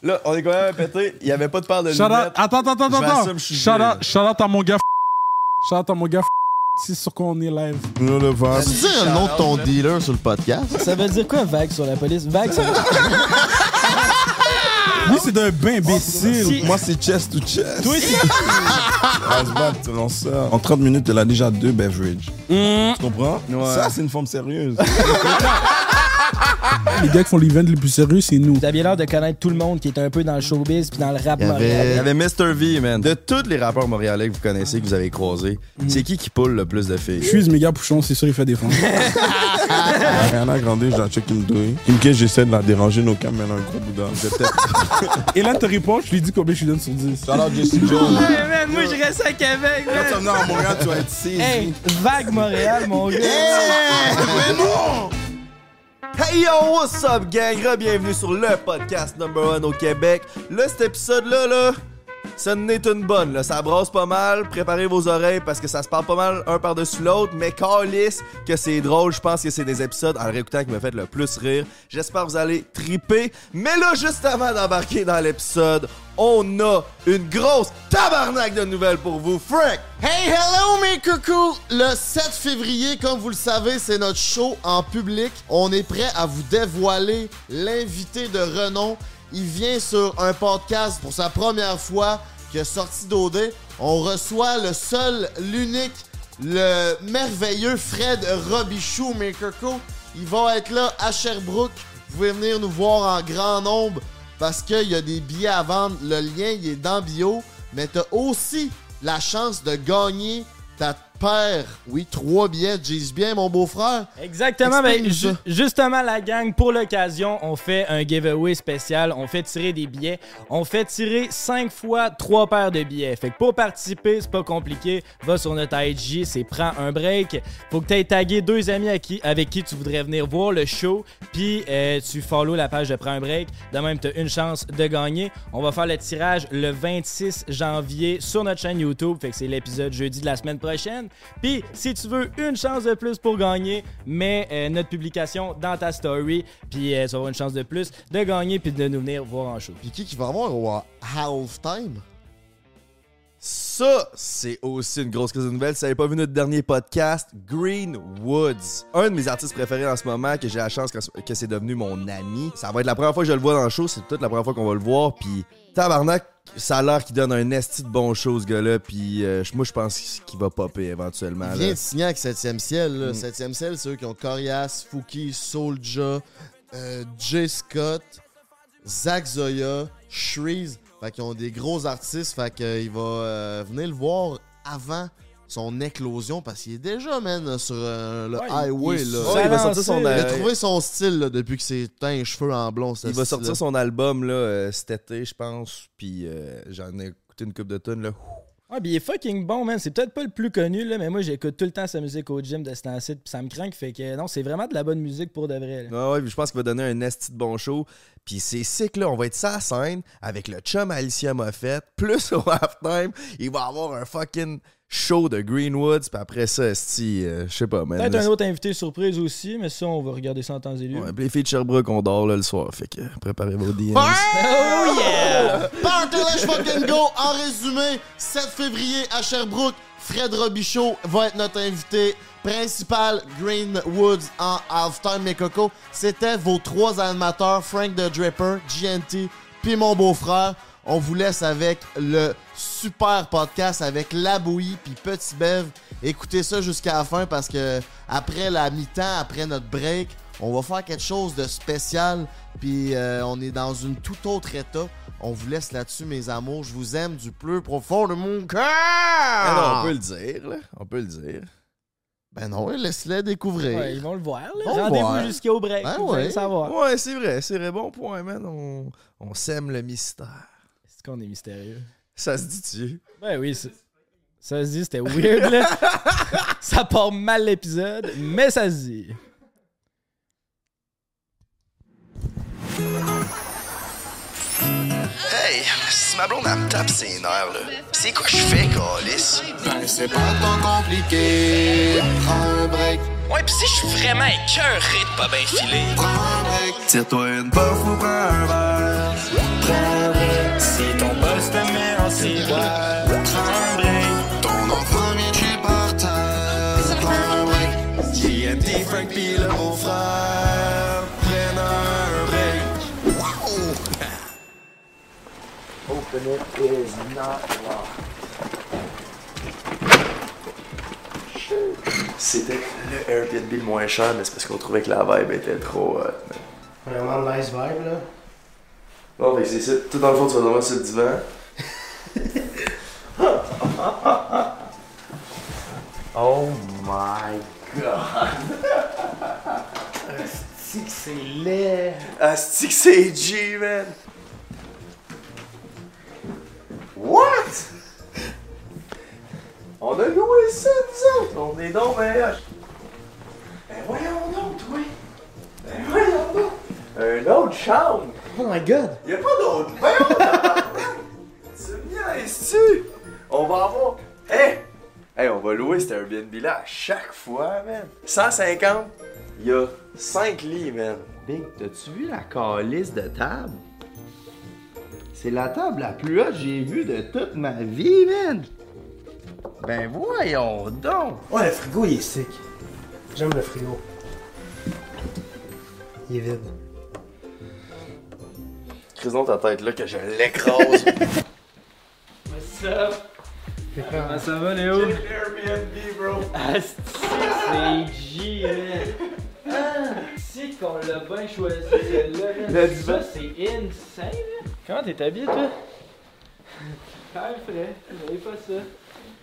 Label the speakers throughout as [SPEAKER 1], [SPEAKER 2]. [SPEAKER 1] Là, on est quand même pété. Il n'y avait pas de paire de
[SPEAKER 2] Shout out.
[SPEAKER 1] lunettes.
[SPEAKER 2] Attends, attends, attends,
[SPEAKER 1] Je vais
[SPEAKER 2] attends.
[SPEAKER 1] assumer, je suis
[SPEAKER 2] Shout
[SPEAKER 1] gay.
[SPEAKER 2] out, shout out à mon gars. Shout out à mon gars. C'est sur quoi on est live.
[SPEAKER 3] Là, le verbe.
[SPEAKER 4] Tu dire le nom de ton dealer sur le podcast?
[SPEAKER 5] Ça veut dire quoi, vague sur la police? Vague sur la
[SPEAKER 2] Lui, c'est d'un bain imbécile.
[SPEAKER 5] Si-
[SPEAKER 3] Moi, c'est chest to chest.
[SPEAKER 5] Toi,
[SPEAKER 3] Ah, c'est bon, tu lances ça. En 30 minutes, elle a déjà deux beverages.
[SPEAKER 5] Mm.
[SPEAKER 3] Tu comprends?
[SPEAKER 1] Ouais.
[SPEAKER 3] Ça, c'est une forme sérieuse.
[SPEAKER 2] Les gars qui font l'event le plus sérieux, c'est nous.
[SPEAKER 5] Vous aviez l'air de connaître tout le monde qui est un peu dans le showbiz puis dans le rap
[SPEAKER 4] Il
[SPEAKER 1] Il
[SPEAKER 4] y avait-
[SPEAKER 1] y
[SPEAKER 5] montréalais.
[SPEAKER 1] avait Mr. V, man. De tous les rappeurs montréalais que vous connaissez, que vous avez croisés, c'est qui qui poule le plus de filles?
[SPEAKER 2] Je suis méga pouchon, c'est sûr, il fait défendre.
[SPEAKER 3] Ariana Grande, je la check une douille. Une case, j'essaie de la déranger, nos caméras, un gros boudin. Je vais peut-être.
[SPEAKER 2] Et là, te réponds, je lui dis combien je lui donne sur 10.
[SPEAKER 3] Shout out Jesse Jones.
[SPEAKER 5] Ouais, man, moi, je reste à Québec,
[SPEAKER 3] Quand tu vas
[SPEAKER 5] man.
[SPEAKER 3] venir à Montréal, tu vas être saisi.
[SPEAKER 5] Hey, vague Montréal, mon gars.
[SPEAKER 1] Hey yo, what's up, gang? Bienvenue sur le podcast number one au Québec. Là, cet épisode-là, là, ça n'est une bonne, là. Ça brasse pas mal. Préparez vos oreilles parce que ça se parle pas mal un par-dessus l'autre. Mais calisse que c'est drôle. Je pense que c'est des épisodes en le réécoutant qui me fait le plus rire. J'espère que vous allez triper. Mais là, juste avant d'embarquer dans l'épisode, on a une grosse tabarnak de nouvelles pour vous. Frank!
[SPEAKER 4] Hey, hello, mes coucous! Le 7 février, comme vous le savez, c'est notre show en public. On est prêt à vous dévoiler l'invité de renom. Il vient sur un podcast pour sa première fois qui a sorti d'OD. On reçoit le seul, l'unique, le merveilleux Fred Robichou, mes coucous. Il va être là à Sherbrooke. Vous pouvez venir nous voir en grand nombre parce qu'il y a des billets à vendre. Le lien, il est dans bio. Mais t'as aussi la chance de gagner ta paire. Oui, trois billets. Dis bien, mon beau-frère.
[SPEAKER 5] Exactement, mais
[SPEAKER 4] Explique-nous
[SPEAKER 5] ju-
[SPEAKER 4] ça.
[SPEAKER 5] justement, la gang, pour l'occasion, on fait un giveaway spécial. On fait tirer des billets. On fait tirer 5 fois 3 paires de billets. Fait que pour participer, c'est pas compliqué. Va sur notre IG, c'est prends un break. Faut que t'aies tagué deux amis à qui- avec qui tu voudrais venir voir le show. Puis euh, tu follow la page de prends un break. De même, t'as une chance de gagner. On va faire le tirage le 26 janvier sur notre chaîne YouTube. Fait que c'est l'épisode jeudi de la semaine prochaine. Puis, si tu veux une chance de plus pour gagner, mets euh, notre publication dans ta story. Puis, euh, tu vas avoir une chance de plus de gagner puis de nous venir voir en show.
[SPEAKER 4] Puis qui qui va avoir au halftime?
[SPEAKER 1] Ça, c'est aussi une grosse crise de nouvelles. Si vous n'avez pas vu notre dernier podcast, Green Woods. Un de mes artistes préférés en ce moment, que j'ai la chance que, que c'est devenu mon ami. Ça va être la première fois que je le vois dans le show. C'est peut-être la première fois qu'on va le voir. Puis, tabarnak, ça a l'air qu'il donne un esti de bon show, ce gars-là. Puis, euh, moi, je pense qu'il va popper éventuellement.
[SPEAKER 4] Il
[SPEAKER 1] là.
[SPEAKER 4] vient de signer avec 7e Ciel.
[SPEAKER 5] Mm.
[SPEAKER 4] là. 7e Ciel, c'est eux qui ont Corias, Fouki, Soulja, euh, Jay Scott, Zach Zoya, Shreeze. Fait qu'ils ont des gros artistes. Fait qu'il va euh, venir le voir avant son éclosion parce qu'il est déjà, man, sur euh, le
[SPEAKER 5] Ouais, il-
[SPEAKER 4] highway.
[SPEAKER 5] il est
[SPEAKER 4] là.
[SPEAKER 5] sur-
[SPEAKER 1] Oh, il va sortir
[SPEAKER 5] Lancé,
[SPEAKER 1] son,
[SPEAKER 5] il a
[SPEAKER 4] Il a
[SPEAKER 1] euh,
[SPEAKER 4] trouvé son style là, depuis que c'est teint les cheveux en blond. ce
[SPEAKER 1] il va
[SPEAKER 4] style-là.
[SPEAKER 1] sortir son album là, euh, cet été, je pense. Puis, euh, j'en ai écouté une coupe de tonnes. Là.
[SPEAKER 5] Ah, puis il est fucking bon, man. C'est peut-être pas le plus connu, là, mais moi, j'écoute tout le temps sa musique au gym de ce temps-ci. Puis, ça me craint. Fait que, non, c'est vraiment de la bonne musique pour de vrai. là.
[SPEAKER 1] Ouais, ouais, puis je pense qu'il va donner un esti de bon show. Puis c'est sick, là. On va être ça scène avec le chum Alicia Moffett, plus au halftime. Il va avoir un fucking show de Greenwoods. Puis après ça, esti, euh, je sais pas, man.
[SPEAKER 5] Peut-être un autre invité surprise aussi, mais ça, on va regarder ça en temps et lieu.
[SPEAKER 1] Ouais, puis les filles de Sherbrooke, on dort là, le soir. Fait que euh, préparez vos DMs.
[SPEAKER 5] Oh yeah!
[SPEAKER 4] Party Let's Fucking Go, en résumé, 7 février à Sherbrooke, Fred Robichaud va être notre invité principal, Greenwoods en halftime, mes cocos. C'était vos trois animateurs, Frank the Draper, GNT, puis mon beau-frère. On vous laisse avec le super podcast avec La Bouillie puis Petit Bev. Écoutez ça jusqu'à la fin parce que après la mi-temps, après notre break, on va faire quelque chose de spécial. Puis euh, on est dans une tout autre état. On vous laisse là-dessus, mes amours. Je vous aime du plus profond de mon cœur.
[SPEAKER 1] Alors, Eh Ben on peut le dire, là. On peut le dire.
[SPEAKER 4] Ben non, laisse-les découvrir.
[SPEAKER 5] Ouais, ils vont le voir, là.
[SPEAKER 4] Vont le voir.
[SPEAKER 5] Rendez-vous jusqu'au break.
[SPEAKER 4] Ben
[SPEAKER 5] vous allez
[SPEAKER 4] ouais.
[SPEAKER 5] savoir.
[SPEAKER 1] Ouais, c'est vrai. C'est vrai. Bon point, man. On, on sème le mystère.
[SPEAKER 5] C'est qu'on est mystérieux.
[SPEAKER 1] Ça se dit-tu?
[SPEAKER 5] Ben oui, ça, ça se dit, c'était weird, là. ça part mal l'épisode, mais ça se dit.
[SPEAKER 1] Hey, si ma blonde, elle me tape ses nerfs, là. C'est quoi que je fais, Calice?
[SPEAKER 6] Ben, c'est pas tant compliqué. Prends un break,
[SPEAKER 7] Ouais, pis si je suis vraiment écœuré de pas bien filer.
[SPEAKER 6] prends un break. Tire-toi une bof ou prends un verre. Prends
[SPEAKER 8] le bon frère prenne un break.
[SPEAKER 9] C'était le Airbnb le moins cher, mais c'est parce qu'on trouvait que la vibe était trop hot. man.
[SPEAKER 10] Vraiment nice vibe, là.
[SPEAKER 9] Bon, fait que c'est ça. Tout dans le fond, tu vas dormir sur le divan.
[SPEAKER 10] Oh my god. Asti que c'est laid.
[SPEAKER 9] Asti que c'est G, man! What? On a loué ça, nous autres! On est donc ben là. Ben voyons donc, toi! Ben voyons donc! Un autre chambre!
[SPEAKER 10] Oh my god.
[SPEAKER 9] Y'a pas d'autre! Voyons! tabarnak! tu me niaises-tu? On va avoir... Hey! Hey, on va louer cet Airbnb-là à chaque fois, man! 150! Y'a 5 lits, man!
[SPEAKER 10] Big, t'as-tu vu la calice de table? C'est la table la plus haute que j'ai vue de toute ma vie, man. Ben voyons donc. Oh, le frigo, il est sick. J'aime le frigo. Il est vide.
[SPEAKER 9] Crise donc ta tête là que je l'écrase.
[SPEAKER 5] What's up? Comment ça va, Léo? Asti, c'est G, man. Ah, si qu'on l'a bien choisi, celle-là. Le divan, c'est insane, là. Comment t'es habillé, toi? Quand même frais, vous voyez pas ça.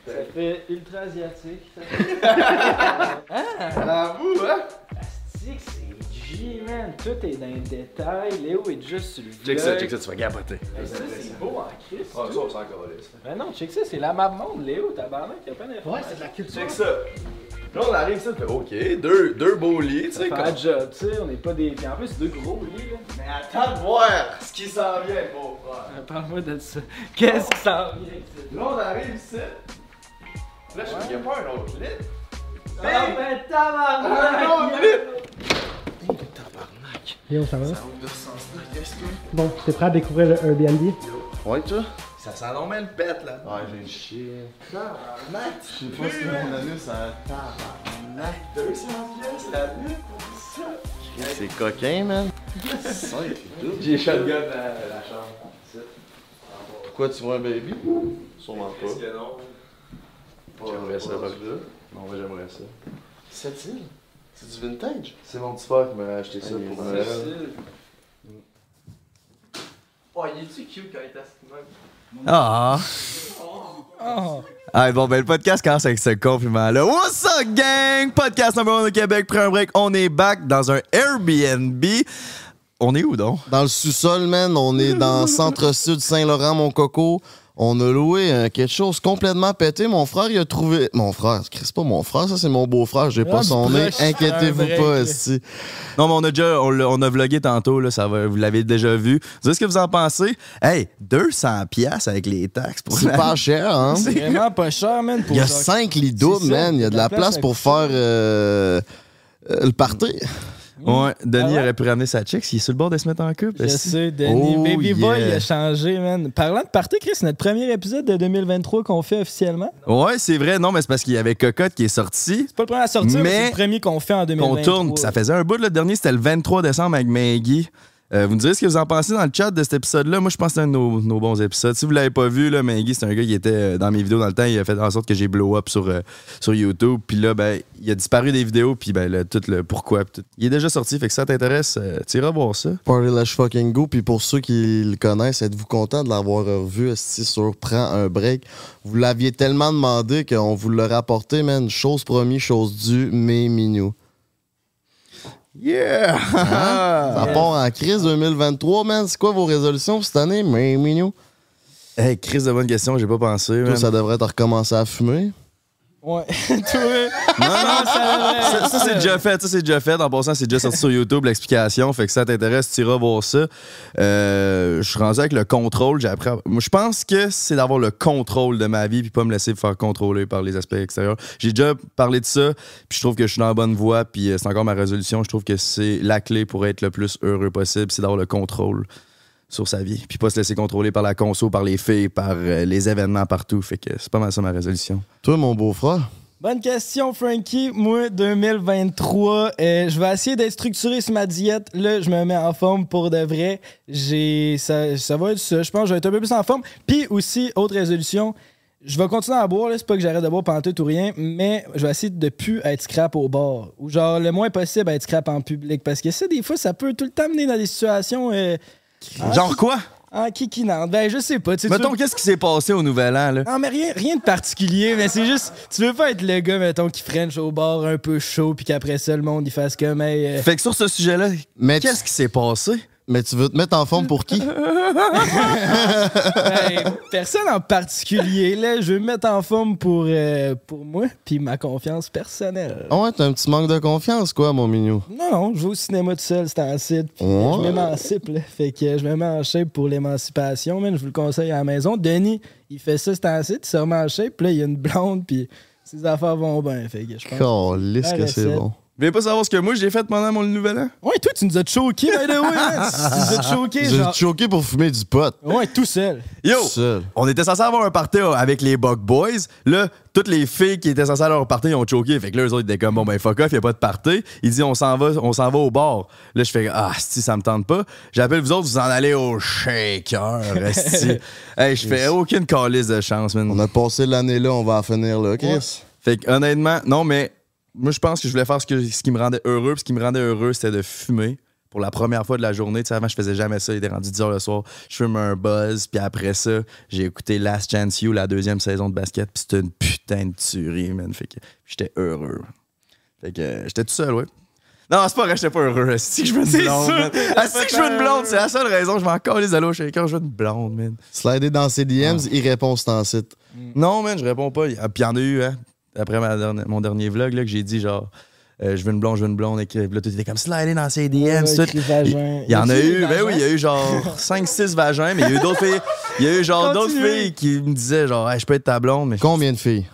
[SPEAKER 5] Ça fait ultra asiatique. Ça fait... ah! Bravo, hein? Asti, que c'est G, man. Tout est dans les détails. Léo est juste sur le
[SPEAKER 9] check ça,
[SPEAKER 5] vlog.
[SPEAKER 9] check ça, tu vas capoter.
[SPEAKER 5] Hey, ça, c'est beau en Christ.
[SPEAKER 9] Ah, ça, on s'en calisse.
[SPEAKER 5] Ben non, check ça, c'est la map monde, Léo, tabarnak, y'a pas d'infos.
[SPEAKER 10] Ouais, c'est de la culture.
[SPEAKER 9] Check ça. Là, on arrive ça, tu fais OK, deux, deux beaux lits, tu sais.
[SPEAKER 5] Faire
[SPEAKER 9] comme-
[SPEAKER 5] un job, tu sais, on n'est pas des. Puis en plus, c'est deux gros lits, là.
[SPEAKER 9] Mais attends de voir ce qui s'en vient, mon frère.
[SPEAKER 5] Euh, Parle-moi de ça. Qu'est-ce qui s'en vient? c'est-
[SPEAKER 9] Là, on arrive ici. Là, je sais qu'il y a pas un autre lit.
[SPEAKER 5] Ah ben tabarnak!
[SPEAKER 9] Un autre lit!
[SPEAKER 10] Yo, ça va? Bon, t'es prêt à découvrir le Airbnb?
[SPEAKER 4] Ouais, toi?
[SPEAKER 9] Ça sent donc bien le pète, là.
[SPEAKER 4] Ouais, j'ai le chien. Tabarnak! Je sais pas si mon anus a tabarnak.
[SPEAKER 9] 200 pièces la nuit.
[SPEAKER 4] C'est coquin, man.
[SPEAKER 9] J'ai shotgun la, la chambre.
[SPEAKER 4] Pourquoi tu vois un baby? Sûrement pas.
[SPEAKER 9] que non? J'aimerais ça, pas que Non, moi, j'aimerais ça.
[SPEAKER 4] Cette île? C'est du vintage? Ah,
[SPEAKER 9] C'est mon petit frère qui m'a acheté ça pour Noël.
[SPEAKER 1] Ah. Hey, bon, ben, le podcast commence avec ce compliment-là. What's up, gang? Podcast number one au Québec. Prends un break. On est back dans un Airbnb. On est où, donc?
[SPEAKER 4] Dans le sous-sol, man, on est dans centre-sud Saint-Laurent, mon coco. On a loué euh, quelque chose complètement pété. Mon frère, il a trouvé. Mon frère, c'est pas mon frère, ça c'est mon beau-frère, j'ai pas son nez. Inquiétez-vous pas, esti.
[SPEAKER 1] Non, mais on a déjà, on, l'a- on a vlogué tantôt, là, ça va, vous l'avez déjà vu. Vous savez ce que vous en pensez? Hey, 200 piastres avec les taxes pour
[SPEAKER 4] C'est
[SPEAKER 1] la-
[SPEAKER 4] pas cher, hein?
[SPEAKER 2] Vraiment pas cher, man. Pour
[SPEAKER 4] Il y a
[SPEAKER 2] genre-
[SPEAKER 4] 5 lits doubles,
[SPEAKER 2] C'est ça,
[SPEAKER 4] man. Il y a de la place
[SPEAKER 2] à
[SPEAKER 4] pour faire euh, euh, le party.
[SPEAKER 1] Ouais, Denis
[SPEAKER 5] Ah ouais?
[SPEAKER 1] aurait pu ramener sa chick s'il est sur le bord de se mettre en couple.
[SPEAKER 5] Je
[SPEAKER 1] est-ce-
[SPEAKER 5] sais, Denis.
[SPEAKER 4] Oh,
[SPEAKER 5] Baby
[SPEAKER 4] yeah.
[SPEAKER 5] Boy, il a changé, man. Parlant de party, Chris, c'est notre premier épisode de 2023 qu'on fait officiellement.
[SPEAKER 1] Ouais, c'est vrai. Non, mais c'est parce qu'il y avait Cocotte qui est sorti.
[SPEAKER 5] C'est pas le premier à sortir, mais,
[SPEAKER 1] Mais
[SPEAKER 5] c'est le premier qu'on fait en
[SPEAKER 1] qu'on
[SPEAKER 5] 2023.
[SPEAKER 1] tourne. Puis ça faisait un bout. Le dernier, c'était le 23 décembre avec Maggie. Euh, vous me direz ce que vous en pensez dans le chat de cet épisode-là. Moi, je pense que c'est un de nos, nos bons épisodes. Si vous l'avez pas vu, là, Maggie, c'est un gars qui était euh, dans mes vidéos dans le temps. Il a fait en sorte que j'ai blow up sur, euh, sur YouTube. Puis là, ben, il a disparu des vidéos. Puis ben, là, tout le pourquoi. puis tout. Il est déjà sorti. Fait que ça t'intéresse, euh, tu iras voir ça.
[SPEAKER 4] Party Lash Fucking Go. Puis pour ceux qui le connaissent, êtes-vous content de l'avoir revu esti, sur Prends un break? Vous l'aviez tellement demandé qu'on vous l'a rapporté, man. Chose promise, chose due, mais minou.
[SPEAKER 1] Yeah! Hein?
[SPEAKER 4] Ça part en crise 2023, man. C'est quoi vos résolutions pour cette année? Mais minou.
[SPEAKER 1] hey, Chris, de bonne question. J'ai pas pensé.
[SPEAKER 4] Toi,
[SPEAKER 1] man.
[SPEAKER 4] ça devrait te recommencer à fumer.
[SPEAKER 5] Ouais. Toi,
[SPEAKER 1] Non, non, Ça,
[SPEAKER 5] ça,
[SPEAKER 1] ça, c'est déjà fait, ça c'est déjà fait. En passant, c'est déjà sorti sur YouTube, l'explication. Fait que ça t'intéresse, tu iras voir ça. Euh, je suis rendu avec le contrôle. J'ai appris à- Moi, je pense que c'est d'avoir le contrôle de ma vie puis pas me laisser faire contrôler par les aspects extérieurs. J'ai déjà parlé de ça, puis je trouve que je suis dans la bonne voie, puis euh, c'est encore ma résolution. Je trouve que c'est la clé pour être le plus heureux possible, c'est d'avoir le contrôle sur sa vie, puis pas se laisser contrôler par la conso, par les filles, par euh, les événements partout. Fait que c'est pas mal ça ma résolution.
[SPEAKER 4] Toi, mon beau-frère,
[SPEAKER 5] Bonne question, Frankie. Moi, 2023, euh, je vais essayer d'être structuré sur ma diète. Là, je me mets en forme pour de vrai. J'ai, ça, ça va être ça. Je pense que je vais être un peu plus en forme. Puis aussi, autre résolution, je vais continuer à boire. là. C'est pas que j'arrête de boire pantoute ou rien, mais je vais essayer de plus être scrap au bord. Ou genre, le moins possible être scrap en public. Parce que ça, des fois, ça peut tout le temps mener dans des situations euh,
[SPEAKER 1] Genre quoi?
[SPEAKER 5] en kikinantes. Ben, je sais pas. tu sais, tu
[SPEAKER 1] Mettons, qu'est-ce qui s'est passé au Nouvel An, là?
[SPEAKER 5] non, mais rien, rien de particulier, mais c'est juste, tu veux pas être le gars, mettons, qui french au bord un peu chaud, puis qu'après ça, le monde, il fasse comme, hey, euh,
[SPEAKER 1] Fait que sur ce sujet-là,
[SPEAKER 4] Mais tu,
[SPEAKER 1] qu'est-ce qui s'est passé?
[SPEAKER 4] mais tu veux te mettre en forme pour qui?
[SPEAKER 5] ben, personne en particulier, là, je veux me mettre en forme pour, euh, pour moi, puis ma confiance personnelle.
[SPEAKER 4] Ah ouais, t'as un petit manque de confiance, quoi, mon mignon.
[SPEAKER 5] Non, non, je vais au cinéma tout seul, c'est en site, puis euh, je m'émancipe, là. Fait que euh, je me mets en shape pour l'émancipation, man, je vous le conseille à la maison. Denis, il fait ça, c'est en site, il se remet en shape, puis là, il y a une blonde, puis ses affaires vont bien, fait que je pense...
[SPEAKER 4] Calisse que c'est
[SPEAKER 5] Arrête
[SPEAKER 4] bon.
[SPEAKER 1] Vous voulez pas savoir ce que moi j'ai fait pendant mon Nouvel An?
[SPEAKER 5] Ouais, toi, tu nous as choqué, by the way. hein. Tu nous as choqué,
[SPEAKER 4] J'ai
[SPEAKER 5] genre.
[SPEAKER 4] choqué pour fumer du pot.
[SPEAKER 5] Ouais, tout seul.
[SPEAKER 1] Yo!
[SPEAKER 4] Tout seul.
[SPEAKER 1] On était censé avoir un party euh, avec les Buck Boys. Là, toutes les filles qui étaient censées aller au party ils ont choqué. Fait que là, eux autres étaient comme, bon, ben fuck off, y a pas de party. Ils disent, on s'en va, on s'en va au bar. Là, je fais, ah, si, ça me tente pas. J'appelle vous autres, vous en allez au shaker, esti. hey, je fais aucune calice de chance, man.
[SPEAKER 4] On a passé l'année là, on va en finir là, Chris.
[SPEAKER 1] Fait que, honnêtement, non, mais moi, je pense que je voulais faire ce, que- ce qui me rendait heureux. Puis ce qui me rendait heureux, c'était de fumer pour la première fois de la journée. Tu sais, avant, je faisais jamais ça. Il était rendu 10 h le soir. Je fume un buzz. Puis après ça, j'ai écouté Last Chance You, la deuxième saison de basket. Puis c'était une putain de tuerie, man. Fait que j'étais heureux. Fait que euh, j'étais tout seul, ouais. Non, c'est pas vrai, j'étais pas heureux. Si que je veux une blonde, man. Asti que je veux une blonde, c'est la seule raison. Je m'en colle les allos chez quand je veux une blonde, man.
[SPEAKER 4] Slider dans ses DMs,
[SPEAKER 1] Ah.
[SPEAKER 4] il répond c'est en site.
[SPEAKER 1] Non, man, je réponds pas. Ah, Puis il y en a eu, hein, après ma derni- mon dernier vlog, là, que j'ai dit genre, euh, je veux une blonde, je veux une blonde. Et que là, tout était comme slider dans ses DM.
[SPEAKER 5] Ouais,
[SPEAKER 1] tout.
[SPEAKER 5] écrit vagin.
[SPEAKER 1] Il y en a
[SPEAKER 5] Écrit
[SPEAKER 1] eu, ben
[SPEAKER 5] vagin.
[SPEAKER 1] oui, il y a eu genre 5-6 vagins, mais il y a eu d'autres filles. Il y a eu genre d'autres
[SPEAKER 5] Continuez.
[SPEAKER 1] filles qui me disaient genre, Hey, je peux être ta blonde, mais
[SPEAKER 4] Combien de filles?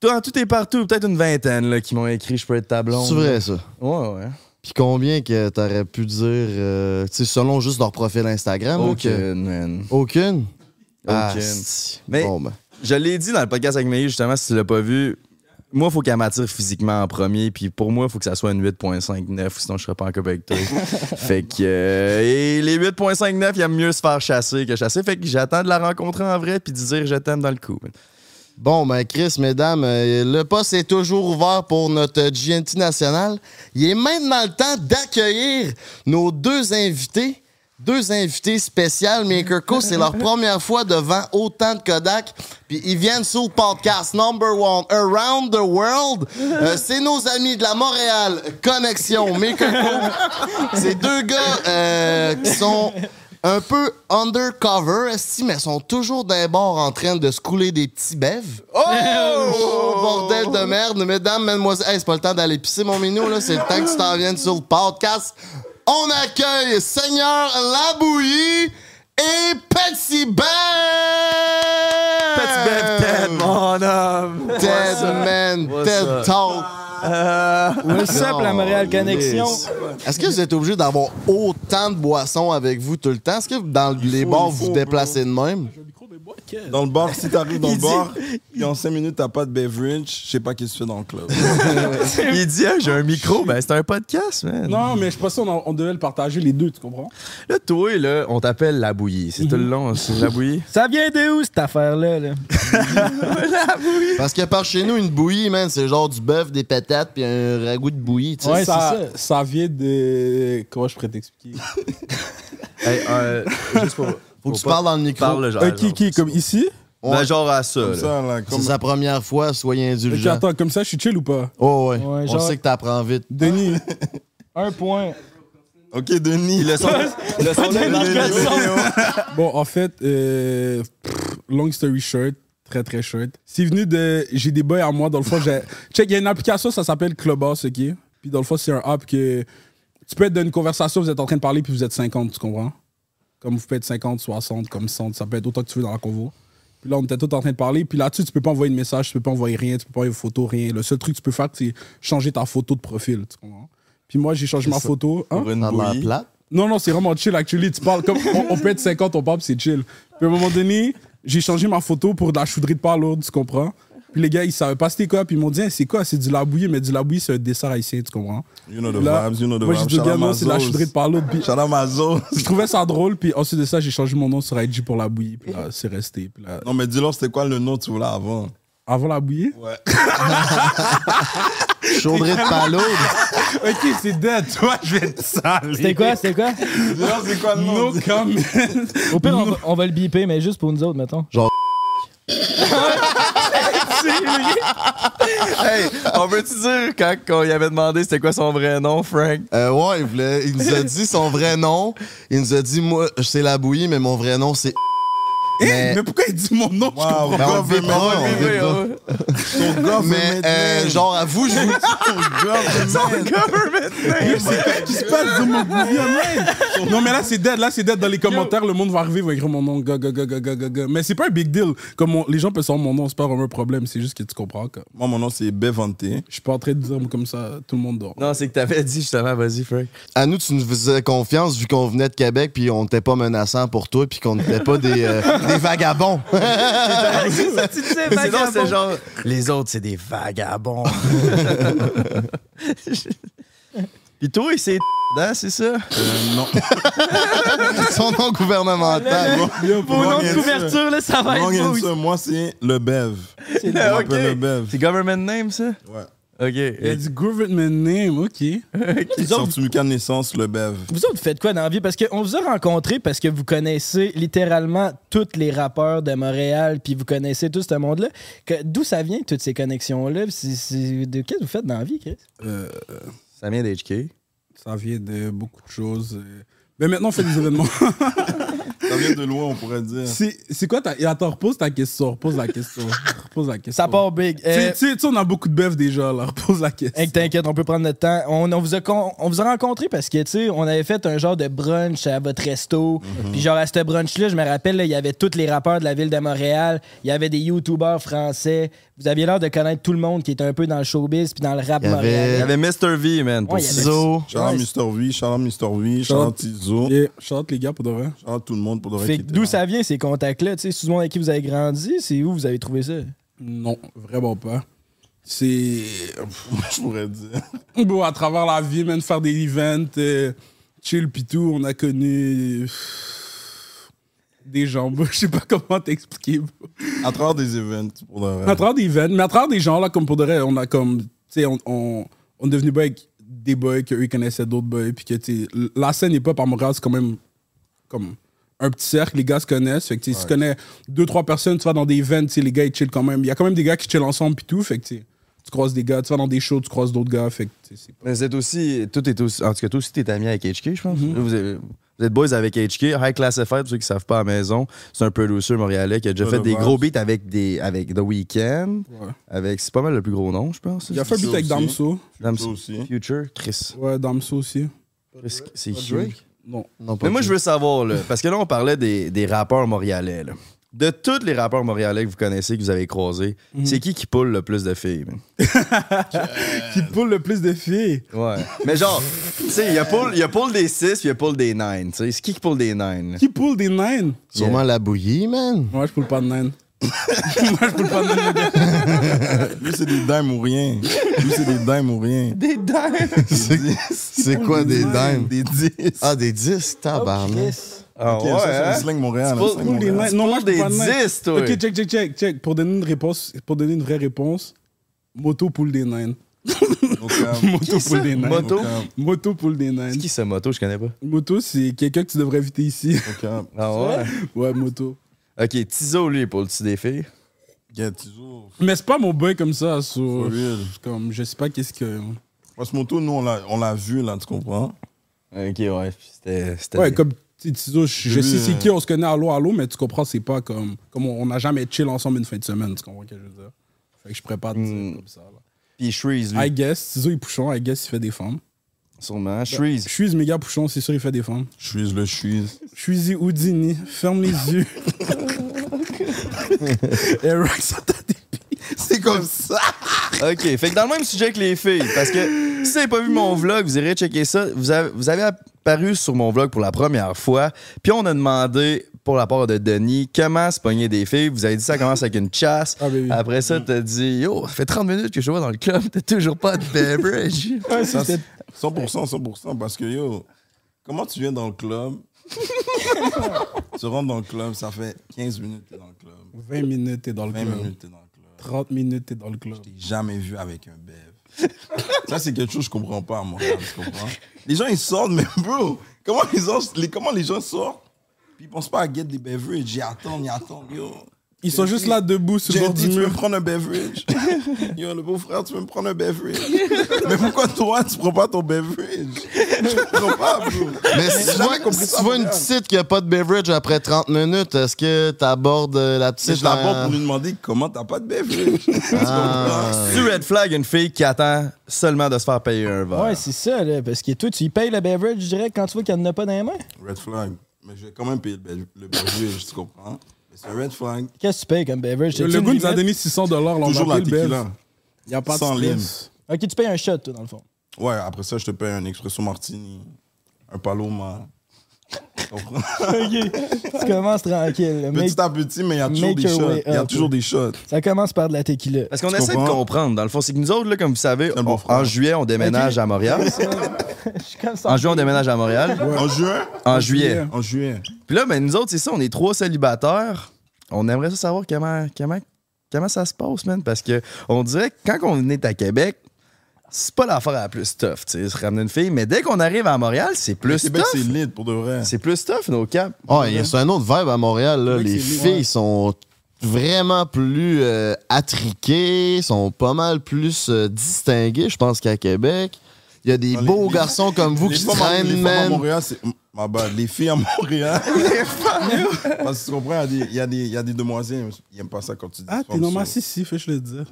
[SPEAKER 1] toi, en tout est partout, peut-être une vingtaine là, qui m'ont écrit, je peux être ta blonde.
[SPEAKER 4] C'est vrai ça.
[SPEAKER 1] Ouais, ouais.
[SPEAKER 4] Puis combien que t'aurais pu dire, euh, tu sais, selon juste leur profil Instagram? là, que-
[SPEAKER 1] Aucune, man.
[SPEAKER 4] Aucune? Ah,
[SPEAKER 1] Aucune.
[SPEAKER 4] c'ti.
[SPEAKER 1] Mais-
[SPEAKER 4] Bon, ben.
[SPEAKER 1] Je l'ai dit dans le podcast avec Maï, justement, si tu l'as pas vu. Moi, faut qu'elle m'attire physiquement en premier, puis pour moi, faut que ça soit une 8.59, sinon je serais pas en couple avec toi. fait que. euh, et les 8.59, il aime mieux se faire chasser que chasser. Fait que j'attends de la rencontrer en vrai, puis de dire je t'aime dans le coup.
[SPEAKER 4] Bon, ben Chris, mesdames, euh, le poste est toujours ouvert pour notre GNT national. Il est maintenant le temps d'accueillir nos deux invités. Deux invités spéciales. Maker Co, c'est leur première fois devant autant de Kodak. Puis ils viennent sur le podcast number one, Around the World. Euh, c'est nos amis de la Montréal Connexion, Maker Co. c'est deux gars euh, qui sont un peu undercover, esti, mais sont toujours d'un bord en train de se couler des petits bèves. Oh! Bordel de merde, mesdames, mademoiselles. Hey, c'est pas le temps d'aller pisser, mon minou, là. C'est le temps que tu t'en viennes sur le podcast. On accueille Seigneur Labouillie et Petit Ben! Petit
[SPEAKER 1] mon homme!
[SPEAKER 4] Dead Man,
[SPEAKER 1] What's
[SPEAKER 4] Dead
[SPEAKER 1] up?
[SPEAKER 4] Talk.
[SPEAKER 5] What's up, la
[SPEAKER 1] Oh,
[SPEAKER 5] Montréal Connexion?
[SPEAKER 4] Est-ce que vous êtes obligé d'avoir autant de boissons avec vous tout le temps? Est-ce que dans les
[SPEAKER 3] faut,
[SPEAKER 4] bars,
[SPEAKER 3] il
[SPEAKER 4] vous
[SPEAKER 3] faut,
[SPEAKER 4] vous déplacez de même?
[SPEAKER 3] Dans le bar, si t'arrives dans le bar, et en 5 minutes, t'as pas de beverage, je sais pas qu'est-ce que tu fais dans le club.
[SPEAKER 1] Il dit ah, j'ai un micro, ben c'est un podcast, man.
[SPEAKER 2] Non, mais je pensais qu'on on devait le partager les deux, tu comprends?
[SPEAKER 1] Là, toi, là, on t'appelle la bouillie. C'est tout le long, c'est la bouillie.
[SPEAKER 5] Ça vient de où, cette affaire-là? là?
[SPEAKER 4] Parce que par chez nous, une bouillie, man, c'est genre du bœuf, des patates, puis un ragoût de bouillie. tu sais.
[SPEAKER 5] Ouais,
[SPEAKER 2] ça,
[SPEAKER 5] c'est ça.
[SPEAKER 2] vient de. Comment je pourrais t'expliquer?
[SPEAKER 1] Hey, euh, juste pour.
[SPEAKER 4] Faut que tu parles dans le micro.
[SPEAKER 1] Parle, genre.
[SPEAKER 2] Un kiki, Euh, comme ici?
[SPEAKER 1] Ben, genre à ça,
[SPEAKER 3] Comme
[SPEAKER 1] là.
[SPEAKER 3] ça, là,
[SPEAKER 4] C'est
[SPEAKER 3] comme
[SPEAKER 4] sa première fois, soyez
[SPEAKER 2] Ok,
[SPEAKER 4] indulgents.
[SPEAKER 2] attends, comme ça, je suis chill ou pas?
[SPEAKER 4] Oh ouais,
[SPEAKER 5] Ouais,
[SPEAKER 4] on
[SPEAKER 5] genre-
[SPEAKER 4] sait que t'apprends vite.
[SPEAKER 2] Denis,
[SPEAKER 5] Un point.
[SPEAKER 3] Ok, Denis.
[SPEAKER 1] Le son, le son de
[SPEAKER 2] bon, en fait, euh, pff, long story short, très très short. C'est venu de. J'ai des boys à moi, dans le fond, j'ai. Check, il y a une application, ça s'appelle Clubhouse, ok? Puis dans le fond, c'est un app que. Tu peux être dans une conversation, vous êtes en train de parler, puis vous êtes 50, tu comprends? Comme vous pouvez être 50, 60, comme 100, ça peut être autant que tu veux dans la convo. Puis là, on était tous en train de parler. Puis là-dessus, tu peux pas envoyer de message, tu peux pas envoyer rien, tu peux pas envoyer une photo, rien. Le seul truc que tu peux faire, c'est changer ta photo de profil, tu comprends? Puis moi, j'ai changé ma photo. hein?
[SPEAKER 1] Pour une
[SPEAKER 4] Dans la
[SPEAKER 1] bouillie.
[SPEAKER 4] plate.
[SPEAKER 2] Non, non, c'est vraiment chill, actually. Tu parles comme. On, on peut être 50, on parle, c'est chill. Puis à un moment donné, j'ai changé ma photo pour de la chouderie de pas lourde, tu comprends? Puis les gars, ils savaient pas c'était quoi. Puis ils m'ont dit, Hey, c'est quoi? C'est du labouillé, mais du labouillé, c'est un dessert haïtien, tu comprends?
[SPEAKER 3] You know the
[SPEAKER 2] Là,
[SPEAKER 3] vibes, you know the
[SPEAKER 2] moi, j'ai
[SPEAKER 3] vibes.
[SPEAKER 2] dit, gars, non, c'est de la chouderie de parler. Puis
[SPEAKER 3] Shout out ma zone.
[SPEAKER 2] je trouvais ça drôle. Puis ensuite de ça, j'ai changé mon nom sur IG pour la bouillie. Puis là, c'est resté. Puis là,
[SPEAKER 3] Non, mais dis-leur, c'était quoi le nom que tu voulais avant?
[SPEAKER 2] avant la bouillie?
[SPEAKER 4] Chaudrée de palourde.
[SPEAKER 2] ok, c'est dead.
[SPEAKER 3] Toi, je vais te saler.
[SPEAKER 5] C'était quoi? C'était quoi?
[SPEAKER 3] Dis-leur, c'est quoi le nom?
[SPEAKER 2] No comment.
[SPEAKER 5] Au pire, on va, on va le biper, mais juste pour nous autres, mettons.
[SPEAKER 1] Hey, on peut-tu dire quand, quand il avait demandé c'était quoi son vrai nom, Frank?
[SPEAKER 4] Euh, ouais, il, voulait- il nous a dit son vrai nom. Il nous a dit, moi, c'est la bouillie, mais mon vrai nom, c'est.
[SPEAKER 2] Eh,
[SPEAKER 4] Mais-
[SPEAKER 2] mais pourquoi il dit mon nom? Je comprends
[SPEAKER 3] Wow,
[SPEAKER 4] Ben, on
[SPEAKER 3] gars
[SPEAKER 4] le
[SPEAKER 3] veut
[SPEAKER 4] veut pas, on le veut
[SPEAKER 3] maintenant.
[SPEAKER 4] pas.
[SPEAKER 3] Ton gars veut
[SPEAKER 4] Mais euh,
[SPEAKER 3] maintenant.
[SPEAKER 4] genre, à vous, je vous
[SPEAKER 3] Ton gars veut maintenant.
[SPEAKER 2] Qu'est-ce qui se passe de mon gouvernement? Non, mais là, c'est dead. Là, c'est dead. Dans les commentaires, le monde va arriver, va écrire mon nom. Ga, ga, ga, ga, ga, ga, ga. Mais c'est pas un big deal. Comme on- les gens peuvent savoir mon nom, c'est pas vraiment un problème. C'est juste que tu comprends. que
[SPEAKER 3] Moi, mon nom, c'est Bevanté.
[SPEAKER 2] Je suis pas en train de dire comme ça, tout le monde dort.
[SPEAKER 1] Non, c'est que t'avais dit justement, vas-y, Frank.
[SPEAKER 4] à nous, tu nous faisais confiance vu qu'on venait de Québec puis on n'était pas menaçant pour toi puis qu'on n'était pas des, euh, des vagabonds.
[SPEAKER 1] Mais non, c'est genre, les autres, c'est des vagabonds. Pis toi, c'est dedans, c'est ça?
[SPEAKER 3] Euh,
[SPEAKER 4] Son nom gouvernemental.
[SPEAKER 2] Yo, pour
[SPEAKER 5] Au
[SPEAKER 2] moi,
[SPEAKER 5] nom de couverture, là, ça va
[SPEAKER 3] Moi,
[SPEAKER 5] être beau.
[SPEAKER 3] regarde ça, Moi, c'est le Bev.
[SPEAKER 1] C'est
[SPEAKER 3] Je m'appelle le Bev.
[SPEAKER 1] C'est government name, ça?
[SPEAKER 3] Ouais.
[SPEAKER 1] Ok.
[SPEAKER 2] Il y a du government name, ok.
[SPEAKER 5] Vous autres,
[SPEAKER 3] Sortu de naissance, le Bev.
[SPEAKER 5] vous autres, vous faites quoi dans la vie? Parce qu'on vous a rencontré parce que vous connaissez littéralement tous les rappeurs de Montréal, puis vous connaissez tout ce monde-là. Que- D'où ça vient, toutes ces connexions-là? Puis c'est- c'est- De qu'est-ce que vous faites dans la vie, Chris?
[SPEAKER 2] Euh,
[SPEAKER 1] Ça vient d'HK.
[SPEAKER 2] ça vient de beaucoup de choses. euh. Mais maintenant, on fait des événements.
[SPEAKER 3] Ça vient de loin, on pourrait dire.
[SPEAKER 2] c'est c'est quoi ta. et Attends, repose ta question. Repose la question. Repose la question.
[SPEAKER 5] Ça part big.
[SPEAKER 2] Tu
[SPEAKER 5] Euh,
[SPEAKER 2] sais- tu sais, tu sais, on a beaucoup de bœufs déjà, là. Repose la question.
[SPEAKER 5] Hey, t'inquiète, on peut prendre notre temps. On, on vous a con- on vous a rencontré parce que, tu sais, on avait fait un genre de brunch à votre resto. Puis, genre, à ce brunch-là, je me rappelle, là, il y avait tous les rappeurs de la ville de Montréal. Il y avait des youtubeurs français. Vous aviez l'air de connaître tout le monde qui était un peu dans le showbiz puis dans le rap
[SPEAKER 1] Il
[SPEAKER 4] Il y avait-
[SPEAKER 1] y
[SPEAKER 5] montréalais.
[SPEAKER 1] avait Mr. V, man. pour
[SPEAKER 5] Ouais, il y avait-
[SPEAKER 1] ça.
[SPEAKER 4] Ciseaux.
[SPEAKER 3] Shout-out Mister V, shout-out Mister V, shout-out Tizo,
[SPEAKER 2] Yeah, chante les gars pour de vrai.
[SPEAKER 3] shout-out tout le monde pour de vrai
[SPEAKER 5] Fait
[SPEAKER 3] qui
[SPEAKER 5] que
[SPEAKER 3] était
[SPEAKER 5] d'où
[SPEAKER 3] là.
[SPEAKER 5] ça vient, ces contacts-là? Tu sais, c'est tout le monde avec qui vous avez grandi. C'est où vous avez trouvé ça?
[SPEAKER 2] Non, vraiment pas. C'est.
[SPEAKER 3] je pourrais dire.
[SPEAKER 2] Bon, à travers la vie, même faire des events, euh, chill pis tout, on a connu euh, des gens, bro. je sais pas comment t'expliquer. bro.
[SPEAKER 3] À travers des events, pour de vrai.
[SPEAKER 2] À travers des events, mais à travers des gens, là, comme pour de vrai, on a comme, tu sais, on, on, on est devenu boy avec des boys que eux ils connaissaient d'autres boys, puis que, tu sais, l- la scène hip-hop à Montréal, c'est quand même comme un petit cercle, les gars se connaissent, fait que, tu sais, si tu connais deux, trois personnes, tu vas dans des events, tu sais, les gars, ils chillent quand même. Il y a quand même des gars qui chillent ensemble pis tout, fait que, tu sais, tu croises des gars, tu vas dans des shows, tu croises d'autres gars, fait que, tu sais, c'est
[SPEAKER 1] Mais vous êtes aussi. Tout est aussi. En tout cas, toi aussi, t'es ami avec HK, je pense. vous, êtes, vous êtes boys avec HK. High Classified, pour ceux qui savent pas à la maison, c'est un producer montréalais qui a déjà
[SPEAKER 3] Ça
[SPEAKER 1] fait
[SPEAKER 3] le
[SPEAKER 1] des
[SPEAKER 3] voit.
[SPEAKER 1] gros beats avec, des, avec The Weeknd.
[SPEAKER 2] Ouais.
[SPEAKER 1] Avec, c'est pas mal le plus gros nom, je pense.
[SPEAKER 2] Il a fait un
[SPEAKER 3] Ça
[SPEAKER 2] beat avec
[SPEAKER 3] aussi. hein.
[SPEAKER 2] Damso.
[SPEAKER 1] Dams-
[SPEAKER 3] Ça aussi.
[SPEAKER 1] Future, Chris.
[SPEAKER 2] Ouais, Damso aussi.
[SPEAKER 1] Chris, c'est
[SPEAKER 3] Pas
[SPEAKER 1] huge.
[SPEAKER 3] Drake?
[SPEAKER 2] Non.
[SPEAKER 4] Non, pas
[SPEAKER 1] Mais moi,
[SPEAKER 4] du-
[SPEAKER 1] je veux savoir, là, parce que là, on parlait des, des rappeurs montréalais. là. De tous les rappeurs montréalais que vous connaissez, que vous avez croisés, c'est qui qui pull le plus de filles? man?
[SPEAKER 2] Qui pull le plus de filles
[SPEAKER 1] Ouais. Mais genre, tu sais, il y a pull, il y a pull des 6 puis il y a pull des 9. C'est qui qui pull des 9?
[SPEAKER 2] Qui pull des nines
[SPEAKER 4] Sûrement la bouillie, man.
[SPEAKER 2] Moi, je pull pas de nines. Moi, je pull pas de nines. les gars.
[SPEAKER 3] Lui, c'est des dimes ou rien. Lui, c'est des dimes ou rien.
[SPEAKER 1] Des 9?
[SPEAKER 4] C'est c'est quoi des dimes?
[SPEAKER 3] Des Oh, 10.
[SPEAKER 4] Ah, des 10, tabarnak.
[SPEAKER 1] Ah
[SPEAKER 3] Ok,
[SPEAKER 1] ouais,
[SPEAKER 3] ça, c'est
[SPEAKER 1] hein?
[SPEAKER 3] le slang
[SPEAKER 1] C'est
[SPEAKER 3] Montréal. hein,
[SPEAKER 1] pas-
[SPEAKER 3] slang
[SPEAKER 2] Pull des
[SPEAKER 3] Montréal.
[SPEAKER 2] nines. Non, moi, je
[SPEAKER 1] Pull
[SPEAKER 2] pull pas de
[SPEAKER 1] des
[SPEAKER 2] nines.
[SPEAKER 1] 10, toi.
[SPEAKER 2] Ok, check, check, check, check. Pour donner une réponse, pour donner une vraie réponse, moto pull des nines.
[SPEAKER 3] Au cap.
[SPEAKER 2] Moto
[SPEAKER 1] ça?
[SPEAKER 2] pull des nines.
[SPEAKER 1] Moto?
[SPEAKER 3] Au cap,
[SPEAKER 2] Moto pull des
[SPEAKER 1] C'est
[SPEAKER 2] nines.
[SPEAKER 1] qui ce moto? Je connais pas.
[SPEAKER 2] Moto, c'est quelqu'un que tu devrais éviter ici.
[SPEAKER 3] au cap.
[SPEAKER 1] Ah ouais?
[SPEAKER 2] Ouais, moto.
[SPEAKER 1] Ok, Tizo, lui, il pull-tu des filles?
[SPEAKER 3] Yeah, Tizo,
[SPEAKER 2] Mais c'est pas mon boy comme ça.
[SPEAKER 3] for
[SPEAKER 2] so-
[SPEAKER 3] real.
[SPEAKER 2] Comme, je sais pas qu'est-ce que.
[SPEAKER 3] Parce que Moto, nous, on l'a- on l'a vu, là, tu comprends?
[SPEAKER 1] Ok, ouais. puis C'était. c'était-
[SPEAKER 2] Ouais, comme tu sais, Tizo, je, je
[SPEAKER 3] Lui,
[SPEAKER 2] sais c'est
[SPEAKER 3] euh,
[SPEAKER 2] qui, on se connaît à l'eau à l'eau, mais tu comprends, c'est pas comme. Comme on on n'a jamais chill ensemble une fin de semaine, tu comprends ce que je veux dire? Fait que je prépare
[SPEAKER 1] Mm.
[SPEAKER 2] comme ça. Là.
[SPEAKER 1] Puis Shreeze, lui,
[SPEAKER 2] I guess, Tizo il pouchon, I guess il fait des femmes.
[SPEAKER 1] sûrement. Shreeze.
[SPEAKER 2] Je suis méga pouchon, c'est sûr il fait des femmes.
[SPEAKER 3] Je suis le suis.
[SPEAKER 2] Je suis Houdini, ferme les yeux. Et Rock sur ta dépit.
[SPEAKER 4] C'est comme ça.
[SPEAKER 1] OK, fait que dans le même sujet que les filles, parce que si vous n'avez pas vu mon vlog, vous irez checker ça. Vous avez, vous avez apparu sur mon vlog pour la première fois, puis on a demandé pour la part de Denis. Comment se pogner des filles? Vous avez dit ça commence avec une chasse.
[SPEAKER 2] Ah, ben oui.
[SPEAKER 1] Après ça, t'as dit, yo, ça fait 30 minutes que je vois dans le club, t'as toujours pas de beverage.
[SPEAKER 3] Ça, 100%, 100%, parce que yo, comment tu viens dans le club? tu rentres dans le club, ça fait 15 minutes que t'es dans le club.
[SPEAKER 2] 20 minutes, t'es dans le
[SPEAKER 3] 20
[SPEAKER 2] club.
[SPEAKER 3] minutes, t'es dans le club.
[SPEAKER 2] 30 minutes, t'es dans le club.
[SPEAKER 3] J'ai jamais vu avec un bev. ça, c'est quelque chose que je comprends pas à Montréal, tu comprends? Les gens, ils sortent, mais bro, comment les gens, les- comment les gens sortent? Puis ils pensent pas à get des beverages, ils attendent, ils attendent, yo.
[SPEAKER 2] Ils sont juste là debout sur le
[SPEAKER 3] J'ai
[SPEAKER 2] bord
[SPEAKER 3] dit,
[SPEAKER 2] du
[SPEAKER 3] tu peux
[SPEAKER 2] mur.
[SPEAKER 3] me prendre un beverage. Yo, le beau frère, tu peux me prendre un beverage. mais pourquoi toi, tu prends pas ton beverage? Je comprends pas, bro.
[SPEAKER 4] Mais si
[SPEAKER 3] J'ai
[SPEAKER 4] tu
[SPEAKER 3] jamais
[SPEAKER 4] vois,
[SPEAKER 3] compris
[SPEAKER 4] si
[SPEAKER 3] ça,
[SPEAKER 4] tu vois une
[SPEAKER 3] Montréal.
[SPEAKER 4] petite qui a pas de beverage après 30 minutes, est-ce que t'abordes euh, la
[SPEAKER 3] Mais
[SPEAKER 4] petite?
[SPEAKER 3] je l'aborde
[SPEAKER 4] dans-
[SPEAKER 3] pour lui demander comment t'as pas de beverage.
[SPEAKER 4] Ah.
[SPEAKER 1] Tu red flag une fille qui attend seulement de se faire payer un verre.
[SPEAKER 5] Ouais, c'est ça, là, parce que toi, tu y payes le beverage direct quand tu vois qu'il n'y en a pas dans les mains.
[SPEAKER 3] Red flag. Mais je vais quand même payer le be- le beverage, tu comprends? Mais c'est un red flag.
[SPEAKER 5] Qu'est-ce que tu payes comme beverage?
[SPEAKER 2] Le
[SPEAKER 5] T'as-tu
[SPEAKER 2] gars
[SPEAKER 5] une
[SPEAKER 2] nous a
[SPEAKER 5] limite?
[SPEAKER 2] donné 600 dollars.
[SPEAKER 3] Toujours la tequila.
[SPEAKER 2] Il n'y a pas
[SPEAKER 3] Sans
[SPEAKER 2] de stress.
[SPEAKER 5] Ok, tu payes un shot, toi, dans le fond.
[SPEAKER 3] Ouais, après ça, je te paye un expresso martini, un paloma. Tu comprends?
[SPEAKER 5] tu commences tranquille. là. Make-
[SPEAKER 3] petit à petit, mais il y a toujours
[SPEAKER 5] make
[SPEAKER 3] des
[SPEAKER 5] your
[SPEAKER 3] shots.
[SPEAKER 5] way
[SPEAKER 3] Il y a
[SPEAKER 5] up.
[SPEAKER 3] toujours des shots.
[SPEAKER 5] Ça commence par de la tequila.
[SPEAKER 1] Parce qu'on
[SPEAKER 3] Tu
[SPEAKER 1] essaie de
[SPEAKER 3] comprends?
[SPEAKER 1] comprendre. Dans le fond, c'est que nous autres, là, comme vous savez,
[SPEAKER 3] un
[SPEAKER 1] on-
[SPEAKER 3] bon frère.
[SPEAKER 1] en juillet, on déménage à Montréal.
[SPEAKER 5] Je suis comme ça.
[SPEAKER 1] En juillet, on déménage à Montréal.
[SPEAKER 3] En juin?
[SPEAKER 1] En juillet.
[SPEAKER 3] En juillet.
[SPEAKER 1] Puis là, ben, nous autres, c'est ça, on est trois célibataires. On aimerait ça savoir comment, comment, comment ça se passe, man. Parce que on dirait que quand on est à Québec, c'est pas l'affaire la plus tough, tu sais, se ramener une fille. Mais dès qu'on arrive à Montréal, c'est
[SPEAKER 3] Le
[SPEAKER 1] plus
[SPEAKER 3] Québec, c'est
[SPEAKER 1] tough.
[SPEAKER 3] lit pour de vrai.
[SPEAKER 1] C'est plus tough, nos caps.
[SPEAKER 4] Ah, il y a- c'est un autre vibe à Montréal. Là.
[SPEAKER 2] Ouais,
[SPEAKER 4] Les
[SPEAKER 2] c'est lui.
[SPEAKER 4] filles
[SPEAKER 2] Ouais.
[SPEAKER 4] sont vraiment plus euh, attriquées, sont pas mal plus euh, distinguées, je pense, qu'à Québec. Il y a des
[SPEAKER 3] Non, les-
[SPEAKER 4] beaux
[SPEAKER 3] les-
[SPEAKER 4] garçons comme vous
[SPEAKER 3] les
[SPEAKER 4] qui
[SPEAKER 3] femmes à-
[SPEAKER 4] traînent,
[SPEAKER 3] les femmes à
[SPEAKER 4] man.
[SPEAKER 3] Montréal, c'est. Ma bad, les filles à Montréal. les femmes. Parce que tu comprends, il y a des- il y, a des- il y a des demoiselles, ils aiment pas ça quand tu dis.
[SPEAKER 2] Ah, t'es
[SPEAKER 3] femmes,
[SPEAKER 2] normal,
[SPEAKER 3] ça.
[SPEAKER 2] si, si, fais-je le dire.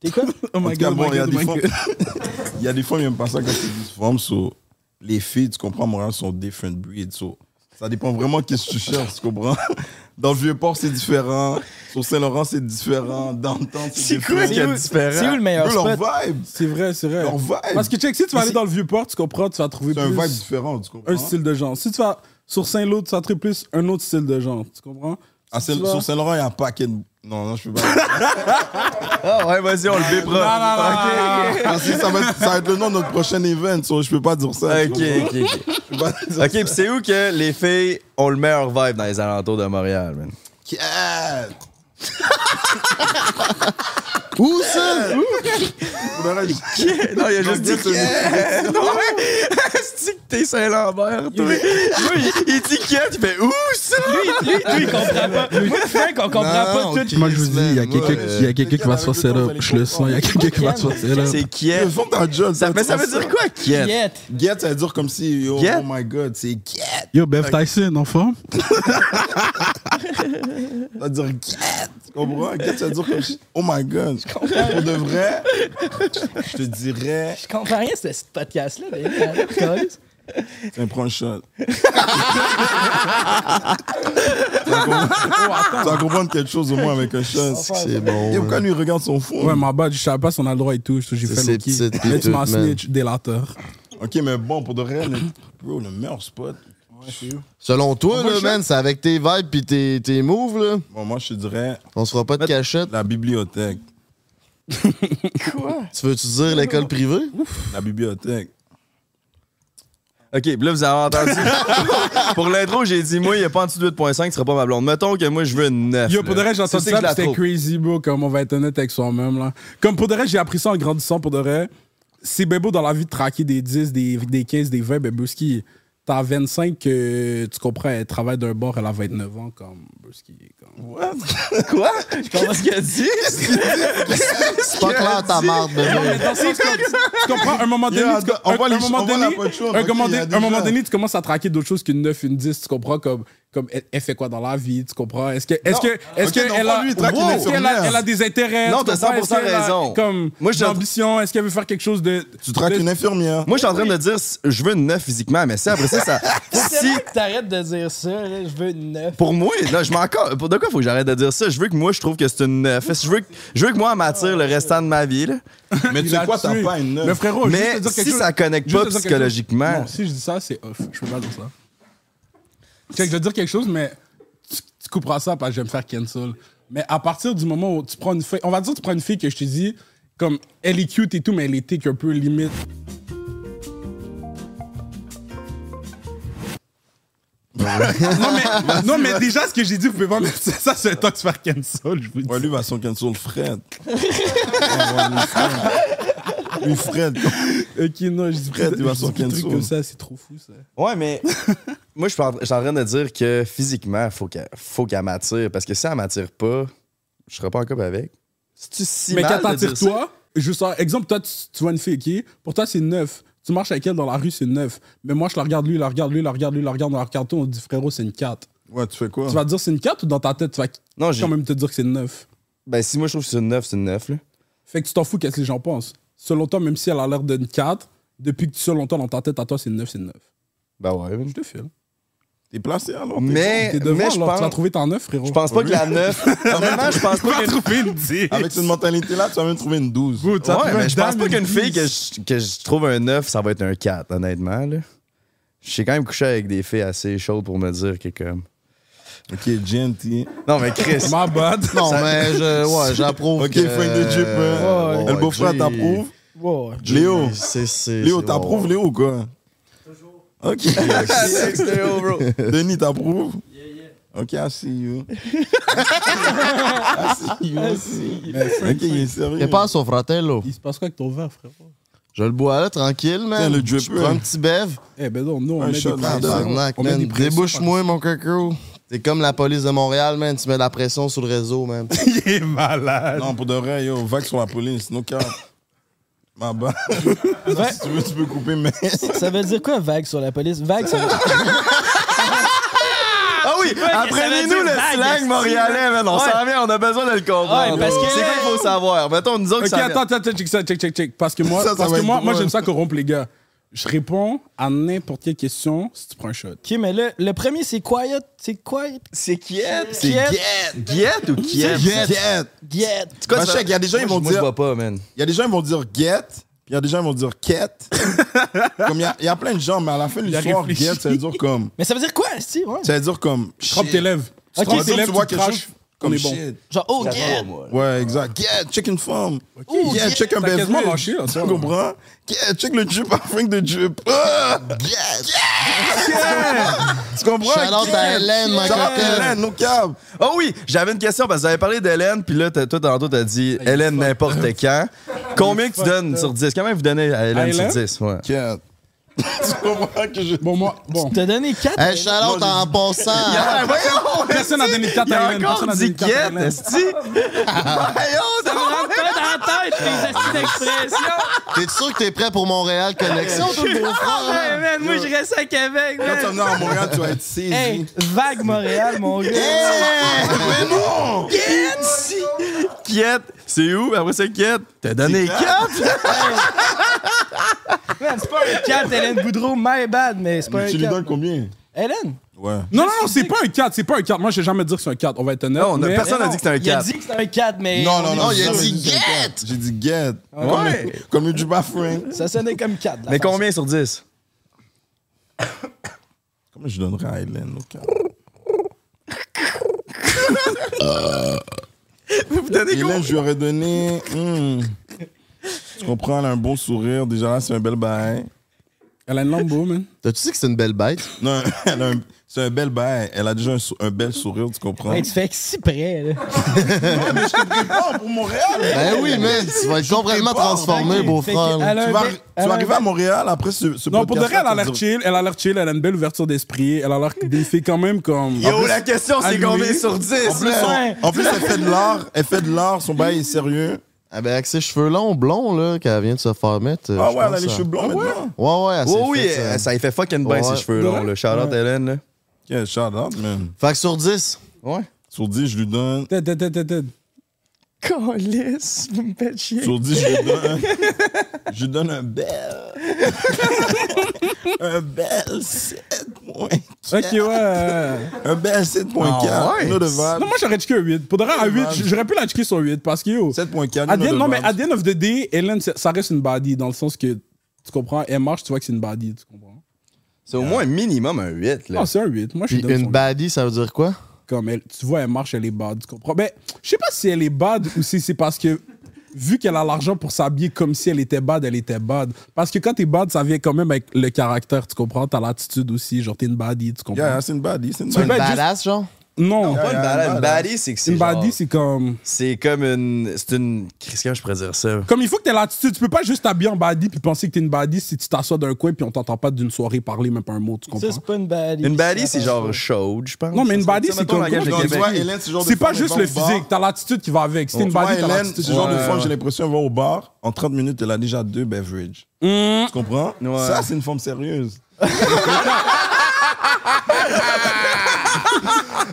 [SPEAKER 5] T'es quoi?
[SPEAKER 2] Oh
[SPEAKER 3] En
[SPEAKER 2] my
[SPEAKER 3] tout cas,
[SPEAKER 2] god,
[SPEAKER 3] bon,
[SPEAKER 2] my
[SPEAKER 3] il y a
[SPEAKER 2] god,
[SPEAKER 3] des
[SPEAKER 2] my
[SPEAKER 3] femmes.
[SPEAKER 2] god.
[SPEAKER 3] Il y a des femmes qui aiment pas ça quand tu dis femmes. So, les filles, tu comprends, à Montréal sont different breeds. So, ça dépend vraiment qu'est-ce que tu cherches, tu comprends. Dans le Vieux-Port, c'est différent. Sur Saint-Laurent, c'est différent. Dans le temps, c'est différent.
[SPEAKER 5] C'est où- C'est où le meilleur
[SPEAKER 3] Eux, leur
[SPEAKER 5] spot?
[SPEAKER 3] vibe.
[SPEAKER 2] C'est vrai, c'est vrai.
[SPEAKER 3] Leur vibe.
[SPEAKER 2] Parce que, check, si tu vas aller dans le vieux port, tu comprends, tu vas trouver
[SPEAKER 3] c'est un
[SPEAKER 2] plus
[SPEAKER 3] vibe différent, tu comprends.
[SPEAKER 2] un style de genre. Si tu vas sur Saint-Lô, tu vas trouver plus un autre style de genre. Tu comprends?
[SPEAKER 3] À Saint-
[SPEAKER 2] Tu vas-
[SPEAKER 3] Ah, sur Saint-Laurent, il y a un paquet de. Non, non, je peux pas.
[SPEAKER 1] Ah ouais, vas-y, on le bébra.
[SPEAKER 3] Parce que Ah, ça, va être, ça va être le nom de notre prochain event. So, je peux pas dire ça. tu
[SPEAKER 1] Ok,
[SPEAKER 3] comprends.
[SPEAKER 1] ok, ok.
[SPEAKER 3] Je peux pas dire
[SPEAKER 1] Ok, puis c'est où que les filles ont le meilleur vibe dans les alentours de Montréal, man?
[SPEAKER 3] ça.
[SPEAKER 4] Où ça?
[SPEAKER 3] Faudrait-
[SPEAKER 1] Non, il a
[SPEAKER 3] juste dit
[SPEAKER 1] Non, c'est que t'es Saint-Lambert, toi. il, dit Kiet, il fait Ouh, ça! Ah,
[SPEAKER 5] Lui, lui, il comprend pas. Moi, Frank, on comprend pas tout.
[SPEAKER 2] Moi, je vous dis, il y a quelqu'un
[SPEAKER 4] moi,
[SPEAKER 2] qui- il y a quelqu'un qui va se faire
[SPEAKER 3] avec le temps,
[SPEAKER 2] setup.
[SPEAKER 3] vous allez
[SPEAKER 2] Je le sens, il y a quelqu'un qui va se faire setup.
[SPEAKER 1] C'est Kiet.
[SPEAKER 3] Fais ta job.
[SPEAKER 1] Ça, mais ça veut
[SPEAKER 3] tu vois
[SPEAKER 1] dire quoi, Kiet?
[SPEAKER 5] Yet.
[SPEAKER 3] Get, ça veut dire comme si, yo,
[SPEAKER 1] Get?
[SPEAKER 3] oh my god, c'est get.
[SPEAKER 2] Yo, Bev Tyson, en forme?
[SPEAKER 3] Ça veut dire get. Tu comprends? Get, ça veut dire comme si, oh my god. Pour de vrai, je te dirais,
[SPEAKER 5] Je comprends rien, ce ce podcast-là. d'ailleurs.
[SPEAKER 3] tiens, prends un shot. tu vas
[SPEAKER 2] Oh,
[SPEAKER 3] comprendre- tu vas comprendre quelque chose au moins avec un shot.
[SPEAKER 4] C'est bon.
[SPEAKER 3] Et pourquoi lui il regarde son fond?
[SPEAKER 2] Ouais, ma bad, je savais pas si on a le droit et tout. J'ai
[SPEAKER 4] C'est
[SPEAKER 2] fait
[SPEAKER 4] ses
[SPEAKER 2] le kick.
[SPEAKER 4] petites
[SPEAKER 2] Mais tu m'as
[SPEAKER 4] pitoutes, man. Ah,
[SPEAKER 2] snitch, délateur.
[SPEAKER 3] Ok, mais bon, pour de vrai, le, bro, le meilleur spot.
[SPEAKER 4] Selon toi,
[SPEAKER 3] va
[SPEAKER 4] là,
[SPEAKER 3] le
[SPEAKER 4] man, c'est avec tes vibes pis tes, tes moves, là.
[SPEAKER 3] Bon, moi, je te dirais
[SPEAKER 4] On se fera pas de cachette.
[SPEAKER 3] la bibliothèque.
[SPEAKER 4] Tu veux-tu dire l'école privée?
[SPEAKER 3] La bibliothèque.
[SPEAKER 1] Ok, puis là, vous avez entendu. pour l'intro, j'ai dit, moi, il n'y a pas en dessous de 8.5, tu seras pas ma blonde. Mettons que moi, je veux une 9.
[SPEAKER 2] Yo, pour de vrai, j'ai entendu ça, pis c'était crazy, bro, comme on va être honnête avec soi-même, là. Comme pour de vrai, j'ai appris ça en grandissant, pour de vrai. C'est bien beau dans la vie de traquer des 10, des, des 15, des 20, ben, Bruski, t'as 25 que tu comprends, elle travaille d'un bord, elle a 29 ans, comme Bruski. Comme...
[SPEAKER 1] Quoi? Je comprends ce qu'elle dit.
[SPEAKER 4] C'est pas clair ta marde, bébé.
[SPEAKER 2] Dans le sens comme, tu comprends, un moment donné,
[SPEAKER 3] Yeah,
[SPEAKER 2] tu-
[SPEAKER 3] on
[SPEAKER 2] un-
[SPEAKER 3] voit
[SPEAKER 2] un
[SPEAKER 3] les-
[SPEAKER 2] moment
[SPEAKER 3] on voit
[SPEAKER 2] donné,
[SPEAKER 3] la pochon,
[SPEAKER 2] un
[SPEAKER 3] ok,
[SPEAKER 2] moment
[SPEAKER 3] il y a
[SPEAKER 2] donné-
[SPEAKER 3] des
[SPEAKER 2] un moment
[SPEAKER 3] gens.
[SPEAKER 2] donné, tu commences à traquer d'autres choses qu'une 9, une 10, tu comprends, comme, comme elle, elle fait quoi dans la vie, tu comprends? Est-ce que, est-ce
[SPEAKER 3] Non.
[SPEAKER 2] que, est-ce
[SPEAKER 3] Ok,
[SPEAKER 2] que
[SPEAKER 3] non,
[SPEAKER 2] elle
[SPEAKER 3] pas
[SPEAKER 2] a,
[SPEAKER 3] lui, traque une
[SPEAKER 2] est-ce qu'elle a,
[SPEAKER 3] infirmière.
[SPEAKER 2] elle a des intérêts?
[SPEAKER 1] Non, t'as
[SPEAKER 2] tu comprends?
[SPEAKER 1] 100%
[SPEAKER 2] Est-ce qu'elle a,
[SPEAKER 1] raison.
[SPEAKER 2] Comme,
[SPEAKER 1] Moi, je-
[SPEAKER 2] ambition, est-ce qu'elle veut faire quelque chose de.
[SPEAKER 3] Tu traques
[SPEAKER 2] de-
[SPEAKER 3] une infirmière.
[SPEAKER 1] Moi, je suis en train de dire, je veux une 9 physiquement, mais ça, après ça, ça.
[SPEAKER 5] C'est
[SPEAKER 1] si,
[SPEAKER 5] vrai que t'arrêtes de dire ça, là, je veux une neuf.
[SPEAKER 1] pour moi, là, je m'en ca- Pour de quoi faut que j'arrête de dire ça? Je veux que moi, je trouve que c'est une 9. Je veux que, je veux que moi, elle m'attire le restant de ma vie, là.
[SPEAKER 3] Mais tu
[SPEAKER 2] Il
[SPEAKER 3] sais
[SPEAKER 2] a
[SPEAKER 3] quoi,
[SPEAKER 2] tué.
[SPEAKER 3] t'as pas une
[SPEAKER 2] Mais
[SPEAKER 3] neuf.
[SPEAKER 2] frérot,
[SPEAKER 1] Mais
[SPEAKER 2] juste te dire quelque
[SPEAKER 1] si
[SPEAKER 2] chose-
[SPEAKER 1] ça connecte
[SPEAKER 2] juste
[SPEAKER 1] pas
[SPEAKER 2] te dire quelque
[SPEAKER 1] psychologiquement-
[SPEAKER 2] chose- Non, si je dis ça, c'est off. Je peux pas dire ça. Check, je vais dire quelque chose, mais couperas ça parce que je vais me faire cancel. Mais à partir du moment où tu prends une fille, on va dire que tu prends une fille que je te dis, comme elle est cute et tout, mais elle est tique un peu limite. non, mais, non, mais déjà, ce que j'ai dit, vous pouvez pas mettre ça, ça c'est un tox faire cancel, je vous dis.
[SPEAKER 3] Ouais, lui, va son cancel Fred. Ouais, ouais, lui, Fred. Lui, Fred.
[SPEAKER 2] Ok, non, je dis
[SPEAKER 3] Fred, il va
[SPEAKER 2] je dis
[SPEAKER 3] sur
[SPEAKER 2] des trucs
[SPEAKER 3] cancel.
[SPEAKER 2] comme ça, c'est trop fou, ça.
[SPEAKER 1] Ouais, mais moi, je suis en je suis en train de dire que physiquement, faut qu'elle faut qu'elle m'attire. Parce que si elle m'attire pas, je serais pas en couple avec. C'est-tu si
[SPEAKER 2] Mais quand
[SPEAKER 1] mal de
[SPEAKER 2] t'attires
[SPEAKER 1] dire ça?
[SPEAKER 2] toi, je sors, exemple, toi, tu, tu vois une fille, ok? Pour toi, c'est neuf. Tu marches avec elle dans la rue, c'est neuf. Mais moi, je la regarde, lui, la regarde, lui, la regarde, lui, la regarde, on la regarde, tout, on dit frérot, c'est une 4.
[SPEAKER 3] Ouais, tu fais quoi?
[SPEAKER 2] Tu vas te dire c'est une 4 ou dans ta tête, tu vas
[SPEAKER 1] Non, Ah. j'ai-
[SPEAKER 2] quand même te dire que c'est une 9.
[SPEAKER 1] Ben, si moi, je trouve que c'est une 9, c'est une 9, là.
[SPEAKER 2] Fait que tu t'en fous qu'est-ce que les gens pensent. Selon toi, même si elle a l'air d'une 4, depuis que tu selon toi dans ta tête, à toi, c'est une 9, c'est une 9.
[SPEAKER 1] Ben ouais.
[SPEAKER 2] Je te file.
[SPEAKER 3] T'es placé alors? t'es-
[SPEAKER 1] Mais,
[SPEAKER 2] T'es devant,
[SPEAKER 1] Eh, mais je
[SPEAKER 2] alors tu vas
[SPEAKER 1] pense,
[SPEAKER 2] trouver ta 9, frérot.
[SPEAKER 1] je pense pas que la 9. Honnêtement, je pense pas qu'une.
[SPEAKER 2] trouver une 10.
[SPEAKER 3] Avec cette mentalité-là, tu vas même trouver une 12.
[SPEAKER 2] Bro, tu vas
[SPEAKER 1] Ouais,
[SPEAKER 2] trouver
[SPEAKER 1] mais
[SPEAKER 2] une
[SPEAKER 1] je pense
[SPEAKER 2] dame,
[SPEAKER 1] pas
[SPEAKER 2] une
[SPEAKER 1] qu'une fille
[SPEAKER 2] 10.
[SPEAKER 1] que je, que je trouve un 9, ça va être un 4, honnêtement, là. J'ai quand même couché avec des filles assez chaudes pour me dire que, comme.
[SPEAKER 3] Ok, gentil.
[SPEAKER 1] Non, mais Chris.
[SPEAKER 2] My bad.
[SPEAKER 4] Non, mais je, ouais, j'approuve.
[SPEAKER 3] Ok, fin de Jeep. hein.
[SPEAKER 1] ouais.
[SPEAKER 3] Le beau-frère
[SPEAKER 1] Jay.
[SPEAKER 3] t'approuve.
[SPEAKER 5] Wow.
[SPEAKER 3] Léo.
[SPEAKER 1] C'est- c'est-
[SPEAKER 3] Léo,
[SPEAKER 1] c'est-
[SPEAKER 3] t'approuves, Léo, ou quoi? Toujours. Ok.
[SPEAKER 1] Sex, Léo, bro.
[SPEAKER 3] Denis, t'approuves? Yeah, yeah. Ok, I see you. I see you. I see you. Ok, il est sérieux.
[SPEAKER 4] Et passe au fratello.
[SPEAKER 2] Il se passe quoi avec ton verre, frérot?
[SPEAKER 4] Je le bois là, tranquille, man.
[SPEAKER 3] Tiens, le hein. drip,
[SPEAKER 4] je prends un petit bève.
[SPEAKER 2] Eh ben non, nous, on
[SPEAKER 3] Un
[SPEAKER 2] met des
[SPEAKER 3] shot,
[SPEAKER 2] pressions.
[SPEAKER 4] Tabarnak,
[SPEAKER 2] On met
[SPEAKER 4] man.
[SPEAKER 2] des pressions.
[SPEAKER 4] Débouche-moi, mon coco. C'est comme la police de Montréal, man. Tu mets la pression sur le réseau, man.
[SPEAKER 2] Il est malade.
[SPEAKER 3] Non, pour de vrai, yo, vague sur la police, no cap. Ma bad. Non, si tu veux, tu peux couper, mais.
[SPEAKER 5] Ça veut dire quoi, vague sur la police? Vague sur
[SPEAKER 1] Ah oui, apprenez-nous
[SPEAKER 5] dire
[SPEAKER 1] le
[SPEAKER 5] vague,
[SPEAKER 1] slang
[SPEAKER 5] esti,
[SPEAKER 1] montréalais, man. On
[SPEAKER 5] Ouais.
[SPEAKER 1] s'en vient, on a besoin de le comprendre.
[SPEAKER 5] Ouais, parce que-
[SPEAKER 1] C'est quoi qu'il faut savoir? Mettons, nous autres,
[SPEAKER 2] Ok,
[SPEAKER 1] ça vient-
[SPEAKER 2] attends, attends, attends, check ça, check, check, check. Parce que moi,
[SPEAKER 3] Ça, ça
[SPEAKER 2] parce
[SPEAKER 3] va
[SPEAKER 2] que
[SPEAKER 3] être
[SPEAKER 2] moi, moi
[SPEAKER 3] drôle.
[SPEAKER 2] j'aime ça corrompre les gars. Je réponds à n'importe quelle question si tu prends un shot.
[SPEAKER 5] Ok, mais là, le premier, c'est quiet. C'est quiet.
[SPEAKER 1] C'est quiette?
[SPEAKER 5] C'est Kiet.
[SPEAKER 1] Guiette ou quiette?
[SPEAKER 3] Get!
[SPEAKER 5] Get.
[SPEAKER 1] C'est quoi
[SPEAKER 3] Ben,
[SPEAKER 1] ça?
[SPEAKER 3] check, il y a des gens,
[SPEAKER 1] Moi,
[SPEAKER 3] ils vont
[SPEAKER 1] je- Moi, je
[SPEAKER 3] dire-
[SPEAKER 1] vois pas, man.
[SPEAKER 3] Il y a des gens, ils vont dire get, puis il y a des gens, ils vont dire cat. Comme il y a- il y, a plein de gens, mais à la fin du
[SPEAKER 2] Il a
[SPEAKER 3] soir,
[SPEAKER 2] réfléchi.
[SPEAKER 3] get, ça veut dire comme.
[SPEAKER 5] Mais ça veut dire quoi, si? Ouais.
[SPEAKER 3] Ça veut dire comme.
[SPEAKER 2] Trempe tes lèvres.
[SPEAKER 3] Tu te rends
[SPEAKER 2] Ok, tes
[SPEAKER 3] compte, tu
[SPEAKER 2] lèvres,
[SPEAKER 3] vois
[SPEAKER 2] tu
[SPEAKER 3] quelque
[SPEAKER 2] craches.
[SPEAKER 3] chose
[SPEAKER 2] On
[SPEAKER 3] comme
[SPEAKER 2] est bon.
[SPEAKER 3] shit.
[SPEAKER 5] Genre, oh, get.
[SPEAKER 3] Ouais, exact. Get, check une femme. get, check un
[SPEAKER 2] T'as
[SPEAKER 3] bébé.
[SPEAKER 2] quasiment lâché, là,
[SPEAKER 3] Tu
[SPEAKER 2] toi.
[SPEAKER 3] comprends? Get, check le jupe afin de jupe. Ah! Get! Tu comprends?
[SPEAKER 4] Shout-out à Hélène, ma
[SPEAKER 3] Shout out
[SPEAKER 4] coquine.
[SPEAKER 3] à Hélène, no cap.
[SPEAKER 1] Oh oui, j'avais une question parce que vous avez parlé d'Hélène, puis là, t'as- toi, tantôt, t'as dit Hélène n'importe quand. Combien que tu donnes sur 10? Comment vous donnez à Hélène sur
[SPEAKER 2] Hélène?
[SPEAKER 1] 10? Ouais.
[SPEAKER 3] Get. Tu comprends que je.
[SPEAKER 2] Bon, moi, bon.
[SPEAKER 5] T'as donné 4.
[SPEAKER 4] Hey, Charlotte, en passant.
[SPEAKER 1] Ah, voyons!
[SPEAKER 2] Personne n'a donné de carte
[SPEAKER 1] Il
[SPEAKER 2] à
[SPEAKER 1] a
[SPEAKER 2] Hélène.
[SPEAKER 1] encore
[SPEAKER 2] Personne n'a donné
[SPEAKER 1] dit
[SPEAKER 2] de carte à
[SPEAKER 1] guette,
[SPEAKER 2] Hélène.
[SPEAKER 1] esti! Voyons, ça me rend-
[SPEAKER 5] dans la tête, les astuces d'expression.
[SPEAKER 4] T'es sûr que t'es prêt pour Montréal Connexion, toi, le beau frère?
[SPEAKER 5] man, moi, je reste à Québec,
[SPEAKER 3] Quand tu vas venir à Montréal, tu vas être saisi.
[SPEAKER 5] Hey, vague Montréal, mon gars.
[SPEAKER 3] Mais non!
[SPEAKER 1] Quiette, c'est où? Après, c'est quiette. T'as donné quatre?
[SPEAKER 5] Man, c'est pas un 4, Hélène Boudreau, my bad, mais c'est pas un
[SPEAKER 3] Tu lui
[SPEAKER 5] 4.
[SPEAKER 3] donnes combien?
[SPEAKER 5] Hélène?
[SPEAKER 3] Ouais.
[SPEAKER 2] Non, non, non, c'est pas un 4, c'est pas un 4. Moi, je vais jamais dire que c'est un 4. On va être honnête.
[SPEAKER 1] Non, on a-
[SPEAKER 2] mais-
[SPEAKER 1] personne n'a dit que c'était un
[SPEAKER 5] Il a
[SPEAKER 1] 4.
[SPEAKER 5] dit que c'était un 4, mais.
[SPEAKER 3] Non, non, non.
[SPEAKER 4] il a
[SPEAKER 3] j'ai
[SPEAKER 4] dit
[SPEAKER 3] j'ai
[SPEAKER 4] get.
[SPEAKER 3] J'ai dit get. Comme le- Comme le Juba Frank.
[SPEAKER 5] Ça sonnait comme 4.
[SPEAKER 1] Mais combien sur 10?
[SPEAKER 3] Comment je donnerais à Hélène, no cap?
[SPEAKER 1] Vous donnez
[SPEAKER 3] Euh. Hélène, je lui aurais donné. hmm, Tu comprends, elle a un bon sourire. Déjà là, c'est un bel bail.
[SPEAKER 2] Elle a une lambeau, man.
[SPEAKER 4] T'as-tu dit que c'est une belle bête?
[SPEAKER 3] Non, elle a un- c'est un bel bail. Elle a déjà un, sou- un bel sourire, tu comprends?
[SPEAKER 5] Hey, tu fais si près, là.
[SPEAKER 3] Non, pour Montréal!
[SPEAKER 4] Ben oui, man. Tu vas être complètement
[SPEAKER 3] prépare,
[SPEAKER 4] transformé, beau
[SPEAKER 5] Fait que,
[SPEAKER 4] frère.
[SPEAKER 5] elle a
[SPEAKER 3] Tu
[SPEAKER 5] un
[SPEAKER 3] vas,
[SPEAKER 5] bec-
[SPEAKER 3] tu
[SPEAKER 5] elle a
[SPEAKER 3] vas
[SPEAKER 5] un
[SPEAKER 3] arriver à Montréal après ce, ce
[SPEAKER 2] Non, pour de vrai, elle
[SPEAKER 3] podcast-là,
[SPEAKER 2] a l'air
[SPEAKER 3] tu vas dire,
[SPEAKER 2] chill. Elle a l'air chill. Elle a une belle ouverture d'esprit. Elle a l'air des filles quand même comme.
[SPEAKER 1] Yo, la question, c'est
[SPEAKER 2] allumé.
[SPEAKER 1] combien sur 10?
[SPEAKER 3] En plus,
[SPEAKER 1] là?
[SPEAKER 5] Ouais.
[SPEAKER 3] en plus, elle fait de l'art. Elle fait de l'art. Son bail est sérieux.
[SPEAKER 4] Ah ben, avec ses cheveux longs, blonds, là, qu'elle vient de se faire mettre. euh,
[SPEAKER 3] Ah
[SPEAKER 4] je
[SPEAKER 3] ouais, elle a
[SPEAKER 4] pense,
[SPEAKER 3] les
[SPEAKER 4] hein.
[SPEAKER 3] cheveux blancs maintenant.
[SPEAKER 4] Ouais, ouais, elle s'est
[SPEAKER 1] Oh oui,
[SPEAKER 4] fait,
[SPEAKER 1] euh,
[SPEAKER 4] euh,
[SPEAKER 1] ça y fait fucking bien
[SPEAKER 4] Ouais.
[SPEAKER 1] ses cheveux longs, là. Shout-out Hélène, là.
[SPEAKER 3] Ok, shout out, man.
[SPEAKER 4] Fait que sur 10,
[SPEAKER 1] Ouais.
[SPEAKER 3] Sur 10, je lui donne.
[SPEAKER 2] Tête, tête, tête, tête, tête.
[SPEAKER 1] Calice, vous me faites chier.
[SPEAKER 3] Sur 10, je lui donne. je lui donne un bel. un bel 7
[SPEAKER 2] Ok, ouais.
[SPEAKER 3] Un bel 7.4.
[SPEAKER 1] Ah ouais.
[SPEAKER 3] Nous de Val.
[SPEAKER 2] Non, moi, j'aurais checké un 8. Pour de
[SPEAKER 1] Oh,
[SPEAKER 2] vrai, à 8, j'aurais pu la checker sur 8 parce que yo.
[SPEAKER 3] 7.4.
[SPEAKER 2] At the end-
[SPEAKER 3] nous de
[SPEAKER 2] non, mais
[SPEAKER 3] Val.
[SPEAKER 2] à the end of the day, Hélène, c'est- ça reste une body dans le sens que tu comprends, elle marche, tu vois que c'est une body, tu comprends.
[SPEAKER 1] C'est au moins minimum un 8, là.
[SPEAKER 2] Non, c'est un 8. Moi, je
[SPEAKER 4] puis
[SPEAKER 2] suis
[SPEAKER 4] une baddie, ça veut dire quoi?
[SPEAKER 2] Comme elle, tu vois, elle marche, elle est bad, tu comprends? Mais je sais pas si elle est bad ou si c'est parce que, vu qu'elle a l'argent pour s'habiller comme si elle était bad, elle était bad. Parce que quand t'es bad, ça vient quand même avec le caractère, tu comprends? T'as l'attitude aussi, genre t'es une badie, tu comprends?
[SPEAKER 3] Yeah, yeah, c'est une badie, c'est une
[SPEAKER 2] Tu veux
[SPEAKER 3] badie.
[SPEAKER 2] pas être juste-
[SPEAKER 4] Badass, genre?
[SPEAKER 2] Ah, Non,
[SPEAKER 1] Pas une balade, une baddie, c'est que c'est.
[SPEAKER 2] une badie,
[SPEAKER 1] genre-
[SPEAKER 2] c'est comme.
[SPEAKER 1] C'est comme une. C'est une. Qu'est-ce que je pourrais dire ça?
[SPEAKER 2] Comme il faut que t'aies l'attitude, tu peux pas juste t'habiller en badie puis penser que t'es une badie si tu t'assois d'un coin puis on t'entend pas d'une soirée parler même pas un mot, tu comprends?
[SPEAKER 5] Ça, c'est pas une baddie.
[SPEAKER 1] Une baddie, c'est genre chaude, je pense.
[SPEAKER 2] Non, mais une
[SPEAKER 1] Ça, ça,
[SPEAKER 2] baddie,
[SPEAKER 1] ça,
[SPEAKER 2] c'est
[SPEAKER 1] mettons,
[SPEAKER 2] comme-
[SPEAKER 1] langage de
[SPEAKER 3] Non, tu
[SPEAKER 1] Québec.
[SPEAKER 3] vois, Hélène, ce genre de
[SPEAKER 2] C'est pas
[SPEAKER 3] femme, elle
[SPEAKER 2] juste
[SPEAKER 3] va
[SPEAKER 2] le
[SPEAKER 3] au bar.
[SPEAKER 2] physique, t'as l'attitude qui va avec. Si t'es
[SPEAKER 3] Tu
[SPEAKER 2] une
[SPEAKER 3] vois,
[SPEAKER 2] badie, t'as
[SPEAKER 3] Hélène,
[SPEAKER 2] l'attitude.
[SPEAKER 3] ce genre de
[SPEAKER 2] Ouais,
[SPEAKER 3] femme,
[SPEAKER 2] ouais.
[SPEAKER 3] j'ai l'impression, elle va au bar, en 30 minutes, elle a déjà deux beverages.
[SPEAKER 2] Mm.
[SPEAKER 3] Tu comprends?
[SPEAKER 1] Ouais.
[SPEAKER 3] Ça, c'est une femme sérieuse.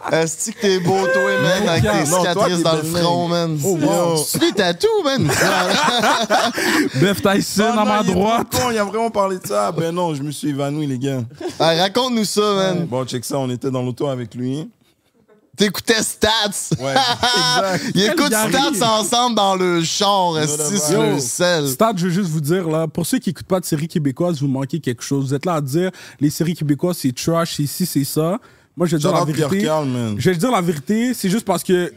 [SPEAKER 4] Est-ce Ah, que t'es beau, toi, man, avec tes
[SPEAKER 3] Non, toi,
[SPEAKER 4] cicatrices
[SPEAKER 3] t'es
[SPEAKER 4] dans le
[SPEAKER 3] belle,
[SPEAKER 4] front, man?
[SPEAKER 3] Oh, wow.
[SPEAKER 4] Yo. C'est des tatous, man?
[SPEAKER 2] Bev Tyson
[SPEAKER 3] Ah
[SPEAKER 2] à
[SPEAKER 3] non,
[SPEAKER 2] ma
[SPEAKER 3] il est
[SPEAKER 2] droite.
[SPEAKER 3] trop con, Il a vraiment parlé de ça. Ben non, je me suis évanoui, les gars.
[SPEAKER 4] Ah, Raconte-nous ça, man.
[SPEAKER 3] Bon, check ça, on était dans l'auto avec lui.
[SPEAKER 4] T'écoutais Stats.
[SPEAKER 3] Ouais, exact.
[SPEAKER 4] Ils écoutent
[SPEAKER 2] Calgary.
[SPEAKER 4] Stats ensemble dans le char, esti, sur
[SPEAKER 2] Yo.
[SPEAKER 4] le sel.
[SPEAKER 2] Stade, je veux juste vous dire, là, pour ceux qui n'écoutent pas de séries québécoises, vous manquez quelque chose. Vous êtes là à dire, les séries québécoises, c'est trash, ici, c'est ça. Moi, je vais dire la
[SPEAKER 3] Shout out Pierre
[SPEAKER 2] vérité.
[SPEAKER 3] Karl, man.
[SPEAKER 2] Je vais dire la vérité, c'est juste parce que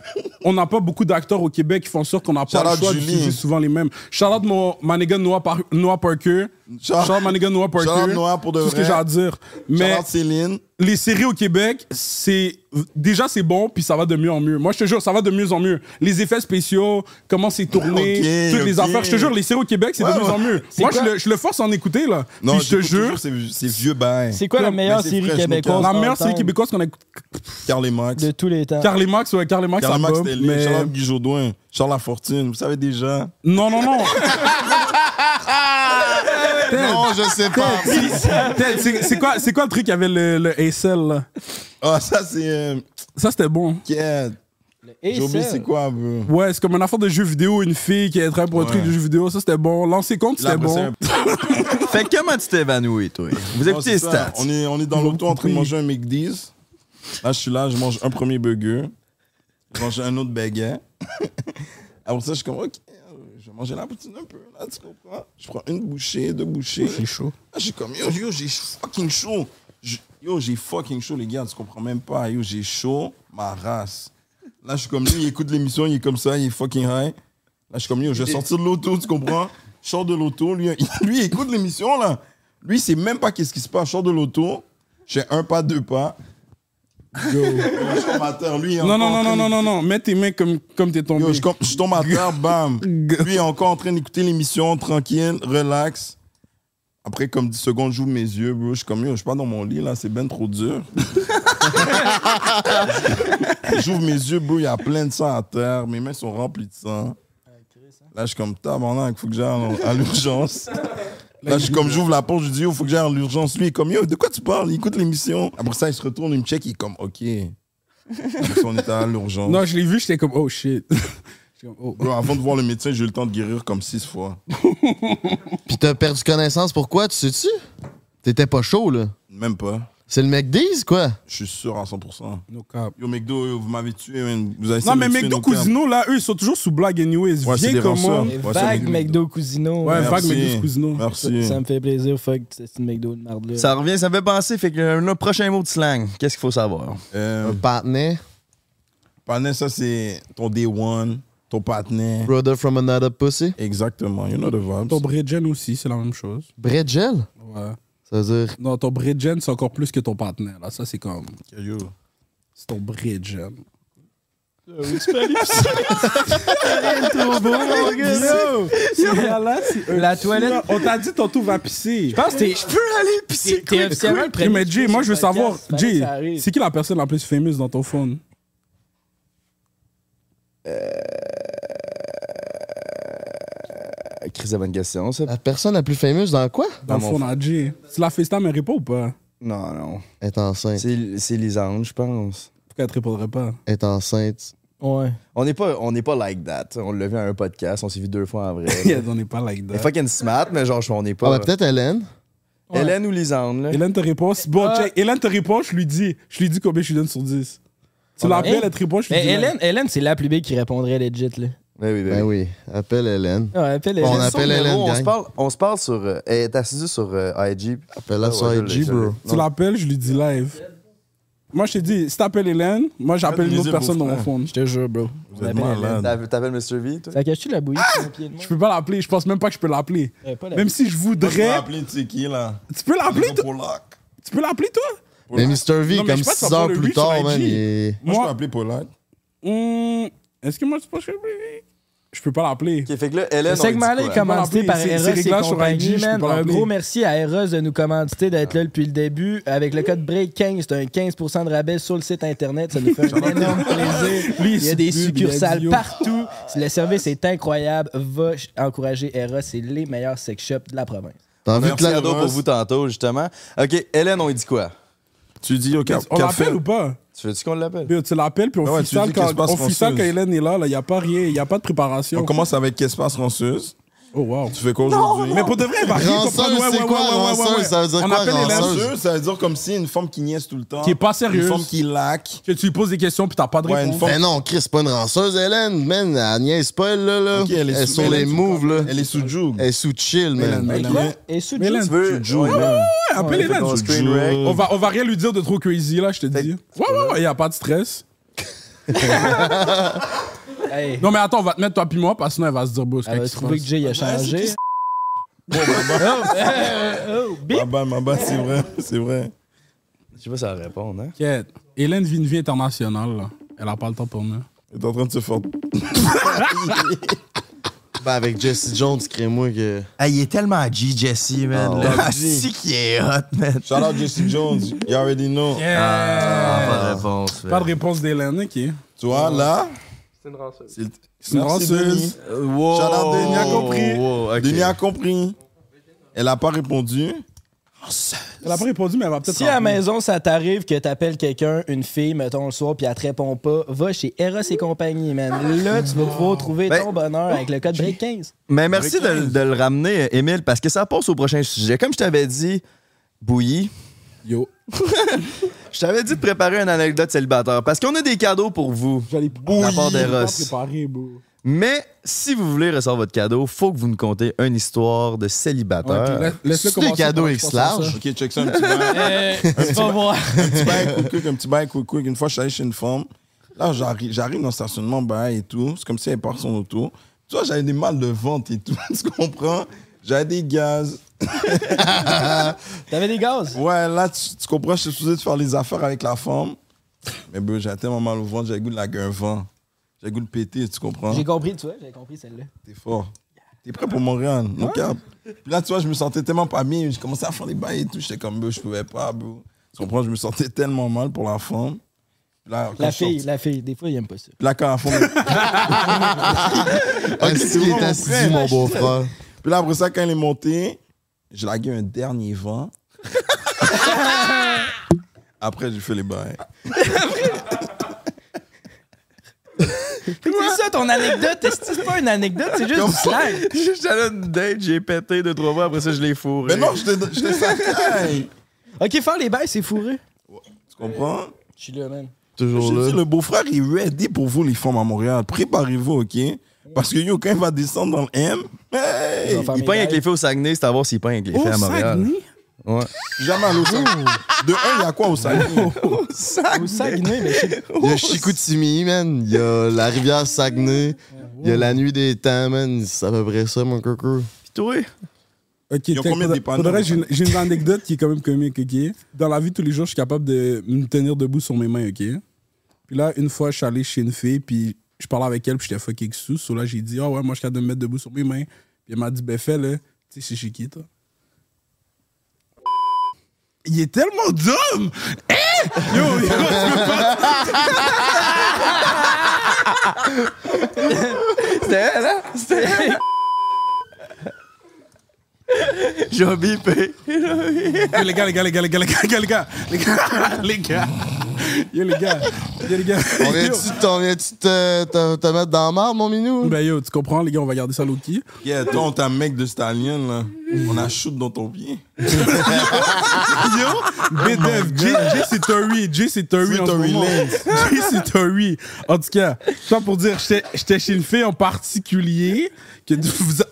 [SPEAKER 2] on n'a pas beaucoup d'acteurs au Québec qui font en sorte qu'on n'a pas
[SPEAKER 3] Shout
[SPEAKER 2] le
[SPEAKER 3] out
[SPEAKER 2] choix
[SPEAKER 3] Julie.
[SPEAKER 2] d'utiliser souvent les mêmes. Charlotte, mon Manigan Noah, Par- Noah Parker.
[SPEAKER 3] Shout-
[SPEAKER 2] Charlotte Manigan Noah Parker.
[SPEAKER 3] Shout out Noah pour de
[SPEAKER 2] Tout ce que
[SPEAKER 3] vrai.
[SPEAKER 2] j'ai à dire. Mais
[SPEAKER 3] Shout out Céline.
[SPEAKER 2] les séries au Québec, c'est déjà c'est bon, puis ça va de mieux en mieux. Moi, je te jure, ça va de mieux en mieux. Les effets spéciaux, comment c'est tourné,
[SPEAKER 3] Ok,
[SPEAKER 2] toutes les
[SPEAKER 3] ok.
[SPEAKER 2] affaires. Je te jure, les séries au Québec, c'est
[SPEAKER 3] Ouais,
[SPEAKER 2] de mieux
[SPEAKER 3] ouais.
[SPEAKER 2] en mieux. Moi, je le, je le force à en écouter là.
[SPEAKER 3] Non,
[SPEAKER 2] puis je te
[SPEAKER 3] j'écoute toujours
[SPEAKER 2] jure,
[SPEAKER 3] ces- Ces vieux bains.
[SPEAKER 5] C'est quoi la
[SPEAKER 3] Mais
[SPEAKER 5] meilleure
[SPEAKER 3] c'est
[SPEAKER 5] série
[SPEAKER 3] frais, je me
[SPEAKER 5] québécoise
[SPEAKER 2] la
[SPEAKER 5] all
[SPEAKER 2] meilleure série
[SPEAKER 5] time
[SPEAKER 2] québec qu'on a écoutée,
[SPEAKER 3] Carl et Max.
[SPEAKER 5] de tous les temps?
[SPEAKER 2] Carly Max, ouais, Carly Max,
[SPEAKER 3] Carl
[SPEAKER 2] ça
[SPEAKER 3] et
[SPEAKER 2] va,
[SPEAKER 3] Max, c'était lui.
[SPEAKER 2] mais
[SPEAKER 3] Shout out Guy Jodoin. Charles Lafortune. Vous savez déjà.
[SPEAKER 2] non, non, non. Ted,
[SPEAKER 4] Non, je sais pas.
[SPEAKER 2] Ted, c'est- c'est quoi, c'est quoi le truc qui avait le, le ASL là
[SPEAKER 3] Ah, ça, c'est. euh,
[SPEAKER 2] Ça, c'était bon.
[SPEAKER 3] Ked.
[SPEAKER 5] Et
[SPEAKER 3] J'ai oublié,
[SPEAKER 5] Eh, ça.
[SPEAKER 3] c'est quoi, bro?
[SPEAKER 2] Ouais, c'est comme une affaire de jeux vidéo, une fille qui travaille pour un truc de jeux vidéo, ça c'était bon. Lancer compte,
[SPEAKER 3] Là,
[SPEAKER 2] c'était
[SPEAKER 3] après, c'est
[SPEAKER 2] bon.
[SPEAKER 3] un-
[SPEAKER 1] Fait que comment tu t'évanouis, toi? Vous
[SPEAKER 3] Non,
[SPEAKER 1] écoutez
[SPEAKER 3] c'est
[SPEAKER 1] les stats.
[SPEAKER 3] ça. On est, on est dans l'auto en train de manger un McDee's. Là, je suis là, je mange un premier burger. Je mange un autre baguette. Après ça, je suis comme, OK, je vais manger la poutine un peu. Là, tu comprends? Je prends une bouchée, deux bouchées.
[SPEAKER 2] C'est chaud.
[SPEAKER 3] Là, je suis comme, yo, yo, j'ai fucking chaud. Je- yo, j'ai fucking chaud, les gars, tu comprends même pas. Yo, j'ai chaud, ma race. Là, je suis comme, lui, il écoute l'émission, il est comme ça, il est fucking high. Là, je suis comme, yo, je vais sortir de l'auto, tu comprends? Je sors de l'auto, lui, lui, il écoute l'émission, là. Lui, il sait même pas qu'est-ce qui se passe. Je sors de l'auto, j'ai un pas, deux pas. Yo, je tombe à terre, lui. il est
[SPEAKER 2] Non,
[SPEAKER 3] encore
[SPEAKER 2] non,
[SPEAKER 3] en
[SPEAKER 2] non, non,
[SPEAKER 3] train
[SPEAKER 2] non,
[SPEAKER 3] de-
[SPEAKER 2] non, non. Mets tes mains comme, comme t'es tombé.
[SPEAKER 3] Yo, je, com- je tombe à terre, bam. Lui est encore en train d'écouter l'émission, tranquille, relax. Après, comme 10 secondes, j'ouvre mes yeux, bro. Je suis comme, yo, je suis pas dans mon lit, là, c'est ben trop dur. j'ouvre mes yeux, bro, il y a plein de sang à terre. Mes mains sont remplies de sang. Là, je suis comme, tabarnak, faut que j'aille à- à l'urgence. Là, je suis comme, j'ouvre la porte, je dis, yo, faut que j'aille à l'urgence. Lui, il est comme, yo, de quoi tu parles? Il écoute l'émission. Après ça, il se retourne, il me check, il est comme, OK. Après ça, on est à l'urgence.
[SPEAKER 2] Non, je l'ai vu, j'étais comme, oh shit. J'étais comme, oh.
[SPEAKER 3] Bro, avant de voir le médecin, j'ai eu le temps de guérir comme six fois.
[SPEAKER 4] Pis t'as perdu connaissance, pourquoi, tu sais-tu? T'étais pas chaud, là.
[SPEAKER 3] Même pas.
[SPEAKER 4] C'est le McDee's, quoi?
[SPEAKER 3] Je suis sûr à 100%.
[SPEAKER 2] No cap.
[SPEAKER 3] Yo, McDo, yo, vous m'avez tué, man. Vous avez
[SPEAKER 2] Non,
[SPEAKER 3] essayé de
[SPEAKER 2] mais
[SPEAKER 3] me tuer,
[SPEAKER 2] McDo
[SPEAKER 3] no cap.
[SPEAKER 2] Cousino, là, eux, ils sont toujours sous blague, anyways.
[SPEAKER 3] Ouais, c'est
[SPEAKER 2] Viens
[SPEAKER 3] des
[SPEAKER 2] comme moi.
[SPEAKER 3] rançons.
[SPEAKER 5] Et
[SPEAKER 3] Ouais, ça,
[SPEAKER 5] eh, Vague
[SPEAKER 3] McDo.
[SPEAKER 5] McDo Cousino.
[SPEAKER 2] Ouais,
[SPEAKER 5] Ça-
[SPEAKER 2] vague
[SPEAKER 3] Merci.
[SPEAKER 2] McDo Cousino.
[SPEAKER 3] Merci.
[SPEAKER 5] Ça me fait plaisir, fuck, c'est une McDo de marde là.
[SPEAKER 1] Ça revient, ça me fait penser. Fait que euh, le prochain mot de slang, qu'est-ce qu'il faut savoir?
[SPEAKER 3] Euh,
[SPEAKER 4] Un partenaire.
[SPEAKER 3] Panet, ça, c'est ton day one, ton partenaire.
[SPEAKER 4] Brother from another pussy.
[SPEAKER 3] Exactement. You know the vibes.
[SPEAKER 2] Ton Bridgen aussi, c'est la même chose.
[SPEAKER 4] Bredgel?
[SPEAKER 2] Ouais.
[SPEAKER 4] Ça veut dire.
[SPEAKER 2] Non, ton Bridgen, c'est encore plus que ton partenaire. Là, ça, c'est comme.
[SPEAKER 3] Yo.
[SPEAKER 2] C'est ton Bridgen.
[SPEAKER 5] La toilette.
[SPEAKER 2] On t'a dit, tantôt va pisser.
[SPEAKER 5] Je pense que t'es. Je peux aller pisser. T'es officiellement le
[SPEAKER 2] Hey,
[SPEAKER 5] premier.
[SPEAKER 2] mais Jay, moi, je veux savoir, Jay, c'est
[SPEAKER 5] c'est
[SPEAKER 2] qui la personne la plus fameuse dans ton phone?
[SPEAKER 1] Euh, Chris, c'est bonne question, ça.
[SPEAKER 4] La personne la plus fameuse dans quoi?
[SPEAKER 2] Dans,
[SPEAKER 1] Dans
[SPEAKER 2] le phone
[SPEAKER 1] mon
[SPEAKER 2] à Jay. Tu la FaceTime, elle répond ou pas?
[SPEAKER 1] Non, non.
[SPEAKER 4] Elle Est enceinte.
[SPEAKER 1] C'est c'est Lisanne, je pense.
[SPEAKER 2] Pourquoi elle te répondrait pas?
[SPEAKER 4] Elle Est enceinte. Ah,
[SPEAKER 5] Ouais.
[SPEAKER 1] On n'est pas, on n'est pas like that. On l'a vu à un podcast, on s'est vu deux fois en vrai.
[SPEAKER 2] Yeah, on n'est pas like
[SPEAKER 1] Elle est
[SPEAKER 2] that.
[SPEAKER 1] fucking smart, mais genre, je- on n'est
[SPEAKER 4] Ah,
[SPEAKER 1] pas.
[SPEAKER 4] bah, peut-être Hélène.
[SPEAKER 1] Hélène ou Lisanne, là?
[SPEAKER 2] Hélène te répond. si- Bon,
[SPEAKER 5] Ah.
[SPEAKER 2] check. Hélène te répond, je lui dis. Je lui dis combien je lui donne sur 10. Tu l'appelles, elle te répond, je lui
[SPEAKER 5] Ah, Mais
[SPEAKER 2] dis. non.
[SPEAKER 5] Hélène, Hélène c'est la plus big qui répondrait legit, là.
[SPEAKER 1] Ouais, oui, ben
[SPEAKER 4] Ben
[SPEAKER 1] oui.
[SPEAKER 4] oui. Appelle Hélène.
[SPEAKER 5] Ouais, appelle
[SPEAKER 4] Bon,
[SPEAKER 5] Hélène.
[SPEAKER 4] on
[SPEAKER 1] Son
[SPEAKER 4] appelle
[SPEAKER 1] numéro,
[SPEAKER 4] Hélène,
[SPEAKER 1] On se
[SPEAKER 4] gang.
[SPEAKER 1] parle, on se parle sur. euh, elle est assidue sur euh, IG.
[SPEAKER 4] Appelle-la
[SPEAKER 1] Ah ouais,
[SPEAKER 4] sur
[SPEAKER 1] je l'ai,
[SPEAKER 4] IG,
[SPEAKER 1] je
[SPEAKER 4] bro.
[SPEAKER 1] l'ai.
[SPEAKER 2] Tu l'appelles, je lui dis live. Moi, je t'ai dit, si t'appelles Hélène, moi, j'appelle une autre
[SPEAKER 3] Utilisez vos
[SPEAKER 2] personne dans mon
[SPEAKER 3] frères.
[SPEAKER 2] phone.
[SPEAKER 5] Je te jure, bro.
[SPEAKER 3] Vous êtes malade.
[SPEAKER 1] T'appelles- T'appelles Mr. V, toi?
[SPEAKER 5] Ça cache-tu la bouillie sur mon pied de main?
[SPEAKER 2] Je peux pas l'appeler, je pense même pas que je peux l'appeler.
[SPEAKER 5] Eh, pas la
[SPEAKER 2] Même si je
[SPEAKER 3] Moi, je vais
[SPEAKER 2] voudrais.
[SPEAKER 3] appeler, tu sais qui, là?
[SPEAKER 2] Tu peux l'appeler, toi?
[SPEAKER 3] Polak.
[SPEAKER 2] Tu peux l'appeler, toi?
[SPEAKER 4] Mais Mr. V,
[SPEAKER 2] Non, mais je
[SPEAKER 4] comme
[SPEAKER 2] sais pas,
[SPEAKER 4] 6
[SPEAKER 2] ça va
[SPEAKER 4] heures
[SPEAKER 2] pas le
[SPEAKER 4] plus
[SPEAKER 2] reach sur
[SPEAKER 4] tard, man,
[SPEAKER 2] IG.
[SPEAKER 4] il est-
[SPEAKER 3] Moi, je
[SPEAKER 2] Moi-
[SPEAKER 3] peux appeler Polak.
[SPEAKER 2] Hum, Est-ce que moi, je pense que je peux pas l'appeler?
[SPEAKER 1] Ok, fait que là, Hélène,
[SPEAKER 5] Le
[SPEAKER 1] on lui dit
[SPEAKER 5] segment-là
[SPEAKER 1] quoi?
[SPEAKER 5] est commandité
[SPEAKER 2] Comment l'appeler?
[SPEAKER 5] par
[SPEAKER 2] C'est-
[SPEAKER 5] Eros
[SPEAKER 2] c'est
[SPEAKER 5] et
[SPEAKER 2] réglage sur IG,
[SPEAKER 5] compagnie,
[SPEAKER 2] je peux
[SPEAKER 5] man.
[SPEAKER 2] pas
[SPEAKER 5] Un
[SPEAKER 2] l'appeler.
[SPEAKER 5] gros merci à Eros de nous commanditer, d'être là depuis le début. Avec le code BREAK15, c'est un 15% de rabais sur le site internet. Ça nous fait un énorme plaisir.
[SPEAKER 2] Lui,
[SPEAKER 5] Il y a des
[SPEAKER 2] se pue, puis il a dit,
[SPEAKER 5] succursales
[SPEAKER 2] yo.
[SPEAKER 5] partout. Le service est incroyable. Va ch- encourager Eros, c'est les meilleurs sex shops de la province.
[SPEAKER 2] Ah,
[SPEAKER 4] T'as envie de
[SPEAKER 3] Merci
[SPEAKER 1] Merci
[SPEAKER 4] la...
[SPEAKER 3] à
[SPEAKER 1] cadeau pour vous tantôt, justement. Ok, Hélène, on lui dit quoi?
[SPEAKER 3] Tu dis, OK,
[SPEAKER 2] On
[SPEAKER 3] café.
[SPEAKER 2] l'appelle ou pas?
[SPEAKER 1] Tu veux-tu qu'on l'appelle?
[SPEAKER 2] Yo, tu l'appelles, puis on
[SPEAKER 3] Ah ouais, tu
[SPEAKER 2] freestyle
[SPEAKER 3] dis qu'est-ce qui se
[SPEAKER 2] quand,
[SPEAKER 3] passe
[SPEAKER 2] on freestyle
[SPEAKER 3] française.
[SPEAKER 2] quand Hélène est là. Il n'y a pas rien, il n'y a pas de préparation.
[SPEAKER 3] On commence avec qu'est-ce qui se passe ranceuse.
[SPEAKER 2] Oh, wow.
[SPEAKER 3] Tu fais quoi aujourd'hui?
[SPEAKER 2] Mais pour de vrai, elle va rien
[SPEAKER 4] Ranceuse,
[SPEAKER 2] comprendre. Ouais,
[SPEAKER 4] c'est
[SPEAKER 2] ouais,
[SPEAKER 4] quoi,
[SPEAKER 2] ouais, ouais, ouais,
[SPEAKER 4] ranceuse?
[SPEAKER 2] ouais.
[SPEAKER 4] Ça veut dire
[SPEAKER 2] On
[SPEAKER 4] quoi,
[SPEAKER 2] appelle Hélène.
[SPEAKER 4] ranceuse?
[SPEAKER 3] Ranceuse, ça veut dire comme si une femme qui niaise tout le temps.
[SPEAKER 2] Qui est pas
[SPEAKER 3] Une
[SPEAKER 2] sérieuse.
[SPEAKER 3] femme qui laque.
[SPEAKER 2] Que tu lui poses des questions, puis t'as pas de
[SPEAKER 3] Ouais,
[SPEAKER 2] réponse.
[SPEAKER 3] une forme-
[SPEAKER 4] Mais Ben non, Chris, c'est pas une ranceuse, Hélène, man. Elle niaise pas, elle, là. là.
[SPEAKER 3] Ok,
[SPEAKER 4] elle, est sur
[SPEAKER 3] elle
[SPEAKER 4] les
[SPEAKER 3] sous-
[SPEAKER 4] moves, là.
[SPEAKER 3] Elle est sous joug.
[SPEAKER 4] Elle est sous chill, man.
[SPEAKER 3] Elle est-
[SPEAKER 5] Et sous
[SPEAKER 2] Mais Hélène,
[SPEAKER 1] Tu veux?
[SPEAKER 3] Joue,
[SPEAKER 1] Ouais,
[SPEAKER 3] là.
[SPEAKER 2] ouais, appelle Hélène.
[SPEAKER 1] on screen wreck.
[SPEAKER 2] On va, on va rien lui dire de trop crazy, là, je te dis. Ouais, ouais, ouais, y a pas de stress.
[SPEAKER 5] Hey,
[SPEAKER 2] Non, mais attends, on va te mettre toi puis moi, parce que sinon, elle va se dire, beau, c'est
[SPEAKER 5] elle va trouver Ben, que Jay a changé. Oh, bip.
[SPEAKER 3] Ma bad, ma bad, c'est vrai, c'est vrai.
[SPEAKER 1] Je sais pas si elle répond, hein?
[SPEAKER 2] T'inquiète. Hélène vit une vie internationale, là. Elle a pas le temps pour nous.
[SPEAKER 3] Elle est en train de se faire.
[SPEAKER 4] Ben, avec Jesse Jones, crée-moi que.
[SPEAKER 1] Ah, il est tellement G, Jesse, man.
[SPEAKER 4] Ah,
[SPEAKER 1] là.
[SPEAKER 4] ouais.
[SPEAKER 1] Ah, si qui est hot, man.
[SPEAKER 3] Shout out Jesse Jones, you already know.
[SPEAKER 1] Ah, pas de réponse,
[SPEAKER 2] Pas
[SPEAKER 1] man.
[SPEAKER 2] de réponse d'Hélène, ok.
[SPEAKER 3] Tu vois, là, c'est Oh, le-
[SPEAKER 2] C'est une
[SPEAKER 3] Merci,
[SPEAKER 2] ranceuse.
[SPEAKER 3] Denis.
[SPEAKER 1] Euh, Wow.
[SPEAKER 3] Shout out Denis, a compris.
[SPEAKER 1] Wow, ok.
[SPEAKER 3] Denis a compris. Elle a pas répondu.
[SPEAKER 2] Elle a pas répondu, mais elle va peut-être.
[SPEAKER 5] Si à la
[SPEAKER 2] rappeler.
[SPEAKER 5] maison, ça t'arrive que t'appelles quelqu'un, une fille, mettons le soir, puis elle te répond pas, va chez Eros et compagnie, man. Là, tu vas pouvoir trouver
[SPEAKER 1] Ben-
[SPEAKER 5] ton bonheur avec le code BREAK15.
[SPEAKER 1] Mais merci de, de le ramener, euh, Émile, parce que ça passe au prochain sujet. Comme je t'avais dit, Bouilly,
[SPEAKER 2] Yo.
[SPEAKER 1] je t'avais dit de préparer une anecdote célibataire, parce qu'on a des cadeaux pour vous.
[SPEAKER 2] J'allais
[SPEAKER 1] De la part des
[SPEAKER 2] pas
[SPEAKER 1] Russes.
[SPEAKER 2] préparer, bro.
[SPEAKER 1] Mais si vous voulez recevoir votre cadeau, faut que vous nous contez une histoire de
[SPEAKER 2] Ouais,
[SPEAKER 1] célibataire.
[SPEAKER 2] puis laisse- Laisse-le
[SPEAKER 4] C'est
[SPEAKER 2] commencer.
[SPEAKER 4] des cadeaux
[SPEAKER 2] pendant que je pense à
[SPEAKER 4] X-large.
[SPEAKER 2] ça.
[SPEAKER 3] Ok, check ça un petit bail.
[SPEAKER 5] Euh, voir.
[SPEAKER 3] Un petit bail quick, quick, un petit bail quick, quick. Une fois, je suis allé chez une femme. Là, j'arrive j'arrive dans le stationnement, bail et tout. C'est comme si elle part son auto. Tu vois, j'avais des mal de vente et tout. Tu comprends? J'avais des gaz.
[SPEAKER 5] T'avais des gaz?
[SPEAKER 3] Ouais, là, tu, tu comprends, je suis supposé de faire les affaires avec la femme. Mais ben, j'ai tellement mal au ventre, j'ai le goût de la gueule vent. J'ai le goût de péter, tu comprends?
[SPEAKER 5] J'ai compris, tu vois, j'ai compris celle-là.
[SPEAKER 3] T'es fort. T'es prêt pour Montréal, no cap. Puis là, tu vois, je me sentais tellement pas bien. J'ai commencé à faire des bails et tout. J'étais comme, bro, je pouvais pas, bro. Tu comprends? Je me sentais tellement mal pour la femme. Puis là, quand
[SPEAKER 5] La
[SPEAKER 3] je suis
[SPEAKER 5] fille,
[SPEAKER 3] sorti-
[SPEAKER 5] la fille. Des fois, ils aiment pas ça.
[SPEAKER 3] Puis là, quand la femme-
[SPEAKER 4] Ah, si, il est assidu, mon beau-frère.
[SPEAKER 3] Puis là, après ça, quand elle est montée, j'ai lagué un dernier vent. après, j'ai fait les bails.
[SPEAKER 5] C'est ça ton anecdote? C'est pas une anecdote, c'est juste du slang.
[SPEAKER 1] J'allais à une date, j'ai pété deux, trois fois, après ça, je l'ai fourré.
[SPEAKER 3] Mais non, j'étais j'étais sacré.
[SPEAKER 5] Ok, faire les bails, c'est fourré.
[SPEAKER 3] Tu comprends?
[SPEAKER 5] Je suis là, man.
[SPEAKER 4] Toujours
[SPEAKER 3] Je
[SPEAKER 4] là.
[SPEAKER 3] dis, le beau-frère est ready pour vous, les femmes à Montréal. Préparez-vous, OK? Parce que yo, quand il va descendre dans le M, hey,
[SPEAKER 5] Enfin,
[SPEAKER 1] Il
[SPEAKER 5] mes
[SPEAKER 1] peint avec
[SPEAKER 5] bails.
[SPEAKER 1] les filles au Saguenay, c'est à voir s'il peint avec les filles à Montréal. Ouais.
[SPEAKER 3] jamais à l'eau De un, il y a quoi au salon?
[SPEAKER 5] Au Saguenay, mais c'est-
[SPEAKER 4] Il y a Chicoutimi, man. Il y a la rivière Saguenay. Il y a la nuit des temps, man. C'est à peu près ça, mon coco.
[SPEAKER 1] Puis toi?
[SPEAKER 2] Ok,
[SPEAKER 3] ont
[SPEAKER 2] t'inquiète,
[SPEAKER 3] combien de
[SPEAKER 2] pour-
[SPEAKER 3] dépanneurs,
[SPEAKER 2] pour le reste, j'ai
[SPEAKER 3] en
[SPEAKER 2] une- j'ai une anecdote qui est quand même comique, ok? Dans la vie, tous les jours, je suis capable de me tenir debout sur mes mains, ok? Puis là, une fois, je suis allé chez une fille, puis je parlais avec elle, puis j'étais fucking sous. So là, j'ai dit, ah ouais, moi, je suis capable de me mettre debout sur mes mains. Puis elle m'a dit, ben fais là. Tu sais, c'est chez qui, toi? Il est tellement dumb! Hein? Yo, yo, tu peux pas-
[SPEAKER 1] C'était elle, hein? C'était elle. J'ai bipé.
[SPEAKER 2] Yo, les gars, les gars, les gars, les gars, les gars, les gars, les gars, les gars. Yo, les gars, yo, les gars.
[SPEAKER 4] On
[SPEAKER 2] Yo.
[SPEAKER 4] vient-tu t'en viens-tu te, te- te mettre dans la marre, mon minou?
[SPEAKER 2] Ben yo, tu comprends, les gars, on va garder ça low key.
[SPEAKER 3] Yeah, toi, on t'a mec de stallion, là. On a shoot dans ton pied.
[SPEAKER 2] Yo,
[SPEAKER 1] Oh
[SPEAKER 2] BDF, Jay, Jay c'est Tory, Jay c'est Tory
[SPEAKER 3] C'est
[SPEAKER 2] en ce
[SPEAKER 3] Tory
[SPEAKER 2] moment.
[SPEAKER 3] Lanez.
[SPEAKER 2] Jay c'est Tory. En tout cas, ça pour dire, j'étais j'étais chez une fille en particulier que vous,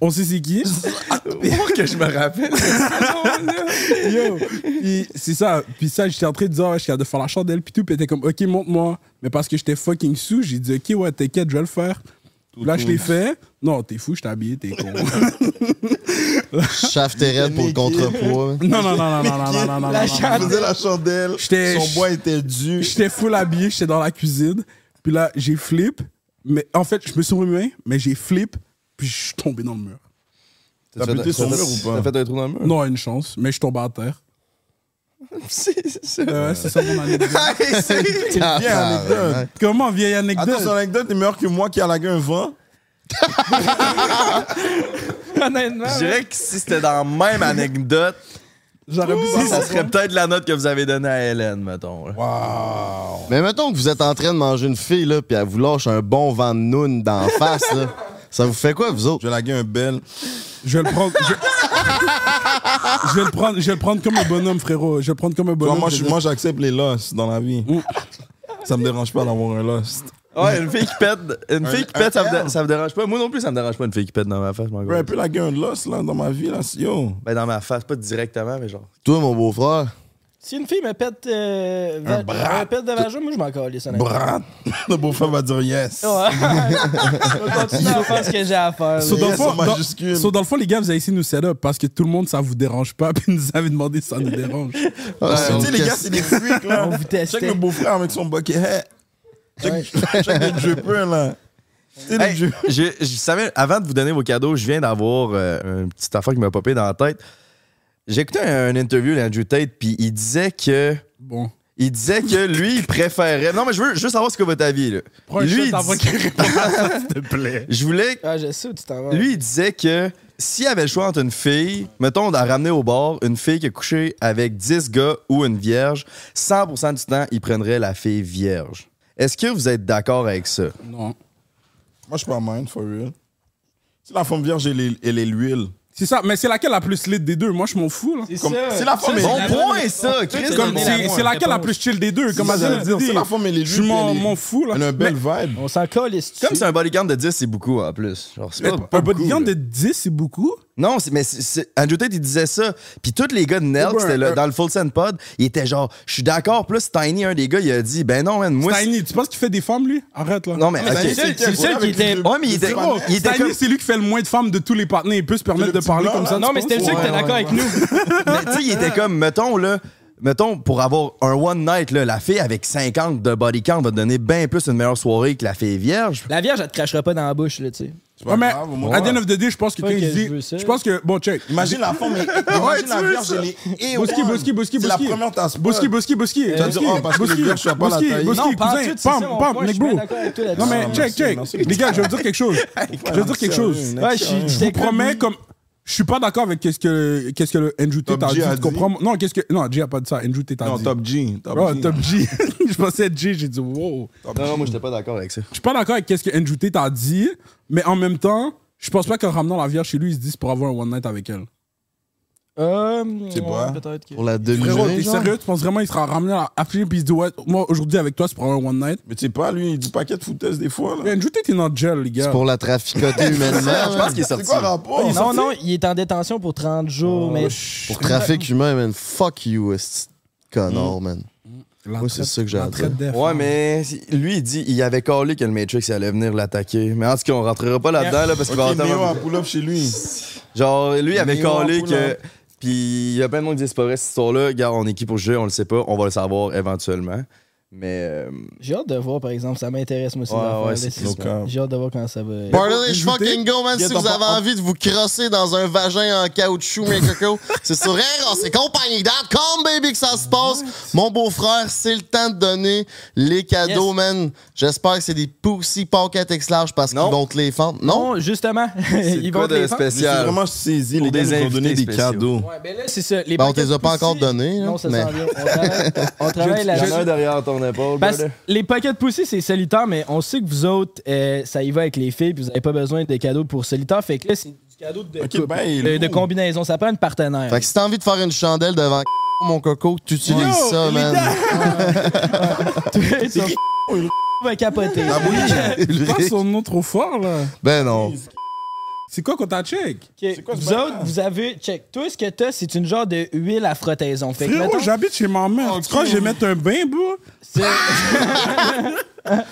[SPEAKER 2] On sait c'est qui.
[SPEAKER 1] Pour que je me rappelle.
[SPEAKER 2] Yo, puis c'est ça. Puis ça, j'étais en train de dire, ouais, je suis capable de faire la chandelle, puis tout. Puis elle était comme, ok, montre-moi. Mais parce que j'étais fucking sous, j'ai dit, ok, ouais, t'inquiète, je vais le faire. Là, je l'ai fait. Non, t'es fou, je t'ai habillé, t'es con.
[SPEAKER 4] Shaft est raide pour le contrepoids.
[SPEAKER 2] non, non, non, non, non, non, non, non, non, non, non,
[SPEAKER 3] La chandelle.
[SPEAKER 2] non.
[SPEAKER 3] faisait la chandelle.
[SPEAKER 2] J'étais-
[SPEAKER 3] Son bois était dû.
[SPEAKER 2] J'étais full habillé, j'étais dans la cuisine. Puis là, j'ai flip. Mais en fait, je me suis remué, mais j'ai flip, puis je suis tombé dans le mur.
[SPEAKER 3] T'as pété son mur ou pas?
[SPEAKER 1] T'as fait un trou dans le mur?
[SPEAKER 2] Non, une chance, mais je suis tombé à terre.
[SPEAKER 1] C'est ça.
[SPEAKER 2] Euh, ouais, c'est ça mon anecdote.
[SPEAKER 1] C'est
[SPEAKER 3] Bien, anecdote.
[SPEAKER 2] Comment, vieille anecdote?
[SPEAKER 3] Attends, son anecdote est meilleure que moi qui a lagué un vent.
[SPEAKER 5] Honnêtement.
[SPEAKER 1] Je dirais que si c'était dans la même anecdote,
[SPEAKER 2] J'aurais pu
[SPEAKER 1] ça
[SPEAKER 3] Ah,
[SPEAKER 2] faire
[SPEAKER 1] serait peut-être la note que vous avez donnée à Hélène, mettons. là.
[SPEAKER 4] Mais mettons que vous êtes en train de manger une fille, là, puis elle vous lâche un bon vent de noun d'en face, là. Ça vous fait quoi, vous autres?
[SPEAKER 3] J'ai lagué un bel.
[SPEAKER 2] Je vais le prendre. Je... je vais le prendre, je vais le prendre comme un bonhomme, frérot. Je vais le prendre comme un
[SPEAKER 3] Tu vois,
[SPEAKER 2] bonhomme.
[SPEAKER 3] moi,
[SPEAKER 2] je
[SPEAKER 3] je-
[SPEAKER 2] vais
[SPEAKER 3] moi, j'accepte les lost dans la vie.
[SPEAKER 2] Mm.
[SPEAKER 3] Ça me dérange pas d'avoir un lost.
[SPEAKER 1] Ouais, Ah, une fille qui pète, une
[SPEAKER 3] Un-
[SPEAKER 1] fille qui
[SPEAKER 3] un
[SPEAKER 1] pète ça, me,
[SPEAKER 3] L.
[SPEAKER 1] dé- ça me dérange pas. Moi non plus, ça me dérange pas une fille qui pète dans ma face, mon
[SPEAKER 3] J'aurais
[SPEAKER 1] gars.
[SPEAKER 3] un peu lagué un lost là, dans ma vie. Là. Yo.
[SPEAKER 1] Ben, dans ma face, pas directement, mais genre.
[SPEAKER 4] Toi, mon beau-frère.
[SPEAKER 5] Si une fille me pète, euh, va-
[SPEAKER 3] bras.
[SPEAKER 5] me pète de vagin, moi je m'en calisse. honnêtement.
[SPEAKER 3] Brat. Le beau-frère va dire yes.
[SPEAKER 5] Ouais. Je vais continuer à faire ce que j'ai à faire.
[SPEAKER 2] So,
[SPEAKER 5] là.
[SPEAKER 2] dans, le
[SPEAKER 3] Yes,
[SPEAKER 2] fond,
[SPEAKER 3] en
[SPEAKER 2] dans-
[SPEAKER 3] majuscule.
[SPEAKER 2] so, dans le fond, les gars, vous avez essayé de nous set-up parce que tout le monde, ça vous dérange pas. Puis nous avez demandé si ça nous dérange.
[SPEAKER 4] Ah,
[SPEAKER 3] Tu sais, les
[SPEAKER 4] qu'est-ce-
[SPEAKER 3] gars, c'est des freaks là.
[SPEAKER 5] On vous
[SPEAKER 3] Check
[SPEAKER 5] testait.
[SPEAKER 3] le beau-frère avec son bucket hat. Check, check le jupeux là. Tu sais, les
[SPEAKER 1] Hey,
[SPEAKER 3] jupeux.
[SPEAKER 1] je, je savais, avant de vous donner vos cadeaux, je viens d'avoir euh, une petite affaire qui m'a popé dans la tête. J'ai écouté un, une interview d'Andrew Tate, puis il disait que.
[SPEAKER 2] Bon.
[SPEAKER 1] Il disait que lui, il préférait. Non, mais je veux juste savoir ce que votre avis, là.
[SPEAKER 2] Prends un
[SPEAKER 1] Lui,
[SPEAKER 2] shot
[SPEAKER 1] il
[SPEAKER 2] avant
[SPEAKER 1] dit-
[SPEAKER 2] qu'il réponde à ça, s'il te plaît.
[SPEAKER 1] Je voulais
[SPEAKER 5] Ah, je sais où tu t'en vas.
[SPEAKER 1] Lui, il disait que s'il avait le choix entre une fille, mettons, de la ramener au bord, une fille qui a couché avec 10 gars ou une vierge, 100% du temps, il prendrait la fille vierge. Est-ce que vous êtes d'accord avec ça?
[SPEAKER 2] Non.
[SPEAKER 3] Moi, je suis pas mine, for real. Si la femme vierge, elle est- elle est l'huile.
[SPEAKER 2] C'est ça, mais c'est laquelle la plus lit des deux? Moi, je m'en fous, là.
[SPEAKER 3] Comme- C'est la femme, elle
[SPEAKER 1] Bon
[SPEAKER 3] est l'huile.
[SPEAKER 1] point, ça, Chris!
[SPEAKER 2] Comme
[SPEAKER 5] c'est-
[SPEAKER 2] c'est
[SPEAKER 5] la
[SPEAKER 2] c'est laquelle la
[SPEAKER 5] réponse.
[SPEAKER 2] plus chill des deux, comme
[SPEAKER 3] ça,
[SPEAKER 2] elle dit.
[SPEAKER 3] c'est la femme, elle est
[SPEAKER 2] Je
[SPEAKER 3] juste,
[SPEAKER 2] m'en
[SPEAKER 3] elle est-
[SPEAKER 2] m'en fous, là.
[SPEAKER 3] Elle a un bel
[SPEAKER 2] Mais-
[SPEAKER 3] vibe.
[SPEAKER 5] On s'en calisse tu
[SPEAKER 1] Comme c'est un body count de 10, c'est beaucoup en plus. Genre, c'est
[SPEAKER 2] mais
[SPEAKER 1] pas- pas
[SPEAKER 2] Un body
[SPEAKER 1] beaucoup,
[SPEAKER 2] count
[SPEAKER 1] là.
[SPEAKER 2] de 10, c'est beaucoup.
[SPEAKER 1] Non, c'est- mais c'est- c'est- Andrew Tate, il disait ça. Puis tous les gars de Nell,
[SPEAKER 2] Ouais,
[SPEAKER 1] qui étaient là,
[SPEAKER 2] euh,
[SPEAKER 1] dans le Full Send Pod, ils étaient genre, je suis d'accord. Plus Tiny, un des gars, il a dit, ben non, man, moi. c'est-
[SPEAKER 2] Tiny, tu penses qu'il fait des femmes, lui? Arrête, là.
[SPEAKER 1] Non, mais. ok.
[SPEAKER 5] c'est- c'est le seul qui était-
[SPEAKER 1] Ouais, mais il était,
[SPEAKER 2] Frérot,
[SPEAKER 1] il était
[SPEAKER 2] Tiny,
[SPEAKER 1] comme.
[SPEAKER 2] c'est lui qui fait le moins de femmes de tous les partenaires. Il peut se permettre
[SPEAKER 3] C'est
[SPEAKER 2] de
[SPEAKER 3] le
[SPEAKER 2] parler
[SPEAKER 3] petit
[SPEAKER 2] comme
[SPEAKER 3] blanc,
[SPEAKER 2] ça.
[SPEAKER 3] là.
[SPEAKER 5] Non,
[SPEAKER 2] tu
[SPEAKER 5] mais
[SPEAKER 2] penses?
[SPEAKER 5] c'était le seul qui était d'accord avec nous.
[SPEAKER 1] Mais tu sais, il était comme, mettons, là, mettons, pour avoir un one night, là, la fille avec 50 de body count va te donner bien plus une meilleure soirée que la fille vierge.
[SPEAKER 5] La vierge, elle te crachera pas dans la bouche, là, tu sais.
[SPEAKER 3] C'est
[SPEAKER 2] Ouais,
[SPEAKER 3] pas
[SPEAKER 2] mais
[SPEAKER 3] grave, au moins,
[SPEAKER 2] à the end of the day, je pense que
[SPEAKER 5] Pas
[SPEAKER 2] quand
[SPEAKER 5] que
[SPEAKER 2] il
[SPEAKER 5] je veux
[SPEAKER 2] dit.
[SPEAKER 5] ça.
[SPEAKER 2] Je pense que. Bon, check.
[SPEAKER 3] Imagine la femme, elle- imagine la vierge, elle est. et
[SPEAKER 2] Boski,
[SPEAKER 3] one.
[SPEAKER 2] Boski, Boski,
[SPEAKER 3] C'est la
[SPEAKER 2] Boski.
[SPEAKER 3] première tasse.
[SPEAKER 2] Boski, Boski, Boski.
[SPEAKER 3] vas dire, oh, parce que les gars, je suis pas la taille.
[SPEAKER 2] Boski,
[SPEAKER 3] Non,
[SPEAKER 2] cousin, pam, pam, mec, bro. Non, mais
[SPEAKER 3] Ah,
[SPEAKER 2] check,
[SPEAKER 3] merci,
[SPEAKER 2] check.
[SPEAKER 3] merci.
[SPEAKER 2] Les gars, je vais vous dire quelque chose. Je vais vous dire quelque chose.
[SPEAKER 5] Ouais, je suis- je
[SPEAKER 2] Je vous
[SPEAKER 5] t'ai
[SPEAKER 2] promets, comme. Je suis pas d'accord avec qu'est-ce que, qu'est-ce que le Andrew Tate
[SPEAKER 3] Top
[SPEAKER 2] a
[SPEAKER 3] G
[SPEAKER 2] dit. Tu
[SPEAKER 3] a dit.
[SPEAKER 2] comprends? Non, qu'est-ce que. Non, G a pas dit ça. Andrew Tate a
[SPEAKER 3] Non,
[SPEAKER 2] dit.
[SPEAKER 3] Top G. Top
[SPEAKER 2] Oh,
[SPEAKER 3] G.
[SPEAKER 2] top G. je pensais être G, j'ai dit wow.
[SPEAKER 1] Non, non, moi, j'étais pas d'accord avec ça.
[SPEAKER 2] Je suis pas d'accord avec qu'est-ce que Andrew Tate a dit, mais en même temps, je pense pas qu'en ramenant la vierge chez lui, il se dit c'est pour avoir un one night avec elle.
[SPEAKER 5] C'est
[SPEAKER 3] quoi?
[SPEAKER 5] Euh, Peut-être que.
[SPEAKER 4] Pour la
[SPEAKER 2] Frérot,
[SPEAKER 4] demi-journée,
[SPEAKER 2] t'es
[SPEAKER 4] genre?
[SPEAKER 2] sérieux? Tu penses vraiment qu'il sera ramené à la fille puis il se dit ouais, moi aujourd'hui avec toi, c'est pour avoir un one night? Ben,
[SPEAKER 3] Mais tu sais pas, lui, il dit paquet de foutaises des fois.
[SPEAKER 2] Mais
[SPEAKER 3] là.
[SPEAKER 2] Andrew Tate est notre gel, les gars.
[SPEAKER 4] C'est pour la traficoter humainement,
[SPEAKER 1] Je pense
[SPEAKER 4] man.
[SPEAKER 1] qu'il est sorti.
[SPEAKER 3] C'est quoi le rapport?
[SPEAKER 5] Non, non, il est en détention pour 30 jours, mais.
[SPEAKER 4] Pour trafic humain, man. Fuck you, esti de connard,
[SPEAKER 1] Mm.
[SPEAKER 4] man.
[SPEAKER 2] La
[SPEAKER 4] Moi, c'est
[SPEAKER 2] traite-
[SPEAKER 4] ça que j'ai
[SPEAKER 2] la
[SPEAKER 4] à dire.
[SPEAKER 2] traite d'F,
[SPEAKER 1] Ouais,
[SPEAKER 2] hein.
[SPEAKER 1] mais lui, il dit, il avait collé que le Matrix il allait venir l'attaquer. Mais en tout cas, on rentrera pas là-dedans, là, parce qu'il va
[SPEAKER 3] Ok, Néo
[SPEAKER 1] entendre.
[SPEAKER 3] a pull-up chez lui.
[SPEAKER 1] Genre, lui, il avait
[SPEAKER 3] Néo en
[SPEAKER 1] collé que.
[SPEAKER 3] poulain.
[SPEAKER 1] Puis il y a plein de monde qui disent c'est pas vrai cette histoire-là. Regarde, on est qui pour juger, on le sait pas, on va le savoir éventuellement. Mais. euh,
[SPEAKER 5] J'ai hâte de voir, par exemple, ça m'intéresse, moi, ces
[SPEAKER 1] Ouais,
[SPEAKER 5] affaires-là,
[SPEAKER 1] ouais, c'est
[SPEAKER 5] ces
[SPEAKER 1] plus
[SPEAKER 5] histoires.
[SPEAKER 3] calme.
[SPEAKER 5] J'ai hâte de voir quand ça va.
[SPEAKER 4] Partly
[SPEAKER 2] Invité.
[SPEAKER 4] fucking go, man.
[SPEAKER 3] Get
[SPEAKER 4] Si vous
[SPEAKER 3] the
[SPEAKER 4] avez
[SPEAKER 3] fuck up.
[SPEAKER 4] envie de vous crosser dans un vagin en caoutchouc, mes cocos, c'est sur compagnie.com, baby, que ça se passe. Mon beau-frère, c'est le temps de donner les cadeaux,
[SPEAKER 5] Yes.
[SPEAKER 4] man. J'espère que c'est des poussy pocket X large parce qu'ils
[SPEAKER 1] Non.
[SPEAKER 4] vont te les fendre. Non?
[SPEAKER 5] Non, justement.
[SPEAKER 1] C'est
[SPEAKER 5] Ils
[SPEAKER 1] de
[SPEAKER 5] vont
[SPEAKER 1] quoi
[SPEAKER 5] te les
[SPEAKER 1] de
[SPEAKER 5] faire.
[SPEAKER 3] J'ai
[SPEAKER 1] spécial?
[SPEAKER 3] vraiment saisi, les
[SPEAKER 1] Pour
[SPEAKER 3] gars
[SPEAKER 1] des
[SPEAKER 3] nous ont donné
[SPEAKER 1] invités
[SPEAKER 3] des
[SPEAKER 1] spéciaux.
[SPEAKER 3] cadeaux.
[SPEAKER 5] Ouais, ben là, c'est ça. Les
[SPEAKER 4] Ben, on te
[SPEAKER 5] paquets
[SPEAKER 4] les a pas
[SPEAKER 5] de
[SPEAKER 4] encore
[SPEAKER 5] poussi-
[SPEAKER 4] donnés, là,
[SPEAKER 5] Non, ça
[SPEAKER 4] mais-
[SPEAKER 5] s'en vient. On travaille, on travaille
[SPEAKER 1] Il y en a
[SPEAKER 5] là-dessus.
[SPEAKER 1] un derrière ton épaule.
[SPEAKER 5] Parce que
[SPEAKER 1] brother.
[SPEAKER 5] les paquets de poussée, c'est solitaire, mais on sait que vous autres, euh, ça y va avec les filles, puis vous n'avez pas besoin de cadeaux pour solitaire. Fait que là, c'est du cadeau de,
[SPEAKER 3] Ok,
[SPEAKER 5] couple,
[SPEAKER 3] ben,
[SPEAKER 5] de, de
[SPEAKER 3] lourd.
[SPEAKER 5] combinaison. Ça prend une partenaire.
[SPEAKER 4] Fait que si t'as envie de faire une chandelle devant mon coco, tu utilises
[SPEAKER 2] Yo,
[SPEAKER 4] ça,
[SPEAKER 2] les
[SPEAKER 4] man.
[SPEAKER 2] gars,
[SPEAKER 5] Tu va capoter.
[SPEAKER 4] Ah
[SPEAKER 2] Pas son nom trop fort, là.
[SPEAKER 4] Ben non.
[SPEAKER 2] C'est quoi qu'on t'a check?
[SPEAKER 5] Ok,
[SPEAKER 3] quoi ce
[SPEAKER 5] vous
[SPEAKER 3] bâtard?
[SPEAKER 5] autres, vous avez. Check. Toi, ce que t'as, c'est une genre de huile à frottaison. Fait que,
[SPEAKER 2] Frérot,
[SPEAKER 5] mettons,
[SPEAKER 2] j'habite chez ma mère. Tu crois que je vais mettre un bain, bro?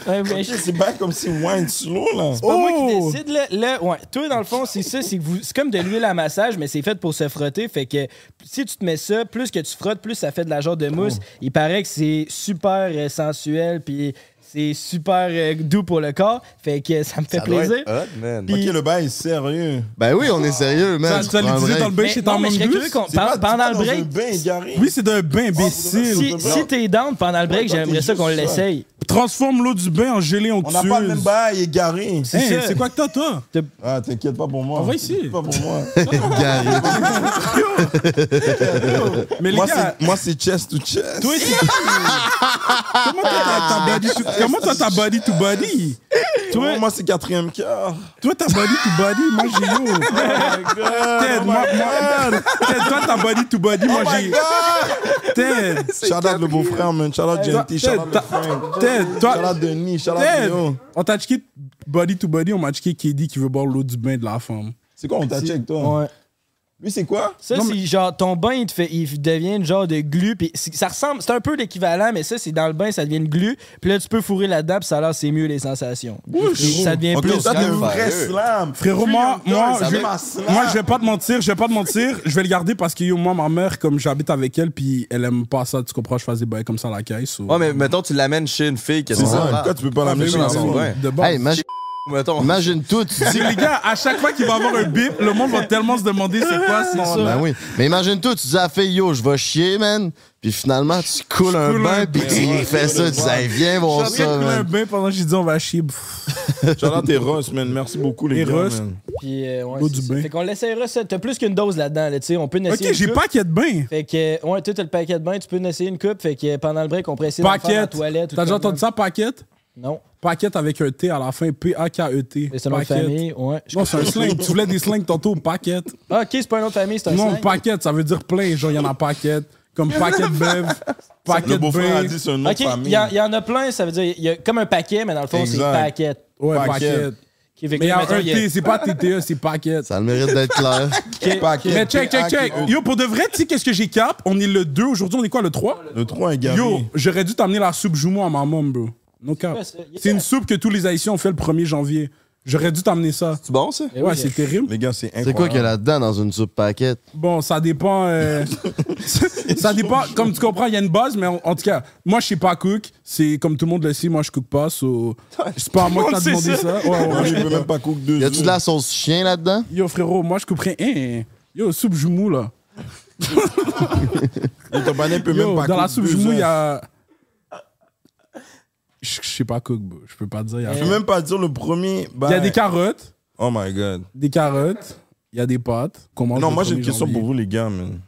[SPEAKER 5] Ouais, ben, je-
[SPEAKER 3] C'est pas comme si wine slow, là.
[SPEAKER 5] C'est pas moi
[SPEAKER 2] Oh!
[SPEAKER 5] qui décide, là. Là, ouais. Toi, dans le fond, c'est ça, c'est que vous. C'est comme de l'huile à massage, mais c'est fait pour se frotter. Fait que si tu te mets ça, plus que tu frottes, plus ça fait de la genre de mousse. Il paraît que c'est super euh, sensuel, puis c'est super euh, doux pour le corps. Fait que ça me fait
[SPEAKER 1] Ça doit
[SPEAKER 5] plaisir.
[SPEAKER 1] être hot, man.
[SPEAKER 5] Puis-
[SPEAKER 3] Ok, le bail est sérieux.
[SPEAKER 4] Ben oui, on est sérieux, man.
[SPEAKER 2] Ça,
[SPEAKER 4] Tu
[SPEAKER 2] tu l'as
[SPEAKER 4] prends un
[SPEAKER 2] utilisé dans
[SPEAKER 4] break.
[SPEAKER 2] le bain
[SPEAKER 5] Mais
[SPEAKER 2] chez
[SPEAKER 5] Ben, non,
[SPEAKER 2] ta
[SPEAKER 5] mais
[SPEAKER 2] maman
[SPEAKER 5] je serais curieux
[SPEAKER 2] de
[SPEAKER 5] qu'on- pen- pendant le break,
[SPEAKER 2] Oui, c'est d'un bain, imbécile.
[SPEAKER 5] si, si t'es down pendant le break,
[SPEAKER 3] Ouais, toi,
[SPEAKER 5] j'aimerais
[SPEAKER 3] t'es
[SPEAKER 5] ça qu'on
[SPEAKER 3] juste ça.
[SPEAKER 5] l'essaye.
[SPEAKER 2] Transforme l'eau du bain en gelée
[SPEAKER 3] on n'a pas le
[SPEAKER 2] onctueuse.
[SPEAKER 3] même bail égaré.
[SPEAKER 2] Hey,
[SPEAKER 5] ça.
[SPEAKER 2] c'est quoi que t'as, toi?
[SPEAKER 3] Ah, t'inquiète pas pour moi.
[SPEAKER 2] On va ici.
[SPEAKER 3] T'inquiète Pas pour moi.
[SPEAKER 4] Garé.
[SPEAKER 2] Oh. Mais les
[SPEAKER 3] moi,
[SPEAKER 2] gars,
[SPEAKER 3] c'est- moi, c'est chest to chest.
[SPEAKER 2] toi, c'est... Comment toi, t'as ta body to... Comment toi, ta body to body?
[SPEAKER 3] Toi, moi, c'est quatrième quart.
[SPEAKER 2] Toi, ta body to body, moi, j'ai yo. Ted, moi, moi- Ted, toi, ta body to body, moi, j'ai... Ted,
[SPEAKER 3] Shout out le beau-frère, man. Shout out
[SPEAKER 2] toi,
[SPEAKER 3] Genty. Shout out
[SPEAKER 2] Ted,
[SPEAKER 3] le
[SPEAKER 2] ta-
[SPEAKER 3] frère.
[SPEAKER 2] Ted,
[SPEAKER 3] Shout
[SPEAKER 2] toi...
[SPEAKER 3] out Denis. Shout out
[SPEAKER 2] Ted,
[SPEAKER 3] Léon.
[SPEAKER 2] on t'a checké body to body, on m'a checké KD qui veut boire l'eau du bain de la femme.
[SPEAKER 3] C'est quoi, on t'a check, toi
[SPEAKER 5] Ouais.
[SPEAKER 3] Lui, c'est quoi
[SPEAKER 5] Ça, c'est genre ton bain, il, te fait, il devient une genre de glu. Puis c'est- ça ressemble, c'est un peu l'équivalent, mais ça, c'est dans le bain, ça devient une glu. Puis là, tu peux fourrer là-dedans, puis ça a l'air, c'est mieux les sensations. ça devient
[SPEAKER 3] Ok,
[SPEAKER 5] plus.
[SPEAKER 3] toi, t'es un vrai
[SPEAKER 1] sérieux.
[SPEAKER 3] slam.
[SPEAKER 2] Frérot,
[SPEAKER 3] Free
[SPEAKER 2] moi,
[SPEAKER 3] on
[SPEAKER 2] moi,
[SPEAKER 3] girl, ça
[SPEAKER 2] je,
[SPEAKER 3] va. Slam.
[SPEAKER 2] moi, je vais pas te mentir, je vais pas te mentir, je vais le garder parce que yo, moi, ma mère, comme j'habite avec elle, puis elle aime pas ça, tu comprends, je fais des bails comme ça à la caisse. so-
[SPEAKER 1] Ouais, mais mettons, tu l'amènes chez une fille qui a
[SPEAKER 3] C'est ça.
[SPEAKER 1] enfants.
[SPEAKER 3] Pourquoi tu peux pas
[SPEAKER 2] Mais
[SPEAKER 3] l'amener
[SPEAKER 2] oui,
[SPEAKER 3] chez la
[SPEAKER 2] mais
[SPEAKER 1] son
[SPEAKER 2] oui,
[SPEAKER 3] femme
[SPEAKER 1] bain.
[SPEAKER 2] de base.
[SPEAKER 4] Hey, imagine,
[SPEAKER 1] Mettons,
[SPEAKER 4] imagine tout, tu dis.
[SPEAKER 2] Les gars, à chaque fois qu'il va avoir un bip, le monde va tellement se demander c'est quoi, c'est ça.
[SPEAKER 4] Ben oui. Mais imagine tout, tu dis à la fille, yo, je vais chier, man. Puis finalement, tu coules un
[SPEAKER 2] coule un
[SPEAKER 4] bain, puis
[SPEAKER 2] bain.
[SPEAKER 4] tu lui fais ça, tu dis, hey, viens
[SPEAKER 2] Je
[SPEAKER 4] voir
[SPEAKER 2] suis en train
[SPEAKER 4] ça,
[SPEAKER 2] de couler un
[SPEAKER 4] man.
[SPEAKER 2] bain pendant que j'ai dit on va chier. Pff,
[SPEAKER 3] Shout out tes Ross, man. Merci beaucoup, les
[SPEAKER 2] Et
[SPEAKER 3] gars.
[SPEAKER 2] Ross.
[SPEAKER 3] man.
[SPEAKER 5] Puis, euh, ouais,
[SPEAKER 2] L'eau
[SPEAKER 5] c'est
[SPEAKER 2] du
[SPEAKER 5] ça.
[SPEAKER 2] bain.
[SPEAKER 5] Fait qu'on l'essayera ça. T'as plus qu'une dose là-dedans, là, tu sais. On peut en essayer.
[SPEAKER 2] Ok, j'ai
[SPEAKER 5] une coupe.
[SPEAKER 2] pas qu'il y ait de bain.
[SPEAKER 5] Fait que, ouais, toi, t'as le paquet de bain, tu peux en essayer une coupe. Fait que euh, pendant le break, on pourrait essayer d'en faire à la
[SPEAKER 2] Paquette.
[SPEAKER 5] toilette. ou
[SPEAKER 2] T'as déjà
[SPEAKER 5] quoi,
[SPEAKER 2] entendu ça, paquette
[SPEAKER 5] man. Non,
[SPEAKER 2] Paquette avec un T à la fin, P-A-K-E-T.
[SPEAKER 5] mais c'est une autre
[SPEAKER 2] Paquette.
[SPEAKER 5] famille. Ouais. Je-
[SPEAKER 2] E Non, c'est un slang. Tu voulais des slangs tantôt, paquette.
[SPEAKER 5] Ah, ok, c'est pas une autre famille, c'est un
[SPEAKER 2] Non,
[SPEAKER 5] slang.
[SPEAKER 2] paquette, ça veut dire plein. Genre, il y en a paquette. Comme paquette beuve,
[SPEAKER 3] Le
[SPEAKER 2] paquette
[SPEAKER 3] beau-frère a
[SPEAKER 2] bain.
[SPEAKER 3] dit c'est un nom
[SPEAKER 5] Ok,
[SPEAKER 3] de
[SPEAKER 5] il y,
[SPEAKER 3] famille.
[SPEAKER 5] a- il y en a plein, ça veut dire, il y a comme un paquet, mais dans le fond, c'est
[SPEAKER 3] Exact.
[SPEAKER 5] paquet.
[SPEAKER 2] Ouais,
[SPEAKER 3] Paquette.
[SPEAKER 2] paquette.
[SPEAKER 5] Ok, fait que
[SPEAKER 2] Mais il y
[SPEAKER 5] là,
[SPEAKER 2] a un
[SPEAKER 5] mettons, il y a- Ben
[SPEAKER 2] T, c'est pas TTE, c'est paquette.
[SPEAKER 4] Ça a le mérite d'être clair.
[SPEAKER 3] Paquet.
[SPEAKER 2] Mais check, check, check.
[SPEAKER 5] E
[SPEAKER 2] Yo, pour de vrai, tu sais qu'est-ce que j'ai cap? On est le 2 aujourd'hui, on est quoi, le 3?
[SPEAKER 3] Le 3 est garé.
[SPEAKER 2] Yo, j'aurais dû t'amener la soupe Joumo à ma mom, bro. No cap.
[SPEAKER 5] Ouais, c'est-
[SPEAKER 2] C'est une soupe que tous les Haïtiens ont fait le 1er janvier. J'aurais dû t'amener ça.
[SPEAKER 1] c'est bon, ça?
[SPEAKER 5] Eh oui,
[SPEAKER 2] Ouais, c'est terrible.
[SPEAKER 3] Les gars, c'est incroyable.
[SPEAKER 4] C'est quoi qu'il y a là-dedans dans une soupe paquette?
[SPEAKER 2] Bon, ça dépend. euh, ça dépend. Comme tu comprends, il y a une base, mais en, en tout cas, moi, je sais pas cook. C'est comme tout le monde le sait, moi, je cook pas. so- C'est pas à moi que t'as
[SPEAKER 5] Tout le monde
[SPEAKER 2] demandé ça. Ouais, ouais,
[SPEAKER 3] Moi,
[SPEAKER 2] ouais.
[SPEAKER 3] je peux même pas cook deux
[SPEAKER 4] Y a-tu de la sauce chien là-dedans?
[SPEAKER 2] Yo, frérot, moi, je couperais. Hein, yo, soupe Joumo, là.
[SPEAKER 3] œufs. Ton panais peut même
[SPEAKER 2] Yo,
[SPEAKER 3] pas
[SPEAKER 2] dans la
[SPEAKER 3] cook
[SPEAKER 2] soupe
[SPEAKER 3] deux
[SPEAKER 2] Jumu, il y
[SPEAKER 3] œufs.
[SPEAKER 2] a. Je je sais pas cook, bro. Je peux pas dire. Il y a,
[SPEAKER 3] Je
[SPEAKER 5] Eh.
[SPEAKER 3] peux même pas dire le premier.
[SPEAKER 2] Il y a des carottes.
[SPEAKER 3] Oh my god.
[SPEAKER 2] Des carottes. Il y a des pâtes. Comment
[SPEAKER 3] Non, moi j'ai une question pour vous, les gars, man.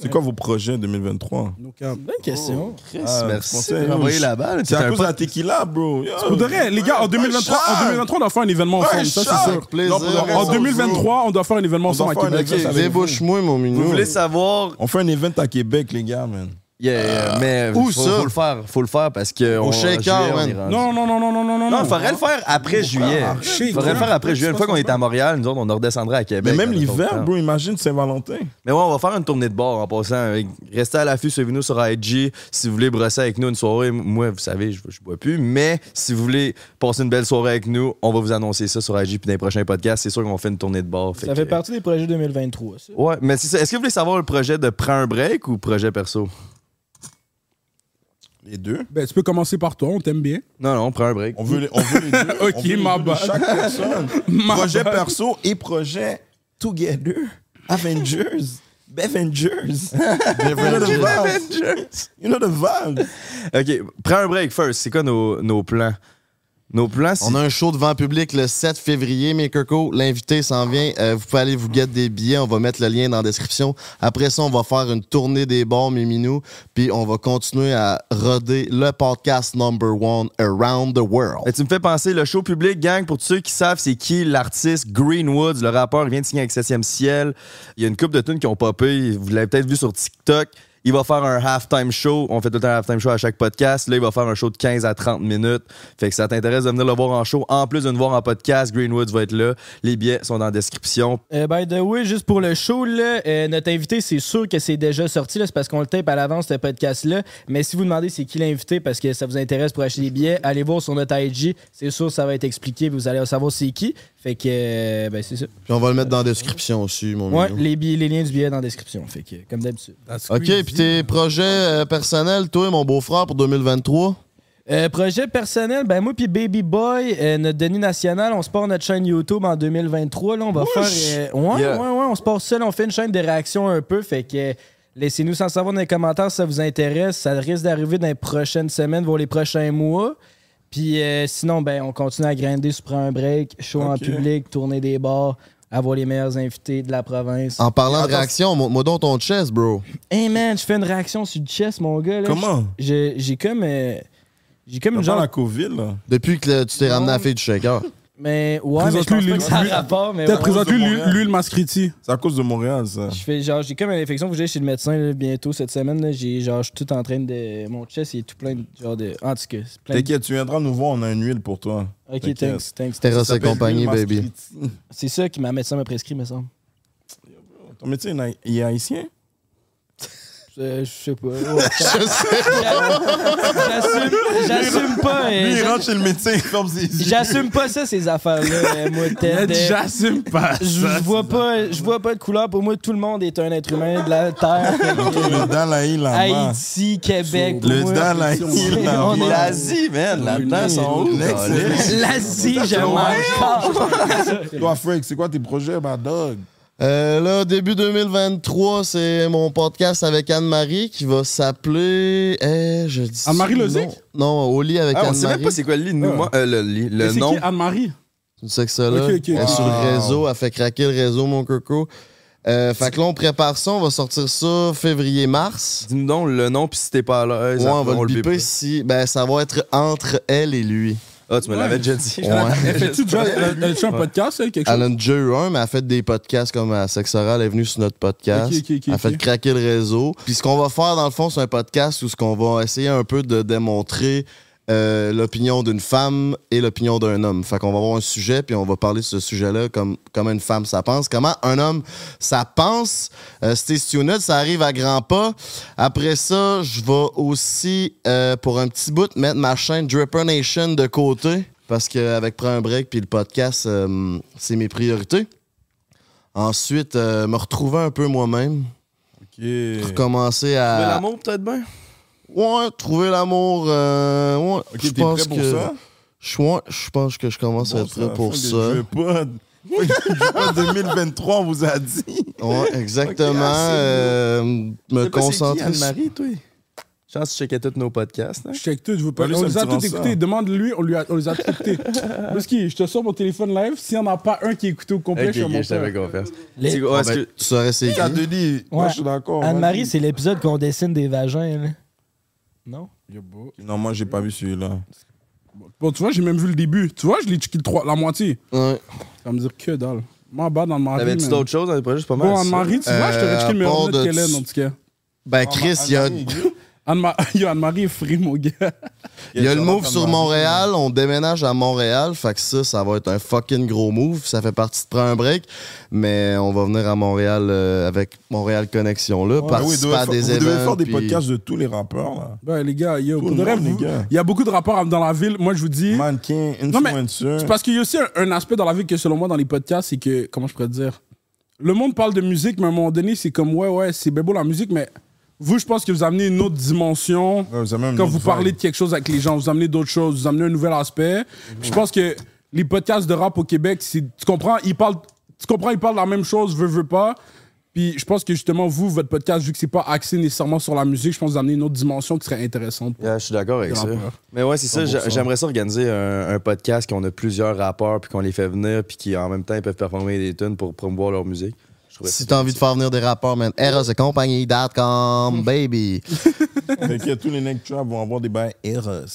[SPEAKER 3] C'est quoi vos projets 2023
[SPEAKER 5] Bonne question.
[SPEAKER 1] Chris,
[SPEAKER 3] Ah,
[SPEAKER 1] merci.
[SPEAKER 3] français,
[SPEAKER 1] de
[SPEAKER 3] yo,
[SPEAKER 1] m'envoyer
[SPEAKER 3] je-
[SPEAKER 1] la balle. T'es
[SPEAKER 3] C'est à
[SPEAKER 1] un
[SPEAKER 3] cause de
[SPEAKER 1] pote.
[SPEAKER 3] la tequila, bro. Yo.
[SPEAKER 2] Pour de vrai, les gars, en 2023,
[SPEAKER 3] chat.
[SPEAKER 2] en 2023 on doit faire un événement ensemble.
[SPEAKER 3] Ouais,
[SPEAKER 2] ça,
[SPEAKER 3] chat.
[SPEAKER 2] c'est sûr.
[SPEAKER 4] Plaisir.
[SPEAKER 3] Non, pour le
[SPEAKER 2] En
[SPEAKER 3] reste,
[SPEAKER 2] 2023, on doit faire un événement
[SPEAKER 3] On doit
[SPEAKER 2] ensemble à
[SPEAKER 3] faire un
[SPEAKER 2] Québec.
[SPEAKER 3] événement.
[SPEAKER 1] Ok,
[SPEAKER 3] ça, ça veut
[SPEAKER 4] Débouche-moi, mon
[SPEAKER 1] Vous
[SPEAKER 4] minou.
[SPEAKER 1] voulez savoir.
[SPEAKER 3] On fait un event à Québec, les gars, man.
[SPEAKER 1] Yeah, mais
[SPEAKER 4] où
[SPEAKER 1] faut,
[SPEAKER 4] ça?
[SPEAKER 1] faut le faire. Faut le faire parce que. on-
[SPEAKER 4] shaker,
[SPEAKER 1] juillet, on
[SPEAKER 4] man.
[SPEAKER 1] est rendu.
[SPEAKER 2] Non, non, non, non, non, non, non.
[SPEAKER 1] Non, faudrait le faire après juillet.
[SPEAKER 2] arrête,
[SPEAKER 1] Faudrait le
[SPEAKER 2] toi.
[SPEAKER 1] faire après juillet. Une fois qu'on est à Montréal, nous autres, on redescendrait à
[SPEAKER 3] Mais
[SPEAKER 1] Québec.
[SPEAKER 3] même
[SPEAKER 1] dans notre
[SPEAKER 3] l'hiver,
[SPEAKER 1] temps.
[SPEAKER 3] bro, imagine Saint-Valentin.
[SPEAKER 1] Mais ouais, on va faire une tournée de bord en passant. Euh, Restez à l'affût, suivez-nous sur IG. Si vous voulez brosser avec nous une soirée, moi, vous savez, je, je bois plus. Mais si vous voulez passer une belle soirée avec nous, on va vous annoncer ça sur IG. Puis dans les prochains podcasts, c'est sûr qu'on fait une tournée de bord.
[SPEAKER 5] Ça fait partie des projets 2023, ça.
[SPEAKER 1] Ouais, mais c'est ça. Est-ce que vous voulez savoir le projet de Prends un break ou projet perso?
[SPEAKER 3] Les deux.
[SPEAKER 2] Ben, tu peux commencer par toi, on t'aime bien.
[SPEAKER 1] Non, non, prends un break.
[SPEAKER 3] On veut les, on veut les deux.
[SPEAKER 2] Ok,
[SPEAKER 3] On veut les
[SPEAKER 2] ma
[SPEAKER 3] deux de
[SPEAKER 2] bad.
[SPEAKER 3] Chaque personne.
[SPEAKER 2] Ma
[SPEAKER 3] projet
[SPEAKER 2] bad.
[SPEAKER 3] perso et projet together. Avengers. Bevengers. Bevengers. You know the vibe.
[SPEAKER 1] OK, prends un break first. C'est quoi nos, nos plans? Nos plans, c'est...
[SPEAKER 4] On a un show devant public le 7 février, mes cocos. L'invité s'en vient. Euh, vous pouvez aller vous guetter des billets. On va mettre le lien dans la description. Après ça, on va faire une tournée des bars, mes minous. Puis on va continuer à roder le podcast number one around the
[SPEAKER 1] Mais
[SPEAKER 4] world.
[SPEAKER 1] tu me fais penser, le show public, gang, pour tous ceux qui savent, c'est qui l'artiste Greenwoods, le rappeur, il vient de signer avec 7e Ciel. Il y a une couple de tunes qui ont popé, vous l'avez peut-être vu sur TikTok. Il va faire un halftime show. On fait tout le temps un halftime show à chaque podcast. Là, il va faire un show de 15 à 30 minutes. Fait que ça t'intéresse de venir le voir en show. En plus de nous voir en podcast, Greenwoods va être là. Les billets sont dans la description.
[SPEAKER 5] Euh, by the way, juste pour le show, là, euh, notre invité, c'est sûr que c'est déjà sorti, là, c'est parce qu'on le tape à l'avance, ce podcast-là. Mais si vous demandez c'est qui l'invité parce que ça vous intéresse pour acheter des billets, allez voir sur notre IG. C'est sûr ça va être expliqué, puis vous allez savoir c'est qui. Fait que, euh, ben, c'est ça.
[SPEAKER 4] Puis on va le mettre dans la description aussi, mon
[SPEAKER 5] Ouais,
[SPEAKER 4] minou.
[SPEAKER 5] les, billets- les liens du billet dans la description. Fait que, comme d'habitude.
[SPEAKER 2] That's
[SPEAKER 4] OK,
[SPEAKER 2] crazy.
[SPEAKER 4] puis tes projets euh, personnels, toi et mon beau-frère pour 2023?
[SPEAKER 5] Euh, projet personnel, ben moi puis Baby Boy, euh, notre Denis National, on se part notre chaîne YouTube en 2023. Là, on va faire. euh, ouais,
[SPEAKER 1] Yeah.
[SPEAKER 5] ouais, ouais, on se part seul, on fait une chaîne de réaction un peu. Fait que euh, laissez-nous sans savoir dans les commentaires si ça vous intéresse. Ça risque d'arriver dans les prochaines semaines, voire les prochains mois. Puis euh, sinon, ben on continue à grinder, se prendre un break, show en
[SPEAKER 3] Ok.
[SPEAKER 5] public, tourner des bars, avoir les meilleurs invités de la province.
[SPEAKER 3] Ah.
[SPEAKER 4] En parlant de réaction, mo- moi donc ton chest, bro.
[SPEAKER 5] Hey man, je fais une réaction sur le chest, mon gars. Là.
[SPEAKER 3] Comment?
[SPEAKER 5] J'ai j'ai comme. euh, j'ai comme
[SPEAKER 3] T'as
[SPEAKER 5] une
[SPEAKER 3] pas
[SPEAKER 5] genre.
[SPEAKER 3] la COVID, là.
[SPEAKER 4] Depuis que le- tu t'es ramené à la fille du shaker.
[SPEAKER 5] Mais ouais, mais je
[SPEAKER 2] Présente-lui
[SPEAKER 5] pense pas
[SPEAKER 2] les-
[SPEAKER 5] que ça a
[SPEAKER 2] lui-
[SPEAKER 5] rapport, mais
[SPEAKER 2] Peut-être
[SPEAKER 5] ouais.
[SPEAKER 2] présente-lui
[SPEAKER 3] Ouais, c'est
[SPEAKER 2] l'huile-
[SPEAKER 3] Montréal.
[SPEAKER 2] l'huile mascriti.
[SPEAKER 3] C'est à cause de Montréal, ça.
[SPEAKER 5] Je fais genre j'ai comme une infection, faut que j'aille chez le médecin là, bientôt cette semaine, là. j'ai genre je suis tout en train de mon chest, il est tout plein de genre de en tout cas, c'est plein de...
[SPEAKER 3] T'inquiète, tu viendras nous voir, on a une huile pour toi.
[SPEAKER 5] OK,
[SPEAKER 3] t'inquiète.
[SPEAKER 5] thanks, thanks.
[SPEAKER 4] Terra
[SPEAKER 3] Ça
[SPEAKER 4] et
[SPEAKER 3] s'appelle
[SPEAKER 4] compagnie,
[SPEAKER 3] l'huile
[SPEAKER 4] baby.
[SPEAKER 3] Mascriti.
[SPEAKER 5] C'est ça qui ma médecin m'a prescrit me semble.
[SPEAKER 3] Ton métier, il est haï- il est haïtien?
[SPEAKER 5] Euh, je sais pas. Ouais, j'assume j'assume pas euh,
[SPEAKER 3] Lui, il
[SPEAKER 5] j'a-
[SPEAKER 3] rentre chez le médecin, il ferme ses yeux.
[SPEAKER 5] j'assume pas ça ces affaires là, moi
[SPEAKER 2] Il a
[SPEAKER 5] Ted.
[SPEAKER 2] dit,
[SPEAKER 5] euh,
[SPEAKER 2] J'assume pas.
[SPEAKER 5] Je je vois pas je vois pas de couleur pour moi tout le monde est un être humain de la terre.
[SPEAKER 3] Le Dalai Lama.
[SPEAKER 5] Haïti, Québec, pour
[SPEAKER 3] Le
[SPEAKER 5] moi,
[SPEAKER 3] Dalai
[SPEAKER 5] on est-
[SPEAKER 3] Lama.
[SPEAKER 5] on est-
[SPEAKER 1] L'Asie, man. La dedans sont où?
[SPEAKER 3] L'excellent.
[SPEAKER 5] L'Asie, je m'en
[SPEAKER 3] Toi, Frank, c'est quoi tes projets, ma dog?
[SPEAKER 4] Euh, là, début 2023, c'est mon podcast avec Anne-Marie qui va s'appeler. Eh, je dis. ça,
[SPEAKER 2] Anne-Marie
[SPEAKER 4] non.
[SPEAKER 2] Lozic?
[SPEAKER 4] Non, au lit avec
[SPEAKER 1] Ah, on sait même
[SPEAKER 4] Anne-Marie.
[SPEAKER 1] pas c'est quoi le lit, nous,
[SPEAKER 2] Ah.
[SPEAKER 1] moi, euh, le, lit, le
[SPEAKER 2] Mais c'est
[SPEAKER 1] nom.
[SPEAKER 2] qui, Anne-Marie?
[SPEAKER 4] C'est une sexologue.
[SPEAKER 2] Ok, ok, ok.
[SPEAKER 4] Elle est sur
[SPEAKER 2] Wow.
[SPEAKER 4] le réseau, elle fait craquer le réseau, mon coco. Euh, fait que là, on prépare ça, on va sortir ça février-mars.
[SPEAKER 1] Dis-nous donc le nom, puis si t'es pas à l'aise,
[SPEAKER 4] Ouais, on
[SPEAKER 1] après,
[SPEAKER 4] va le
[SPEAKER 1] bip.
[SPEAKER 4] biper si. Ben, ça va être entre elle et lui.
[SPEAKER 1] Ah, tu me l'avais déjà dit.
[SPEAKER 4] Ouais.
[SPEAKER 2] Elle fait-tu déjà elle- elle fait un podcast, elle, quelque
[SPEAKER 4] Elle
[SPEAKER 2] chose?
[SPEAKER 4] en a déjà eu un, mais elle a fait des podcasts comme à Sexoral, elle est venue sur notre podcast.
[SPEAKER 2] Ok, ok, ok,
[SPEAKER 4] elle a fait
[SPEAKER 2] ok.
[SPEAKER 4] craquer le réseau. Puis ce qu'on va faire, dans le fond, c'est un podcast où ce qu'on va essayer un peu de démontrer euh, l'opinion d'une femme et l'opinion d'un homme. Fait qu'on va avoir un sujet, puis on va parler de ce sujet-là comme comment une femme ça pense, comment un homme ça pense. Euh, Stay tuned, ça arrive à grands pas. Après ça, je vais aussi, euh, pour un petit bout, mettre ma chaîne Dripper Nation de côté. Parce qu'avec Prends un break puis le podcast, euh, c'est mes priorités. Ensuite, euh, me retrouver un peu moi-même.
[SPEAKER 3] Ok.
[SPEAKER 4] Recommencer
[SPEAKER 1] Mais
[SPEAKER 4] à.
[SPEAKER 1] l'amour, peut-être bien.
[SPEAKER 4] Ouais, trouver l'amour. euh, ouais,
[SPEAKER 3] Ok,
[SPEAKER 4] je
[SPEAKER 3] t'es
[SPEAKER 4] pense
[SPEAKER 3] prêt pour
[SPEAKER 4] que.
[SPEAKER 3] ça?
[SPEAKER 4] Je ouais, je pense que je commence à
[SPEAKER 3] Bon,
[SPEAKER 4] être prêt
[SPEAKER 3] ça,
[SPEAKER 4] pour
[SPEAKER 3] Frank,
[SPEAKER 4] ça.
[SPEAKER 3] Je veux pas. Je veux pas 2023, on vous a dit.
[SPEAKER 4] Ouais, exactement.
[SPEAKER 1] Ok,
[SPEAKER 3] ah,
[SPEAKER 1] assez,
[SPEAKER 4] euh,
[SPEAKER 1] Je
[SPEAKER 4] me
[SPEAKER 1] sais pas c'est qui,
[SPEAKER 4] concentrer.
[SPEAKER 1] Anne-Marie, toi. Je pense que tu checkais tous nos podcasts. hein.
[SPEAKER 2] Je check tout, je veux pas.
[SPEAKER 3] Lui,
[SPEAKER 2] On
[SPEAKER 3] c'est
[SPEAKER 2] les
[SPEAKER 3] un
[SPEAKER 2] a
[SPEAKER 3] petit
[SPEAKER 2] tous
[SPEAKER 3] lanceur.
[SPEAKER 2] écoutés. Demande-lui, on, lui a- on les a tous écoutés. Parce que je te sors mon téléphone live, s'il n'y en a pas un qui est écouté au complet,
[SPEAKER 1] Ok,
[SPEAKER 2] je
[SPEAKER 1] ok,
[SPEAKER 2] vais
[SPEAKER 1] je t'avais
[SPEAKER 2] montrer.
[SPEAKER 1] confiance.
[SPEAKER 5] Les-
[SPEAKER 1] C'est- ouais, est-ce que-
[SPEAKER 4] Ben, Tu saurais c'est qui.
[SPEAKER 3] T'as Denis, moi
[SPEAKER 5] Ouais.
[SPEAKER 3] je suis d'accord.
[SPEAKER 5] Anne-Marie,
[SPEAKER 3] vas-y.
[SPEAKER 5] c'est l'épisode qu'on dessine des vagins. là. Non?
[SPEAKER 3] Non, moi j'ai pas vu celui-là.
[SPEAKER 2] Bon, tu vois, j'ai même vu le début. Tu vois, je l'ai checké le trois- la moitié.
[SPEAKER 4] Ouais.
[SPEAKER 2] Ça me dire que dalle. Moi, bas dans le mari.
[SPEAKER 1] T'avais-tu d'autres choses dans les projets? C'est pas mal.
[SPEAKER 2] Bon,
[SPEAKER 1] ça.
[SPEAKER 2] Anne-Marie, tu vois, je
[SPEAKER 4] Euh,
[SPEAKER 2] t'aurais checké le
[SPEAKER 4] à part
[SPEAKER 2] meilleur note
[SPEAKER 4] de-
[SPEAKER 2] qu'elle est, en tout cas.
[SPEAKER 3] Ah,
[SPEAKER 4] Ben, Chris, il y a,
[SPEAKER 2] Anne-Ma- Yo, Anne-Marie est free, mon gars.
[SPEAKER 4] il y a le move sur Montréal. On déménage à Montréal. Fait que ça, ça va être un fucking gros move. Ça fait partie de prendre un break. Mais on va venir à Montréal euh, avec Montréal Connexion, là.
[SPEAKER 3] Ah oui, vous
[SPEAKER 4] participer
[SPEAKER 3] devez
[SPEAKER 4] à
[SPEAKER 3] fa-
[SPEAKER 4] des
[SPEAKER 3] vous
[SPEAKER 4] événements.
[SPEAKER 3] devez faire des
[SPEAKER 4] puis-
[SPEAKER 3] podcasts de tous les rappeurs là.
[SPEAKER 2] Ben, les gars, yo,
[SPEAKER 3] Tout
[SPEAKER 2] pour
[SPEAKER 3] le
[SPEAKER 2] de vrai,
[SPEAKER 3] monde, les
[SPEAKER 2] vous-
[SPEAKER 3] gars.
[SPEAKER 2] il y a beaucoup de rapports dans la ville. Moi, je vous dis.
[SPEAKER 3] Mannequin,
[SPEAKER 2] Hmm? Non, mais-
[SPEAKER 3] influencer.
[SPEAKER 2] C'est parce qu'il y a aussi un, un aspect dans la vie que, selon moi, dans les podcasts, c'est que, comment je pourrais dire, le monde parle de musique, mais à un moment donné, c'est comme, ouais, ouais, c'est bien beau la musique, mais vous, je pense que vous amenez une autre dimension
[SPEAKER 3] Ouais, vous avez même une
[SPEAKER 2] quand
[SPEAKER 3] autre
[SPEAKER 2] vous parlez
[SPEAKER 3] vibe.
[SPEAKER 2] de quelque chose avec les gens, vous amenez d'autres choses, vous amenez un nouvel aspect. Puis je pense que les podcasts de rap au Québec, c'est- tu comprends, ils parlent, tu comprends, ils parlent de la même chose, veux, veux pas. Puis je pense que justement, vous, votre podcast, vu que c'est pas axé nécessairement sur la musique, je pense que vous amenez une autre dimension qui serait intéressante.
[SPEAKER 1] Yeah, je suis d'accord avec
[SPEAKER 2] Des
[SPEAKER 1] ça.
[SPEAKER 2] rappeurs.
[SPEAKER 1] Mais ouais, c'est ça. j'a-
[SPEAKER 2] 100%.
[SPEAKER 1] J'aimerais ça organiser un, un podcast qu'on a plusieurs rappeurs, puis qu'on les fait venir, puis qui en même temps ils peuvent performer des tunes pour promouvoir leur musique. Je trouverais
[SPEAKER 4] Si
[SPEAKER 1] ça-
[SPEAKER 4] t'as envie de faire venir des rappeurs, man, Eros et compagnie.com, baby.
[SPEAKER 3] T'inquiète, tous les neck traps vont avoir des bails Eros.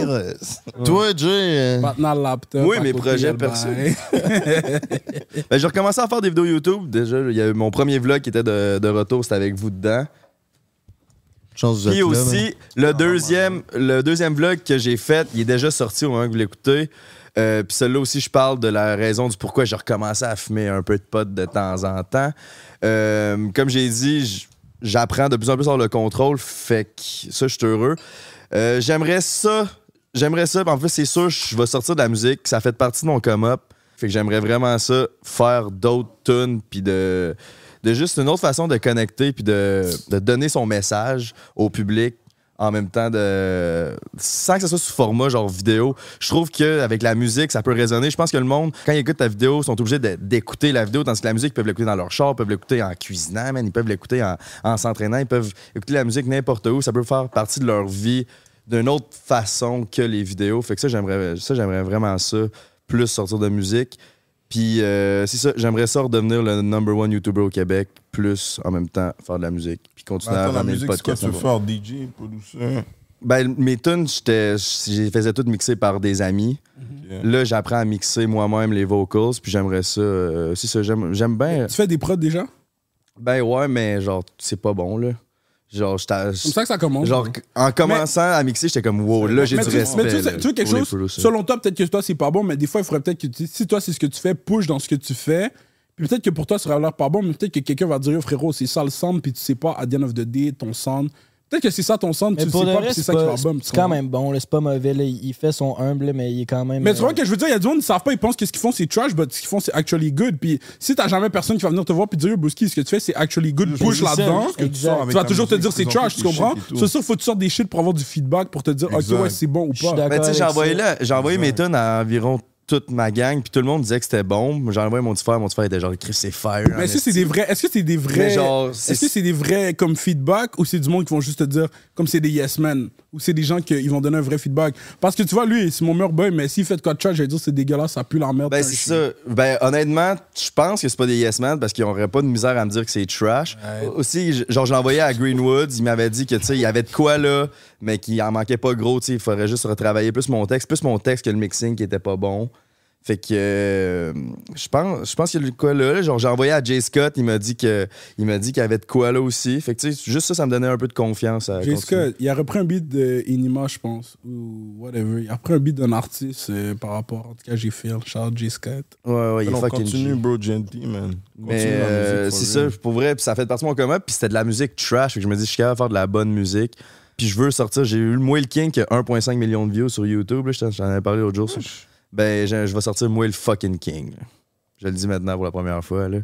[SPEAKER 3] Eros.
[SPEAKER 4] Toi, Jay, euh,
[SPEAKER 1] Bah,
[SPEAKER 2] Maintenant, le laptop.
[SPEAKER 1] Oui,
[SPEAKER 2] à
[SPEAKER 1] mes
[SPEAKER 2] côté,
[SPEAKER 1] projets
[SPEAKER 2] il y a le
[SPEAKER 1] perso.
[SPEAKER 2] bail.
[SPEAKER 1] Ben, j'ai recommencé à faire des vidéos YouTube. Déjà, il y a eu mon premier vlog qui était de, de retour, c'était avec vous dedans.
[SPEAKER 4] chance de
[SPEAKER 1] Puis aussi, le, deuxième, le deuxième vlog que j'ai fait, il est déjà sorti au moment que vous l'écoutez. Euh, puis celui-là aussi, je parle de la raison du pourquoi j'ai recommencé à fumer un peu de pot de temps en temps. Euh, comme j'ai dit, j- j'apprends de plus en plus sur le contrôle, fait que ça, je suis heureux. Euh, j'aimerais ça, j'aimerais ça, mais en fait, c'est sûr, je vais sortir de la musique, ça fait partie de mon come-up. Fait que j'aimerais vraiment ça, faire d'autres tunes, puis de, de juste une autre façon de connecter, puis de, de donner son message au public en même temps de sans que ce soit sous format genre vidéo je trouve que avec la musique ça peut résonner je pense que le monde quand ils écoutent ta vidéo sont obligés de- d'écouter la vidéo tandis que la musique ils peuvent l'écouter dans leur char ils peuvent l'écouter en cuisinant man, ils peuvent l'écouter en, en s'entraînant ils peuvent écouter la musique n'importe où ça peut faire partie de leur vie d'une autre façon que les vidéos fait que ça j'aimerais ça j'aimerais vraiment ça plus sortir de musique puis euh, c'est ça j'aimerais ça redevenir le number one youtuber au Québec plus en même temps faire de la musique puis continuer à
[SPEAKER 3] Attends, la
[SPEAKER 1] ramener le
[SPEAKER 3] musique, c'est quoi
[SPEAKER 1] podcast
[SPEAKER 3] tu veux faire? DJ, producteur?
[SPEAKER 1] ben, mes tunes, j'étais- je les faisais toutes mixées par des amis. Là, j'apprends à mixer moi-même les vocals, puis j'aimerais ça. euh, c'est ça, j'aime j'aime bien.
[SPEAKER 2] Tu fais des prods déjà
[SPEAKER 1] Ben ouais, mais genre, c'est pas bon, là. Genre, j'étais-
[SPEAKER 2] C'est comme ça que ça commence.
[SPEAKER 1] genre en commençant à mixer, j'étais comme, wow, là, j'ai
[SPEAKER 2] mais
[SPEAKER 1] du
[SPEAKER 2] tu,
[SPEAKER 1] respect.
[SPEAKER 2] mais tu sais-
[SPEAKER 1] là,
[SPEAKER 2] tu veux quelque
[SPEAKER 1] pour les
[SPEAKER 2] chose,
[SPEAKER 1] producers.
[SPEAKER 2] selon toi, peut-être que toi, c'est pas bon, mais des fois, il faudrait peut-être que tu, si toi, c'est ce que tu fais, push dans ce que tu fais. Puis peut-être que pour toi, ça va l'air pas bon, mais peut-être que quelqu'un va dire, yo frérot, c'est ça le sound, puis tu sais pas, à the end of the day, ton sound. Peut-être que c'est ça ton sound, tu
[SPEAKER 5] Mais
[SPEAKER 2] le sais
[SPEAKER 5] pour le
[SPEAKER 2] pas, puis
[SPEAKER 5] reste,
[SPEAKER 2] c'est ça qui va bum.
[SPEAKER 5] c'est quand même bon, là, c'est pas mauvais. là. Il il fait son humble, là, mais il est quand même.
[SPEAKER 2] Mais tu
[SPEAKER 5] euh,
[SPEAKER 2] vois que je veux dire, il y a du monde qui savent pas, ils pensent que ce qu'ils font c'est trash, mais ce qu'ils font c'est actually good. Puis si t'as jamais personne qui va venir te voir puis dire, Yo, Bouski, ce que tu fais c'est actually good, push
[SPEAKER 5] c'est ça,
[SPEAKER 2] là-dedans.
[SPEAKER 5] ce que
[SPEAKER 2] Tu
[SPEAKER 5] tu sors
[SPEAKER 3] avec
[SPEAKER 2] vas
[SPEAKER 3] ta
[SPEAKER 2] toujours te
[SPEAKER 3] musique,
[SPEAKER 2] dire c'est
[SPEAKER 3] présenter
[SPEAKER 2] trash, tu
[SPEAKER 3] tes shit
[SPEAKER 2] comprends?
[SPEAKER 3] et tout.
[SPEAKER 2] C'est sûr, faut que tu sortes des shit pour avoir du feedback pour te dire, ok,
[SPEAKER 3] Exact.
[SPEAKER 2] ouais, c'est bon ou
[SPEAKER 5] Je suis
[SPEAKER 2] pas.
[SPEAKER 5] d'accord.
[SPEAKER 1] Ben, tu sais, j'ai
[SPEAKER 5] avec
[SPEAKER 1] envoyé,
[SPEAKER 5] ça.
[SPEAKER 1] là- j'ai envoyé mes tunes à environ toute ma gang, puis tout le monde disait que c'était bon. J'ai envoyé mon petit frère, mon petit frère était genre, Chris, c'est fire. hein, en
[SPEAKER 2] Mais est-ce que c'est des vrais. Est-ce que c'est des
[SPEAKER 1] Mais
[SPEAKER 2] vrais.
[SPEAKER 1] genre, c'est-
[SPEAKER 2] Est-ce que c'est des vrais comme feedback ou c'est du monde qui vont juste te dire comme c'est des yes men ou c'est des gens qui ils vont donner un vrai feedback? Parce que tu vois, lui, c'est mon meilleur boy, mais s'il fait de quoi de trash, je vais dire c'est dégueulasse, ça pue la merde.
[SPEAKER 1] Ben,
[SPEAKER 2] t'as un
[SPEAKER 1] c'est
[SPEAKER 2] chien.
[SPEAKER 1] ça. Ben, honnêtement, je pense que c'est pas des yes man parce qu'ils auraient pas de misère à me dire que c'est trash. Aussi, j- genre, je l'envoyais à Greenwood, il m'avait dit que, tu sais, il y avait de quoi là, mais qu'il en manquait pas gros, tu sais, il faudrait juste retravailler plus mon texte, plus mon texte que le mixing qui était pas bon. Fait que euh, je pense, je pense qu'il y a de quoi là. là. Genre, j'ai envoyé à Jay Scott, il m'a dit que il m'a dit qu'il y avait de quoi là aussi. Fait que tu sais, juste ça, ça me donnait un peu de confiance. à
[SPEAKER 2] Jay
[SPEAKER 1] continuer.
[SPEAKER 2] Scott, il a repris un beat de Inima, je pense, ou whatever. Il a repris un beat d'un artiste euh, par rapport. En tout cas, j'ai fait Charles J. Scott.
[SPEAKER 1] Ouais, ouais, il est
[SPEAKER 3] On
[SPEAKER 1] fucking
[SPEAKER 3] continue,
[SPEAKER 1] G.
[SPEAKER 3] bro, gently, man.
[SPEAKER 1] Mais euh, c'est ça, pour vrai, puis ça fait partie de mon commun, puis c'était de la musique trash, fait que je me dis, je suis capable de faire de la bonne musique. Puis je veux sortir, j'ai eu Moi le King qui a 1,5 million de views sur YouTube, là, je t'en- j'en avais parlé l'autre jour. ça. Ben, je, je vais sortir Moi le fucking King. là. Je le dis maintenant pour la première fois. Là.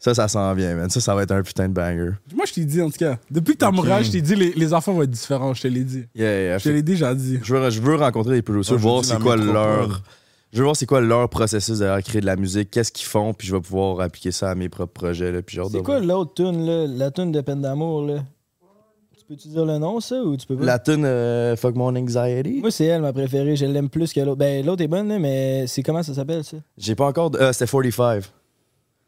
[SPEAKER 1] Ça, ça s'en vient, man. Ça, ça va être un putain de banger.
[SPEAKER 2] Moi, je t'ai dit, en tout cas, depuis que t'as mon âge, je t'ai dit, les, les enfants vont être différents, je te l'ai dit.
[SPEAKER 1] Yeah, yeah,
[SPEAKER 2] Je te l'ai déjà dit.
[SPEAKER 1] Je veux, je veux rencontrer des producers,
[SPEAKER 3] Ouais, je
[SPEAKER 1] voir
[SPEAKER 3] dis
[SPEAKER 1] c'est
[SPEAKER 3] la
[SPEAKER 1] quoi
[SPEAKER 3] métropole.
[SPEAKER 1] leur. Je veux voir c'est quoi leur processus derrière créer de la musique, qu'est-ce qu'ils font, puis je vais pouvoir appliquer ça à mes propres projets. Là, puis genre
[SPEAKER 5] C'est quoi l'autre tune, là La tune de peine d'amour, là Tu peux-tu dire le nom, ça, ou tu peux pas
[SPEAKER 1] La tune euh, Fuck Mon Anxiety?
[SPEAKER 5] Moi, c'est elle, ma préférée. Je l'aime plus que l'autre. Ben, l'autre est bonne, là, mais c'est comment ça s'appelle, ça
[SPEAKER 1] J'ai pas encore. de- euh, c'était 45.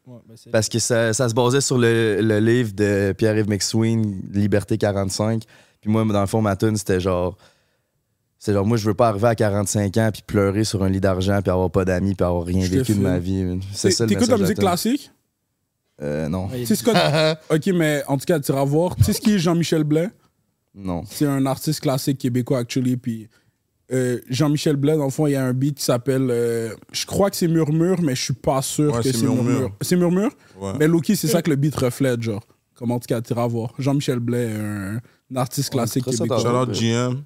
[SPEAKER 5] Ouais, ben, c'est-
[SPEAKER 1] Parce que ça, ça se basait sur le, le livre de Pierre-Yves McSween, Liberté 45. Puis moi, dans le fond, ma tune, c'était genre. C'est genre, moi, je veux pas arriver à 45 ans puis pleurer sur un lit d'argent puis avoir pas d'amis puis avoir rien
[SPEAKER 2] Je te
[SPEAKER 1] vécu de
[SPEAKER 2] file.
[SPEAKER 1] ma vie. man. C'est
[SPEAKER 2] T'é-
[SPEAKER 1] ça le
[SPEAKER 2] T'écoutes
[SPEAKER 1] message
[SPEAKER 2] la
[SPEAKER 1] de
[SPEAKER 2] musique
[SPEAKER 1] tune.
[SPEAKER 2] classique?
[SPEAKER 1] Euh, non.
[SPEAKER 5] Ouais, il y a
[SPEAKER 2] C'est Scott. ok, mais en tout cas, tu vas voir. Tu sais ce qui est Jean-Michel Blais?
[SPEAKER 1] Non.
[SPEAKER 2] C'est un artiste classique québécois, actually. Puis euh, Jean-Michel Blais, dans le fond, il y a un beat qui s'appelle. euh, je crois que c'est Murmure, mais je suis pas sûr
[SPEAKER 3] Ouais,
[SPEAKER 2] que
[SPEAKER 3] c'est
[SPEAKER 2] c'est
[SPEAKER 3] Murmure.
[SPEAKER 2] Murmure. C'est Murmure?
[SPEAKER 3] Ouais.
[SPEAKER 2] Mais Loki, c'est ça que le beat reflète, genre. Comme en tout cas, t'iras voir. Jean-Michel Blais, un, un artiste classique
[SPEAKER 1] mettra ça
[SPEAKER 2] québécois.
[SPEAKER 3] Shout out GM.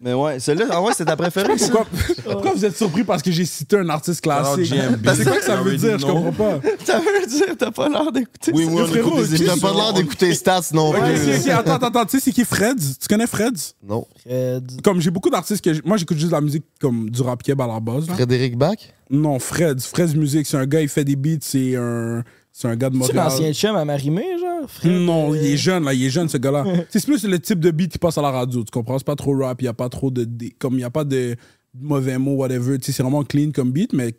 [SPEAKER 1] Mais ouais, celle-là, en vrai, c'est ta préférée. ça.
[SPEAKER 2] Pourquoi, pourquoi vous êtes surpris parce que j'ai cité un artiste classique?
[SPEAKER 3] Shout out GMB.
[SPEAKER 2] C'est quoi que ça veut
[SPEAKER 3] Already
[SPEAKER 2] dire? Je
[SPEAKER 3] know.
[SPEAKER 2] comprends pas.
[SPEAKER 1] Ça veut dire, t'as pas l'air d'écouter.
[SPEAKER 3] Oui, oui,
[SPEAKER 2] Le
[SPEAKER 3] on écoute
[SPEAKER 2] frérot,
[SPEAKER 3] des
[SPEAKER 2] tu-
[SPEAKER 4] T'as
[SPEAKER 3] émissions.
[SPEAKER 4] pas l'air d'écouter les stats non
[SPEAKER 2] Ok,
[SPEAKER 4] plus.
[SPEAKER 2] ok, ok, attends, attends, attends. Tu sais, c'est qui Freds? Tu connais Freds?
[SPEAKER 4] Non.
[SPEAKER 5] Fred.
[SPEAKER 2] Comme j'ai beaucoup d'artistes que. j'- Moi, j'écoute juste de la musique comme du rap keb à la base. là.
[SPEAKER 4] Frédéric Bach?
[SPEAKER 2] Non, Fred. Fred Music, c'est un gars, il fait des beats, c'est un, c'est un gars de
[SPEAKER 5] C'est un
[SPEAKER 2] Montréal.
[SPEAKER 5] ancien chum à Marimé, genre Fred?
[SPEAKER 2] Non, il est jeune, là, il est jeune, ce gars-là. c'est plus le type de beat qui passe à la radio, tu comprends? C'est pas trop rap, il n'y a pas trop de. dé- comme il n'y a pas de mauvais mots, whatever. Tu sais, c'est vraiment clean comme beat, mais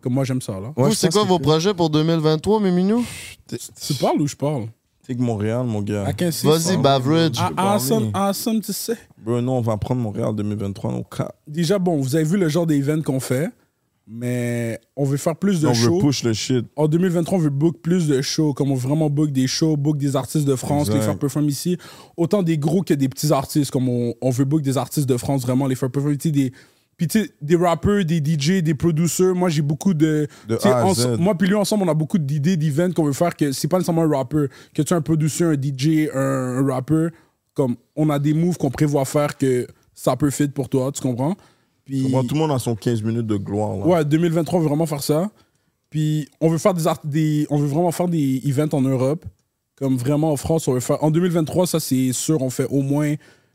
[SPEAKER 2] comme moi, j'aime ça, là.
[SPEAKER 1] Ouais,
[SPEAKER 4] Vous,
[SPEAKER 1] je
[SPEAKER 4] c'est
[SPEAKER 1] pense
[SPEAKER 4] quoi
[SPEAKER 1] que-
[SPEAKER 4] vos projets pour 2023, mes mignons?
[SPEAKER 2] Tu parles ou je parle?
[SPEAKER 3] Take Montréal, mon gars.
[SPEAKER 2] À 15
[SPEAKER 4] Vas-y, bah, Beverage.
[SPEAKER 2] Ah,
[SPEAKER 3] parler.
[SPEAKER 2] awesome, awesome, tu sais.
[SPEAKER 3] Bro, nous, on va prendre Montréal 2023, nos cas.
[SPEAKER 2] Déjà, bon, vous avez vu le genre d'événements qu'on fait, mais on veut faire plus de
[SPEAKER 3] On veut
[SPEAKER 2] shows.
[SPEAKER 3] push le shit.
[SPEAKER 2] En 2023, on veut book plus de shows, comme on vraiment book des shows, book des artistes de France, les
[SPEAKER 3] Exact.
[SPEAKER 2] faire perform ici. Autant des gros que des petits artistes, comme on, on veut book des artistes de France, vraiment les faire perform ici. Des, puis tu sais, des rappeurs, des DJ, des producers. Moi, j'ai beaucoup de.
[SPEAKER 3] De
[SPEAKER 2] tu sais,
[SPEAKER 3] A à
[SPEAKER 2] ense-
[SPEAKER 3] Z.
[SPEAKER 2] moi puis lui, ensemble, on a beaucoup d'idées, d'events qu'on veut faire, que c'est pas nécessairement un rappeur. Que tu es un producer, un DJ, un, un rappeur, comme on a des moves qu'on prévoit faire que ça peut fit pour toi, tu comprends? Puis,
[SPEAKER 3] Comment tout le monde a son 15 minutes de gloire. Là.
[SPEAKER 2] Ouais, 2023, on veut vraiment faire ça. Puis on veut faire des art- des on veut vraiment faire des events en Europe. Comme vraiment en France, on veut faire en 2023, ça c'est sûr, on fait au moins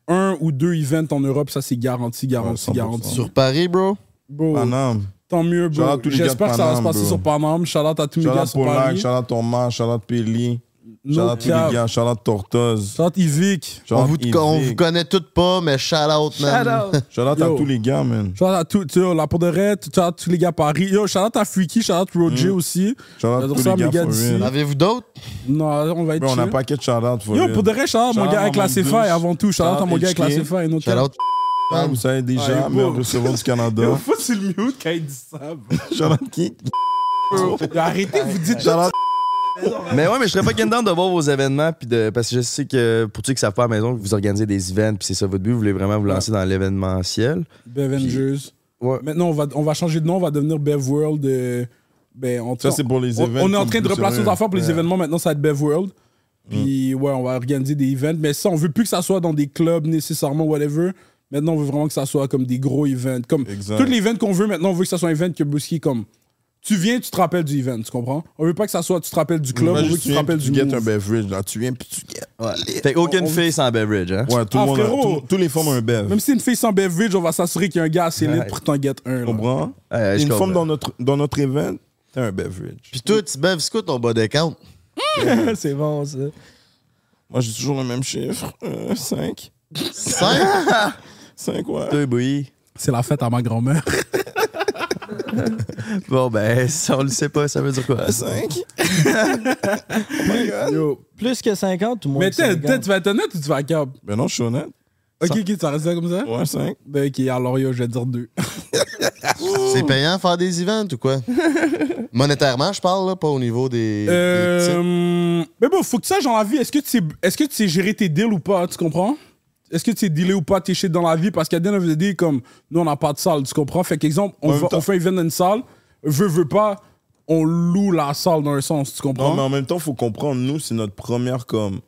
[SPEAKER 2] un ou deux events en Europe, ça c'est garanti, garanti,
[SPEAKER 3] 100%.
[SPEAKER 1] Ah.
[SPEAKER 2] garanti.
[SPEAKER 4] Sur Paris, bro.
[SPEAKER 2] Bro,
[SPEAKER 3] Paname.
[SPEAKER 2] tant mieux, bro.
[SPEAKER 3] Shout out tous les gars de
[SPEAKER 2] J'espère que ça va se
[SPEAKER 3] Paname,
[SPEAKER 2] passer
[SPEAKER 3] bro.
[SPEAKER 2] sur Paname. Shout out à tous mes gars
[SPEAKER 3] Shout-out
[SPEAKER 2] sur
[SPEAKER 3] Polak,
[SPEAKER 2] Paris.
[SPEAKER 3] shout-out Thomas, shout-out Pelli,
[SPEAKER 2] No
[SPEAKER 3] shout-out tous les
[SPEAKER 2] cap.
[SPEAKER 3] gars, shout-out Tortoise,
[SPEAKER 2] Shout out Yvick.
[SPEAKER 3] shout-out
[SPEAKER 4] On vous,
[SPEAKER 3] Yvick,
[SPEAKER 4] on vous connaît toutes pas, mais shout out, man.
[SPEAKER 3] shout-out à
[SPEAKER 2] Yo.
[SPEAKER 3] tous les gars, man.
[SPEAKER 2] Shout out à tout, tu sais, la pour de Red, shout out à tous les gars à Paris. Yo, shout out à Freaky, shout out Roger
[SPEAKER 3] Mm.
[SPEAKER 2] aussi.
[SPEAKER 3] Shout-out à
[SPEAKER 2] J'adore
[SPEAKER 3] tous
[SPEAKER 2] ça,
[SPEAKER 3] les
[SPEAKER 2] mes gars
[SPEAKER 3] gars, for
[SPEAKER 2] d'ici.
[SPEAKER 3] real.
[SPEAKER 4] Avez-vous d'autres?
[SPEAKER 2] Non, on va être
[SPEAKER 3] Bro, on a un
[SPEAKER 2] chill.
[SPEAKER 3] paquet de shout-out, for
[SPEAKER 2] Ah, Yo,
[SPEAKER 3] real.
[SPEAKER 2] pour de vrai, shout out à mon
[SPEAKER 3] Shout out
[SPEAKER 2] gars
[SPEAKER 3] à
[SPEAKER 2] avec
[SPEAKER 3] mon
[SPEAKER 2] la CFA
[SPEAKER 3] douche.
[SPEAKER 2] avant tout. Shout out à mon
[SPEAKER 3] Shout
[SPEAKER 2] gars avec
[SPEAKER 3] out
[SPEAKER 2] la
[SPEAKER 3] HK.
[SPEAKER 2] CFA et notre
[SPEAKER 4] Shout out.
[SPEAKER 3] Ah, vous savez déjà,
[SPEAKER 2] Ah,
[SPEAKER 3] mais
[SPEAKER 2] yo.
[SPEAKER 3] recevons du Canada.
[SPEAKER 2] Faut c'est le mute quand il dit ça.
[SPEAKER 3] shout-out qui?
[SPEAKER 2] Arrêtez, vous dites
[SPEAKER 3] Shout-out
[SPEAKER 1] Mais ouais, mais je serais pas content de voir vos événements puis de parce que je sais que pour ceux qui savent pas à la maison, vous organisez des events puis c'est ça votre but, vous voulez vraiment vous lancer dans l'événementiel.
[SPEAKER 2] Bevengers.
[SPEAKER 1] Ouais.
[SPEAKER 2] Maintenant, on va, on va changer de nom, on va devenir Bev World. euh, ben, on,
[SPEAKER 3] Ça, c'est pour les
[SPEAKER 2] on-
[SPEAKER 3] événements.
[SPEAKER 2] On est en train de replacer nos affaires pour les
[SPEAKER 3] Ouais. Mm.
[SPEAKER 2] événements. Maintenant, ça va être Bev World. Puis, ouais, on va organiser des events. Mais ça, on veut plus que ça soit dans des clubs nécessairement, whatever. Maintenant, on veut vraiment que ça soit comme des gros events. Comme
[SPEAKER 3] Exact.
[SPEAKER 2] tous les events qu'on veut, maintenant, on veut que ça soit un event que Bouski, comme. Tu viens, tu te rappelles du event, tu comprends? On veut pas que ça soit, tu te rappelles du club, on
[SPEAKER 3] Imagine,
[SPEAKER 2] veut que
[SPEAKER 3] tu
[SPEAKER 2] tu te
[SPEAKER 3] viens,
[SPEAKER 2] rappelles du
[SPEAKER 3] puis Tu get un
[SPEAKER 2] move.
[SPEAKER 3] beverage, là, tu viens, puis tu get.
[SPEAKER 1] Fait aucune
[SPEAKER 2] On- on-
[SPEAKER 1] fille sans beverage, hein.
[SPEAKER 3] Ouais, tout le
[SPEAKER 2] Ah,
[SPEAKER 3] monde, a-
[SPEAKER 2] frérot.
[SPEAKER 3] tout- tous les femmes ont un bev.
[SPEAKER 2] Même si une fille sans beverage, on va s'assurer qu'il y a un gars assez lit pour que t'en get un.
[SPEAKER 3] Tu
[SPEAKER 2] là.
[SPEAKER 3] comprends?
[SPEAKER 1] Ouais, je
[SPEAKER 3] Une
[SPEAKER 1] comprends.
[SPEAKER 3] femme dans notre, dans notre event, t'as un beverage.
[SPEAKER 4] Puis toi, tu bev, c'est quoi ton bas de compte?
[SPEAKER 2] Hmm.
[SPEAKER 5] c'est bon, ça.
[SPEAKER 3] Moi, j'ai toujours le même chiffre.
[SPEAKER 2] Euh,
[SPEAKER 3] 5.
[SPEAKER 4] 5?
[SPEAKER 3] 5, ouais.
[SPEAKER 1] Deux bouillies.
[SPEAKER 2] C'est la fête à ma grand-mère.
[SPEAKER 1] Bon ben, si on le sait pas, ça veut dire quoi
[SPEAKER 3] 5.
[SPEAKER 2] Yo.
[SPEAKER 5] Plus que 50 ou moins
[SPEAKER 2] Mais
[SPEAKER 5] que
[SPEAKER 2] t'es-
[SPEAKER 5] 50?
[SPEAKER 2] t'es- tu vas être honnête ou tu vas à cap?
[SPEAKER 3] Ben non, je suis honnête.
[SPEAKER 2] Ok, ok, tu vas rester comme ça?
[SPEAKER 3] Ouais, 5.
[SPEAKER 2] Ben ok, alors yo, je vais te dire deux.
[SPEAKER 4] C'est payant faire des events ou quoi? Monétairement, je parle, là, pas au niveau des. des titres.
[SPEAKER 2] Euh, mais bon, faut que tu saches dans la vie, est-ce que tu sais, est-ce que tu sais gérer tes deals ou pas, tu comprends? Est-ce que tu sais dealer ou pas tes shit dans la vie? Parce qu'à des of the day, comme nous, on n'a pas de salle, tu comprends? Fait qu'exemple, on,
[SPEAKER 3] En même
[SPEAKER 2] va-
[SPEAKER 3] temps-
[SPEAKER 2] on fait un event dans une salle, veut, veut pas, on loue la salle dans un sens, tu
[SPEAKER 3] Non,
[SPEAKER 2] comprends?
[SPEAKER 3] mais en même temps, faut comprendre, nous, c'est notre première comme.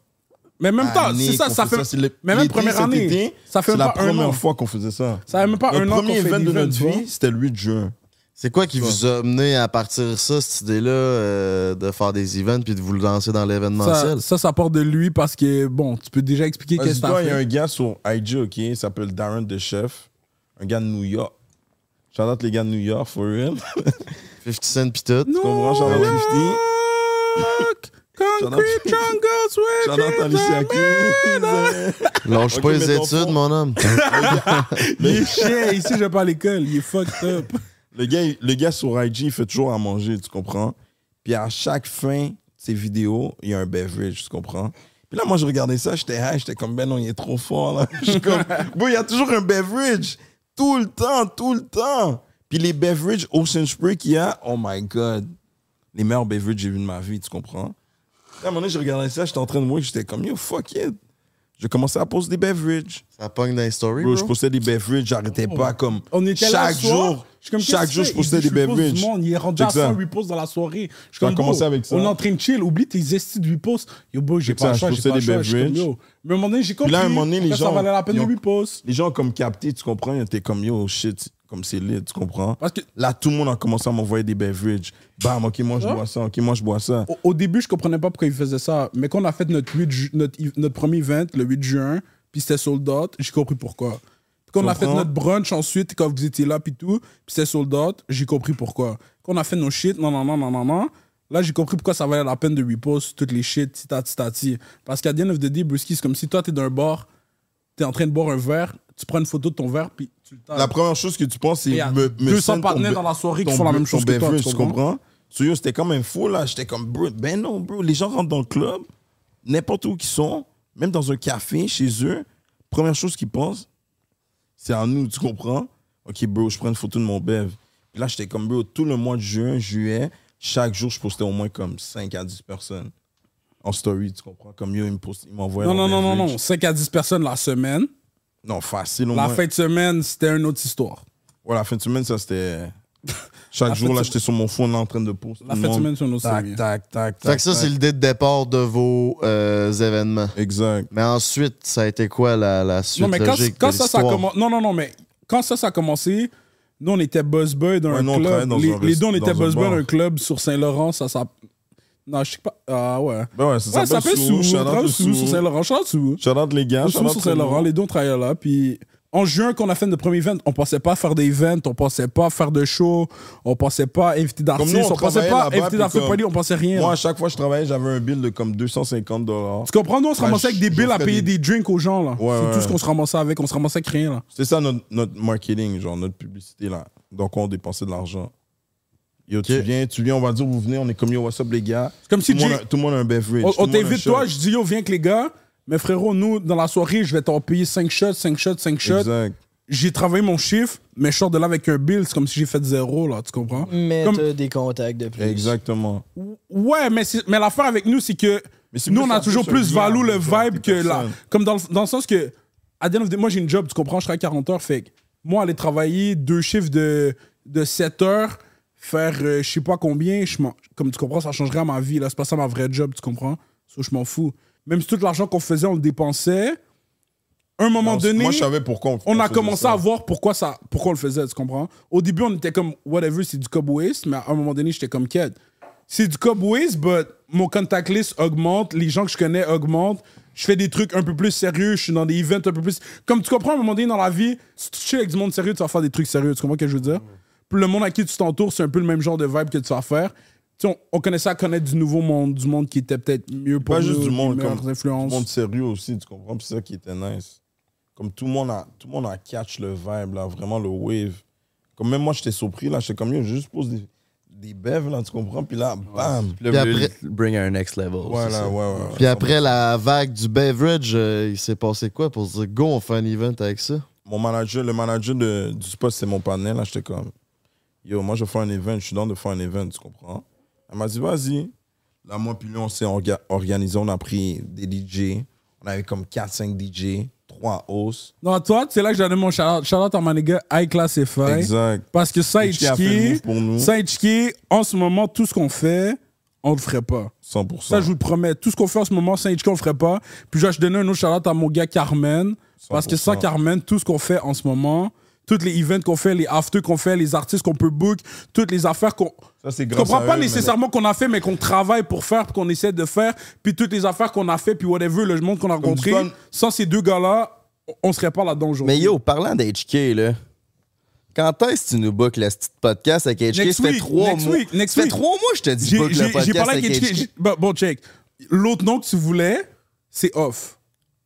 [SPEAKER 2] mais en même temps,
[SPEAKER 3] année
[SPEAKER 2] c'est ça,
[SPEAKER 3] qu'on
[SPEAKER 2] ça
[SPEAKER 3] Ah, fait
[SPEAKER 2] fait.
[SPEAKER 3] c'est le-
[SPEAKER 2] mais même
[SPEAKER 3] l'été,
[SPEAKER 2] première
[SPEAKER 3] cet
[SPEAKER 2] année,
[SPEAKER 3] été,
[SPEAKER 2] ça fait
[SPEAKER 3] c'est
[SPEAKER 2] même
[SPEAKER 3] la
[SPEAKER 2] pas un
[SPEAKER 3] première
[SPEAKER 2] an.
[SPEAKER 3] fois qu'on faisait ça.
[SPEAKER 2] Ça fait même pas
[SPEAKER 3] Notre
[SPEAKER 2] un an qu'on
[SPEAKER 3] premier
[SPEAKER 2] fait
[SPEAKER 3] event
[SPEAKER 2] des
[SPEAKER 3] de
[SPEAKER 2] events,
[SPEAKER 3] notre
[SPEAKER 2] tu vois.
[SPEAKER 3] vie, c'était le 8 juin.
[SPEAKER 4] C'est quoi qui vous a amené à partir de ça, cette idée-là, euh, de faire des events puis de vous lancer dans
[SPEAKER 2] Ça,
[SPEAKER 4] l'événementiel?
[SPEAKER 2] ça, ça part de lui parce que, bon, tu peux déjà expliquer
[SPEAKER 3] Parce
[SPEAKER 2] qu'est-ce
[SPEAKER 3] que
[SPEAKER 2] que t'as
[SPEAKER 3] toi, Ah, il y a
[SPEAKER 2] fait.
[SPEAKER 3] un gars sur IG, OK, il s'appelle Darren De Chef, un gars de New York. Shout out les gars de New York, for real.
[SPEAKER 4] 50 Cent pis tout.
[SPEAKER 3] Tu comprends? Shout out 50.
[SPEAKER 2] Fuck! Concrete jungles with
[SPEAKER 3] Shout out à Alicia Keys.
[SPEAKER 4] Lâche
[SPEAKER 3] Ok,
[SPEAKER 4] pas les
[SPEAKER 3] mais dans le
[SPEAKER 4] études,
[SPEAKER 3] fond-
[SPEAKER 4] mon homme.
[SPEAKER 2] Il est chien, ici je vais pas à l'école, il est fucked up.
[SPEAKER 3] Le gars, il- le gars sur IG, il fait toujours à manger, tu comprends? Puis à chaque fin de ses vidéos, il y a un beverage, tu comprends? Puis là, moi, je regardais ça, j'étais high, j'étais comme, ben non, il est trop fort, là. Je suis comme, bon, il y a toujours un beverage. Tout le temps, tout le temps. Puis les beverages Ocean Spray qu'il y a, oh my God. Les meilleurs beverages que j'ai vus de ma vie, tu comprends? Là, à un moment donné, je regardais ça, j'étais en train de mourir, j'étais comme, yo, fuck it. Je commençais à poser des beverages.
[SPEAKER 4] Ça pogne dans les stories,
[SPEAKER 3] Bro, je
[SPEAKER 4] bro.
[SPEAKER 3] postais des beverages, j'arrêtais pas comme.
[SPEAKER 2] Oh. On était là
[SPEAKER 3] chaque
[SPEAKER 2] le soir,
[SPEAKER 3] jour,
[SPEAKER 2] je suis comme,
[SPEAKER 3] chaque
[SPEAKER 2] qu'est-ce
[SPEAKER 3] jour,
[SPEAKER 2] que
[SPEAKER 3] je
[SPEAKER 2] tu fais?
[SPEAKER 3] postais
[SPEAKER 2] Il dit,
[SPEAKER 3] des
[SPEAKER 2] je pose
[SPEAKER 3] beverages.
[SPEAKER 2] Du monde, il est rendu à
[SPEAKER 3] Check ça.
[SPEAKER 2] 100 reposts dans la soirée. Je suis
[SPEAKER 3] Ça a
[SPEAKER 2] comme,
[SPEAKER 3] commencé
[SPEAKER 2] bro,
[SPEAKER 3] avec ça.
[SPEAKER 2] On est en train de chill, oublie tes estis de reposts. Yo, bro, j'ai
[SPEAKER 3] Check
[SPEAKER 2] pas le
[SPEAKER 3] ça,
[SPEAKER 2] choix,
[SPEAKER 3] je
[SPEAKER 2] j'ai
[SPEAKER 3] postais
[SPEAKER 2] pas le
[SPEAKER 3] des
[SPEAKER 2] choix. Je suis comme,
[SPEAKER 3] beverages.
[SPEAKER 2] yo. Mais à un moment donné, j'ai compris.
[SPEAKER 3] Puis là, à un moment donné, les
[SPEAKER 2] Après, Ça
[SPEAKER 3] gens-
[SPEAKER 2] valait la peine
[SPEAKER 3] ils ont-
[SPEAKER 2] de reposts.
[SPEAKER 3] Les gens ont comme capté, tu comprends? Ils étaient comme yo shit, comme c'est lit, tu comprends?
[SPEAKER 2] Parce que
[SPEAKER 3] Là, tout le monde a commencé à m'envoyer des beverages. Bam, ok, moi je
[SPEAKER 2] Ouais.
[SPEAKER 3] bois ça, ok, moi je bois ça.
[SPEAKER 2] au, au début, je comprenais pas pourquoi ils faisaient ça. Mais quand on a fait notre, 8 ju- notre, ev- notre premier event, le 8 juin, puis c'était sold out, j'ai compris pourquoi. Puis quand on a fait
[SPEAKER 3] Comprends.
[SPEAKER 2] notre brunch ensuite, quand vous étiez là, puis tout, puis c'était sold out, j'ai compris pourquoi. Quand on a fait nos shit, non, non, non, non, non, non, là, j'ai compris pourquoi ça valait la peine de repost toutes les shit, tita, tita, ti. Parce qu'à the end of the day, Bruski, c'est comme si toi, t'es d'un bar, t'es en train de boire un verre, tu prends une photo de ton verre, puis tu le tapes.
[SPEAKER 3] La première chose que tu penses, c'est
[SPEAKER 2] Il y a
[SPEAKER 3] me, me
[SPEAKER 2] 200
[SPEAKER 3] send ton
[SPEAKER 2] partenaires
[SPEAKER 3] be-
[SPEAKER 2] dans la soirée qui
[SPEAKER 3] ton
[SPEAKER 2] font la
[SPEAKER 3] be-
[SPEAKER 2] même
[SPEAKER 3] ton
[SPEAKER 2] chose que toi,
[SPEAKER 3] beverage,
[SPEAKER 2] tu
[SPEAKER 3] tu comprends? So, yo, c'était comme un fou là, j'étais comme bro, ben non, bro, les gens rentrent dans le club, n'importe où qu'ils sont, même dans un café, chez eux, première chose qu'ils pensent, c'est à nous, tu comprends? Ok, bro, je prends une photo de mon bev. Puis là, j'étais comme, bro, tout le mois de juin, juillet, chaque jour, je postais au moins comme 5 à 10 personnes en story, tu comprends? Comme yo, ils me postent- ils m'envoient.
[SPEAKER 2] Non,
[SPEAKER 3] leur
[SPEAKER 2] non, non, non,
[SPEAKER 3] beverage.
[SPEAKER 2] non. 5 à 10 personnes la semaine.
[SPEAKER 3] Non, facile, au
[SPEAKER 2] La
[SPEAKER 3] moins.
[SPEAKER 2] fin de semaine, c'était une autre histoire.
[SPEAKER 3] Ouais, la fin de semaine, ça c'était. Chaque
[SPEAKER 2] La
[SPEAKER 3] jour,
[SPEAKER 2] fin
[SPEAKER 3] là,
[SPEAKER 2] de-
[SPEAKER 3] j'étais sur mon phone là, en train de poster.
[SPEAKER 2] La fin
[SPEAKER 3] tout le
[SPEAKER 2] de
[SPEAKER 3] monde.
[SPEAKER 2] semaine, c'est une autre
[SPEAKER 3] Tac,
[SPEAKER 2] story.
[SPEAKER 3] tac, tac, tac.
[SPEAKER 4] Fait que ça,
[SPEAKER 3] tac.
[SPEAKER 4] c'est l'idée de départ de vos euh, événements.
[SPEAKER 3] Exact.
[SPEAKER 4] Mais ensuite, ça a été quoi la, la suite
[SPEAKER 2] Non, mais quand,
[SPEAKER 4] logique
[SPEAKER 2] quand
[SPEAKER 4] de
[SPEAKER 2] ça, ça a
[SPEAKER 4] l'histoire?
[SPEAKER 2] commencé. Non, non, non, mais quand ça, ça a commencé, nous, on était Buzz Boy dans
[SPEAKER 3] Ouais,
[SPEAKER 2] un
[SPEAKER 3] nous, on travaillait
[SPEAKER 2] club.
[SPEAKER 3] dans
[SPEAKER 2] les,
[SPEAKER 3] un
[SPEAKER 2] les deux, on
[SPEAKER 3] rest-
[SPEAKER 2] était
[SPEAKER 3] dans un
[SPEAKER 2] Buzz Boy
[SPEAKER 3] bar.
[SPEAKER 2] dans un club sur Saint-Laurent. Ça, ça. Non, je sais pas. Ah ouais.
[SPEAKER 3] Ben ouais,
[SPEAKER 2] Ouais,
[SPEAKER 3] ça
[SPEAKER 2] ça s'appelle
[SPEAKER 3] s'appelle
[SPEAKER 2] Sous.
[SPEAKER 3] Sous.
[SPEAKER 2] on
[SPEAKER 3] Shout
[SPEAKER 2] travaille
[SPEAKER 3] out
[SPEAKER 2] Sous
[SPEAKER 3] Sous. Ah,
[SPEAKER 2] sur Saint-Laurent. Shout-out Sous.
[SPEAKER 3] Shout out les gars.
[SPEAKER 2] Sous
[SPEAKER 3] shout
[SPEAKER 2] sur
[SPEAKER 3] out
[SPEAKER 2] Saint-Laurent. Les deux, on travaillait là. Puis en juin, qu'on a fait notre premier event, on pensait pas faire des events, on pensait pas faire de shows, on pensait pas inviter d'artistes,
[SPEAKER 3] Comme nous, on
[SPEAKER 2] on, pensait
[SPEAKER 3] travaillait
[SPEAKER 2] pas
[SPEAKER 3] là-bas,
[SPEAKER 2] inviter
[SPEAKER 3] puis
[SPEAKER 2] d'artistes
[SPEAKER 3] comme-
[SPEAKER 2] polis, on pensait rien.
[SPEAKER 3] Moi, à chaque fois que je travaillais, j'avais un bill de comme 250 dollars.
[SPEAKER 2] tu comprends, nous, on se
[SPEAKER 3] Ouais,
[SPEAKER 2] ramassait
[SPEAKER 3] je-
[SPEAKER 2] avec des
[SPEAKER 3] je
[SPEAKER 2] bills à
[SPEAKER 3] ferais
[SPEAKER 2] payer des
[SPEAKER 3] des-
[SPEAKER 2] drinks aux gens, là.
[SPEAKER 3] Ouais,
[SPEAKER 2] c'est
[SPEAKER 3] ouais,
[SPEAKER 2] tout ce
[SPEAKER 3] ouais.
[SPEAKER 2] qu'on se ramassait avec, on se ramassait avec rien, là.
[SPEAKER 3] C'était ça notre, notre marketing, genre notre publicité là. Donc on dépensait de l'argent. Yo, tu viens, tu viens, on va dire, vous venez, on est comme yo, what's up les gars.
[SPEAKER 2] C'est comme si
[SPEAKER 3] Tout le monde
[SPEAKER 2] Jay-
[SPEAKER 3] a- tout le monde a un beverage.
[SPEAKER 2] On,
[SPEAKER 3] tout
[SPEAKER 2] on
[SPEAKER 3] le monde a un
[SPEAKER 2] t'invite,
[SPEAKER 3] shot.
[SPEAKER 2] toi, je dis yo, viens avec les gars. Mais frérot, nous, dans la soirée, je vais t'en payer 5 shots, 5 shots, 5 shots.
[SPEAKER 3] Exact.
[SPEAKER 2] J'ai travaillé mon chiffre, mais je sors de là avec un bill, c'est comme si j'ai fait zéro, là, tu comprends?
[SPEAKER 5] Mais
[SPEAKER 2] Comme-
[SPEAKER 5] t'as des contacts de plus.
[SPEAKER 3] Exactement.
[SPEAKER 2] Ouais, mais, c'est- mais l'affaire avec nous, c'est que
[SPEAKER 3] Mais c'est
[SPEAKER 2] nous,
[SPEAKER 3] plus
[SPEAKER 2] on a
[SPEAKER 3] la
[SPEAKER 2] toujours
[SPEAKER 3] plus
[SPEAKER 2] plus
[SPEAKER 3] un lien
[SPEAKER 2] value le
[SPEAKER 3] avec genre
[SPEAKER 2] vibe
[SPEAKER 3] tes
[SPEAKER 2] que là.
[SPEAKER 3] personnes.
[SPEAKER 2] Comme dans le, dans le sens que, à the end of the- moi, j'ai une job, tu comprends, je travaille 40 heures, fait que moi, aller travailler deux chiffres de, de 7 heures, faire euh, je sais pas combien, je m'en- comme tu comprends, ça changerait à ma vie, là. C'est pas ça ma vraie job, tu comprends? So, je m'en fous. Même si tout l'argent qu'on faisait, on le dépensait, à un moment
[SPEAKER 3] Non, c'est-
[SPEAKER 2] donné
[SPEAKER 3] moi, je savais pourquoi on,
[SPEAKER 2] on a
[SPEAKER 3] faisait
[SPEAKER 2] commencé
[SPEAKER 3] ça.
[SPEAKER 2] à voir pourquoi, ça, pourquoi on le faisait, tu comprends? Au début, on était comme, whatever, c'est du cob waste, mais à un moment donné, j'étais comme, quête. C'est du cob waste, but mon contact list augmente, les gens que je connais augmentent, je fais des trucs un peu plus sérieux, je suis dans des events un peu plus. Comme tu comprends, à un moment donné, dans la vie, si tu chill avec du monde sérieux, tu vas faire des trucs sérieux, tu comprends ce que je veux dire? Puis le monde à qui tu t'entoures, c'est un peu le même genre de vibe que tu vas faire. Tu sais, on, on connaissait à connaître du nouveau monde, du monde qui était peut-être mieux pour
[SPEAKER 3] Pas
[SPEAKER 2] nous,
[SPEAKER 3] juste du
[SPEAKER 2] des
[SPEAKER 3] monde,
[SPEAKER 2] meilleures
[SPEAKER 3] comme du
[SPEAKER 2] influences.
[SPEAKER 3] monde sérieux aussi, tu comprends? Puis c'est ça qui était nice. Comme tout le monde a, tout le monde a catch le vibe, là, vraiment le wave. Comme même moi, j'étais surpris, là, j'étais comme, yo, je juste pose des, des bèves, là, tu comprends? Puis là, bam!
[SPEAKER 1] Puis
[SPEAKER 4] Puis
[SPEAKER 1] après...
[SPEAKER 4] après-
[SPEAKER 1] Bring her next level. c'est
[SPEAKER 3] Voilà,
[SPEAKER 1] ça.
[SPEAKER 3] ouais, ouais. ouais.
[SPEAKER 4] Puis après la vague du beverage, euh, il s'est passé quoi pour se dire go, on fait un event avec ça?
[SPEAKER 3] Mon manager, le manager de- du spot, c'est mon panel, là, j'étais comme, yo, moi, je fais un event, je suis dans de faire un event, tu comprends? Elle m'a dit, vas-y. Là, moi, puis lui, on s'est orga- organisé, on a pris des DJ. On avait comme 4-5 DJ, 3 hosts.
[SPEAKER 2] Non, toi, c'est là que j'ai donné mon shout-out. Shout-out à mon gars, High Class et Fire.
[SPEAKER 3] Exact.
[SPEAKER 2] Parce que ça,
[SPEAKER 3] Itchy a fait le move pour nous.
[SPEAKER 2] Saint-Chiquier, en ce moment, tout ce qu'on fait, on le ferait pas.
[SPEAKER 3] 100%.
[SPEAKER 2] Ça, je vous le promets. Tout ce qu'on fait en ce moment, Saint-Chiquier, on le ferait pas. Puis je vais donner un autre shout-out à mon gars Carmen. Parce que ça,
[SPEAKER 3] 100%.
[SPEAKER 2] Carmen, tout ce qu'on fait en ce moment, toutes les events qu'on fait, les afters qu'on fait, les artistes qu'on peut book, toutes les affaires qu'on...
[SPEAKER 3] Ça, c'est
[SPEAKER 2] Je
[SPEAKER 3] grâce
[SPEAKER 2] comprends
[SPEAKER 3] à
[SPEAKER 2] pas
[SPEAKER 3] eux,
[SPEAKER 2] nécessairement qu'on a fait, mais qu'on travaille pour faire, puis qu'on essaie de faire, puis toutes les affaires qu'on a fait, puis whatever, le monde qu'on a rencontré,
[SPEAKER 3] dis-toi-
[SPEAKER 2] sans ces deux gars-là, on- on serait pas là-dedans aujourd'hui.
[SPEAKER 1] Mais yo, parlant d'HK, là. Quand est-ce que tu nous bookes le petit podcast avec HK?
[SPEAKER 2] Next
[SPEAKER 1] ça fait
[SPEAKER 2] week,
[SPEAKER 1] trois
[SPEAKER 2] next
[SPEAKER 1] mois.
[SPEAKER 2] week, next
[SPEAKER 1] ça fait
[SPEAKER 2] week.
[SPEAKER 1] trois mois que je te dis
[SPEAKER 2] J'ai
[SPEAKER 1] book le
[SPEAKER 2] j'ai-
[SPEAKER 1] podcast
[SPEAKER 2] j'ai parlé
[SPEAKER 1] avec
[SPEAKER 2] avec HK. j'ai- Bon, bon, check. L'autre nom que tu voulais, c'est off.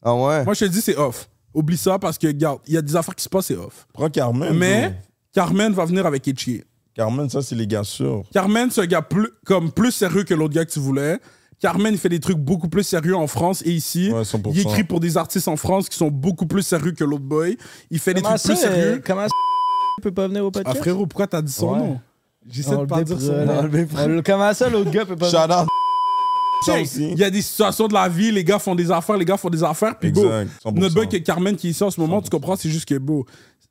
[SPEAKER 1] Ah ouais?
[SPEAKER 2] Moi, je te dis, c'est off. Oublie ça parce que, regarde, il y a des affaires qui se passent, c'est off.
[SPEAKER 3] Prends Carmen.
[SPEAKER 2] Mais
[SPEAKER 3] bro.
[SPEAKER 2] Carmen va venir avec Etchier.
[SPEAKER 3] Carmen, ça, c'est les gars sûrs.
[SPEAKER 2] Carmen, c'est un gars plus, comme plus sérieux que l'autre gars que tu voulais. Carmen, il fait des trucs beaucoup plus sérieux en France et ici.
[SPEAKER 3] Ouais, 100%.
[SPEAKER 2] Il écrit pour des artistes en France qui sont beaucoup plus sérieux que l'autre boy. Il fait
[SPEAKER 5] Comment
[SPEAKER 2] des
[SPEAKER 5] ça,
[SPEAKER 2] trucs plus
[SPEAKER 5] euh,
[SPEAKER 2] sérieux.
[SPEAKER 5] comment ça peut pas venir au
[SPEAKER 2] Ah,
[SPEAKER 5] podcast?
[SPEAKER 2] frérot, pourquoi t'as dit son
[SPEAKER 5] Ouais.
[SPEAKER 2] nom J'essaie
[SPEAKER 5] On
[SPEAKER 2] de
[SPEAKER 5] le
[SPEAKER 2] pas dire son
[SPEAKER 5] déprime.
[SPEAKER 2] nom.
[SPEAKER 1] Non, mais-
[SPEAKER 5] On le- Euh, Comment ça, l'autre gars peut pas venir?
[SPEAKER 3] Shout out. Ça aussi.
[SPEAKER 2] Il y a des situations de la vie, les gars font des affaires, les gars font des affaires, puis go.
[SPEAKER 3] Exact, 100%.
[SPEAKER 2] Notre boy qui est Carmen qui est ici en ce moment, tu comprends, c'est juste que bro,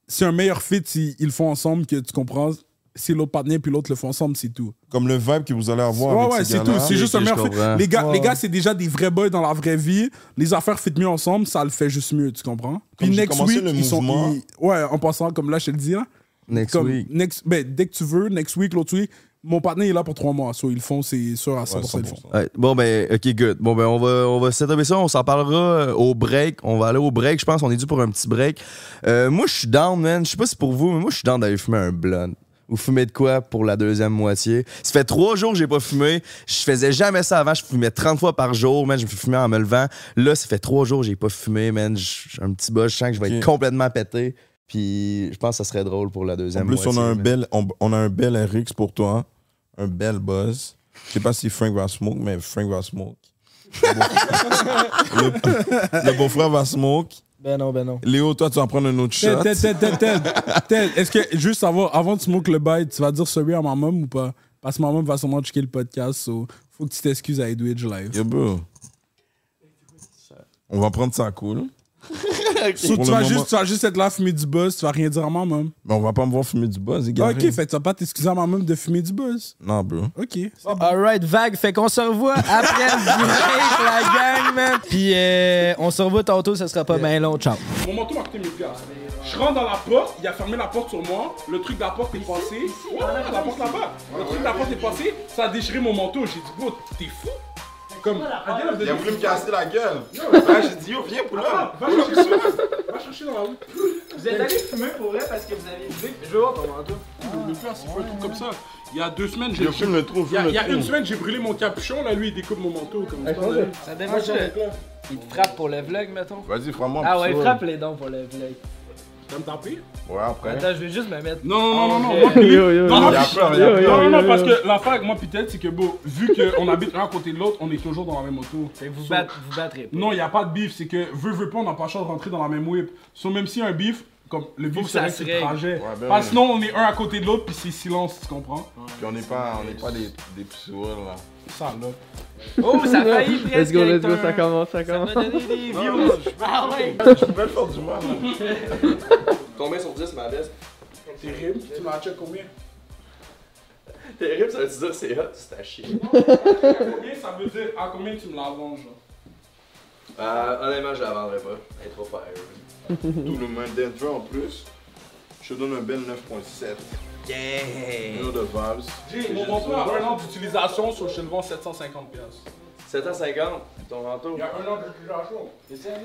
[SPEAKER 2] c'est un meilleur fit si ils le font ensemble que tu comprends. Si l'autre partenaire puis l'autre le font ensemble, c'est tout.
[SPEAKER 3] Comme le vibe que vous allez avoir.
[SPEAKER 2] ouais,
[SPEAKER 3] avec
[SPEAKER 2] ouais,
[SPEAKER 3] ces
[SPEAKER 2] c'est tout.
[SPEAKER 3] gars-là.
[SPEAKER 2] C'est juste un
[SPEAKER 1] Ok,
[SPEAKER 2] meilleur
[SPEAKER 1] je
[SPEAKER 2] fit.
[SPEAKER 1] comprends.
[SPEAKER 2] Les gars,
[SPEAKER 5] Ouais.
[SPEAKER 2] les gars c'est déjà des vrais boys dans la vraie vie. Les affaires fit mieux ensemble, ça le fait juste mieux, tu comprends? Puis
[SPEAKER 3] Comme j'ai
[SPEAKER 2] next
[SPEAKER 3] commencé
[SPEAKER 2] week,
[SPEAKER 3] le
[SPEAKER 2] ils sont.
[SPEAKER 3] mouvement.
[SPEAKER 2] ils- ouais, en passant, comme là, je te le dis, là.
[SPEAKER 1] Next
[SPEAKER 2] Comme
[SPEAKER 1] week.
[SPEAKER 2] next- ben, dès que tu veux, next week, l'autre week, mon partenaire est là pour trois mois. So, ils le font, c'est sûr, à 100%,
[SPEAKER 3] Ouais,
[SPEAKER 2] ils le font.
[SPEAKER 3] 100%.
[SPEAKER 1] Ouais, bon, ben, ok, good. Bon, ben, on va, on va setuper ça. On s'en parlera euh, au break. On va aller au break. Je pense qu'on est dû pour un petit break. Euh, moi, je suis down, man. Je sais pas si pour vous, mais moi, je suis down d'aller fumer un blunt. Ou fumer de quoi pour la deuxième moitié. Ça fait trois jours que j'ai pas fumé. Je faisais jamais ça avant. Je fumais 30 fois par jour, man. Je me fumais en me levant. Là, ça fait trois jours que j'ai pas fumé, man. Je- J'ai un petit buzz. Je sens que je vais
[SPEAKER 3] Ok.
[SPEAKER 1] être complètement pété. Puis, je pense que ça serait drôle pour la deuxième
[SPEAKER 3] En plus,
[SPEAKER 1] moitié.
[SPEAKER 3] on a, un
[SPEAKER 1] man.
[SPEAKER 3] bel, on, on a un bel hein. RX pour toi. Un bel buzz. Je sais pas si Frank va smoke, mais Frank va smoke. Le, le beau-frère va smoke.
[SPEAKER 5] Ben non, ben non.
[SPEAKER 3] Léo, toi, tu vas prendre un autre shot.
[SPEAKER 2] Ted, Ted, Ted, Ted, Ted, Ted, Est-ce que, juste avant, avant de smoke le bail, tu vas dire sorry à ma mom ou pas? Parce que ma mom va sûrement checker le podcast, so faut que tu t'excuses à Edwidge Live.
[SPEAKER 3] Yo, bro. On va prendre ça cool.
[SPEAKER 2] So,
[SPEAKER 3] Pour
[SPEAKER 2] tu,
[SPEAKER 3] le
[SPEAKER 2] vas
[SPEAKER 3] moment-
[SPEAKER 2] juste, tu vas juste être là à fumer du buzz, tu vas rien dire à ma mom.
[SPEAKER 3] Mais on va pas me voir fumer du buzz, les gars.
[SPEAKER 2] Ok, fait que tu vas pas t'excuser à ma mom de fumer du buzz.
[SPEAKER 3] Non, bro.
[SPEAKER 2] Ok.
[SPEAKER 5] Alright, vague, fait qu'on se revoit après le break, la gang, man. Puis euh, on se revoit tantôt, ça sera pas bien long. Ciao.
[SPEAKER 2] Mon manteau m'a coûté 1000 piastres. Je rentre dans la porte, il a fermé la porte sur moi, le truc de la porte est passé. Ouais, ouais, la porte là-bas. Le truc de la porte est passé, ça a déchiré mon manteau. J'ai dit, bro, t'es fou? Comme, Adèle, elle me
[SPEAKER 3] Il a
[SPEAKER 2] dit,
[SPEAKER 3] voulu me casser la gueule. Là, j'ai dit, yo, viens pour là.
[SPEAKER 2] va chercher- va chercher dans la route.
[SPEAKER 5] Vous êtes allé fumer pour vrai parce que vous avez dit. Je veux voir ton manteau.
[SPEAKER 2] Il me place, il fait un truc comme ça. Il y a deux semaines, j'ai.
[SPEAKER 3] Yo, fume le trou,
[SPEAKER 2] Il y
[SPEAKER 3] fume
[SPEAKER 2] a,
[SPEAKER 3] le
[SPEAKER 2] il y a une
[SPEAKER 3] trou.
[SPEAKER 2] semaine, j'ai brûlé mon capuchon, là, lui, il découpe mon manteau comme ça.
[SPEAKER 5] Ça dérange Il te frappe pour le vlog, mettons.
[SPEAKER 3] Vas-y, frappe-moi.
[SPEAKER 5] Ah ouais,
[SPEAKER 3] puceau.
[SPEAKER 5] frappe les dents pour le vlog.
[SPEAKER 2] Ça me taper?
[SPEAKER 3] Ouais, après.
[SPEAKER 5] Attends, je vais juste me mettre.
[SPEAKER 2] Non, non, non, non,
[SPEAKER 3] Ah,
[SPEAKER 2] non.
[SPEAKER 5] Yo,
[SPEAKER 2] moi, puis-
[SPEAKER 5] yo, yo,
[SPEAKER 2] non,
[SPEAKER 5] yo.
[SPEAKER 2] non,
[SPEAKER 3] Il y a
[SPEAKER 2] puis-
[SPEAKER 3] peur, il y a peur.
[SPEAKER 2] Non, non, non, parce que l'affaire avec moi, peut-être, c'est que, bon, vu qu'on habite l'un à côté de l'autre, on est toujours dans la même auto.
[SPEAKER 5] Fait que vous,
[SPEAKER 2] So,
[SPEAKER 5] batte- vous battrez pas.
[SPEAKER 2] Non, il n'y a pas de bif, c'est que veut, veut pas, on n'a pas le choix de rentrer dans la même whip. Sauf même si un bif, comme le
[SPEAKER 5] Faut
[SPEAKER 2] bif,
[SPEAKER 5] que
[SPEAKER 2] c'est
[SPEAKER 5] ça
[SPEAKER 2] vrai
[SPEAKER 5] se
[SPEAKER 2] que c'est le
[SPEAKER 5] règle.
[SPEAKER 2] trajet.
[SPEAKER 3] Ouais, ben
[SPEAKER 2] Parce
[SPEAKER 3] oui.
[SPEAKER 2] que sinon, on est un à côté de l'autre, puis c'est silence, tu comprends
[SPEAKER 3] Puis on n'est pas, on n'est pas des, des pissouels, là.
[SPEAKER 2] Ça, là.
[SPEAKER 5] Oh, ça a failli
[SPEAKER 11] Let's
[SPEAKER 5] presque.
[SPEAKER 11] go, let's
[SPEAKER 5] être
[SPEAKER 11] go,
[SPEAKER 5] un-
[SPEAKER 11] ça commence, ça
[SPEAKER 5] Ça
[SPEAKER 11] commence.
[SPEAKER 5] m'a donné des views. Ah ouais.
[SPEAKER 3] Je pourrais le faire du mal, là.
[SPEAKER 7] Combien sur 10, ma veste?
[SPEAKER 2] Terrible, tu m'as check combien
[SPEAKER 7] Terrible, ça veut dire c'est hot, c'est à chier.
[SPEAKER 2] Combien, ça veut dire à combien tu me la venges,
[SPEAKER 7] Euh, honnêtement, je la vendrais pas. Elle est trop fire.
[SPEAKER 3] Tout le monde d'être en plus. Je te donne un bel 9.7.
[SPEAKER 7] Yeah!
[SPEAKER 3] Une de Vals.
[SPEAKER 2] J'ai mon manteau a un an d'utilisation, sur je te le vends 750 pièces.
[SPEAKER 7] 750, ton manteau.
[SPEAKER 2] Il y a un an d'utilisation.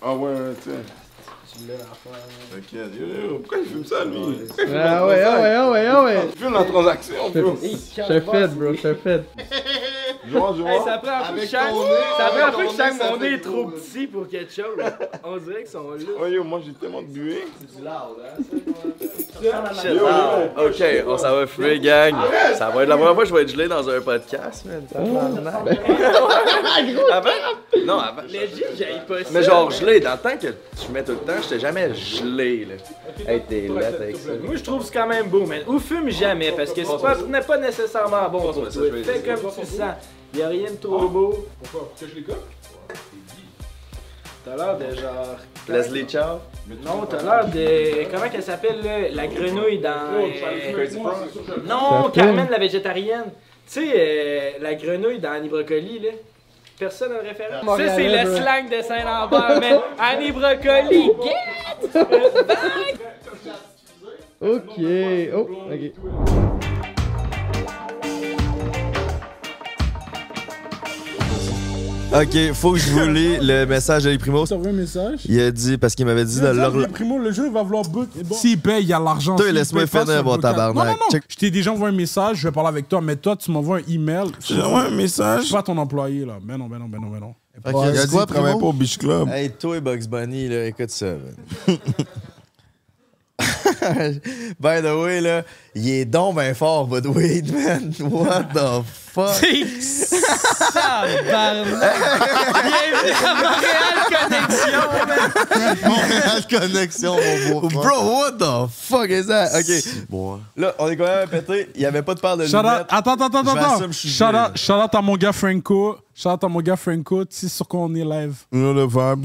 [SPEAKER 3] Ah ouais, ouais, tu sais. T'inquiète, yo, yo, pourquoi il fume ça, lui Pourquoi il fume la
[SPEAKER 11] Ah ouais, ah ouais, ah ouais, ah ouais.
[SPEAKER 3] transaction? Il fume la transaction, bro.
[SPEAKER 11] Je fait, bro, je fait.
[SPEAKER 3] Je vois, je
[SPEAKER 5] Hey,
[SPEAKER 3] vois.
[SPEAKER 5] ça prend un peu que
[SPEAKER 4] Avec
[SPEAKER 5] chaque.
[SPEAKER 4] ton nez,
[SPEAKER 5] Ça prend un
[SPEAKER 4] avec
[SPEAKER 5] peu
[SPEAKER 4] ton
[SPEAKER 5] que chaque
[SPEAKER 4] nez, ça
[SPEAKER 5] mon nez
[SPEAKER 4] fait
[SPEAKER 5] est trop
[SPEAKER 4] gros,
[SPEAKER 5] petit pour quelque chose. On dirait qu'ils sont là.
[SPEAKER 3] Oh yo, moi j'ai tellement de buée.
[SPEAKER 7] Shit, ah, ok, on s'en va fumer, gang. Ça va être la première fois que je vais être gelé dans un podcast, man. avant? Non, avant.
[SPEAKER 5] Legit, j'aille pas ça.
[SPEAKER 7] Mais genre gelé, dans le temps que je mets tout le temps, j'étais jamais gelé, là. Hey, t'es laid avec ça.
[SPEAKER 5] Moi, je trouve que c'est quand même beau, man. Ou fume jamais, parce que c'est pas, n'est pas nécessairement bon pour
[SPEAKER 7] ouais, ça,
[SPEAKER 5] toi.
[SPEAKER 7] je vais
[SPEAKER 5] Fais
[SPEAKER 7] essayer. Ah.
[SPEAKER 5] comme tu sens. Y'a rien de trop beau.
[SPEAKER 2] Pourquoi Parce que je les cope
[SPEAKER 5] T'as l'air de genre.
[SPEAKER 7] Leslie Chow?
[SPEAKER 5] Non, t'as l'air de. Comment qu'elle s'appelle, là La grenouille dans.
[SPEAKER 7] Oh,
[SPEAKER 5] euh, Non,
[SPEAKER 11] Ça
[SPEAKER 5] Carmen la végétarienne. Tu sais, euh, la grenouille dans Annie Brocoli, là. Personne n'a de référence. Ça, c'est le slang de Saint-Lambert, man. Annie Brocoli, yeah!
[SPEAKER 11] Ok, oh, ok.
[SPEAKER 1] Ok, faut que je vous lis le message de Primo.
[SPEAKER 2] T'as vu un message
[SPEAKER 1] Il a dit, parce qu'il m'avait dit de l'horloge.
[SPEAKER 2] Primo, le jeu va vouloir book. S'il paye, il y a l'argent.
[SPEAKER 1] Toi,
[SPEAKER 2] S'il
[SPEAKER 1] laisse-moi
[SPEAKER 2] paye pas,
[SPEAKER 1] finir,
[SPEAKER 2] c'est
[SPEAKER 1] mon
[SPEAKER 2] book out.
[SPEAKER 1] tabarnak.
[SPEAKER 2] Non, non, non.
[SPEAKER 1] Check.
[SPEAKER 2] Je t'ai déjà envoyé un message, je vais parler avec toi, mais toi, tu m'envoies un email.
[SPEAKER 3] J'ai envoyé un
[SPEAKER 2] Je
[SPEAKER 3] message.
[SPEAKER 2] suis pas ton employé, là. Mais non, mais non, mais non, mais non.
[SPEAKER 1] Ok,
[SPEAKER 3] Il a
[SPEAKER 1] c'est
[SPEAKER 3] dit qu'il
[SPEAKER 1] quoi,
[SPEAKER 3] travaille pas
[SPEAKER 1] Primo?
[SPEAKER 3] au Beach Club.
[SPEAKER 1] Hey, toi, Bugs Bunny, là, écoute ça. man. By the way, là, il est donc ben fort, votre weed, man. What the fuck?
[SPEAKER 5] Ça, Bienvenue à Montréal Connexion, man.
[SPEAKER 1] Montréal Connexion, mon beau. Bro, what the fuck is that? Ok. Là, on est quand même pété. Il n'y avait pas de paire de
[SPEAKER 2] Shout out,
[SPEAKER 1] lunettes.
[SPEAKER 2] attends, attends, attends,
[SPEAKER 1] Je
[SPEAKER 2] attends.
[SPEAKER 1] m'assume, je suis
[SPEAKER 2] Shout
[SPEAKER 1] gay.
[SPEAKER 2] out, shout out à mon gars Franco. Shout out à mon gars Franco. Tu sais sur quoi on est live.
[SPEAKER 3] Une de Vabs.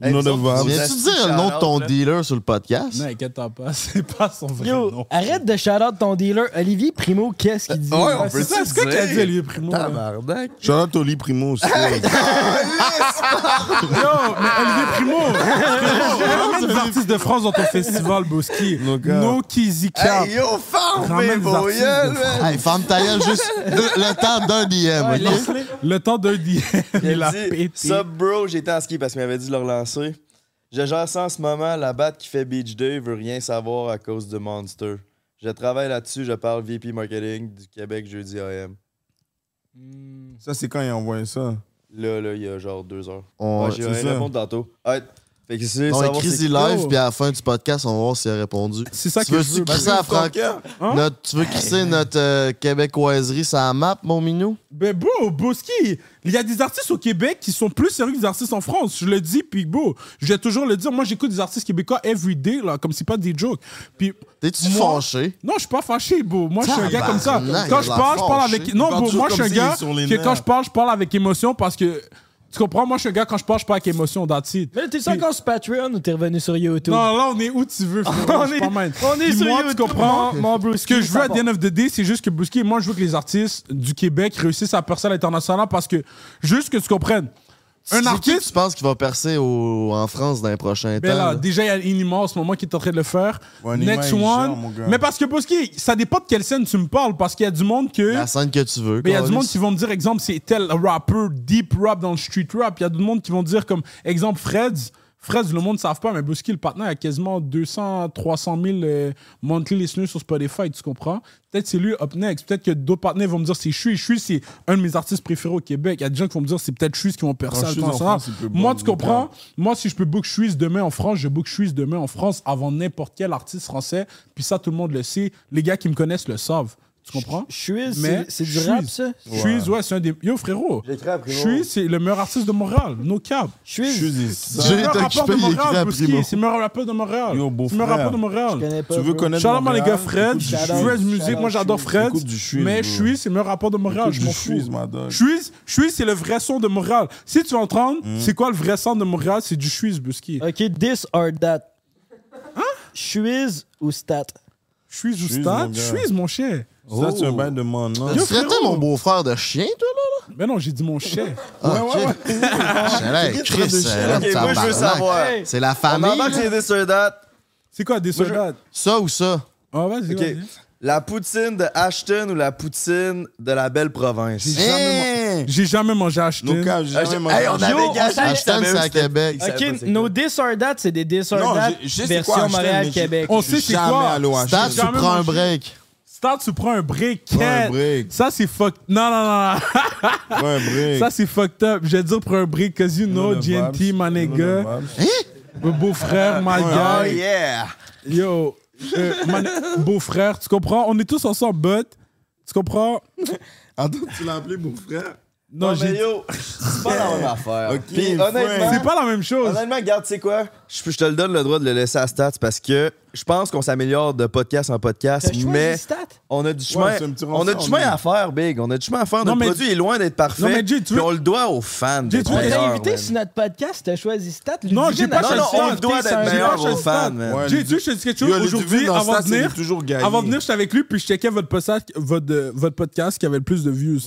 [SPEAKER 1] Hey,
[SPEAKER 3] Une
[SPEAKER 1] nous
[SPEAKER 3] de
[SPEAKER 1] autres,
[SPEAKER 3] Vabs.
[SPEAKER 1] vous êtes-
[SPEAKER 4] Viens-tu dire le nom de ton dealer sur le podcast?
[SPEAKER 2] Non, inquiète pas, c'est pas son vrai nom.
[SPEAKER 5] arrête de shout-out ton dealer. Olivier Primo, qu'est-ce qu'il dit?
[SPEAKER 1] Ouais, on
[SPEAKER 2] Ah,
[SPEAKER 1] peut
[SPEAKER 2] C'est ça,
[SPEAKER 1] se
[SPEAKER 2] c'est quoi qu'il a dit à
[SPEAKER 1] dire.
[SPEAKER 2] lui, Primo? là?
[SPEAKER 1] Tabarnak.
[SPEAKER 3] Shout out Oli Primo aussi.
[SPEAKER 2] Yo, mais Olivier Primo! Primo, ramène des artistes de France dans ton festival, Boski.
[SPEAKER 3] Nos gars.
[SPEAKER 2] No Kizzy Cap.
[SPEAKER 1] Hey, yo, fermez
[SPEAKER 2] Ramène des
[SPEAKER 1] vos
[SPEAKER 2] artistes
[SPEAKER 1] yeux,
[SPEAKER 2] de
[SPEAKER 1] man.
[SPEAKER 4] Hey, femme ta gueule, juste deux- le temps d'un DM, ok?
[SPEAKER 2] Le temps d'un DM, il
[SPEAKER 1] Il
[SPEAKER 2] a
[SPEAKER 1] dit,
[SPEAKER 2] pété.
[SPEAKER 1] Sub bro, j'étais en ski parce qu'il m'avait dit de le relancer. Je gère ça en ce moment, la batte qui fait Beach Day veut rien savoir à cause de Monster. Je travaille là-dessus, je parle VP Marketing du Québec jeudi AM.
[SPEAKER 3] Ça, c'est quand il a envoyé ça.
[SPEAKER 1] Là, là, il y a genre deux heures.
[SPEAKER 4] On-
[SPEAKER 1] Ouais, j'ai
[SPEAKER 3] c'est
[SPEAKER 1] rien
[SPEAKER 3] ça.
[SPEAKER 1] répondre tantôt. Ouais,
[SPEAKER 12] Fait que c'est
[SPEAKER 4] euh, On
[SPEAKER 12] savoir
[SPEAKER 4] écrit
[SPEAKER 12] c'est
[SPEAKER 4] y
[SPEAKER 12] quoi,
[SPEAKER 4] live,
[SPEAKER 12] ou-
[SPEAKER 4] puis à la fin du podcast, on va voir s'il a répondu.
[SPEAKER 2] C'est ça
[SPEAKER 4] tu
[SPEAKER 2] que
[SPEAKER 4] veux,
[SPEAKER 2] je veux,
[SPEAKER 4] Tu, crisser à Fran-
[SPEAKER 2] Hein?
[SPEAKER 4] notre- tu veux crisser notre euh, québécoiserie sur la map, mon minou?
[SPEAKER 2] Ben, bro, Boski, il y a des artistes au Québec qui sont plus sérieux que des artistes en France. Je le dis, puis bro, je vais toujours le dire. Moi, j'écoute des artistes québécois everyday, là, comme c'est pas des jokes. Puis.
[SPEAKER 4] T'es-tu
[SPEAKER 2] moi-
[SPEAKER 4] fâché?
[SPEAKER 2] Non, je suis pas fâché, bro. Moi, je suis un gars comme ça.
[SPEAKER 4] Tabarnak,
[SPEAKER 2] Quand je
[SPEAKER 4] il a
[SPEAKER 2] parle, je parle
[SPEAKER 4] fâché.
[SPEAKER 2] avec. Non,
[SPEAKER 3] parle
[SPEAKER 2] bro,
[SPEAKER 3] toujours
[SPEAKER 2] moi, je suis un
[SPEAKER 3] comme s'il
[SPEAKER 2] gars
[SPEAKER 3] est sur les
[SPEAKER 2] que quand
[SPEAKER 3] nerfs.
[SPEAKER 2] je parle, je parle avec émotion parce que. Tu comprends? Moi, je suis un gars, quand je parle, je parle avec émotion, that's it.
[SPEAKER 5] Mais t'es encore sur Patreon ou t'es revenu sur YouTube?
[SPEAKER 2] Non, là, on est où tu veux. frérot,
[SPEAKER 5] on
[SPEAKER 2] je
[SPEAKER 5] est-
[SPEAKER 2] suis pas mal.
[SPEAKER 5] on est
[SPEAKER 2] Puis
[SPEAKER 5] sur
[SPEAKER 2] moi,
[SPEAKER 5] YouTube,
[SPEAKER 2] Tu comprends?
[SPEAKER 5] mon- mon Bruce
[SPEAKER 2] Ce que
[SPEAKER 5] Lee,
[SPEAKER 2] je veux
[SPEAKER 5] ça
[SPEAKER 2] à the end of the day, c'est juste que Bouski et moi, je veux que les artistes du Québec réussissent à percer à l'international parce que, juste que tu comprennes, un
[SPEAKER 4] C'est qui
[SPEAKER 2] artiste.
[SPEAKER 4] tu penses qui va percer au- en France dans les prochains temps?
[SPEAKER 2] Ben là,
[SPEAKER 4] là?
[SPEAKER 2] déjà, il y a Inima en ce moment qui est en train de le faire.
[SPEAKER 3] Ouais, Inima,
[SPEAKER 2] Next
[SPEAKER 3] il gère, mon
[SPEAKER 2] One.
[SPEAKER 3] gars.
[SPEAKER 2] Mais parce que, Bouski, ça dépend de quelle scène tu me parles. Parce qu'il y a du monde que.
[SPEAKER 4] La scène que tu veux.
[SPEAKER 2] Mais il y a
[SPEAKER 4] Carlis.
[SPEAKER 2] du monde qui vont me dire, exemple, c'est tel rapper, deep rap dans le street rap. Il y a du monde qui vont dire, comme, exemple, Freds. Freds, le monde ne savent pas, mais Booski, le partenaire, a quasiment 200, 300 000 euh, monthly listeners sur Spotify, tu comprends? Peut-être c'est lui up next. Peut-être que d'autres partenaires vont me dire, c'est Chui. Chui, c'est un de mes artistes préférés au Québec. Il y a des gens qui vont me dire, c'est peut-être Chui qui vont percer
[SPEAKER 3] Quand
[SPEAKER 2] à
[SPEAKER 3] Shuiz en
[SPEAKER 2] l'international.
[SPEAKER 3] France, il peut
[SPEAKER 2] Moi,
[SPEAKER 3] bomber
[SPEAKER 2] tu
[SPEAKER 3] le
[SPEAKER 2] comprends? Moi, si je peux book Suisse demain en France, je book Suisse demain en France avant n'importe quel artiste français. Puis ça, tout le monde le sait. Les gars qui me connaissent le savent. Tu comprends?
[SPEAKER 5] Chuiz,
[SPEAKER 2] Mais
[SPEAKER 5] c'est- c'est du rap,
[SPEAKER 2] Chuiz.
[SPEAKER 5] ça?
[SPEAKER 2] Chuiz, ouais, c'est un des. Yo, frérot. Chuiz, c'est le meilleur artiste de Montréal. No cap.
[SPEAKER 5] Chuiz,
[SPEAKER 3] Chuiz,
[SPEAKER 2] C'est le meilleur
[SPEAKER 4] été
[SPEAKER 2] rappeur de
[SPEAKER 4] occupé, il écrit à
[SPEAKER 2] Montréal, Bouski.
[SPEAKER 4] Primo.
[SPEAKER 2] C'est le meilleur rappeur de Montréal.
[SPEAKER 3] Yo, beau
[SPEAKER 2] C'est le meilleur
[SPEAKER 3] frère.
[SPEAKER 2] rappeur de
[SPEAKER 5] je
[SPEAKER 2] Montréal.
[SPEAKER 5] connais pas.
[SPEAKER 3] Tu veux
[SPEAKER 5] bro.
[SPEAKER 3] connaître
[SPEAKER 2] Shout out
[SPEAKER 3] Montréal,
[SPEAKER 2] les gars,
[SPEAKER 3] écoute
[SPEAKER 2] Fred.
[SPEAKER 3] du
[SPEAKER 5] Shout
[SPEAKER 3] Suisse.
[SPEAKER 5] out.
[SPEAKER 2] Fred Music,
[SPEAKER 5] Shout
[SPEAKER 2] moi
[SPEAKER 5] out
[SPEAKER 2] j'adore
[SPEAKER 3] Suisse.
[SPEAKER 2] Fred.
[SPEAKER 3] Écoute du Suisse,
[SPEAKER 2] Mais
[SPEAKER 3] bro.
[SPEAKER 2] Chuiz, c'est le meilleur rappeur de Montréal,
[SPEAKER 3] Écoute
[SPEAKER 2] je
[SPEAKER 3] du
[SPEAKER 2] m'en
[SPEAKER 3] Suisse,
[SPEAKER 2] fous.
[SPEAKER 3] ma dog.
[SPEAKER 2] Chuiz, Chuiz, c'est le vrai son de Montréal. Si tu entends,
[SPEAKER 3] Mm.
[SPEAKER 2] c'est quoi le vrai son de Montréal C'est du Chuiz, Bouski.
[SPEAKER 5] Ok, this or that. Hein? Chuiz ou stat?
[SPEAKER 2] Chuiz ou
[SPEAKER 3] Chuiz,
[SPEAKER 2] Stade
[SPEAKER 3] mon gars. Oh.
[SPEAKER 2] Chuiz, mon cher.
[SPEAKER 3] Ça, c'est un
[SPEAKER 11] Oh.
[SPEAKER 3] bain de monde, non?
[SPEAKER 4] Tu
[SPEAKER 2] Yo,
[SPEAKER 4] traitais
[SPEAKER 2] frérot.
[SPEAKER 4] mon beau-frère de chien, toi?
[SPEAKER 2] Mais non, j'ai dit mon cher.
[SPEAKER 4] Ah, ok. J'allais, Chris, euh,
[SPEAKER 1] Ok, moi je veux
[SPEAKER 4] tabarnak.
[SPEAKER 1] savoir.
[SPEAKER 4] C'est la
[SPEAKER 1] On
[SPEAKER 4] famille.
[SPEAKER 1] embarque
[SPEAKER 4] là.
[SPEAKER 1] les this or that.
[SPEAKER 2] C'est quoi des soldats
[SPEAKER 4] Ça ou ça?
[SPEAKER 2] Ah, vas-y,
[SPEAKER 1] Ok.
[SPEAKER 2] vas-y.
[SPEAKER 1] La poutine de Ashton ou la poutine de la belle province?
[SPEAKER 2] J'ai jamais
[SPEAKER 4] Hein?
[SPEAKER 2] man- J'ai jamais mangé à Ashton.
[SPEAKER 3] Nos caves, j'ai
[SPEAKER 1] Ah,
[SPEAKER 3] jamais
[SPEAKER 1] j'ai-
[SPEAKER 3] mangé.
[SPEAKER 1] Hey, on
[SPEAKER 5] Yo,
[SPEAKER 1] avait gagé,
[SPEAKER 5] on-
[SPEAKER 1] je savais
[SPEAKER 4] Ashton, c'est
[SPEAKER 1] où
[SPEAKER 4] à
[SPEAKER 1] c'était.
[SPEAKER 4] Québec.
[SPEAKER 1] savais pas
[SPEAKER 5] Ok,
[SPEAKER 1] c'est
[SPEAKER 5] nos this or that, c'est des this or
[SPEAKER 3] Non,
[SPEAKER 5] that
[SPEAKER 3] je- je sais
[SPEAKER 5] version
[SPEAKER 3] quoi, Ashton, mais
[SPEAKER 5] Montréal-Québec.
[SPEAKER 2] On sait c'est
[SPEAKER 3] Jamais
[SPEAKER 2] quoi.
[SPEAKER 3] allé au H.
[SPEAKER 4] Stats,
[SPEAKER 2] J'ai
[SPEAKER 4] tu
[SPEAKER 2] jamais
[SPEAKER 4] prends un
[SPEAKER 2] mangé.
[SPEAKER 4] break.
[SPEAKER 2] Stade, tu prends un break.
[SPEAKER 3] Prends un
[SPEAKER 2] Kat.
[SPEAKER 3] break.
[SPEAKER 2] Ça, c'est fuck. Non, non, non, non.
[SPEAKER 3] Prends un break.
[SPEAKER 2] Ça, c'est fucked up. Je vais dire prends un break, cause you know,
[SPEAKER 3] le
[SPEAKER 2] GNT,
[SPEAKER 3] vibes.
[SPEAKER 2] my
[SPEAKER 3] You know the
[SPEAKER 2] nigga.
[SPEAKER 3] vibes.
[SPEAKER 2] Mon beau-frère, my
[SPEAKER 1] Oh
[SPEAKER 2] guy.
[SPEAKER 1] yeah!
[SPEAKER 2] Yo. euh, mon beau-frère, tu comprends? On est tous ensemble, but. Tu comprends?
[SPEAKER 3] Attends, tu l'as appelé mon frère.
[SPEAKER 2] Non,
[SPEAKER 1] mais
[SPEAKER 2] j'ai.
[SPEAKER 1] yo, c'est pas la même affaire.
[SPEAKER 3] Ok,
[SPEAKER 1] Puis
[SPEAKER 3] friend.
[SPEAKER 1] honnêtement,
[SPEAKER 2] C'est pas la même chose.
[SPEAKER 1] honnêtement, regarde, tu sais quoi? Je, je te le donne le droit de le laisser à Stats parce que je pense qu'on s'améliore de podcast en podcast,
[SPEAKER 5] T'as choisi
[SPEAKER 1] mais
[SPEAKER 5] stat?
[SPEAKER 1] on a du chemin,
[SPEAKER 3] Ouais, c'est un petit
[SPEAKER 1] on a du
[SPEAKER 3] renfort,
[SPEAKER 1] chemin
[SPEAKER 3] mais-
[SPEAKER 1] à faire, Big. On a du chemin à faire.
[SPEAKER 2] Non,
[SPEAKER 1] Notre
[SPEAKER 2] mais-
[SPEAKER 1] produit est loin d'être parfait.
[SPEAKER 2] Non, mais Jay, tu
[SPEAKER 1] puis
[SPEAKER 2] veux-
[SPEAKER 1] on le doit aux fans.
[SPEAKER 2] Jay,
[SPEAKER 1] d'être
[SPEAKER 2] tu veux-
[SPEAKER 5] On t'a
[SPEAKER 1] meilleurs,
[SPEAKER 5] invité
[SPEAKER 1] man.
[SPEAKER 5] sur notre podcast, t'as choisi stat. le
[SPEAKER 2] Non,
[SPEAKER 5] DJ
[SPEAKER 2] j'ai
[SPEAKER 5] n'a
[SPEAKER 2] pas
[SPEAKER 1] Non,
[SPEAKER 2] choisi
[SPEAKER 1] non, on
[SPEAKER 2] Stan.
[SPEAKER 1] le doit
[SPEAKER 2] J'ai
[SPEAKER 1] d'être
[SPEAKER 2] pas
[SPEAKER 1] meilleur
[SPEAKER 2] choisi
[SPEAKER 1] aux
[SPEAKER 2] Stan.
[SPEAKER 1] fans, man.
[SPEAKER 3] Ouais,
[SPEAKER 2] J'ai
[SPEAKER 3] les-
[SPEAKER 2] dit, je te dis quelque
[SPEAKER 3] Yo,
[SPEAKER 2] chose.
[SPEAKER 3] les
[SPEAKER 2] Aujourd'hui,
[SPEAKER 3] duvis dans
[SPEAKER 2] avant
[SPEAKER 3] ça,
[SPEAKER 2] de
[SPEAKER 3] c'est
[SPEAKER 2] venir,
[SPEAKER 3] toujours gagné.
[SPEAKER 2] avant de venir, j'étais avec lui, puis je checkais votre, podcast- votre, euh, votre podcast qui avait le plus de views.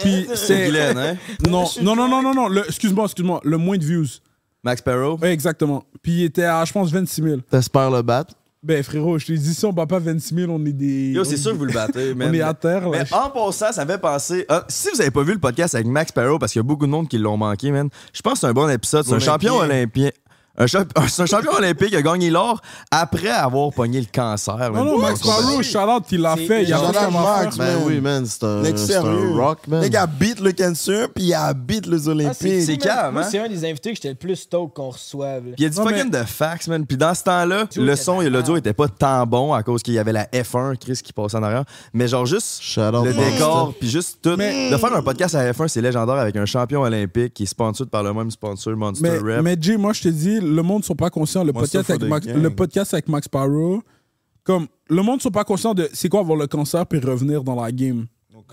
[SPEAKER 2] Puis c'est.
[SPEAKER 1] Glenn, hein?
[SPEAKER 2] Non, non, non, non, non, non. le- Excuse-moi, excuse-moi. Le moins de views.
[SPEAKER 1] Max Sparrow.
[SPEAKER 2] Ouais, exactement. Puis il était à, je pense, 26 000.
[SPEAKER 4] T'espères le battre.
[SPEAKER 2] Ben, frérot, je te dis, si on bat pas 26 000, on est des.
[SPEAKER 1] Yo, c'est sûr que vous le battez, man.
[SPEAKER 2] On est à terre, là.
[SPEAKER 1] Mais en passant, ça me fait penser. ah, si vous avez pas vu le podcast avec Max Sparrow, parce qu'il y a beaucoup de monde qui l'ont manqué, man, je pense que c'est un bon épisode. C'est un champion olympien. Un, champ- c'est un champion olympique qui a gagné l'or après avoir pogné le cancer. man.
[SPEAKER 2] Non, non, Max
[SPEAKER 1] Bon,
[SPEAKER 2] Barrow, shout-out, il l'a
[SPEAKER 5] C'est
[SPEAKER 2] fait. Il y a
[SPEAKER 3] une
[SPEAKER 2] rien à
[SPEAKER 3] Shout-out
[SPEAKER 2] faire.
[SPEAKER 3] Max.
[SPEAKER 4] Ben
[SPEAKER 3] Man.
[SPEAKER 4] oui, man, c'est un,
[SPEAKER 3] Nigga,
[SPEAKER 4] c'est un
[SPEAKER 3] sérieux.
[SPEAKER 4] rock, man.
[SPEAKER 3] Les gars beat le cancer, puis ils habitent les
[SPEAKER 5] Ah,
[SPEAKER 3] Olympiques.
[SPEAKER 1] c'est
[SPEAKER 5] cool, man.
[SPEAKER 1] calme,
[SPEAKER 5] Moi,
[SPEAKER 1] hein?
[SPEAKER 5] c'est un des invités que j'étais le plus stoked qu'on reçoive. là.
[SPEAKER 1] Puis il a dit
[SPEAKER 2] Non,
[SPEAKER 1] fucking de fax, man. Puis dans ce temps-là, le son et l'audio était pas tant bon à cause qu'il y avait la F1, Chris, qui passait en arrière. Mais genre juste
[SPEAKER 4] Shout out
[SPEAKER 1] le
[SPEAKER 4] Monster.
[SPEAKER 1] décor, puis juste tout. De faire un podcast à F1, c'est légendaire avec un champion olympique qui est sponsored par le même sponsor, Monster
[SPEAKER 2] Mais,
[SPEAKER 1] Rep.
[SPEAKER 2] mais Jay, moi, je te dis, le monde sont pas conscients. Le,
[SPEAKER 3] Moi, ça,
[SPEAKER 2] podcast
[SPEAKER 3] faut
[SPEAKER 2] avec,
[SPEAKER 3] des
[SPEAKER 2] Max,
[SPEAKER 3] gangs.
[SPEAKER 2] le podcast avec Max Parrow, comme, le monde sont pas conscients de c'est quoi avoir le cancer puis revenir dans la game.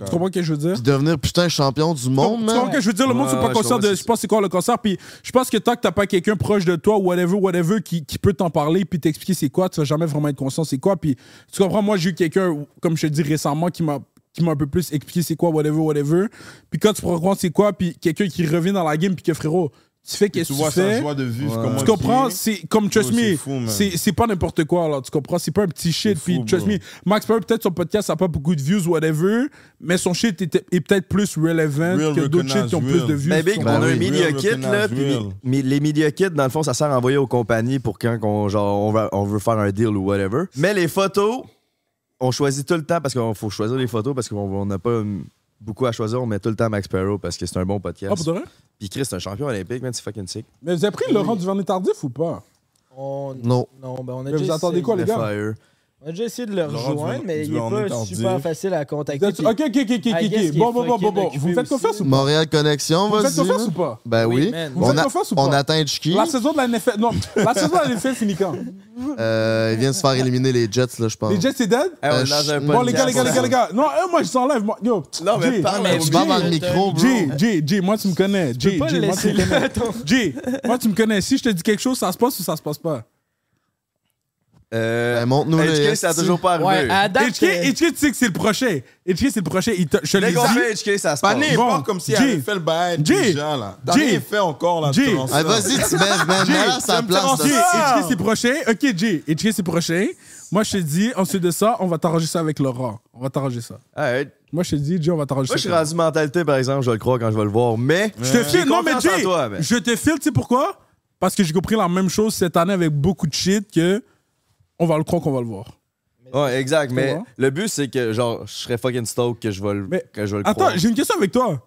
[SPEAKER 2] Tu comprends ce que je veux dire?
[SPEAKER 4] Puis devenir putain champion du monde,
[SPEAKER 2] Tu comprends
[SPEAKER 4] man.
[SPEAKER 2] ce que je veux dire? Le monde
[SPEAKER 1] Ouais,
[SPEAKER 2] sont pas
[SPEAKER 1] ouais,
[SPEAKER 2] conscient
[SPEAKER 1] je vois,
[SPEAKER 2] de
[SPEAKER 1] c'est
[SPEAKER 2] je pense c'est quoi le cancer. Puis je pense que tant que t'as pas quelqu'un proche de toi, whatever, whatever, qui, qui peut t'en parler puis t'expliquer c'est quoi, tu vas jamais vraiment être conscient c'est quoi. Puis tu comprends, moi j'ai eu quelqu'un, comme je te dis récemment, qui m'a qui m'a un peu plus expliqué c'est quoi, whatever, whatever. Puis quand tu prends compte c'est quoi, puis quelqu'un qui revient dans la game puis que frérot, tu fais qu'est-ce
[SPEAKER 3] Tu
[SPEAKER 2] que
[SPEAKER 3] vois
[SPEAKER 2] tu
[SPEAKER 3] sa
[SPEAKER 2] fais.
[SPEAKER 3] joie de vivre,
[SPEAKER 1] Ouais.
[SPEAKER 3] comment
[SPEAKER 2] Tu
[SPEAKER 3] il est.
[SPEAKER 2] comprends? C'est comme Trust
[SPEAKER 3] Yo, Oh, c'est
[SPEAKER 2] Me,
[SPEAKER 3] fou, man.
[SPEAKER 2] c'est c'est pas n'importe quoi, là. Tu comprends? C'est pas un petit shit.
[SPEAKER 3] C'est
[SPEAKER 2] Puis
[SPEAKER 3] fou,
[SPEAKER 2] Trust
[SPEAKER 3] bro.
[SPEAKER 2] Me, Max Perry, peut-être son podcast n'a pas beaucoup de views, whatever, mais son shit était- est, peut-être plus relevant
[SPEAKER 3] Real
[SPEAKER 2] que d'autres shit
[SPEAKER 3] recognize,
[SPEAKER 2] qui ont
[SPEAKER 3] real.
[SPEAKER 2] plus de views.
[SPEAKER 1] Mais
[SPEAKER 2] tu
[SPEAKER 1] Ben, Big,
[SPEAKER 2] comprends?
[SPEAKER 1] on a un
[SPEAKER 4] oui.
[SPEAKER 1] media
[SPEAKER 3] Real
[SPEAKER 1] kit, là.
[SPEAKER 3] recognize
[SPEAKER 1] puis
[SPEAKER 3] real.
[SPEAKER 1] mi- mi- les media kits, dans le fond, ça sert à envoyer aux compagnies pour quand qu'on- genre, on, va- on veut faire un deal ou whatever. Mais les photos, on choisit tout le temps parce qu'on faut choisir les photos parce qu'on on n'a pas une beaucoup à choisir, on met tout le temps Max Perro parce que c'est un bon podcast.
[SPEAKER 2] Ah, pour de vrai?
[SPEAKER 1] Puis Chris, c'est un champion olympique, man, c'est fucking sick.
[SPEAKER 2] Mais vous avez pris Laurent Duvernay-Tardif ou pas?
[SPEAKER 5] On...
[SPEAKER 1] Non.
[SPEAKER 5] Non, ben on a
[SPEAKER 2] Mais
[SPEAKER 5] déjà
[SPEAKER 2] vous attendez
[SPEAKER 5] essayé-
[SPEAKER 2] quoi, Oh, les
[SPEAKER 1] Le
[SPEAKER 2] gars?
[SPEAKER 1] fire.
[SPEAKER 5] On a déjà essayé de le
[SPEAKER 3] Laurent
[SPEAKER 5] rejoindre,
[SPEAKER 3] Duvernay-
[SPEAKER 5] mais il
[SPEAKER 3] Duvernay
[SPEAKER 5] est pas
[SPEAKER 3] tardif.
[SPEAKER 5] super facile à
[SPEAKER 2] Vous
[SPEAKER 5] contacter.
[SPEAKER 2] êtes-
[SPEAKER 5] puis-
[SPEAKER 2] Ok, ok, ok,
[SPEAKER 5] I
[SPEAKER 2] ok,
[SPEAKER 5] guess
[SPEAKER 2] ok.
[SPEAKER 5] qu'il est
[SPEAKER 2] Bon, bon, bon,
[SPEAKER 5] fucking
[SPEAKER 2] bon, bon.
[SPEAKER 5] occupé
[SPEAKER 2] Vous me faites confiance
[SPEAKER 5] aussi.
[SPEAKER 2] ou pas?
[SPEAKER 4] Montréal Connexion,
[SPEAKER 2] Vous me faites confiance
[SPEAKER 4] vas-y.
[SPEAKER 2] ou pas?
[SPEAKER 4] Ben
[SPEAKER 5] Oui,
[SPEAKER 4] oui.
[SPEAKER 5] man. Vous
[SPEAKER 2] Vous
[SPEAKER 4] On,
[SPEAKER 2] faites
[SPEAKER 4] a-
[SPEAKER 2] confiance ou
[SPEAKER 4] on
[SPEAKER 2] pas?
[SPEAKER 4] atteint Chicky.
[SPEAKER 2] La saison de la NFL. Non, la saison de la NFL finit quand?
[SPEAKER 4] Euh, il vient de se faire éliminer les Jets, là, je pense.
[SPEAKER 2] Les Jets, c'est dead?
[SPEAKER 1] Eh, on
[SPEAKER 4] Euh,
[SPEAKER 1] est dans un
[SPEAKER 4] je-
[SPEAKER 2] Bon, les gars, les gars, les gars, les
[SPEAKER 1] podcast.
[SPEAKER 2] gars. Non, euh, moi, je s'enlève. moi. Yo.
[SPEAKER 1] Non, mais
[SPEAKER 2] Jay,
[SPEAKER 1] parle à
[SPEAKER 5] Mais
[SPEAKER 4] Tu parles dans le
[SPEAKER 5] Jay,
[SPEAKER 4] micro, bro.
[SPEAKER 2] Jay, Jay, Jay, moi, tu me connais.
[SPEAKER 5] Tu Oh, peux
[SPEAKER 2] Jay,
[SPEAKER 5] pas le
[SPEAKER 2] Jay, moi, tu
[SPEAKER 5] laisser
[SPEAKER 2] me connais.
[SPEAKER 5] là. ton-
[SPEAKER 2] Jay, moi, tu me connais. Si je te dis quelque chose, ça se passe ou ça se passe pas?
[SPEAKER 1] Euh,
[SPEAKER 4] Ben, montre-nous les
[SPEAKER 1] HK, Euh, ça a
[SPEAKER 4] esti.
[SPEAKER 1] toujours pas
[SPEAKER 5] Ouais,
[SPEAKER 1] arrivé.
[SPEAKER 5] à date,
[SPEAKER 2] HK,
[SPEAKER 5] euh,
[SPEAKER 2] HK, tu sais que c'est le prochain. HK, c'est le prochain. Il te- Je te l'ai
[SPEAKER 1] Dès qu'on
[SPEAKER 2] dit.
[SPEAKER 1] fait HK, ça se passe.
[SPEAKER 3] Pané,
[SPEAKER 2] Bon,
[SPEAKER 3] pas comme si
[SPEAKER 2] Jay.
[SPEAKER 3] elle avait fait le bail
[SPEAKER 2] Jay.
[SPEAKER 3] des gens, là. T'as
[SPEAKER 2] Jay.
[SPEAKER 3] rien fait encore, là.
[SPEAKER 2] Jay.
[SPEAKER 3] durant ça.
[SPEAKER 4] Ah, vas-y, tu bèves, man.
[SPEAKER 2] Jay,
[SPEAKER 4] Mets-la à sa
[SPEAKER 3] j'aime tellement
[SPEAKER 4] place.
[SPEAKER 2] Ok,
[SPEAKER 4] là.
[SPEAKER 2] HK, c'est prochain. Ok, Jay, HK, c'est prochain. Moi, je te dis, ensuite de ça, on va t'arranger ça avec Laurent. On va t'arranger ça.
[SPEAKER 1] Alright.
[SPEAKER 2] Moi, je te dis, Jay, on va t'arranger ça.
[SPEAKER 1] Moi, je suis
[SPEAKER 2] avec
[SPEAKER 1] rendu mentalité, par exemple, je vais le croire quand je vais le voir, mais.
[SPEAKER 2] Je te file, non mais
[SPEAKER 1] confiance en
[SPEAKER 2] Jay,
[SPEAKER 1] toi, mais-
[SPEAKER 2] je te file, tu sais pourquoi? Parce que j'ai compris la même chose cette année avec beaucoup de shit que on va le croire qu'on va le voir.
[SPEAKER 1] Ouais, exact. Mais
[SPEAKER 2] comprends?
[SPEAKER 1] le but, c'est que, genre, je serais fucking stoked que je vais le,
[SPEAKER 2] Mais-
[SPEAKER 1] que je vais le
[SPEAKER 2] Attends,
[SPEAKER 1] croire.
[SPEAKER 2] j'ai une question avec toi.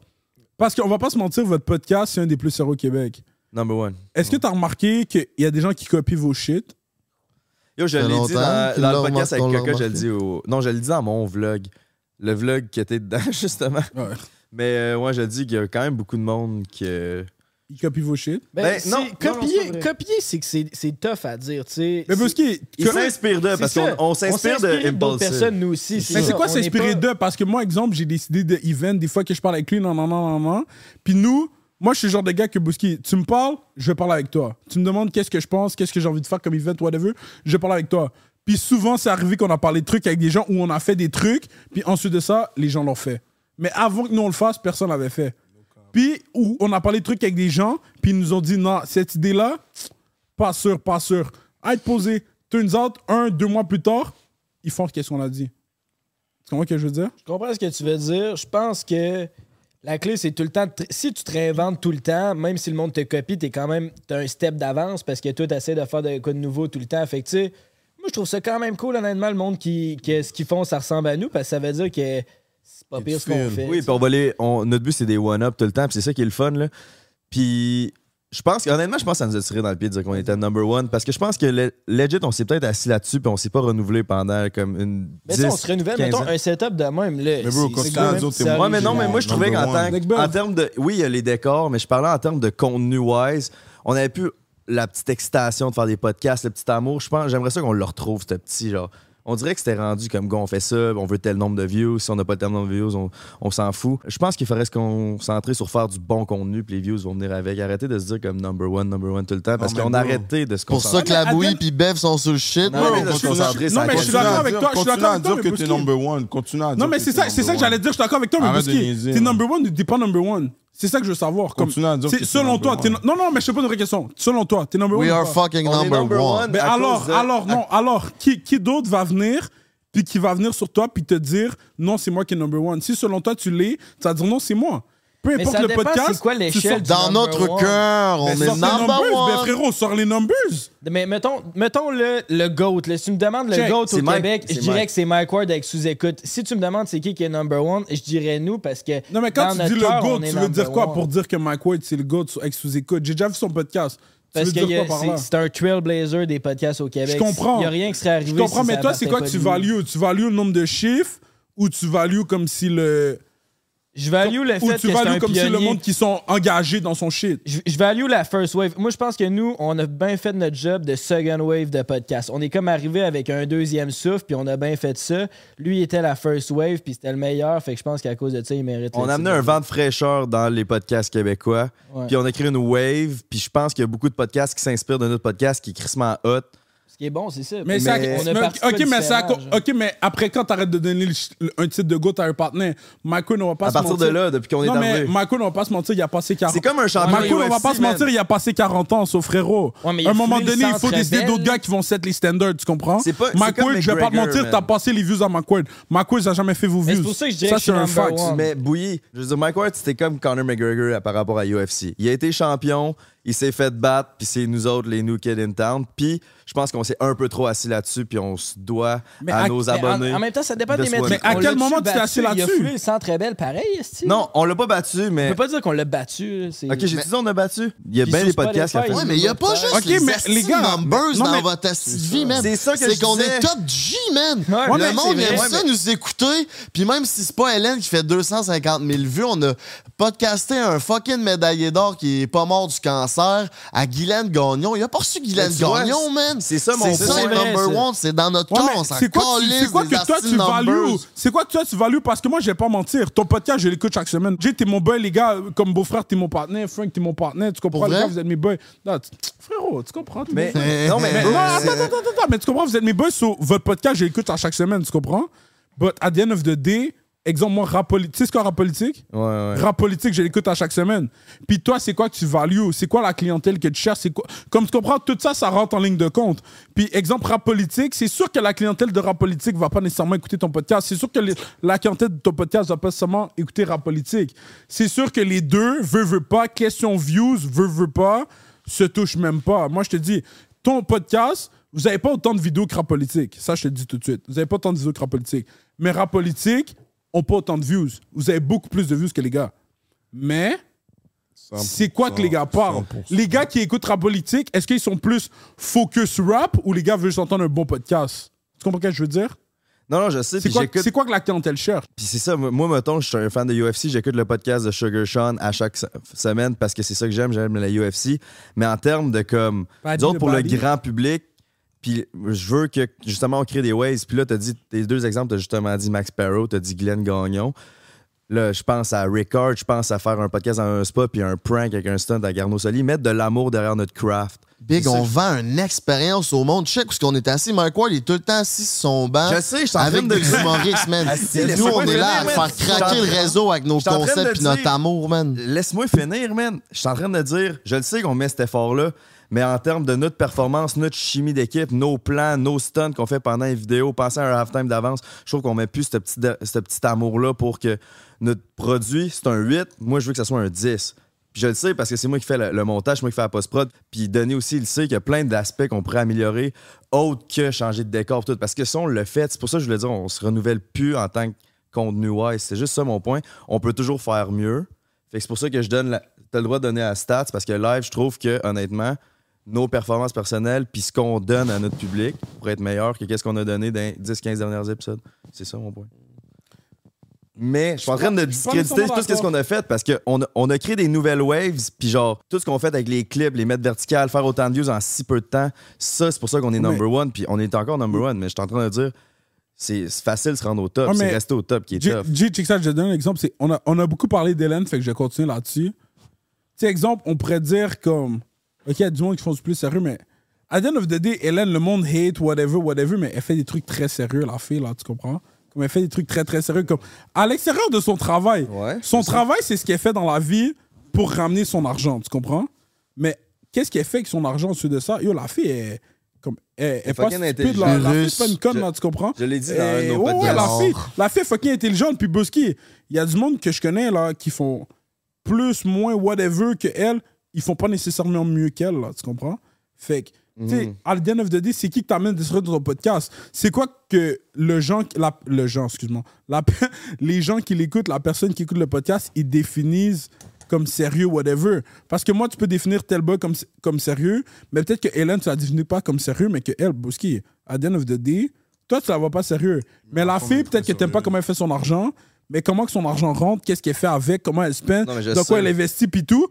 [SPEAKER 2] Parce qu'on va pas se mentir, votre podcast, c'est un des plus sérieux au Québec.
[SPEAKER 1] Number one.
[SPEAKER 2] Est-ce que t'as remarqué qu'il y a des gens qui copient vos shit?
[SPEAKER 1] Yo, je
[SPEAKER 4] Ça fait
[SPEAKER 1] l'ai dit
[SPEAKER 4] longtemps
[SPEAKER 1] dans,
[SPEAKER 4] qu'il
[SPEAKER 1] dans
[SPEAKER 4] l'a
[SPEAKER 1] le podcast
[SPEAKER 4] remarqué,
[SPEAKER 1] avec
[SPEAKER 4] on
[SPEAKER 1] quelqu'un,
[SPEAKER 4] l'a
[SPEAKER 1] je le dis au. Non, je le dis dans mon vlog. Le vlog qui était dedans, justement.
[SPEAKER 2] Ouais.
[SPEAKER 1] Mais euh, ouais, je le dis qu'il y a quand même beaucoup de monde qui. euh,
[SPEAKER 2] Ils copient vos shit?
[SPEAKER 5] Ben,
[SPEAKER 1] Ben,
[SPEAKER 5] c'est-
[SPEAKER 1] non, non,
[SPEAKER 11] c'est
[SPEAKER 5] copier,
[SPEAKER 11] pas vrai.
[SPEAKER 5] copier, c'est que c'est c'est tough à dire, tu sais.
[SPEAKER 2] Mais parce
[SPEAKER 5] C'est-
[SPEAKER 2] qu'ils...
[SPEAKER 1] Ils s'inspirent d'eux,
[SPEAKER 5] c'est
[SPEAKER 1] parce
[SPEAKER 5] ça.
[SPEAKER 1] qu'on on s'inspire de
[SPEAKER 5] d'autres
[SPEAKER 1] Impulse.
[SPEAKER 5] personnes, nous aussi.
[SPEAKER 2] Mais c'est
[SPEAKER 5] ça,
[SPEAKER 2] quoi
[SPEAKER 5] on est
[SPEAKER 2] s'inspirer
[SPEAKER 5] pas-
[SPEAKER 2] d'eux? Parce que moi, exemple, j'ai décidé de event des fois que je parle avec lui, non, non, non, non, non. Puis nous, moi, je suis le genre de gars que Bouski, tu me parles, je vais parler avec toi. Tu me demandes qu'est-ce que je pense, qu'est-ce que j'ai envie de faire comme event, whatever, je vais parler avec toi. Puis souvent, c'est arrivé qu'on a parlé de trucs avec des gens où on a fait des trucs, puis ensuite de ça, les gens l'ont fait. Mais avant que nous on le fasse, personne l'avait fait. Puis où on a parlé de trucs avec des gens, puis ils nous ont dit non, cette idée-là, pas sûr, pas sûr. À être posé, turns out, un, deux mois plus tard, ils font qu'est-ce qu'on a dit. Tu comprends ce que je veux dire?
[SPEAKER 5] Je comprends ce que tu veux dire. Je pense que la clé, c'est tout le temps. de te- Si tu te réinventes tout le temps, même si le monde te copie, t'es quand même. T'as un step d'avance parce que toi, t'essaies de faire de quoi de nouveau tout le temps. Fait que, tu sais, moi, je trouve ça quand même cool, honnêtement, le monde qui. que ce qu'ils font, ça ressemble à nous parce que ça veut dire que c'est pas pire ce qu'on fait.
[SPEAKER 1] Oui, puis on va les- on- notre but, c'est des one-up tout le temps, puis c'est ça qui est le fun, là. Puis je pense que, honnêtement, je pense que ça nous a tiré dans le pied de dire qu'on était number one, parce que je pense que le- legit, on s'est peut-être assis là-dessus, puis on s'est pas renouvelé pendant comme une.
[SPEAKER 5] Mais tu sais, on
[SPEAKER 1] 10,
[SPEAKER 5] se renouvelle,
[SPEAKER 1] 15
[SPEAKER 5] mettons,
[SPEAKER 1] ans.
[SPEAKER 5] un setup de même. Là,
[SPEAKER 3] Mais bro,
[SPEAKER 5] C'est-
[SPEAKER 3] quand
[SPEAKER 5] c'est
[SPEAKER 3] tu
[SPEAKER 5] quand
[SPEAKER 3] dis,
[SPEAKER 5] même-
[SPEAKER 3] nous autres, t'es
[SPEAKER 5] ça
[SPEAKER 1] Ouais, mais non,
[SPEAKER 5] original.
[SPEAKER 1] mais moi, je trouvais qu'en tant
[SPEAKER 2] Nick
[SPEAKER 1] que-
[SPEAKER 2] Buff.
[SPEAKER 1] en termes de. Oui, il y a les décors, mais je parlais en termes de contenu wise. On avait plus la petite excitation de faire des podcasts, le petit amour. Je pense, j'aimerais ça qu'on le retrouve, ce petit, genre. On dirait que c'était rendu comme, gars, on fait ça, on veut tel nombre de views. Si on n'a pas tel nombre de views, on, on s'en fout. Je pense qu'il faudrait se concentrer sur faire du bon contenu, puis les views vont venir avec. Arrêter de se dire comme number one, number one tout le temps, parce
[SPEAKER 3] Oh, mais
[SPEAKER 1] qu'on a
[SPEAKER 3] bro.
[SPEAKER 1] arrêté de se
[SPEAKER 4] Pour ça
[SPEAKER 1] concentrer.
[SPEAKER 4] que la
[SPEAKER 2] Attends.
[SPEAKER 4] bouillie pis Bev sont sur le shit,
[SPEAKER 1] Non, Ah,
[SPEAKER 4] bro.
[SPEAKER 1] mais là, je suis concentré,
[SPEAKER 2] non,
[SPEAKER 1] ça
[SPEAKER 2] mais je suis
[SPEAKER 1] continue.
[SPEAKER 2] d'accord
[SPEAKER 3] Continue à
[SPEAKER 2] avec
[SPEAKER 3] dire-
[SPEAKER 2] toi, je suis
[SPEAKER 3] continue
[SPEAKER 2] d'accord
[SPEAKER 3] à
[SPEAKER 2] avec toi,
[SPEAKER 3] dire
[SPEAKER 2] mais
[SPEAKER 3] que t'es
[SPEAKER 2] Bouski.
[SPEAKER 3] number one. Continue à dire
[SPEAKER 2] Non, mais
[SPEAKER 3] que
[SPEAKER 2] c'est
[SPEAKER 3] t'es
[SPEAKER 2] ça, c'est ça que
[SPEAKER 3] number
[SPEAKER 2] j'allais dire. Je suis d'accord avec toi, mais
[SPEAKER 3] Arrête de
[SPEAKER 2] Bouski,
[SPEAKER 3] niaiser,
[SPEAKER 2] t'es
[SPEAKER 3] là.
[SPEAKER 2] number one ou t'es pas number one? C'est ça que je veux savoir. Comme,
[SPEAKER 3] Continue à dire
[SPEAKER 2] c'est-
[SPEAKER 3] que t'es
[SPEAKER 2] selon toi,
[SPEAKER 3] number
[SPEAKER 2] t'es
[SPEAKER 3] one.
[SPEAKER 2] no- non, non, mais je sais pas une vraie question. Selon toi, t'es number
[SPEAKER 4] We
[SPEAKER 2] one. ou
[SPEAKER 4] are
[SPEAKER 2] pas?
[SPEAKER 4] fucking
[SPEAKER 1] On est
[SPEAKER 4] number
[SPEAKER 1] number
[SPEAKER 4] one.
[SPEAKER 1] one.
[SPEAKER 2] Mais
[SPEAKER 1] à
[SPEAKER 2] alors,
[SPEAKER 1] cause de-
[SPEAKER 2] alors, non, alors, qui, qui d'autre va venir, puis qui va venir sur toi, puis te dire non, c'est moi qui est number one? Si selon toi, tu l'es, tu vas dire non, c'est moi. Peu
[SPEAKER 5] Mais
[SPEAKER 2] importe
[SPEAKER 5] ça
[SPEAKER 2] le
[SPEAKER 5] dépend,
[SPEAKER 2] podcast.
[SPEAKER 5] c'est quoi
[SPEAKER 2] tu
[SPEAKER 5] l'échelle
[SPEAKER 2] sors-
[SPEAKER 5] du
[SPEAKER 4] Dans
[SPEAKER 5] number
[SPEAKER 4] notre
[SPEAKER 5] one?
[SPEAKER 4] cœur, on
[SPEAKER 2] Ben,
[SPEAKER 4] est
[SPEAKER 2] sors les
[SPEAKER 4] number
[SPEAKER 2] numbers, ben
[SPEAKER 4] one.
[SPEAKER 2] frérot, sors les numbers.
[SPEAKER 5] Mais mettons, mettons le, le GOAT. là. Si tu me demandes le
[SPEAKER 2] Check.
[SPEAKER 5] GOAT au
[SPEAKER 1] C'est Mike.
[SPEAKER 5] Québec,
[SPEAKER 1] C'est
[SPEAKER 5] je dirais
[SPEAKER 1] Mike.
[SPEAKER 5] que c'est Mike Ward avec sous-écoute. Si tu me demandes c'est qui qui est number one, je dirais nous parce que.
[SPEAKER 2] Non, mais quand
[SPEAKER 5] dans
[SPEAKER 2] tu
[SPEAKER 5] notre
[SPEAKER 2] dis le
[SPEAKER 5] cœur,
[SPEAKER 2] GOAT,
[SPEAKER 5] on est
[SPEAKER 2] tu veux dire
[SPEAKER 5] number
[SPEAKER 2] quoi
[SPEAKER 5] one.
[SPEAKER 2] pour dire que Mike Ward, c'est le GOAT sur- avec sous-écoute? J'ai déjà vu son podcast. Tu
[SPEAKER 5] Parce
[SPEAKER 2] veux
[SPEAKER 5] que
[SPEAKER 2] dire
[SPEAKER 5] y a-
[SPEAKER 2] quoi par là?
[SPEAKER 5] c'est c'est un trailblazer des podcasts au Québec.
[SPEAKER 2] Je comprends.
[SPEAKER 5] Il n'y a rien qui serait arrivé.
[SPEAKER 2] Je comprends,
[SPEAKER 5] si
[SPEAKER 2] mais
[SPEAKER 5] ça
[SPEAKER 2] toi, c'est
[SPEAKER 5] partait
[SPEAKER 2] quoi
[SPEAKER 5] pas
[SPEAKER 2] que tu
[SPEAKER 5] de nous.
[SPEAKER 2] values? Tu values le nombre de chiffres ou tu values comme si le.
[SPEAKER 5] Je value le fait
[SPEAKER 2] Ou
[SPEAKER 5] que
[SPEAKER 2] tu
[SPEAKER 5] c'est un
[SPEAKER 2] values comme si le
[SPEAKER 5] pionnier.
[SPEAKER 2] monde qui sont engagés dans son shit?
[SPEAKER 5] Je, je value la first wave. Moi, je pense que nous, on a bien fait notre job de second wave de podcast. On est comme arrivé avec un deuxième souffle, puis on a bien fait ça. Lui, il était la first wave, puis c'était le meilleur. Fait que je pense qu'à cause de ça, il mérite
[SPEAKER 1] On
[SPEAKER 5] le
[SPEAKER 1] a amené
[SPEAKER 5] titre.
[SPEAKER 1] un vent de fraîcheur dans les podcasts québécois.
[SPEAKER 5] Ouais.
[SPEAKER 1] Puis on a créé une wave. Puis je pense qu'il y a beaucoup de podcasts qui s'inspirent de notre podcast qui est crissement hot.
[SPEAKER 5] Ce qui est bon, c'est ça.
[SPEAKER 2] Mais, ça,
[SPEAKER 5] on a
[SPEAKER 2] mais-
[SPEAKER 5] participé
[SPEAKER 2] ok, mais ça,
[SPEAKER 5] différemment, genre.
[SPEAKER 2] ok, mais après quand t'arrêtes de donner le ch- le- un titre de GOAT à un partenaire, Michael ne va pas
[SPEAKER 1] À
[SPEAKER 2] se
[SPEAKER 1] partir
[SPEAKER 2] mentir.
[SPEAKER 1] de là, depuis qu'on est
[SPEAKER 2] non mais
[SPEAKER 1] arrivé.
[SPEAKER 2] Michael ne va pas se mentir, il a passé 40
[SPEAKER 1] C'est comme un champion.
[SPEAKER 2] Michael on va
[SPEAKER 1] UFC,
[SPEAKER 2] pas se
[SPEAKER 1] man.
[SPEAKER 2] mentir, il a passé 40 ans, sauf frérot.
[SPEAKER 5] Ouais, mais il
[SPEAKER 2] à
[SPEAKER 5] a
[SPEAKER 2] un moment
[SPEAKER 5] foulé le
[SPEAKER 2] donné, il faut
[SPEAKER 5] centre
[SPEAKER 2] décider
[SPEAKER 5] Bell.
[SPEAKER 2] d'autres gars qui vont set les standards, tu comprends?
[SPEAKER 1] C'est pas- c'est
[SPEAKER 2] Michael,
[SPEAKER 1] comme
[SPEAKER 2] je vais pas te
[SPEAKER 1] McGregor,
[SPEAKER 2] mentir,
[SPEAKER 1] man.
[SPEAKER 2] t'as passé les views à Michael. Michael, n'a jamais fait vos
[SPEAKER 5] Mais
[SPEAKER 2] views.
[SPEAKER 5] c'est pour ça que je dirais que je
[SPEAKER 2] c'est
[SPEAKER 5] suis
[SPEAKER 2] un
[SPEAKER 5] number
[SPEAKER 2] fact.
[SPEAKER 5] one.
[SPEAKER 1] Mais bouilli, je veux dire, Mike Ward, c'était comme Conor McGregor à- par rapport à UFC. Il a été champion, il s'est fait battre, puis c'est nous autres, les New Kids in Town. Puis je pense qu'on s'est c'est un peu trop assis là-dessus, puis on se doit
[SPEAKER 5] Mais
[SPEAKER 1] à,
[SPEAKER 5] à-
[SPEAKER 1] nos
[SPEAKER 5] mais en-
[SPEAKER 1] abonnés.
[SPEAKER 5] En, même temps, ça dépend
[SPEAKER 1] de
[SPEAKER 5] des
[SPEAKER 1] se voir.
[SPEAKER 5] métriques.
[SPEAKER 1] Mais à
[SPEAKER 5] On
[SPEAKER 2] quel
[SPEAKER 5] l'a-tu
[SPEAKER 2] moment tu t'es
[SPEAKER 5] battu?
[SPEAKER 2] assis
[SPEAKER 5] Il a
[SPEAKER 2] là-dessus?
[SPEAKER 5] foulé le centre belle pareil, est
[SPEAKER 1] non, on l'a pas battu,
[SPEAKER 5] On
[SPEAKER 1] mais.
[SPEAKER 5] peut pas dire qu'on l'a battu. c'est-
[SPEAKER 1] Ok, j'ai
[SPEAKER 5] Mais-
[SPEAKER 1] dit on a battu. Il y a
[SPEAKER 5] Puis
[SPEAKER 1] bien
[SPEAKER 5] sur
[SPEAKER 1] des podcasts qui a
[SPEAKER 5] Spotify,
[SPEAKER 1] fait.
[SPEAKER 4] Ouais, mais il y a pas juste
[SPEAKER 2] Ok,
[SPEAKER 4] les
[SPEAKER 2] mais
[SPEAKER 4] asti
[SPEAKER 2] les gars,
[SPEAKER 4] numbers
[SPEAKER 2] non,
[SPEAKER 4] dans
[SPEAKER 2] mais-
[SPEAKER 4] votre asti de vie, man.
[SPEAKER 1] C'est ça que
[SPEAKER 4] C'est
[SPEAKER 1] je
[SPEAKER 4] qu'on
[SPEAKER 1] disais.
[SPEAKER 4] est top G, man.
[SPEAKER 5] Ouais,
[SPEAKER 4] le
[SPEAKER 1] mais
[SPEAKER 4] monde
[SPEAKER 1] c'est
[SPEAKER 4] aime
[SPEAKER 1] vrai.
[SPEAKER 4] ça nous écouter. Puis même si c'est pas Hélène qui fait 250 000 vues, on a podcasté un fucking médaillé d'or qui est pas mort du cancer à Guylaine Gagnon. Il a pas reçu Guylaine
[SPEAKER 1] Mais tu vois,
[SPEAKER 4] Gagnon, man.
[SPEAKER 1] C'est ça mon
[SPEAKER 4] C'est
[SPEAKER 1] point.
[SPEAKER 4] ça le
[SPEAKER 5] vrai,
[SPEAKER 4] number
[SPEAKER 5] ça.
[SPEAKER 4] one. C'est dans notre
[SPEAKER 2] Ouais,
[SPEAKER 4] corps.
[SPEAKER 2] mais
[SPEAKER 4] On s'en
[SPEAKER 2] c'est quoi, tu- c'est
[SPEAKER 4] calisse
[SPEAKER 2] quoi
[SPEAKER 4] des
[SPEAKER 2] que toi
[SPEAKER 4] asti
[SPEAKER 2] tu values
[SPEAKER 4] numbers.
[SPEAKER 2] C'est quoi que toi tu values Parce que moi, je vais pas mentir. Ton podcast, je l'écoute chaque semaine. J'ai, t'es mon boy, les gars. Comme beau-frère, t'es mon partenaire. Frank, t'es mon partenaire. Tu comprends,
[SPEAKER 4] Pour
[SPEAKER 2] les
[SPEAKER 4] vrai?
[SPEAKER 2] gars, vous êtes mes boys. Non, tu- frérot, tu comprends. t'es
[SPEAKER 1] Mais,
[SPEAKER 2] mon boy.
[SPEAKER 1] non, mais,
[SPEAKER 2] Mais non, attends, attends, attends, attends, mais tu comprends, vous êtes mes boys sur votre podcast, je l'écoute à chaque semaine, tu comprends? But at the end of the day, exemple, moi, rap politique, tu sais ce qu'est rap politique?
[SPEAKER 1] Ouais, ouais.
[SPEAKER 2] Rap politique, je l'écoute à chaque semaine. Puis toi, c'est quoi que tu values? C'est quoi la clientèle que tu cherches? C'est quoi... Comme tu comprends, tout ça, ça rentre en ligne de compte. Puis exemple, rap politique, c'est sûr que la clientèle de rap politique va pas nécessairement écouter ton podcast. C'est sûr que les- la clientèle de ton podcast va pas nécessairement écouter rap politique. C'est sûr que les deux, veut, veut pas, question views, veut, veut pas, se touchent même pas. Moi, je te dis, ton podcast, vous avez pas autant de vidéos que rap politique. Ça, je te le dis tout de suite. Vous avez pas autant de vidéos que rap politique. Mais rap politique, ont pas autant de views. Vous avez beaucoup plus de views que les gars. Mais c'est quoi que les gars parlent?
[SPEAKER 3] 100%.
[SPEAKER 2] Les gars qui écoutent rap politique, est-ce qu'ils sont plus focus rap ou les gars veulent juste entendre un bon podcast? Tu comprends ce que je veux dire?
[SPEAKER 1] Non, non, je sais.
[SPEAKER 2] C'est
[SPEAKER 1] Puis
[SPEAKER 2] quoi,
[SPEAKER 1] j'écoute.
[SPEAKER 2] c'est quoi que la clientèle cherche?
[SPEAKER 1] Puis c'est ça, moi, moi, mettons, je suis un fan de UFC, j'écoute le podcast de Sugar Sean à chaque se- semaine parce que c'est ça que j'aime, j'aime la UFC. Mais en termes de comme,
[SPEAKER 2] Body
[SPEAKER 1] disons
[SPEAKER 2] to
[SPEAKER 1] pour le
[SPEAKER 2] body.
[SPEAKER 1] grand public, puis je veux que justement on crée des ways. Puis là, t'as dit tes deux exemples, t'as justement dit Max Parrow, t'as dit Glenn Gagnon. Là, je pense à Ricard, je pense à faire un podcast dans un spa, puis un prank avec un stunt à Garneau Soli, mettre de l'amour derrière notre craft.
[SPEAKER 4] Big,
[SPEAKER 1] C'est ça
[SPEAKER 4] on
[SPEAKER 1] que-
[SPEAKER 4] vend une expérience au monde. Check où ce qu'on est assis. Mike Ward, il est tout le temps assis sur son banc.
[SPEAKER 1] Je sais, je suis en train
[SPEAKER 4] Hein? Avec
[SPEAKER 1] de.
[SPEAKER 4] des humoristes, man.
[SPEAKER 1] Asti,
[SPEAKER 4] Nous,
[SPEAKER 1] laisse-moi
[SPEAKER 4] on est
[SPEAKER 1] finir,
[SPEAKER 4] là à
[SPEAKER 1] man.
[SPEAKER 4] faire craquer le réseau avec nos
[SPEAKER 1] J'étais en train de
[SPEAKER 4] concepts et
[SPEAKER 1] dire-
[SPEAKER 4] notre amour, man.
[SPEAKER 1] Laisse-moi finir, man. Je suis en train de dire, je le sais qu'on met cet effort-là, mais en termes de notre performance, notre chimie d'équipe, nos plans, nos stunts qu'on fait pendant les vidéos, penser à un halftime d'avance, je trouve qu'on met plus ce petit, ce petit amour-là pour que notre produit, c'est un 8, moi je veux que ça soit un 10. Puis je le sais parce que c'est moi qui fais le, le montage, c'est moi qui fais la post-prod. Puis Denis aussi, il sait qu'il y a plein d'aspects qu'on pourrait améliorer, autre que changer de décor, tout. Parce que ça, on le fait. C'est pour ça que je voulais dire, on se renouvelle plus en tant que contenu-wise. C'est juste ça mon point. On peut toujours faire mieux. Fait que c'est pour ça que je donne. La... T'as le droit de donner à stats parce que live, je trouve que, honnêtement, nos performances personnelles puis ce qu'on donne à notre public pourrait être meilleur que qu'est-ce qu'on a donné dans les 10-15 derniers épisodes. C'est ça mon point. Mais je suis en train de
[SPEAKER 2] Je suis pas
[SPEAKER 1] discréditer
[SPEAKER 2] nécessairement
[SPEAKER 1] tout ce
[SPEAKER 2] d'accord.
[SPEAKER 1] qu'on a fait parce qu'on a, on a créé des nouvelles waves, puis genre, tout ce qu'on fait avec les clips, les mettre verticales, faire autant de views en si peu de temps, ça, c'est pour ça qu'on est number one, puis on est encore number one, mais je suis en train de dire, c'est c'est facile de se rendre au top,
[SPEAKER 2] Ouais,
[SPEAKER 1] c'est
[SPEAKER 2] mais-
[SPEAKER 1] rester au top qui est
[SPEAKER 2] J'ai
[SPEAKER 1] tough.
[SPEAKER 2] j'ai- check ça, je te donne un exemple. c'est- On a, on a beaucoup parlé d'Hélène, fait que je vais continuer là-dessus. Tu sais, exemple, on pourrait dire comme. Ok, il y a du monde qui font du plus sérieux, mais. À the end of the day, Hélène, le monde hate, whatever, whatever, mais elle fait des trucs très sérieux, la fille, là, tu comprends? Comme elle fait des trucs très, très sérieux, comme. À l'extérieur de son travail.
[SPEAKER 1] Ouais,
[SPEAKER 2] son travail, c'est ce qu'elle fait dans la vie pour ramener son argent, tu comprends? Mais qu'est-ce qu'elle fait avec son argent au-dessus de ça? Yo, la fille, elle. Comme, elle, elle est pas
[SPEAKER 1] fucking
[SPEAKER 2] stupide,
[SPEAKER 1] intelligente.
[SPEAKER 2] là. La fille, c'est pas une conne,
[SPEAKER 1] Je-
[SPEAKER 2] là, tu comprends?
[SPEAKER 1] Je l'ai dit dans un
[SPEAKER 2] Eh,
[SPEAKER 1] de nos
[SPEAKER 2] ouais, ouais,
[SPEAKER 1] podcasts.
[SPEAKER 2] la fille, la fille est fucking intelligente, puis Boski, il y a du monde que je connais là qui font plus, moins, whatever que elle, ils font pas nécessairement mieux qu'elle, là, tu comprends? Fait que, tu sais, à the end of the day, c'est qui que t'amènes des trucs dans ton podcast? C'est quoi que le gens, qui- la, le gens, excuse-moi, la pe- les gens qui l'écoutent, la personne qui écoute le podcast, ils définissent comme sérieux, whatever. Parce que moi, tu peux définir tel boy comme, comme sérieux, mais peut-être que Hélène, tu la définis pas comme sérieux, mais que elle, Boski, à the end of the day, toi, tu la vois pas sérieux. Mais la fille, peut-être que t'aimes pas comment elle fait son argent, mais comment que son argent rentre, qu'est-ce qu'elle fait avec, comment elle spend,
[SPEAKER 1] Non, mais je
[SPEAKER 2] dans quoi
[SPEAKER 1] sais.
[SPEAKER 2] elle investit, puis tout.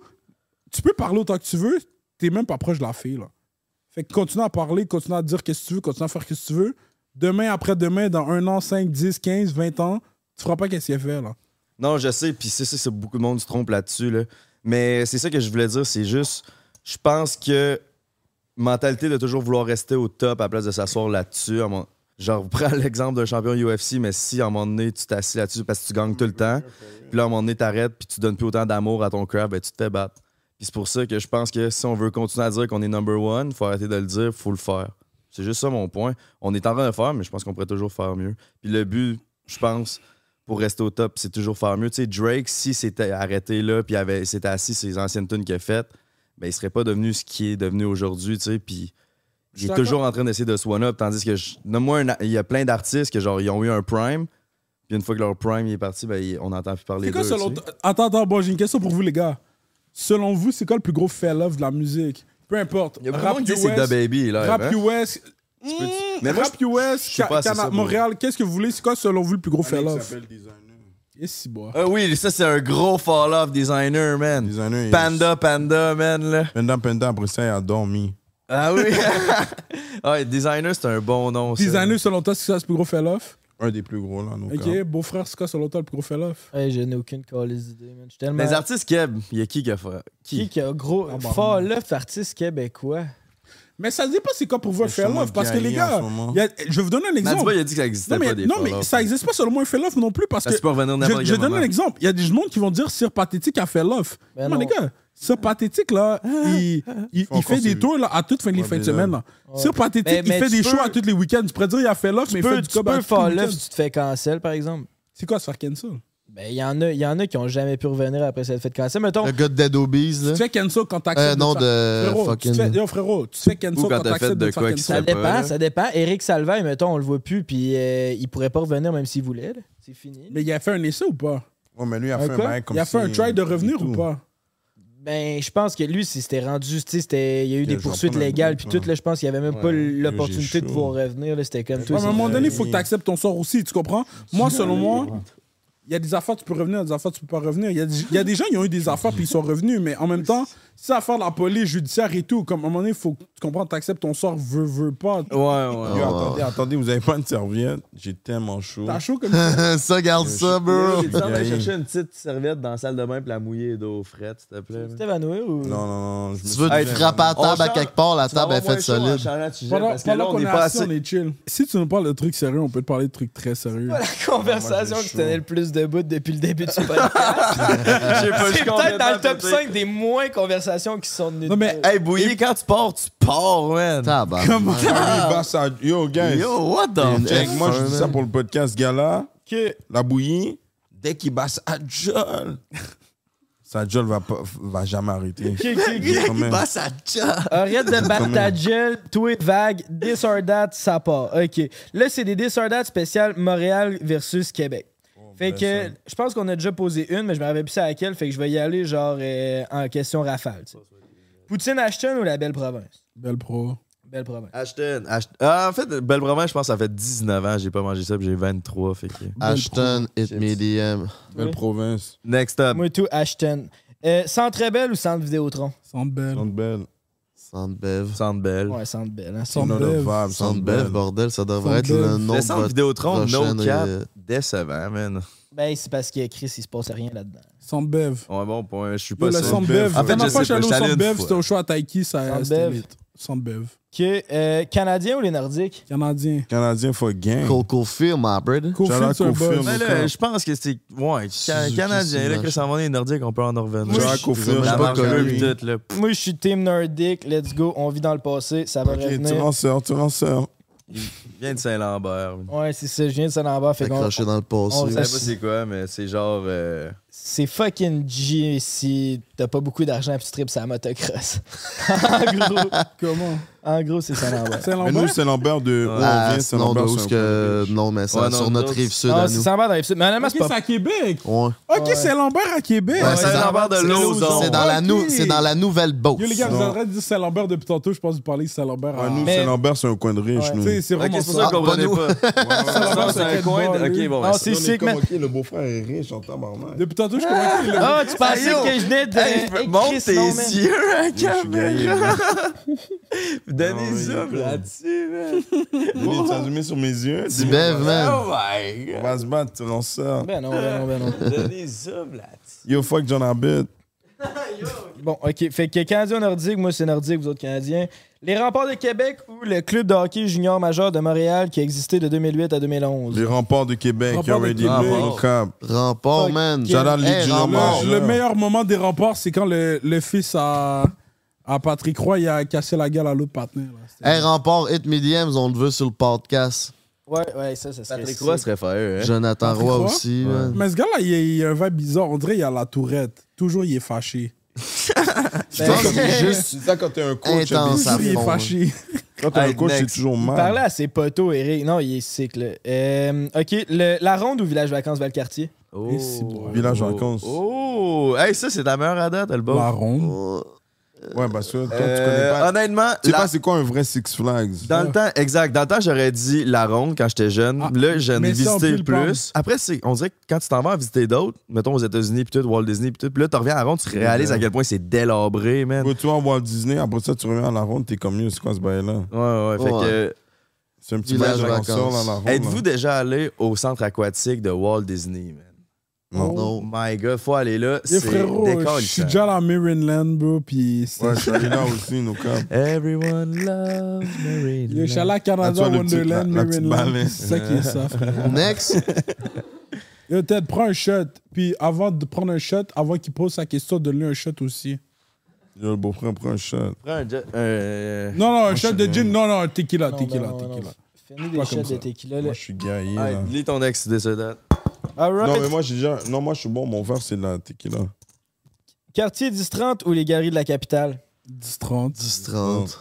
[SPEAKER 2] Tu peux parler autant que tu veux, t'es même pas proche de la fille, là. Fait que continue à parler, continue à dire qu'est-ce que tu veux, continue à faire qu'est-ce que tu veux. Demain, après-demain, dans un an, 5, 10, 15, 20 ans, tu feras pas qu'est-ce qu'elle fait, là.
[SPEAKER 1] Non, je sais, puis c'est ça, c'est beaucoup de monde se trompe là-dessus. Là. Mais c'est ça que je voulais dire, c'est juste, je pense que mentalité de toujours vouloir rester au top à la place de s'asseoir là-dessus. à mon- Genre, prends l'exemple d'un champion UFC, mais si à un moment donné, tu t'assis là-dessus parce que tu gagnes tout le temps, puis là, à un moment donné, t'arrêtes, puis tu donnes plus autant d'amour à ton craft, ben, tu te fais battre. Puis c'est pour ça que je pense que si on veut continuer à dire qu'on est number one, faut arrêter de le dire, faut le faire. C'est juste ça mon point. On est en train de faire, mais je pense qu'on pourrait toujours faire mieux. Puis le but, je pense, pour rester au top, c'est toujours faire mieux. Tu sais, Drake, si s'était arrêté là, puis avait, s'était assis sur les anciennes tunes qu'il a faites, ben, il serait pas devenu ce qu'il est devenu aujourd'hui, tu sais, puis Il est toujours en train d'essayer de swan up, tandis que je- nomme-moi un a- il y a plein d'artistes que genre ils ont eu un prime, puis une fois que leur prime il est parti, ben, ils- on n'entend plus parler
[SPEAKER 2] C'est
[SPEAKER 1] d'eux.
[SPEAKER 2] quoi selon.
[SPEAKER 1] tu sais.
[SPEAKER 2] t- Attends, attends, bon, j'ai une question pour vous, les gars. Selon vous, c'est quoi le plus gros fail-off de la musique Peu importe.
[SPEAKER 1] Il y a beaucoup de
[SPEAKER 2] Rap
[SPEAKER 1] monde qui dit c'est
[SPEAKER 2] US,
[SPEAKER 1] Da Baby là.
[SPEAKER 2] Rap
[SPEAKER 1] hein?
[SPEAKER 2] US.
[SPEAKER 1] peux-
[SPEAKER 2] Mmh,
[SPEAKER 1] Mais moi,
[SPEAKER 2] Rap US,
[SPEAKER 1] sais pas, c'est
[SPEAKER 2] Cana-
[SPEAKER 1] ça, moi.
[SPEAKER 2] Montréal, qu'est-ce que vous voulez C'est quoi selon vous le plus gros fail-off
[SPEAKER 3] s'appelle Designer.
[SPEAKER 2] Et si, bois.
[SPEAKER 1] Ah oui, ça c'est un gros fall off designer man.
[SPEAKER 3] Designer. il-
[SPEAKER 1] Panda, panda, man, là.
[SPEAKER 3] Panda, Panda, après ça, il a dormi.
[SPEAKER 1] Ah oui. ouais, designer, c'est un bon nom. ça.
[SPEAKER 2] Designer, selon toi, c'est ça le plus gros fail-off
[SPEAKER 3] Un des plus gros, là, nos
[SPEAKER 2] Ok, beau-frère, c'est quoi selon toi le plus gros fail-off
[SPEAKER 5] Hey, je n'ai aucune calice d'idée, man. Je suis tellement.
[SPEAKER 1] Les artistes Keb, il y a qui qui a fait
[SPEAKER 5] qui
[SPEAKER 1] Qui
[SPEAKER 5] qui a gros.
[SPEAKER 2] Ah, bah.
[SPEAKER 5] Fort left artiste québécois.
[SPEAKER 2] Mais ça se dit pas c'est quoi pour vous un
[SPEAKER 3] Il y a sûrement
[SPEAKER 2] fail-off Parce que les
[SPEAKER 3] Gaïa
[SPEAKER 2] gars,
[SPEAKER 3] en ce moment.
[SPEAKER 2] il y a- je vais vous donner un
[SPEAKER 1] Nadiba,
[SPEAKER 2] exemple.
[SPEAKER 1] il a dit que ça existait
[SPEAKER 2] Non, mais,
[SPEAKER 1] pas des
[SPEAKER 2] non, mais
[SPEAKER 1] fall-offs.
[SPEAKER 2] ça existe pas selon moi un fail-off non plus parce
[SPEAKER 1] Ça,
[SPEAKER 2] que.
[SPEAKER 1] tu peux revenir
[SPEAKER 2] Je,
[SPEAKER 1] n'importe
[SPEAKER 2] je
[SPEAKER 1] quel
[SPEAKER 2] donne un
[SPEAKER 1] moment.
[SPEAKER 2] exemple. Il y a des gens qui vont dire Sir Pathétique a fait l'offre.
[SPEAKER 5] Ben
[SPEAKER 2] non,
[SPEAKER 5] non.
[SPEAKER 2] les gars, Sir Pathétique, là, il, il, il
[SPEAKER 3] encore
[SPEAKER 2] fait des
[SPEAKER 3] ses-
[SPEAKER 2] tours là, à toutes les fins de,
[SPEAKER 3] Ouais,
[SPEAKER 2] fin de
[SPEAKER 3] déjà.
[SPEAKER 2] semaine. Là. Sir Pathétique,
[SPEAKER 5] Mais-
[SPEAKER 2] il
[SPEAKER 5] Ben, mais
[SPEAKER 2] fait
[SPEAKER 5] tu
[SPEAKER 2] des
[SPEAKER 5] peux-
[SPEAKER 2] shows à tous les week-ends. Je pourrais dire il a fait l'offre, mais
[SPEAKER 5] Tu
[SPEAKER 2] il fait
[SPEAKER 5] peux,
[SPEAKER 2] du
[SPEAKER 5] tu
[SPEAKER 2] cob à
[SPEAKER 5] peux
[SPEAKER 2] tous
[SPEAKER 5] fort
[SPEAKER 2] les
[SPEAKER 5] left
[SPEAKER 2] week-ends.
[SPEAKER 5] si tu te fais cancel, par exemple.
[SPEAKER 2] C'est quoi se faire cancel
[SPEAKER 5] Ben, il y, en a- il y en a qui ont jamais pu revenir après cette fête cancel. Mettons,
[SPEAKER 4] Le gars de Dead Obies, là.
[SPEAKER 2] Tu te fais cancel quand t'acceptes.
[SPEAKER 4] Euh, non,
[SPEAKER 2] de te faire-
[SPEAKER 4] de
[SPEAKER 2] Frérot, tu te fais...
[SPEAKER 4] fucking.
[SPEAKER 2] Yo, frérot, tu te fais cancel
[SPEAKER 1] Ou quand
[SPEAKER 2] quand
[SPEAKER 1] t'as
[SPEAKER 2] t'acceptes
[SPEAKER 1] fait de
[SPEAKER 2] de te faire
[SPEAKER 1] quoi qui
[SPEAKER 2] cancel.
[SPEAKER 1] se
[SPEAKER 5] ça
[SPEAKER 1] fait pas,
[SPEAKER 5] dépend,
[SPEAKER 1] là.
[SPEAKER 5] ça dépend. Eric Salvaille, mettons, on le voit plus, puis euh, il pourrait pas revenir même s'il voulait. là. C'est fini.
[SPEAKER 2] Mais il a fait un essai ou pas
[SPEAKER 3] Ouais, mais lui, il a
[SPEAKER 5] Un
[SPEAKER 3] fait un
[SPEAKER 5] quoi?
[SPEAKER 3] bail comme
[SPEAKER 2] Il a fait un
[SPEAKER 3] si-
[SPEAKER 2] try de revenir
[SPEAKER 3] et
[SPEAKER 2] ou
[SPEAKER 3] tout.
[SPEAKER 2] pas
[SPEAKER 5] Ben, je pense que lui, si c'était rendu, tu sais, c'était- il y a eu
[SPEAKER 3] Que
[SPEAKER 5] des
[SPEAKER 3] je
[SPEAKER 5] poursuites
[SPEAKER 3] reprends un
[SPEAKER 5] légales,
[SPEAKER 3] groupe,
[SPEAKER 5] puis tout,
[SPEAKER 3] hein.
[SPEAKER 5] là, je pense qu'il n'y avait même pas
[SPEAKER 3] Ouais.
[SPEAKER 5] l'opportunité
[SPEAKER 3] J'ai
[SPEAKER 5] de
[SPEAKER 3] chaud.
[SPEAKER 5] pouvoir revenir, là, c'était comme euh, tout.
[SPEAKER 2] Ouais, mais à un moment donné, il faut
[SPEAKER 3] fini.
[SPEAKER 2] que tu acceptes ton sort aussi, tu comprends? Moi, selon moi, il y a des affaires, tu peux revenir, il y a des affaires, tu peux pas revenir. Il y a des- il y, a des gens qui ont eu des affaires, puis ils sont revenus, mais en même temps, c'est affaire de la police, judiciaire et tout, comme à un moment donné, il faut que tu comprends, tu acceptes ton sort, veux, veux pas.
[SPEAKER 1] Ouais, ouais.
[SPEAKER 3] Yo, attendez, attendez, vous avez pas une serviette? J'ai tellement chaud.
[SPEAKER 2] T'as chaud comme ça.
[SPEAKER 4] ça, garde ça, bro.
[SPEAKER 1] Tu
[SPEAKER 3] allé chercher
[SPEAKER 1] une petite serviette dans la salle de bain pour la mouiller d'eau frette, s'il te plaît.
[SPEAKER 5] C'était évanoui ou.
[SPEAKER 3] Non, non, non. je me
[SPEAKER 4] Tu
[SPEAKER 3] suis-
[SPEAKER 4] veux
[SPEAKER 1] Hey,
[SPEAKER 4] te frapper à
[SPEAKER 1] on
[SPEAKER 4] table à
[SPEAKER 1] change-
[SPEAKER 4] quelque part, la
[SPEAKER 1] ben,
[SPEAKER 4] table est faite solide.
[SPEAKER 2] Pendant, pendant qu'on est, assis, on est chill. Si tu nous parles de trucs sérieux, on peut te parler de trucs très sérieux.
[SPEAKER 5] Pas la conversation
[SPEAKER 3] moi, j'ai
[SPEAKER 5] qui
[SPEAKER 3] chaud.
[SPEAKER 5] tenait le plus debout depuis le début du podcast. C'est peut-être dans le top 5 des moins conversations qui sont venues.
[SPEAKER 2] Non, mais
[SPEAKER 1] Hey, Bouilly, quand tu pars, tu pars, man.
[SPEAKER 4] Tabarnak.
[SPEAKER 3] Ah oui, bah, ça- Yo, guys.
[SPEAKER 1] Yo, what the
[SPEAKER 3] Check,
[SPEAKER 1] fuck?
[SPEAKER 3] moi, je dis ça pour le podcast gala. La bouillie, dès qu'il bat sa gueule, sa gueule va, pas- va jamais arrêter. Je promets.
[SPEAKER 1] ça tcha.
[SPEAKER 5] Arrête de battre ta gel, toi, vague, disordat, ça part. OK. Là, c'est des disordat spéciales Montréal versus Québec. Fait que je pense qu'on a déjà posé une, mais je me rappelle plus à laquelle. Fait que je vais y aller genre euh, en question rafale. tu sais. Poutine Ashton ou la belle province?
[SPEAKER 2] belle pro.
[SPEAKER 5] Belle province.
[SPEAKER 1] Ashton, Ashton. Ah, en fait, Belle Province, je pense que ça fait 19 ans, j'ai pas mangé ça, puis j'ai 23. Fait que.
[SPEAKER 4] Ashton, hit me DM.
[SPEAKER 3] Belle province.
[SPEAKER 1] Next up.
[SPEAKER 5] Moi tout Ashton. Euh, centre Belle ou Centre Vidéotron?
[SPEAKER 2] Centre belle.
[SPEAKER 3] Centre belle.
[SPEAKER 4] Soundbev.
[SPEAKER 1] Centre Belle.
[SPEAKER 5] Ouais, Centre Belle. hein.
[SPEAKER 2] Centre
[SPEAKER 3] Not a
[SPEAKER 2] Bell.
[SPEAKER 3] vibe, Centre
[SPEAKER 4] Soundbev,
[SPEAKER 3] belle.
[SPEAKER 4] bordel, ça devrait être
[SPEAKER 2] Soundbev.
[SPEAKER 4] le nom
[SPEAKER 1] Le
[SPEAKER 4] de
[SPEAKER 1] centre
[SPEAKER 4] votre
[SPEAKER 1] Vidéotron,
[SPEAKER 4] prochaine,
[SPEAKER 1] no cap,
[SPEAKER 4] euh,
[SPEAKER 1] décevant, man.
[SPEAKER 5] Ben, c'est parce qu'il y a Chris, il se passe rien là-dedans.
[SPEAKER 2] Centre Bev.
[SPEAKER 1] Ouais, bon point, je suis
[SPEAKER 2] Yo,
[SPEAKER 1] pas
[SPEAKER 2] Le
[SPEAKER 1] sûr.
[SPEAKER 2] Centre
[SPEAKER 3] Bev.
[SPEAKER 2] Bev.
[SPEAKER 3] En fait,
[SPEAKER 2] La dernière
[SPEAKER 1] je
[SPEAKER 2] fois que
[SPEAKER 1] sais pas,
[SPEAKER 2] j'allais au
[SPEAKER 1] je suis allé
[SPEAKER 2] Centre
[SPEAKER 1] une
[SPEAKER 2] Bev,
[SPEAKER 1] fois.
[SPEAKER 2] c'était au show à Taiki, ça
[SPEAKER 5] Centre
[SPEAKER 2] c'était
[SPEAKER 5] Bev.
[SPEAKER 2] lit. Centre Bev.
[SPEAKER 5] OK. euh, Canadien ou les Nordiques?
[SPEAKER 2] Canadien.
[SPEAKER 3] Canadien for gang.
[SPEAKER 4] Coco Film, hein, my brother.
[SPEAKER 2] Cofield,
[SPEAKER 3] Shout-out
[SPEAKER 2] c'est un
[SPEAKER 3] Cofield.
[SPEAKER 2] boss.
[SPEAKER 1] Mais là, je pense que c'est. Ouais, ca-
[SPEAKER 4] Suzuki,
[SPEAKER 1] Canadien, là,
[SPEAKER 4] Sinach.
[SPEAKER 1] que ça va les Nordiques, on peut en revenir.
[SPEAKER 3] Jack Cofield,
[SPEAKER 1] La
[SPEAKER 3] Jack
[SPEAKER 1] marque bleue,
[SPEAKER 3] Cofield.
[SPEAKER 1] pis tout, là.
[SPEAKER 5] Moi, je suis Team Nordique. Let's go. On vit dans le passé. Ça va
[SPEAKER 3] Ok, tu
[SPEAKER 5] revenir.
[SPEAKER 3] lanceur, tu lanceur.
[SPEAKER 1] Viens de Saint-Lambert. Je
[SPEAKER 5] Ouais, c'est ça. Je viens de Saint-Lambert. Fait
[SPEAKER 4] T'as
[SPEAKER 5] qu'on-
[SPEAKER 4] craché dans le
[SPEAKER 5] on
[SPEAKER 1] sais
[SPEAKER 4] passé.
[SPEAKER 1] pas
[SPEAKER 5] C'est-
[SPEAKER 1] c'est quoi, mais c'est genre. euh,
[SPEAKER 5] C'est fucking G si t'as pas beaucoup d'argent et tu tripes à la motocross.
[SPEAKER 1] Ah,
[SPEAKER 5] en gros,
[SPEAKER 2] Comment
[SPEAKER 5] en gros c'est Saint-Lambert.
[SPEAKER 3] Ah Mais
[SPEAKER 2] Saint-Lambert?
[SPEAKER 3] nous, c'est Lambert de. où on
[SPEAKER 4] Ah,
[SPEAKER 3] vient, c'est
[SPEAKER 4] sinon, de
[SPEAKER 3] Lambert. c'est
[SPEAKER 4] où ce
[SPEAKER 3] un
[SPEAKER 4] que.
[SPEAKER 3] peu-
[SPEAKER 4] Non, mais
[SPEAKER 1] Ouais,
[SPEAKER 4] c'est
[SPEAKER 5] non,
[SPEAKER 4] sur notre
[SPEAKER 1] d'autres-
[SPEAKER 4] rive sud
[SPEAKER 5] Non,
[SPEAKER 4] à
[SPEAKER 5] Ah, c'est
[SPEAKER 4] nous.
[SPEAKER 5] Saint-Lambert dans les Mais honnêtement,
[SPEAKER 2] Ok,
[SPEAKER 5] c'est pas.
[SPEAKER 2] c'est à Québec.
[SPEAKER 4] Ouais.
[SPEAKER 2] Ok,
[SPEAKER 5] Ouais.
[SPEAKER 2] c'est Lambert à Québec.
[SPEAKER 4] Ouais,
[SPEAKER 1] c'est Saint-Lambert de Lauson.
[SPEAKER 4] C'est dans, la
[SPEAKER 2] Ok.
[SPEAKER 4] nou- c'est dans la nouvelle Beauce.
[SPEAKER 2] Yo, les gars, vous
[SPEAKER 3] Non.
[SPEAKER 2] avez arrêté de dire Saint-Lambert depuis tantôt. Je pense que vous parlez de Saint-Lambert.
[SPEAKER 3] Ouais,
[SPEAKER 2] à-
[SPEAKER 3] nous,
[SPEAKER 5] Mais-
[SPEAKER 3] c'est Lambert, c'est un coin de riche,
[SPEAKER 5] Ouais.
[SPEAKER 3] nous.
[SPEAKER 2] Tu sais, c'est
[SPEAKER 1] Ok,
[SPEAKER 2] vraiment
[SPEAKER 1] c'est pour ça
[SPEAKER 2] ça.
[SPEAKER 1] qu'on
[SPEAKER 4] Ah,
[SPEAKER 1] comprenait
[SPEAKER 4] pas
[SPEAKER 1] pas.
[SPEAKER 2] nous.
[SPEAKER 1] C'est un coin. de- Ok, bon,
[SPEAKER 5] Ah,
[SPEAKER 1] ben,
[SPEAKER 5] c'est sick, man.
[SPEAKER 3] le beau-frère est riche, en tabarnak.
[SPEAKER 2] Depuis tantôt, je comprends que le-
[SPEAKER 5] Ah, tu pensais
[SPEAKER 1] Ayo.
[SPEAKER 5] que je venais de.
[SPEAKER 1] Hey,
[SPEAKER 5] Hey,
[SPEAKER 1] monte
[SPEAKER 5] Chris,
[SPEAKER 1] tes
[SPEAKER 5] non, man.
[SPEAKER 1] yeux à
[SPEAKER 3] Je suis gagné,
[SPEAKER 1] caméra.
[SPEAKER 3] man.
[SPEAKER 1] Donnez
[SPEAKER 3] Non, il est
[SPEAKER 1] zoom
[SPEAKER 3] cool.
[SPEAKER 1] là-dessus, man.
[SPEAKER 3] Il est allumé sur mes yeux.
[SPEAKER 4] Petit Bev, ben, man.
[SPEAKER 1] Oh my god.
[SPEAKER 3] On va se battre, tu lanceur.
[SPEAKER 5] Ben non, ben non, ben non.
[SPEAKER 1] Donnez zoom là-dessus.
[SPEAKER 3] Yo, fuck John Abbott.
[SPEAKER 5] Bon, ok. Fait que Canadien Nordique, moi c'est Nordique, vous autres Canadiens. Les remparts de Québec ou le club de hockey junior majeur de Montréal qui a existé de 2008 à 2011?
[SPEAKER 3] Les remparts de Québec,
[SPEAKER 2] Remparts
[SPEAKER 3] you
[SPEAKER 2] de
[SPEAKER 3] already
[SPEAKER 2] Québec.
[SPEAKER 3] know. Cap.
[SPEAKER 4] Remport,
[SPEAKER 5] Fuck.
[SPEAKER 4] man.
[SPEAKER 5] Shout
[SPEAKER 3] out Ligue
[SPEAKER 4] Hey,
[SPEAKER 3] du
[SPEAKER 4] Remport.
[SPEAKER 3] Nord.
[SPEAKER 2] le, le meilleur moment des remparts, c'est quand le, le fils à, à Patrick Roy il a cassé la gueule à l'autre partenaire. là. C'était-
[SPEAKER 4] Hey, Remport, hit me DMs, on le veut sur le podcast.
[SPEAKER 5] Ouais, ouais, ça, ça serait
[SPEAKER 1] Patrick
[SPEAKER 5] sick.
[SPEAKER 1] Roy serait fire, hein.
[SPEAKER 4] Jonathan
[SPEAKER 2] Patrick
[SPEAKER 4] Roy
[SPEAKER 2] Roy?
[SPEAKER 4] aussi, man.
[SPEAKER 2] Mais ce gars-là, il, a- il a un vibe bizarre. On dirait qu'il a la tourette. Toujours, il est fâché.
[SPEAKER 3] C'est ça quand t'es un coach.
[SPEAKER 4] Intense.
[SPEAKER 1] Ah,
[SPEAKER 2] Toujours,
[SPEAKER 4] Ça
[SPEAKER 2] il est
[SPEAKER 4] fond,
[SPEAKER 2] fâché.
[SPEAKER 3] Quand t'as un
[SPEAKER 1] Hey,
[SPEAKER 3] coach, c'est
[SPEAKER 1] next.
[SPEAKER 3] toujours
[SPEAKER 5] Il
[SPEAKER 3] mal.
[SPEAKER 5] parlait à ses poteaux, Eric. Non, il est sick, là. Euh, OK, le- la ronde ou village vacances Valcartier?
[SPEAKER 1] Oh,
[SPEAKER 2] Et c'est bon.
[SPEAKER 3] Village vacances.
[SPEAKER 1] Oh, hey, ça, c'est ta meilleure à date, le
[SPEAKER 2] La
[SPEAKER 1] bon.
[SPEAKER 2] ronde.
[SPEAKER 3] Ouais, parce que toi, tu
[SPEAKER 1] Euh,
[SPEAKER 3] connais pas.
[SPEAKER 4] ah,
[SPEAKER 1] Honnêtement,
[SPEAKER 3] Tu sais
[SPEAKER 1] la-
[SPEAKER 3] pas c'est quoi un vrai Six Flags?
[SPEAKER 1] dans le temps, exact. Dans le temps, j'aurais dit la ronde quand j'étais jeune.
[SPEAKER 2] Ah,
[SPEAKER 1] là, j'en ai
[SPEAKER 2] mais ça, on peut
[SPEAKER 1] visité
[SPEAKER 2] le
[SPEAKER 1] plus. Après, c'est, on dirait que quand tu t'en vas à visiter d'autres, mettons aux États-Unis, puis tout, Walt Disney, puis tout, puis là, tu reviens à la ronde, tu réalises à quel point c'est délabré, man. Ouais,
[SPEAKER 3] Quand tu vas à Walt Disney, après ça, tu reviens à la ronde, t'es comme mieux, c'est quoi ce bail-là?
[SPEAKER 1] ouais, fait
[SPEAKER 4] Ouais.
[SPEAKER 1] que.
[SPEAKER 3] C'est un petit
[SPEAKER 4] Village
[SPEAKER 3] voyage en
[SPEAKER 4] vacances.
[SPEAKER 3] sort à la ronde.
[SPEAKER 1] Êtes-vous déjà allé au centre aquatique de Walt Disney, man?
[SPEAKER 3] Non.
[SPEAKER 1] Oh my god, faut aller là.
[SPEAKER 2] Et
[SPEAKER 1] C'est
[SPEAKER 2] frérot, je suis
[SPEAKER 1] décalissant.
[SPEAKER 2] déjà allé à Maryland, bro, puis c'est-
[SPEAKER 3] là. Ouais, je suis allé là aussi, nos camps.
[SPEAKER 1] Everyone loves Maryland.
[SPEAKER 2] Yo, Je suis allé à Canada,
[SPEAKER 3] Ah, tu vois, le petit-
[SPEAKER 2] Wonderland,
[SPEAKER 3] la- la petite
[SPEAKER 2] Maryland.
[SPEAKER 3] balle, hein.
[SPEAKER 2] C'est ça qui est ça, frère.
[SPEAKER 4] Next.
[SPEAKER 2] Yo, Ted, prends un shot. Puis avant de prendre un shot, avant qu'il pose sa question, donne-lui un shot aussi.
[SPEAKER 3] Yo, le beau-frère prend un shot.
[SPEAKER 1] Prends un jet- euh,
[SPEAKER 2] Non, non, un shot de
[SPEAKER 3] je-
[SPEAKER 2] gin. Non, non, tequila,
[SPEAKER 5] Non,
[SPEAKER 2] tequila,
[SPEAKER 5] non, non, non.
[SPEAKER 2] tequila.
[SPEAKER 5] Fais-nous
[SPEAKER 2] Pas
[SPEAKER 5] des
[SPEAKER 2] comme
[SPEAKER 5] shots de
[SPEAKER 2] ça.
[SPEAKER 5] tequila, là.
[SPEAKER 3] Moi, je suis gaillé,
[SPEAKER 1] hey,
[SPEAKER 3] là.
[SPEAKER 1] lis ton ex, Décédate.
[SPEAKER 5] All right.
[SPEAKER 3] Non, mais moi, j'ai déjà... Non, moi, je suis bon. Mon verre, c'est de la tequila.
[SPEAKER 5] Quartier 10-30 ou les galeries de la capitale?
[SPEAKER 2] 10-30.
[SPEAKER 4] 30.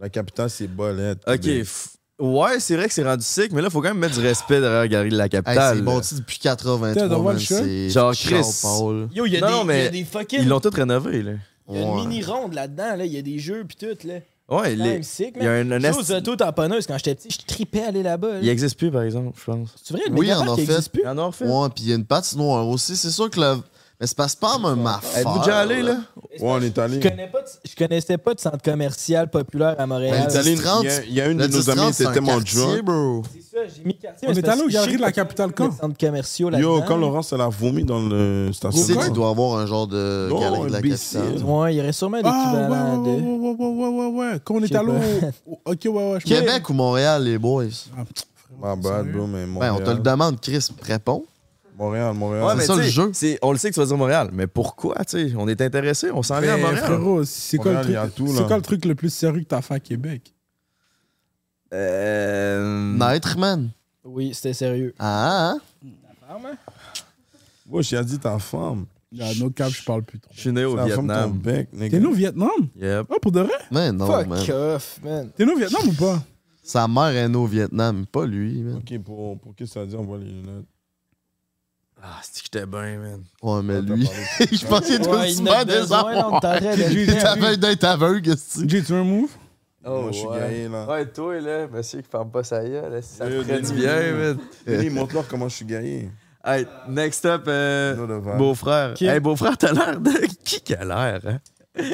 [SPEAKER 3] La capitale, c'est Bolette.
[SPEAKER 5] Ah
[SPEAKER 1] Ok.
[SPEAKER 3] Mais-
[SPEAKER 5] ben.
[SPEAKER 1] f- Ouais, c'est vrai que c'est rendu sick, mais là, faut quand même mettre du respect derrière la galerie de la
[SPEAKER 4] Hey,
[SPEAKER 1] capitale.
[SPEAKER 4] c'est bon
[SPEAKER 1] là.
[SPEAKER 4] titre depuis 83,
[SPEAKER 2] Putain, devant
[SPEAKER 4] man,
[SPEAKER 2] le chat.
[SPEAKER 4] c'est
[SPEAKER 1] Genre,
[SPEAKER 4] Charles
[SPEAKER 1] Chris.
[SPEAKER 4] Paul.
[SPEAKER 5] Yo, il y a
[SPEAKER 1] Non,
[SPEAKER 5] des-
[SPEAKER 1] non,
[SPEAKER 5] il y a
[SPEAKER 1] mais
[SPEAKER 5] des fucking...
[SPEAKER 1] Ils l'ont tout rénové, là.
[SPEAKER 5] Il y a une
[SPEAKER 4] Ouais.
[SPEAKER 5] mini-ronde là-dedans, là. Il y a des jeux pis tout, là.
[SPEAKER 1] Ouais,
[SPEAKER 5] C'est quand
[SPEAKER 1] les-
[SPEAKER 5] même sick,
[SPEAKER 1] il y a
[SPEAKER 5] man.
[SPEAKER 1] un, un
[SPEAKER 5] Chose
[SPEAKER 1] esti-
[SPEAKER 5] auto-tamponneuse, quand j'étais petit, je tripais aller là-bas.
[SPEAKER 1] Il
[SPEAKER 5] Là.
[SPEAKER 1] existe plus, par exemple, je pense.
[SPEAKER 5] C'est vrai,
[SPEAKER 4] Oui,
[SPEAKER 5] il y a
[SPEAKER 4] on en
[SPEAKER 5] qui
[SPEAKER 4] fait.
[SPEAKER 5] existe plus.
[SPEAKER 1] Il y en a refait.
[SPEAKER 4] Ouais, puis il y a une patinoire aussi. C'est sûr que le. Mais c'est pas, c'est pas la même affaire.
[SPEAKER 1] Êtes-vous déjà allé, là?
[SPEAKER 3] Ouais, on est allé.
[SPEAKER 5] Je, connais pas de- je connaissais pas de centre commercial populaire à
[SPEAKER 3] On
[SPEAKER 5] Montréal.
[SPEAKER 3] est
[SPEAKER 4] Ben,
[SPEAKER 3] allé.
[SPEAKER 4] 10-30,
[SPEAKER 3] Il y a- Il y a une de
[SPEAKER 4] Le
[SPEAKER 3] nos amies,
[SPEAKER 4] 10-30, c'est
[SPEAKER 3] c'était
[SPEAKER 4] un
[SPEAKER 3] tellement
[SPEAKER 4] quartier,
[SPEAKER 3] drunk.
[SPEAKER 4] bro.
[SPEAKER 5] C'est ça, j'ai mis quartier.
[SPEAKER 2] On
[SPEAKER 5] mais
[SPEAKER 2] est
[SPEAKER 5] parce
[SPEAKER 2] allé
[SPEAKER 5] que
[SPEAKER 2] au
[SPEAKER 5] je
[SPEAKER 2] Galerie
[SPEAKER 5] sais
[SPEAKER 2] de la
[SPEAKER 5] pas
[SPEAKER 2] Capitale
[SPEAKER 5] qu'il y a
[SPEAKER 2] quand?
[SPEAKER 5] de centres commerciaux
[SPEAKER 3] Yo,
[SPEAKER 5] là-dedans.
[SPEAKER 3] quand Laurence, elle a vomi dans le
[SPEAKER 4] Tu sais
[SPEAKER 3] stationnement.
[SPEAKER 4] qu'il doit avoir un genre de
[SPEAKER 3] Non,
[SPEAKER 4] galerie de la
[SPEAKER 3] imbécile.
[SPEAKER 4] capitale.
[SPEAKER 5] Ouais, il y aurait sûrement des
[SPEAKER 2] Ah,
[SPEAKER 5] équivalents
[SPEAKER 2] ouais, ouais,
[SPEAKER 5] de.
[SPEAKER 2] ouais, ouais, ouais, ouais, ouais, ouais. Quand on
[SPEAKER 5] Je
[SPEAKER 2] est
[SPEAKER 5] sais
[SPEAKER 2] allé au... au- Ok, ouais, ouais. je me-
[SPEAKER 4] Québec ou Montréal, les boys?
[SPEAKER 3] My bad, bro, mais
[SPEAKER 4] Ben,
[SPEAKER 3] Montréal.
[SPEAKER 4] on te le demande, Chris, réponds.
[SPEAKER 3] Montréal, Montréal.
[SPEAKER 1] Ouais,
[SPEAKER 4] C'est
[SPEAKER 1] mais
[SPEAKER 4] ça, le
[SPEAKER 1] tu sais,
[SPEAKER 4] jeu.
[SPEAKER 1] c'est- On le sait que tu vas dire Montréal, mais pourquoi, tu sais? On est intéressé, on s'en vient à
[SPEAKER 3] Eh,
[SPEAKER 5] Ben,
[SPEAKER 2] Mais
[SPEAKER 1] Montréal.
[SPEAKER 2] frérot, c'est quoi, le
[SPEAKER 3] Montréal, il y a
[SPEAKER 2] truc-
[SPEAKER 3] tout, là.
[SPEAKER 2] c'est quoi le truc le plus sérieux que t'as fait à Québec?
[SPEAKER 1] Euh...
[SPEAKER 3] Hmm.
[SPEAKER 4] Naître, man.
[SPEAKER 5] Oui, c'était sérieux.
[SPEAKER 4] Ah, hein?
[SPEAKER 3] Wesh, il a dit ta femme.
[SPEAKER 2] Il y a un autre cap, je parle plus trop.
[SPEAKER 1] Je suis né au
[SPEAKER 3] Ta femme, ton
[SPEAKER 1] Vietnam.
[SPEAKER 3] bec, nigga.
[SPEAKER 2] T'es né au Vietnam?
[SPEAKER 1] Yep.
[SPEAKER 2] Ah, pour de vrai?
[SPEAKER 4] Mais non,
[SPEAKER 5] Fuck
[SPEAKER 4] Oh, man.
[SPEAKER 5] off, man.
[SPEAKER 2] T'es né au Vietnam ou pas?
[SPEAKER 4] Sa mère est née au Vietnam, pas lui, man.
[SPEAKER 3] Ok, pour, pour qui ça dit, on voit les lunettes.
[SPEAKER 1] Ah, c'est que j'étais bien, man.
[SPEAKER 4] Ouais, mais lui, je pense qu'il est
[SPEAKER 5] Ouais, il
[SPEAKER 4] doucement
[SPEAKER 5] n'a besoin, là, on
[SPEAKER 4] désavoué.
[SPEAKER 5] t'arrête.
[SPEAKER 4] Il est aveugle d'être aveugle, est-ce que-
[SPEAKER 2] J'ai tu veux un move?
[SPEAKER 1] Oh,
[SPEAKER 3] Moi, je suis
[SPEAKER 1] ouais.
[SPEAKER 3] gaillé, là.
[SPEAKER 1] Ouais, toi, là, monsieur qui ferme pas sa gueule, ça
[SPEAKER 3] te ferait du
[SPEAKER 1] bien,
[SPEAKER 3] bien,
[SPEAKER 1] Euh, man.
[SPEAKER 3] Denis, montre-leur comment je suis gaillé.
[SPEAKER 1] Hey, next up, euh,
[SPEAKER 3] Nous, le vent.
[SPEAKER 1] beau-frère.
[SPEAKER 5] Qui?
[SPEAKER 1] Hey, beau-frère, t'as l'air de... Qui qui a l'air, hein?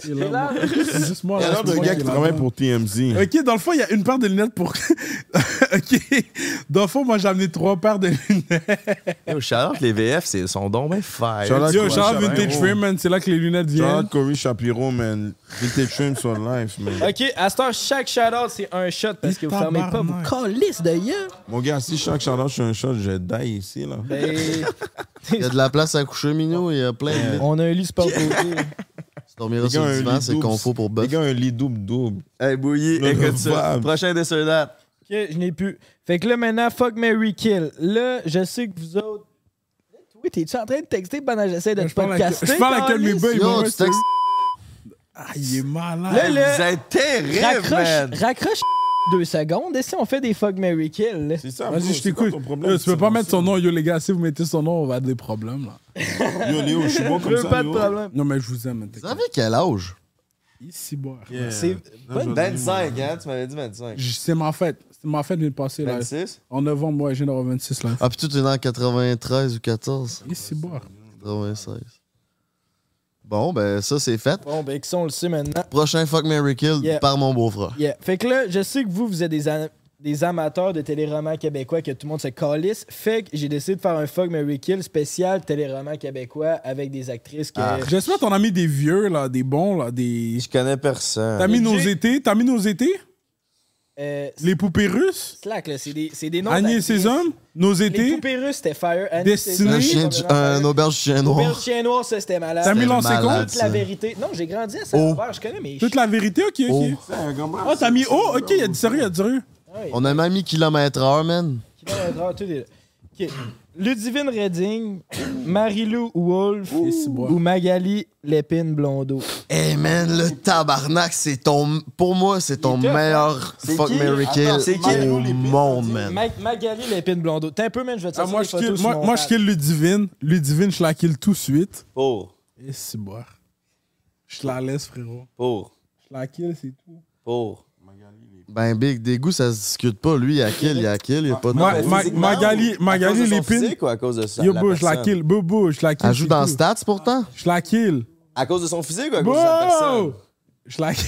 [SPEAKER 2] C'est là, moi. C'est juste moi.
[SPEAKER 3] Il y a
[SPEAKER 2] là,
[SPEAKER 3] l'air
[SPEAKER 2] c'est
[SPEAKER 3] d'un
[SPEAKER 2] moi
[SPEAKER 3] gars
[SPEAKER 2] qui
[SPEAKER 3] qui
[SPEAKER 2] est
[SPEAKER 3] travaille
[SPEAKER 2] là-dedans.
[SPEAKER 3] pour TMZ.
[SPEAKER 2] Ok, dans le fond, il y a une paire de lunettes pour. ok. Dans le fond, moi, j'ai amené trois paires de lunettes.
[SPEAKER 1] Yo, Charlotte, les VF, c'est son don, mais fire.
[SPEAKER 3] Shout out
[SPEAKER 2] Yo,
[SPEAKER 3] Ouais,
[SPEAKER 2] genre
[SPEAKER 3] Chabin,
[SPEAKER 2] Vintage
[SPEAKER 3] oh.
[SPEAKER 2] Frame, man, c'est là que les lunettes
[SPEAKER 3] Shout
[SPEAKER 2] viennent.
[SPEAKER 3] out Corey Shapiro, man. Vintage Trim sur life, man.
[SPEAKER 5] Ok, à cette heure, chaque shout-out, c'est un shot parce que vous fermez pas vos
[SPEAKER 2] Tabarnak.
[SPEAKER 5] colis d'ailleurs.
[SPEAKER 3] Mon gars, si chaque shout-out, je suis un shot, je die ici, là.
[SPEAKER 5] Ben,
[SPEAKER 4] Il y a de la place à coucher, Minou, il y a plein de lits.
[SPEAKER 5] Euh, on a un lit sport côté.
[SPEAKER 4] Tu dormiras sur le
[SPEAKER 3] un
[SPEAKER 4] divan,
[SPEAKER 3] lit
[SPEAKER 4] c'est
[SPEAKER 3] double.
[SPEAKER 4] confort pour
[SPEAKER 3] Les
[SPEAKER 4] Buff.
[SPEAKER 3] gars, ont un lit double-double.
[SPEAKER 1] Hey, bouillie,
[SPEAKER 3] Le
[SPEAKER 1] écoute ça.
[SPEAKER 3] revoir.
[SPEAKER 1] Prochain de sur date.
[SPEAKER 5] Ok, je n'ai plus. Fait que là, maintenant, fuck Mary Kill. Là, je sais que vous autres. Oui, t'es-tu en train de texter pendant que j'essaie de te
[SPEAKER 2] Je parle à
[SPEAKER 5] podcaster?
[SPEAKER 2] je parle à quel mes
[SPEAKER 5] câlisse?
[SPEAKER 2] boys,
[SPEAKER 4] Yo,
[SPEAKER 2] moi,
[SPEAKER 4] tu
[SPEAKER 2] c'est-
[SPEAKER 4] textes-
[SPEAKER 2] Ah, il est
[SPEAKER 5] Là,
[SPEAKER 2] malade.
[SPEAKER 5] là,
[SPEAKER 1] Vous êtes terrible, man.
[SPEAKER 5] raccroche, raccroche deux secondes. Et si on fait des fuck Mary Kill? là?
[SPEAKER 3] C'est ça, bro,
[SPEAKER 2] Vas-y,
[SPEAKER 3] c'est
[SPEAKER 2] je
[SPEAKER 3] quoi
[SPEAKER 2] t'écoute.
[SPEAKER 3] ton problème?
[SPEAKER 2] Yo, Tu peux
[SPEAKER 3] C'est
[SPEAKER 2] pas
[SPEAKER 3] bon,
[SPEAKER 2] mettre
[SPEAKER 3] ça.
[SPEAKER 2] son nom, yo, les gars. Si vous mettez son nom, on va avoir des problèmes, là.
[SPEAKER 3] Yo, Léo, je suis bon comme ça,
[SPEAKER 5] pas de
[SPEAKER 3] yo.
[SPEAKER 5] problème.
[SPEAKER 2] Non, mais je vous aime,
[SPEAKER 4] Vous avez quel âge?
[SPEAKER 2] Ici, boire.
[SPEAKER 3] Yeah. Là,
[SPEAKER 5] C'est
[SPEAKER 3] je vais te dire,
[SPEAKER 1] hein? Tu m'avais dit 25.
[SPEAKER 2] Je- C'est ma fête. C'est ma fête, vient de passer, là.
[SPEAKER 1] 26?
[SPEAKER 2] En novembre, moi, j'ai d'avoir 26, là.
[SPEAKER 4] Ah, puis tout est en 93 ou 14?
[SPEAKER 2] Ici, boire.
[SPEAKER 4] 96. Bon, ben ça, c'est fait.
[SPEAKER 5] Bon, ben, que ça, on le sait maintenant.
[SPEAKER 4] Prochain Fuck Mary Kill
[SPEAKER 5] Yeah.
[SPEAKER 4] par mon beau-frère.
[SPEAKER 5] Yeah. Fait que là, je sais que vous, vous êtes des, am- des amateurs de téléromans québécois, que tout le monde se calisse. Fait que j'ai décidé de faire un fuck Mary Kill spécial téléroman québécois avec des actrices que.
[SPEAKER 1] Ah.
[SPEAKER 2] J'espère que t'en as mis des vieux, là, des bons, là, des.
[SPEAKER 1] Je connais personne.
[SPEAKER 2] T'as mis nos
[SPEAKER 5] Jay-
[SPEAKER 2] étés, t'as mis nos étés,
[SPEAKER 5] euh,
[SPEAKER 2] les poupées russes,
[SPEAKER 5] Slack, là, c'est des, c'est des noms.
[SPEAKER 2] Agnès et
[SPEAKER 5] d'actrices.
[SPEAKER 2] Sésame, nos
[SPEAKER 5] Les
[SPEAKER 2] étés.
[SPEAKER 5] poupées russes, c'était Fire. Annie
[SPEAKER 2] Destiné.
[SPEAKER 5] Sésame,
[SPEAKER 4] Un,
[SPEAKER 2] Oui.
[SPEAKER 4] chien du- un auberge du chien
[SPEAKER 5] Auberge
[SPEAKER 4] noir.
[SPEAKER 5] chien noir, ça, c'était malade.
[SPEAKER 2] T'as mis
[SPEAKER 4] C'était
[SPEAKER 2] l'ancien
[SPEAKER 4] malade. Oh.
[SPEAKER 2] compte.
[SPEAKER 5] Toute la vérité. Non, j'ai grandi à Saint-Hubert, je connais, mais.
[SPEAKER 2] Toute la vérité, ok, ok.
[SPEAKER 3] C'est un grand bras.
[SPEAKER 2] Ah, t'as mis oh, ok, il y a du sérieux, il y a du sérieux.
[SPEAKER 5] Ouais,
[SPEAKER 4] On a même mis kilomètre heure, man.
[SPEAKER 5] qui va être rare, tout est là. Ok. Ludivine Redding, Marie-Lou Wolfe
[SPEAKER 2] Et c'est moi.
[SPEAKER 5] ou Magali Lépine Blondeau.
[SPEAKER 4] Hey Eh, man, le tabarnak, c'est ton. Pour moi, c'est ton
[SPEAKER 5] Il est hein. tough,
[SPEAKER 4] meilleur
[SPEAKER 5] C'est
[SPEAKER 4] fuck
[SPEAKER 5] qui?
[SPEAKER 4] Mary
[SPEAKER 5] Attends,
[SPEAKER 4] Kill
[SPEAKER 7] c'est qui?
[SPEAKER 4] au monde, man.
[SPEAKER 5] Ma- Magali Lépine Blondeau. T'es un peu, man, je vais te
[SPEAKER 2] Ah,
[SPEAKER 5] sortir
[SPEAKER 2] moi,
[SPEAKER 5] des
[SPEAKER 2] je kill,
[SPEAKER 5] photos
[SPEAKER 2] moi,
[SPEAKER 5] sur mon
[SPEAKER 2] moi, je
[SPEAKER 5] pad.
[SPEAKER 2] kill Ludivine. Ludivine, je la kill tout de suite.
[SPEAKER 13] Pour,
[SPEAKER 2] Et c'est Eh, boire. Je la laisse, frérot.
[SPEAKER 13] pour,
[SPEAKER 2] Je la kill, c'est tout.
[SPEAKER 13] pour.
[SPEAKER 4] Ben, Big Dégoût, ça se discute pas. Lui, il a kill, il a kill, il a pas de.
[SPEAKER 2] Ma- ma-
[SPEAKER 13] Physiquement,
[SPEAKER 2] Magali,
[SPEAKER 13] À cause de
[SPEAKER 2] Magali
[SPEAKER 13] son
[SPEAKER 2] Lépine.
[SPEAKER 13] physique ou à cause de ça?
[SPEAKER 2] Yo,
[SPEAKER 13] la
[SPEAKER 2] bro, je la
[SPEAKER 13] personne?
[SPEAKER 2] kill. Bro, bro, je la kill.
[SPEAKER 4] Elle joue
[SPEAKER 2] c'est
[SPEAKER 4] dans
[SPEAKER 2] tout.
[SPEAKER 4] Stats pourtant?
[SPEAKER 2] Je la kill.
[SPEAKER 13] À cause de son physique ou à cause de sa personne?
[SPEAKER 2] Bro! Je la kill.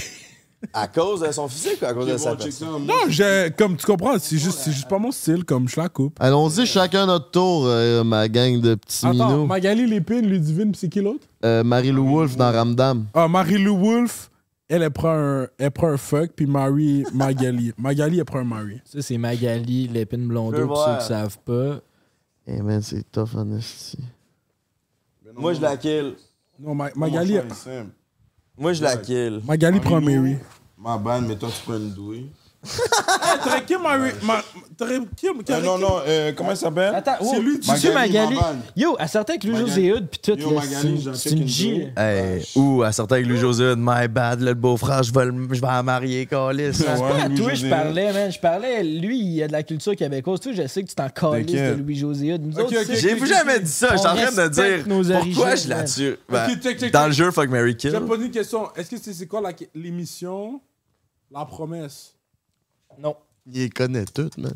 [SPEAKER 13] À cause de son physique ou à cause de sa
[SPEAKER 3] check
[SPEAKER 13] personne?
[SPEAKER 3] ça, moi.
[SPEAKER 2] Non, je- comme tu comprends, c'est juste, c'est juste pas mon style, comme je la coupe.
[SPEAKER 4] Allons-y, chacun notre tour, euh, ma gang de petits
[SPEAKER 2] Attends,
[SPEAKER 4] minots.
[SPEAKER 2] Magali Lépine, Ludivine, puis c'est qui l'autre?
[SPEAKER 4] Euh, Marie-Lou Wolfe dans Ramdam.
[SPEAKER 2] Ah, Marie-Lou Wolfe, elle, elle prend un, elle prend un fuck, puis Marie, Magali. Magali, elle prend un Marie.
[SPEAKER 5] Ça, c'est Magali Lépine
[SPEAKER 13] Je
[SPEAKER 5] Blondeau,
[SPEAKER 13] veux
[SPEAKER 5] pour ceux
[SPEAKER 13] voir.
[SPEAKER 5] qui savent pas.
[SPEAKER 4] Hey Eh, man, c'est tough, en esti.
[SPEAKER 13] Moi, je la kill.
[SPEAKER 2] Non, Ma-
[SPEAKER 3] Mon
[SPEAKER 2] Magali, hein.
[SPEAKER 3] choix est simple.
[SPEAKER 13] Moi, je la kill.
[SPEAKER 2] Magali prend
[SPEAKER 3] Marie-Lou.
[SPEAKER 2] Mary.
[SPEAKER 3] Ma banne, mais toi, tu prends une douille.
[SPEAKER 2] Ah, T'aurais kill Mary. ma- T'aurais kill.
[SPEAKER 3] Euh, non, non, euh, comment il s'appelle
[SPEAKER 5] Attends,
[SPEAKER 2] C'est
[SPEAKER 5] oh,
[SPEAKER 2] lui,
[SPEAKER 5] tu sais
[SPEAKER 3] Magali,
[SPEAKER 5] Magali.
[SPEAKER 3] Maman.
[SPEAKER 5] Yo, à certains que le
[SPEAKER 3] Magali.
[SPEAKER 5] José Hood, pis tout,
[SPEAKER 3] Yo,
[SPEAKER 5] là,
[SPEAKER 3] Magali,
[SPEAKER 5] c'est-
[SPEAKER 3] j'en
[SPEAKER 5] c'est
[SPEAKER 3] check
[SPEAKER 5] une
[SPEAKER 3] une
[SPEAKER 5] G.
[SPEAKER 3] deux.
[SPEAKER 5] là.
[SPEAKER 1] Hey, ou à sortir avec Louis José, my bad, là, le beau-frère, je vais, le- je vais la marier, calice.
[SPEAKER 3] Ouais,
[SPEAKER 5] À
[SPEAKER 3] Louis
[SPEAKER 5] toi, je
[SPEAKER 3] José.
[SPEAKER 5] parlais, man. Je parlais, lui, il a de la culture québécoise. Tu sais, je sais que tu t'en calisses de
[SPEAKER 3] T'inquiète.
[SPEAKER 5] Louis-José Hood. Nous
[SPEAKER 2] Ok,
[SPEAKER 5] autres,
[SPEAKER 2] ok,
[SPEAKER 5] c'est-
[SPEAKER 2] ok.
[SPEAKER 1] J'ai plus jamais dit ça, je suis en
[SPEAKER 5] On
[SPEAKER 1] train de
[SPEAKER 5] respecte
[SPEAKER 1] dire
[SPEAKER 5] nos
[SPEAKER 1] pourquoi
[SPEAKER 5] origines,
[SPEAKER 1] je la
[SPEAKER 5] man.
[SPEAKER 1] tue. Ben,
[SPEAKER 2] check, check, check.
[SPEAKER 1] dans le jeu, fuck Mary
[SPEAKER 2] J'ai
[SPEAKER 1] Kill.
[SPEAKER 2] posé une question. Est-ce que c'est c'est quoi la- l'émission La promesse
[SPEAKER 5] Non,
[SPEAKER 4] Il les connaît toutes, man.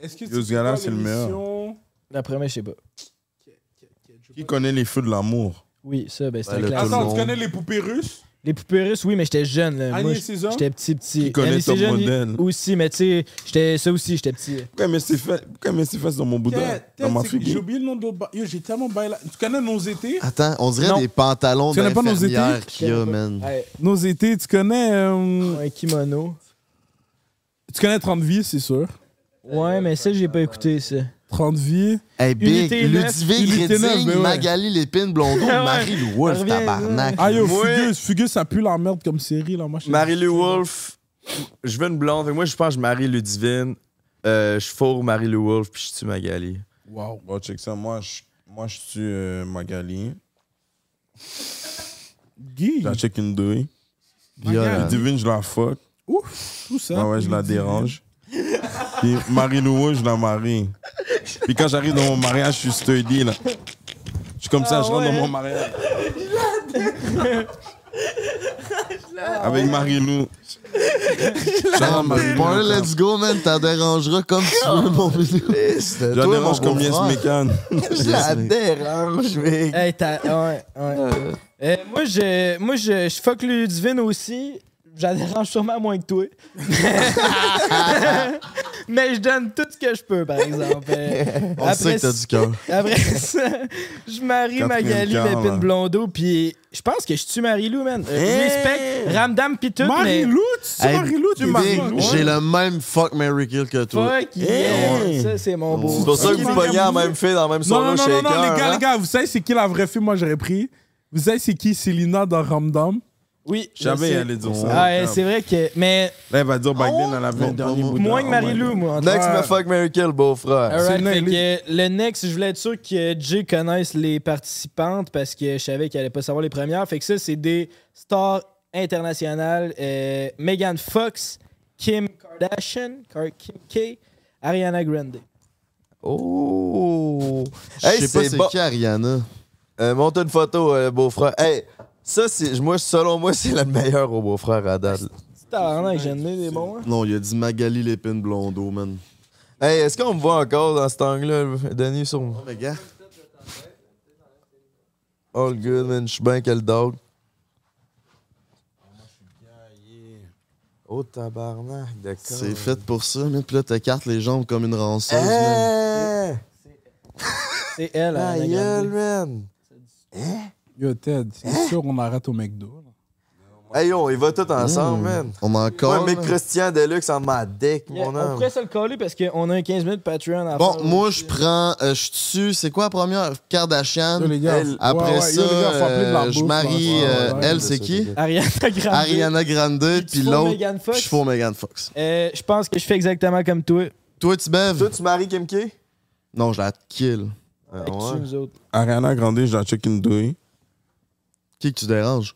[SPEAKER 2] Est-ce que
[SPEAKER 3] Yo, ce gars-là, c'est le meilleur.
[SPEAKER 2] l'émission?
[SPEAKER 5] la première, je sais pas.
[SPEAKER 3] Qui connaît les feux de l'amour
[SPEAKER 5] Oui, ça, ben, c'est
[SPEAKER 4] Ben,
[SPEAKER 5] un
[SPEAKER 4] le
[SPEAKER 5] classique.
[SPEAKER 2] Attends,
[SPEAKER 4] monde.
[SPEAKER 2] tu connais les poupées russes
[SPEAKER 5] Les poupées russes, oui, mais j'étais jeune. Là.
[SPEAKER 2] Annie
[SPEAKER 5] Moi,
[SPEAKER 2] et ses hommes?
[SPEAKER 5] J'étais petit, petit.
[SPEAKER 3] Qui connaît
[SPEAKER 5] Annie et ses
[SPEAKER 3] Top
[SPEAKER 5] jeunes,
[SPEAKER 3] Model?
[SPEAKER 5] Aussi, mais tu sais, j'étais- ça aussi, j'étais petit.
[SPEAKER 3] Pourquoi mes fesses pourquoi elle met ses fesses dans mon boudin
[SPEAKER 2] T'es-
[SPEAKER 3] Ben, Dans ma
[SPEAKER 2] t'es- J'ai
[SPEAKER 3] figure
[SPEAKER 2] oublié le nom de l'autre. ba- Yo, j'ai tellement baillé là. Tu connais nos étés
[SPEAKER 4] Attends, on dirait
[SPEAKER 2] Non.
[SPEAKER 4] des pantalons
[SPEAKER 2] Tu connais pas nos
[SPEAKER 4] d'infirmière
[SPEAKER 2] étés?
[SPEAKER 4] qu'il y a, man.
[SPEAKER 5] Ouais,
[SPEAKER 2] Nos étés, tu connais. euh,
[SPEAKER 5] un kimono.
[SPEAKER 2] Tu connais 30 vies, c'est sûr.
[SPEAKER 5] Ouais, mais ça, j'ai pas écouté, ça.
[SPEAKER 2] 30 vies.
[SPEAKER 4] Hey, Big,
[SPEAKER 5] Unité neuf,
[SPEAKER 4] Ludwig
[SPEAKER 2] Unité neuf,
[SPEAKER 4] Redding,
[SPEAKER 2] ben ouais.
[SPEAKER 4] Magali Lépine, Blondeau,
[SPEAKER 5] Ouais.
[SPEAKER 4] Marie-Lou Wolfe,
[SPEAKER 5] Reviens,
[SPEAKER 4] tabarnak.
[SPEAKER 2] Ah yo,
[SPEAKER 1] Moi-
[SPEAKER 2] Fugueuse, Fugueuse, ça pue la merde comme série, là. Moi, je-
[SPEAKER 1] Marie-Lou Wolfe, je veux une blonde. Fait que moi, je pense que je marie Ludivine, euh, je fourre Marie-Lou Wolfe, puis je tue Magali.
[SPEAKER 2] Wow.
[SPEAKER 3] Bon, bah, check ça. Moi, je, moi, je tue euh, Magali.
[SPEAKER 2] Guy.
[SPEAKER 3] Je la check une douille.
[SPEAKER 4] Violent.
[SPEAKER 3] Divine, je la fuck.
[SPEAKER 2] Ouf, tout ça.
[SPEAKER 3] Ah ouais, je la dérange. Puis Marie-Lou Wolfe, je la marie. Puis quand j'arrive dans mon mariage, je suis sturdy, là. Je suis comme ça, je rentre dans mon mariage. Avec Marie-Lou. Je la marie
[SPEAKER 4] Bon, là, let's go, man. T'en dérangeras comme tu veux, mon ministre.
[SPEAKER 3] Je la dérange comme Yes Mécan.
[SPEAKER 4] Je la dérange, mec.
[SPEAKER 5] Hey, t'as. Ouais, ouais. Euh, moi, je, moi je, je fuck le divine aussi. J'en dérange sûrement moins que toi. Mais je donne tout ce que je peux, par exemple. Euh,
[SPEAKER 4] On sait que t'as du cœur.
[SPEAKER 5] Après ça, je marie
[SPEAKER 3] Quatrième
[SPEAKER 5] Magali
[SPEAKER 3] quart,
[SPEAKER 5] Lépine
[SPEAKER 3] là.
[SPEAKER 5] Blondeau, puis je pense que je tue Marie-Lou, man. Euh, Respect, Ramdam, puis tout, mais...
[SPEAKER 2] Marie-Lou, tu sais,
[SPEAKER 4] Hey,
[SPEAKER 2] Marie-Lou,
[SPEAKER 4] Big,
[SPEAKER 2] t'es Marie-Lou.
[SPEAKER 4] J'ai le même fuck Mary Kill que toi.
[SPEAKER 5] Fuck yeah,
[SPEAKER 4] Ouais.
[SPEAKER 5] ça, c'est mon
[SPEAKER 13] C'est
[SPEAKER 5] beau.
[SPEAKER 13] pour ça que vous
[SPEAKER 2] Ok,
[SPEAKER 13] pognez la
[SPEAKER 2] Marie-Lou.
[SPEAKER 13] même fille dans le même
[SPEAKER 2] Non, non,
[SPEAKER 13] solo shaker.
[SPEAKER 2] non, non, non, les gars,
[SPEAKER 13] hein?
[SPEAKER 2] les gars, vous savez c'est qui la vraie fille, moi j'aurais pris. Vous savez c'est qui Célina dans Ramdam?
[SPEAKER 5] Oui, je
[SPEAKER 3] Jamais
[SPEAKER 5] sais.
[SPEAKER 3] elle allait dire ça.
[SPEAKER 5] Ah, ouais, c'est vrai que... Mais
[SPEAKER 3] Là, elle va dire back then, elle avait
[SPEAKER 4] Non,
[SPEAKER 3] le dernier
[SPEAKER 4] pas moi.
[SPEAKER 3] bout
[SPEAKER 5] moins que Marie-Lou, moi, en tout
[SPEAKER 13] Next,
[SPEAKER 5] cas.
[SPEAKER 13] me fuck Mary Kill,
[SPEAKER 4] Ah,
[SPEAKER 13] beau-frère.
[SPEAKER 5] Alright,
[SPEAKER 2] C'est le
[SPEAKER 5] fait
[SPEAKER 2] next.
[SPEAKER 5] que euh, le next, je voulais être sûr que Jay connaisse les participantes parce que je savais qu'elle allait pas savoir les premières. Fait que ça, c'est des stars internationales. Euh, Megan Fox, Kim Kardashian, Kar- Kim K, Ariana Grande.
[SPEAKER 13] Oh!
[SPEAKER 4] Je
[SPEAKER 13] Hey,
[SPEAKER 4] sais pas
[SPEAKER 13] c'est
[SPEAKER 4] c'est
[SPEAKER 13] bon.
[SPEAKER 4] qui, Ariana.
[SPEAKER 13] Euh, monte une photo, euh, beau-frère. Hey, ça, c'est, moi, selon moi, c'est la meilleure au beau-frère à date.
[SPEAKER 5] C'est tabarnak, j'en ai des bons. hein.
[SPEAKER 4] Non, il a dit Magali Lépine, Blondeau, man.
[SPEAKER 13] Hey, est-ce qu'on me voit encore dans cet angle-là, Denis, sur moi?
[SPEAKER 4] Les gars,
[SPEAKER 13] All good, man. Je suis bien quel dog. Oh, tabarnak, d'accord.
[SPEAKER 4] c'est fait pour ça, man. Puis là, t'écartes les jambes comme une ranceuse,
[SPEAKER 1] Hein?
[SPEAKER 4] man.
[SPEAKER 13] Hey!
[SPEAKER 5] C'est elle, hein,
[SPEAKER 13] Ta
[SPEAKER 5] Ariana
[SPEAKER 13] gueule,
[SPEAKER 5] Grande.
[SPEAKER 13] man!
[SPEAKER 2] Yo, Ted, c'est sûr on arrête au McDo. là.
[SPEAKER 13] Hey, yo, il va tout ensemble, Mm. man.
[SPEAKER 4] On en
[SPEAKER 13] Moi,
[SPEAKER 4] colle,
[SPEAKER 13] mais
[SPEAKER 4] là.
[SPEAKER 13] Christian Deluxe en ma dick, mon
[SPEAKER 5] Yeah, on
[SPEAKER 13] homme.
[SPEAKER 5] pourrait se le coller parce qu'on a un 15 minutes Patreon à
[SPEAKER 4] Bon,
[SPEAKER 5] faire.
[SPEAKER 4] moi, je prends. euh, je tue. C'est quoi la première Kardashian.
[SPEAKER 2] Yo, les gars,
[SPEAKER 13] Elle-
[SPEAKER 4] Après
[SPEAKER 2] ouais, ouais, yo,
[SPEAKER 4] ça,
[SPEAKER 2] les gars, faut appeler de la
[SPEAKER 4] euh, je
[SPEAKER 2] bouffe,
[SPEAKER 4] marie.
[SPEAKER 2] là.
[SPEAKER 4] euh,
[SPEAKER 2] Ouais, ouais,
[SPEAKER 4] elle,
[SPEAKER 2] ouais.
[SPEAKER 4] c'est qui
[SPEAKER 5] Ariana Grande.
[SPEAKER 4] Ariana Grande,
[SPEAKER 5] tu
[SPEAKER 4] puis
[SPEAKER 5] fous
[SPEAKER 4] l'autre.
[SPEAKER 5] Megan Fox?
[SPEAKER 4] Je fous Megan Fox.
[SPEAKER 5] Euh, je pense que je fais exactement comme toi.
[SPEAKER 4] Toi, tu bèves
[SPEAKER 13] Toi, tu maries Kim K?
[SPEAKER 4] Non, je la kill. Ah,
[SPEAKER 5] Avec
[SPEAKER 4] ouais.
[SPEAKER 5] qui, nous autres?
[SPEAKER 3] Ariana Grande, je la check in deux.
[SPEAKER 4] Qui que tu déranges?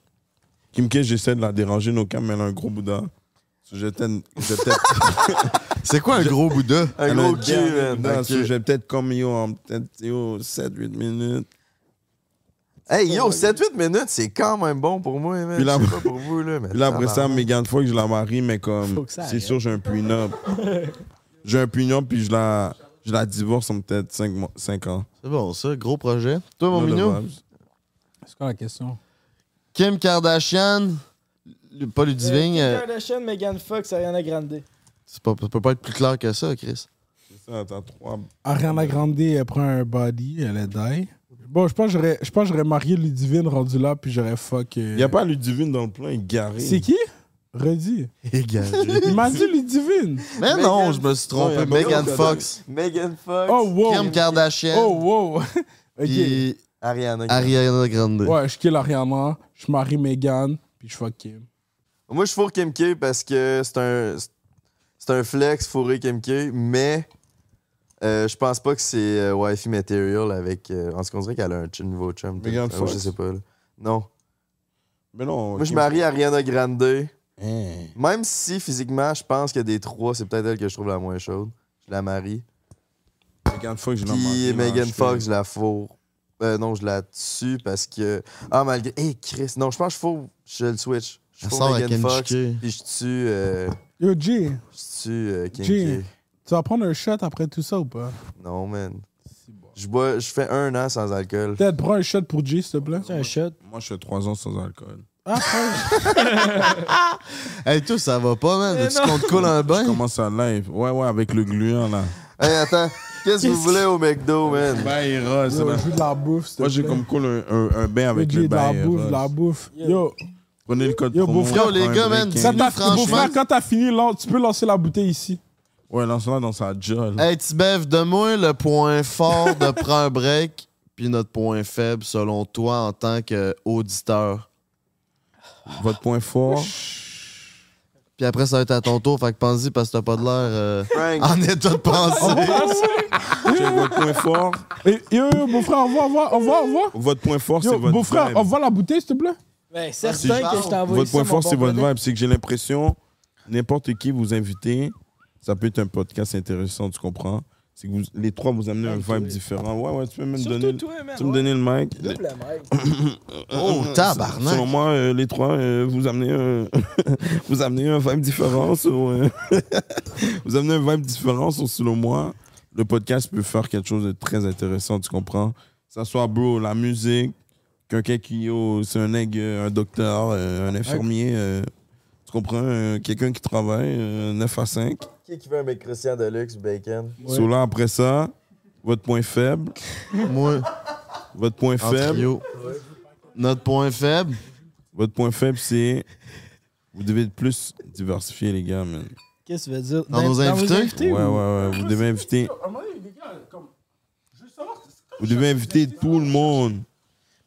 [SPEAKER 3] Kim K, j'essaie de la déranger, nos cams, elle a un gros boudin. J'ai peut-être. j'ai peut-être-
[SPEAKER 4] C'est quoi un gros Bouddha?
[SPEAKER 3] elle a
[SPEAKER 7] gros
[SPEAKER 3] un
[SPEAKER 7] cul,
[SPEAKER 3] gros
[SPEAKER 7] man.
[SPEAKER 3] boudin,
[SPEAKER 4] Ok.
[SPEAKER 3] so J'ai peut-être comme yo, en peut-être yo, 7-8 minutes.
[SPEAKER 1] Hey yo, 7-8 minutes, c'est quand même bon pour moi, man.
[SPEAKER 3] Puis là-
[SPEAKER 1] Je sais pas pour vous, là. Mais
[SPEAKER 3] Puis là, après ça,
[SPEAKER 1] tabarnak.
[SPEAKER 3] Mégane, fois que je la marie, mais comme.
[SPEAKER 5] Faut que ça
[SPEAKER 3] C'est
[SPEAKER 5] aille. hein.
[SPEAKER 3] sûr, j'ai un pin-up. j'ai un pin-up, puis je la, je la divorce en peut-être 5, ans.
[SPEAKER 4] C'est bon, ça, gros projet. Toi, mon
[SPEAKER 3] Non, de
[SPEAKER 4] minou?
[SPEAKER 3] vibes.
[SPEAKER 2] C'est quoi la question?
[SPEAKER 4] Kim Kardashian, Lu- pas Ludivine, euh,
[SPEAKER 5] Kardashian, Megan Fox, Ariana Grande.
[SPEAKER 4] c'est pas- ça peut pas être plus clair que ça, Chris.
[SPEAKER 3] C'est ça, t'as trois.
[SPEAKER 2] Ariana Grande, elle prend un body, elle est die. Bon, je pense que j'aurais- je pense que j'aurais marié Ludivine rendu là, puis j'aurais fuck. euh,
[SPEAKER 3] Il n'y a pas Ludivine dans le plan, il est garé.
[SPEAKER 2] C'est qui? Redis.
[SPEAKER 4] Égaré.
[SPEAKER 2] Il m'a dit Ludivine.
[SPEAKER 4] Mais non, je me suis
[SPEAKER 3] Non, il y a
[SPEAKER 4] trompé.
[SPEAKER 3] pas
[SPEAKER 4] Megan
[SPEAKER 3] d'autre,
[SPEAKER 4] Fox,
[SPEAKER 7] Megan Fox.
[SPEAKER 2] Oh, wow.
[SPEAKER 4] Kim Kardashian,
[SPEAKER 2] Oh, wow. ok.
[SPEAKER 4] puis
[SPEAKER 1] Ariana.
[SPEAKER 4] Ariana Grande.
[SPEAKER 2] Ouais, je kill Ariana, je marie Megan, puis je fuck Kim.
[SPEAKER 1] Moi, je fourre Kim K parce que c'est un, c'est un flex fourrer Kim K, mais euh, je pense pas que c'est euh, wifey material avec. euh, en ce qu'on dirait qu'elle a un ch- nouveau chum.
[SPEAKER 3] Megan
[SPEAKER 1] peut-être. Ah,
[SPEAKER 3] Fox.
[SPEAKER 1] Je sais pas. là. Non.
[SPEAKER 3] Mais non.
[SPEAKER 1] Moi, je
[SPEAKER 3] Kim-
[SPEAKER 1] marie Ariana Grande.
[SPEAKER 3] Hein.
[SPEAKER 1] Même si physiquement, je pense que des trois, c'est peut-être elle que je trouve la moins chaude. Je la marie.
[SPEAKER 3] Megan Fox, je l'ai
[SPEAKER 1] Puis
[SPEAKER 3] marie, là,
[SPEAKER 1] Megan
[SPEAKER 3] je
[SPEAKER 1] Fox, je la fourre. Euh, non, je la tue parce que. Ah, malgré. Hé, Chris. Non, je pense que je fourre. Je le switch. Je
[SPEAKER 4] Elle
[SPEAKER 1] fourre
[SPEAKER 4] sort à
[SPEAKER 1] Megan Fox.
[SPEAKER 4] Kenji.
[SPEAKER 1] Puis je tue. euh,
[SPEAKER 2] Yo, Jay,
[SPEAKER 1] je tue euh, Kim
[SPEAKER 2] Jay.
[SPEAKER 1] K.
[SPEAKER 2] tu vas prendre un shot après tout ça ou pas?
[SPEAKER 1] Non, man. Je bois, je fais un an sans alcool.
[SPEAKER 2] Peut-être prends un shot pour Jay, s'il te plaît.
[SPEAKER 5] C'est un shot.
[SPEAKER 3] Moi, je fais trois ans sans alcool.
[SPEAKER 4] Hey, tout ça va pas, man. Tu qu'on te coule un
[SPEAKER 3] Je
[SPEAKER 4] bain?
[SPEAKER 3] commence à live. Ouais, ouais, avec le gluant, là.
[SPEAKER 1] Hey, attends, qu'est-ce que vous voulez au McDo, man?
[SPEAKER 3] ben, Baïra, c'est
[SPEAKER 2] Yo,
[SPEAKER 3] la...
[SPEAKER 2] je veux de la bouffe, s'il te
[SPEAKER 3] Moi, j'ai
[SPEAKER 2] plaît.
[SPEAKER 3] comme cool un, un, un bain
[SPEAKER 2] Yo,
[SPEAKER 3] avec
[SPEAKER 2] Jay,
[SPEAKER 3] le
[SPEAKER 2] de la
[SPEAKER 3] bain.
[SPEAKER 2] bouffe, de la bouffe. Yo,
[SPEAKER 3] Prenez le code
[SPEAKER 2] Yo,
[SPEAKER 3] promo.
[SPEAKER 2] beau frère.
[SPEAKER 4] Yo, les
[SPEAKER 3] un
[SPEAKER 4] gars, man,
[SPEAKER 2] quand
[SPEAKER 3] break,
[SPEAKER 4] Nous,
[SPEAKER 3] hein.
[SPEAKER 2] t'as
[SPEAKER 4] franchement-
[SPEAKER 2] beau frère, quand t'as fini, lan- tu peux lancer la bouteille ici.
[SPEAKER 3] Ouais, lance-la dans sa jaw. là.
[SPEAKER 4] Hey, tu bèves de moi le point fort de prendre un break, puis notre point faible selon toi en tant qu'auditeur.
[SPEAKER 2] Eh.
[SPEAKER 3] Votre point fort.
[SPEAKER 4] Puis après, ça va être à ton tour, fait que pense-y parce que t'as pas de l'air euh,
[SPEAKER 1] Frank,
[SPEAKER 4] en état de penser.
[SPEAKER 3] Check votre point fort.
[SPEAKER 2] Et- Yo, yo, beau frère, au revoir, au revoir, au revoir, au revoir.
[SPEAKER 3] Votre point fort, Oh, c'est
[SPEAKER 2] Yo,
[SPEAKER 3] votre
[SPEAKER 2] beau frère,
[SPEAKER 3] vibe.
[SPEAKER 2] au revoir la bouteille, s'il te plaît.
[SPEAKER 5] Ben,
[SPEAKER 4] c'est
[SPEAKER 5] certain que
[SPEAKER 4] genre.
[SPEAKER 5] je t'envoie
[SPEAKER 3] Votre point fort, c'est votre vibe. C'est que j'ai l'impression, n'importe qui vous invitez, ça peut être un podcast intéressant, tu comprends? C'est que vous, les trois, vous amenez un vibe différent. Ouais, ouais, tu peux même donner,
[SPEAKER 5] Surtout
[SPEAKER 3] le-
[SPEAKER 5] toi, man.
[SPEAKER 3] tu me donner le mic.
[SPEAKER 4] Oh, tabarnak.
[SPEAKER 3] Euh, Selon moi, euh, les trois, euh, vous amenez un, vous amenez un vibe différent. sur, euh, vous amenez un vibe différent. Sur, selon moi, le podcast peut faire quelque chose de très intéressant. Tu comprends? Ça soit bro, la musique, quelqu'un qui oh, c'est un nègre, euh, un docteur, euh, un infirmier. euh, tu comprends? euh, quelqu'un qui travaille euh, 9 à 5.
[SPEAKER 1] qui qui veut un mec Christian Deluxe, bacon?
[SPEAKER 3] Sur là, après ça, votre point faible,
[SPEAKER 4] Moi,
[SPEAKER 3] votre point
[SPEAKER 4] en
[SPEAKER 3] faible,
[SPEAKER 4] trio. Notre point faible.
[SPEAKER 3] votre point faible, c'est vous devez être plus diversifier les gars, man.
[SPEAKER 5] Qu'est-ce que tu veux dire?
[SPEAKER 4] Dans nos invités?
[SPEAKER 3] Ouais, ouais, ouais.
[SPEAKER 1] Ah,
[SPEAKER 3] Vous devez inviter. Vous devez inviter tout le monde.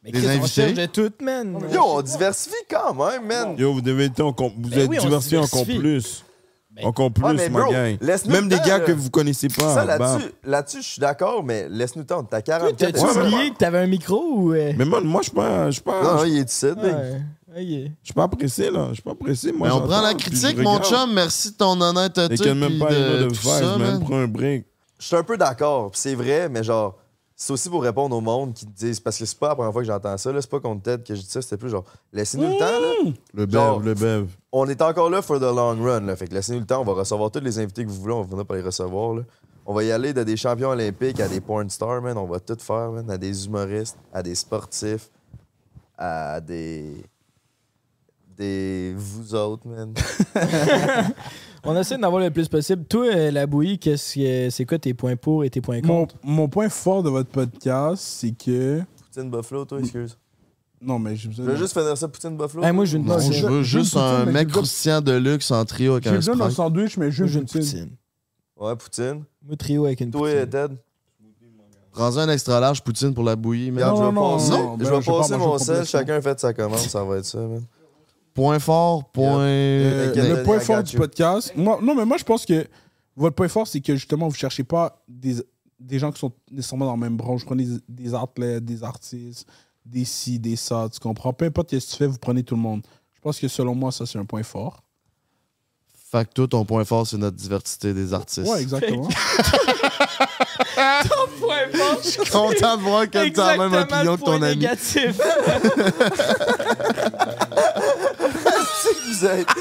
[SPEAKER 5] Mais
[SPEAKER 4] Des
[SPEAKER 5] Chris, on
[SPEAKER 4] invités?
[SPEAKER 5] cherche de toutes, man.
[SPEAKER 1] Yo, on diversifie quand même, man.
[SPEAKER 3] Yo, vous devez être encore. Vous
[SPEAKER 5] Ben
[SPEAKER 3] êtes
[SPEAKER 5] oui, on se
[SPEAKER 3] diversifié encore
[SPEAKER 5] diversifie.
[SPEAKER 3] plus.
[SPEAKER 5] Ben-
[SPEAKER 3] Encore
[SPEAKER 1] Ouais,
[SPEAKER 3] plus,
[SPEAKER 1] mais
[SPEAKER 3] ma
[SPEAKER 1] bro,
[SPEAKER 3] gang.
[SPEAKER 1] laisse-nous
[SPEAKER 3] Même
[SPEAKER 1] le
[SPEAKER 3] des
[SPEAKER 1] temps,
[SPEAKER 3] gars
[SPEAKER 1] là.
[SPEAKER 3] que vous connaissez pas.
[SPEAKER 1] Ça,
[SPEAKER 3] bah.
[SPEAKER 1] là-dessus, là-dessus, je suis d'accord, mais laisse-nous tendre. T'as 40
[SPEAKER 5] T'as-tu oublié que t'avais un micro ou. euh,
[SPEAKER 3] Mais man, moi, je suis pas, je suis
[SPEAKER 1] Non,
[SPEAKER 3] pas,
[SPEAKER 1] non, il est ici, big.
[SPEAKER 5] ouais, ok.
[SPEAKER 3] je suis pas pressé, là. Je suis pas pressé, moi.
[SPEAKER 4] Mais Ben, on
[SPEAKER 3] j'entends,
[SPEAKER 4] prend la
[SPEAKER 3] puis je
[SPEAKER 4] critique, mon
[SPEAKER 3] regarde.
[SPEAKER 4] chum. Merci de ton honnêteté.
[SPEAKER 3] Et qu'elle même
[SPEAKER 4] puis
[SPEAKER 3] pas une
[SPEAKER 4] de
[SPEAKER 3] de
[SPEAKER 4] tout ça,
[SPEAKER 3] vibes, man.
[SPEAKER 4] man.
[SPEAKER 3] Prends un break.
[SPEAKER 1] Je suis un peu d'accord, pis c'est vrai, mais genre, c'est aussi pour répondre au monde qui te disent, parce que c'est pas la première fois que j'entends ça, là, c'est pas contre tête que je dis ça, c'était plus genre, laissez-nous le temps, là.
[SPEAKER 3] Le
[SPEAKER 1] Genre-
[SPEAKER 3] bev, le bev.
[SPEAKER 1] on est encore là for the long run. Là. Fait que laissez-nous le temps. On va recevoir tous les invités que vous voulez. On va venir pour les recevoir. Là. On va y aller de des champions olympiques à des porn stars, man. On va tout faire, man. À des humoristes, à des sportifs, à des. Des. Vous autres, man.
[SPEAKER 5] On essaie d'en avoir le plus possible. Toi, euh, la bouillie, qu'est-ce que- c'est quoi tes points pour et tes points
[SPEAKER 2] Mon,
[SPEAKER 5] contre?
[SPEAKER 2] mon point fort de votre podcast, c'est que.
[SPEAKER 1] Poutine Buffalo, toi, excuse.
[SPEAKER 2] Non, mais
[SPEAKER 1] Je
[SPEAKER 2] j'ai besoin.
[SPEAKER 1] veux
[SPEAKER 2] de-
[SPEAKER 1] juste finir ça, Poutine Buffalo.
[SPEAKER 5] Ben, moi, j'ai une
[SPEAKER 4] Non,
[SPEAKER 5] poutine.
[SPEAKER 4] je veux juste
[SPEAKER 2] J'ai une
[SPEAKER 4] un
[SPEAKER 2] poutine,
[SPEAKER 4] mec
[SPEAKER 2] mais j'ai-
[SPEAKER 4] croustillant de luxe en trio avec
[SPEAKER 2] J'ai
[SPEAKER 4] un
[SPEAKER 2] besoin d'un
[SPEAKER 4] sprite.
[SPEAKER 2] sandwich, mais
[SPEAKER 5] Moi,
[SPEAKER 2] juste
[SPEAKER 5] j'ai
[SPEAKER 2] une poutine.
[SPEAKER 1] Ouais, Poutine.
[SPEAKER 5] Moi, trio avec une
[SPEAKER 1] Toi,
[SPEAKER 5] poutine.
[SPEAKER 1] Ted.
[SPEAKER 4] Prends un extra large poutine pour la bouillie, man.
[SPEAKER 1] Regarde,
[SPEAKER 2] Non,
[SPEAKER 1] je vais
[SPEAKER 2] non,
[SPEAKER 1] passer,
[SPEAKER 2] non,
[SPEAKER 1] je
[SPEAKER 2] ben,
[SPEAKER 1] vais
[SPEAKER 2] je vais pas
[SPEAKER 1] passer
[SPEAKER 2] manger
[SPEAKER 1] mon
[SPEAKER 2] au
[SPEAKER 1] sel.
[SPEAKER 2] complet.
[SPEAKER 1] Chacun fait sa commande. Ça va être ça, man.
[SPEAKER 4] Point fort, point.
[SPEAKER 1] Hey,
[SPEAKER 2] Euh, le
[SPEAKER 1] Ken,
[SPEAKER 2] point
[SPEAKER 1] I
[SPEAKER 2] fort
[SPEAKER 1] got
[SPEAKER 2] du
[SPEAKER 1] you.
[SPEAKER 2] podcast. Moi, non, mais moi, je pense que votre point fort, c'est que justement, vous cherchez pas des, des gens qui sont nécessairement dans la même branche. Vous prenez des, des athlètes, des artistes, des ci, des ça, tu comprends. Peu importe ce que tu fais, vous prenez tout le monde. Je pense que selon moi, ça, c'est un point fort.
[SPEAKER 4] euh,
[SPEAKER 1] Fait que toi, ton point fort, c'est notre diversité des artistes.
[SPEAKER 2] Ouais, exactement.
[SPEAKER 5] Point fort.
[SPEAKER 4] Content de voir que t'as la même
[SPEAKER 5] Exactement
[SPEAKER 4] opinion
[SPEAKER 5] le
[SPEAKER 4] que
[SPEAKER 5] point
[SPEAKER 4] ton ami.
[SPEAKER 5] négatif.
[SPEAKER 1] Vous êtes-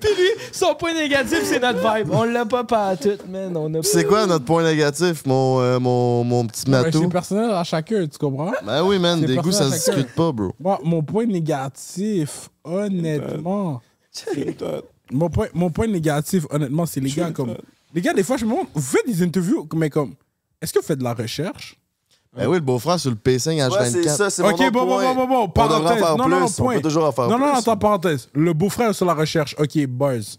[SPEAKER 5] Puis lui, son point négatif, c'est notre vibe. On l'a pas pas à tout, man. On a
[SPEAKER 4] C'est quoi notre point négatif, mon, euh, mon, mon petit
[SPEAKER 2] Ouais, c'est
[SPEAKER 4] matou?
[SPEAKER 2] personnel à chacun, tu comprends?
[SPEAKER 4] Ben oui, man,
[SPEAKER 2] c'est
[SPEAKER 4] des goûts, ça se
[SPEAKER 2] personnel à chacun.
[SPEAKER 4] discute pas, bro.
[SPEAKER 2] Moi, mon point négatif, honnêtement. mon, point, mon point négatif, honnêtement, c'est les gars comme. Les gars, des fois, je me demande, vous faites des interviews, mais comme. Est-ce que vous faites de la recherche?
[SPEAKER 4] Ben oui, le beau-frère sur le pacing
[SPEAKER 7] Ouais, c'est
[SPEAKER 4] H24.
[SPEAKER 7] ça, c'est mon autre
[SPEAKER 2] bon, bon,
[SPEAKER 7] point.
[SPEAKER 2] bon, bon, bon,
[SPEAKER 4] on devrait en
[SPEAKER 2] parenthèse.
[SPEAKER 4] faire
[SPEAKER 2] Non,
[SPEAKER 4] plus,
[SPEAKER 2] non, non,
[SPEAKER 4] on
[SPEAKER 2] point.
[SPEAKER 4] peut toujours en faire
[SPEAKER 2] Non,
[SPEAKER 4] plus.
[SPEAKER 2] non, attends, parenthèse. Le beau-frère est sur la recherche. Ok, buzz.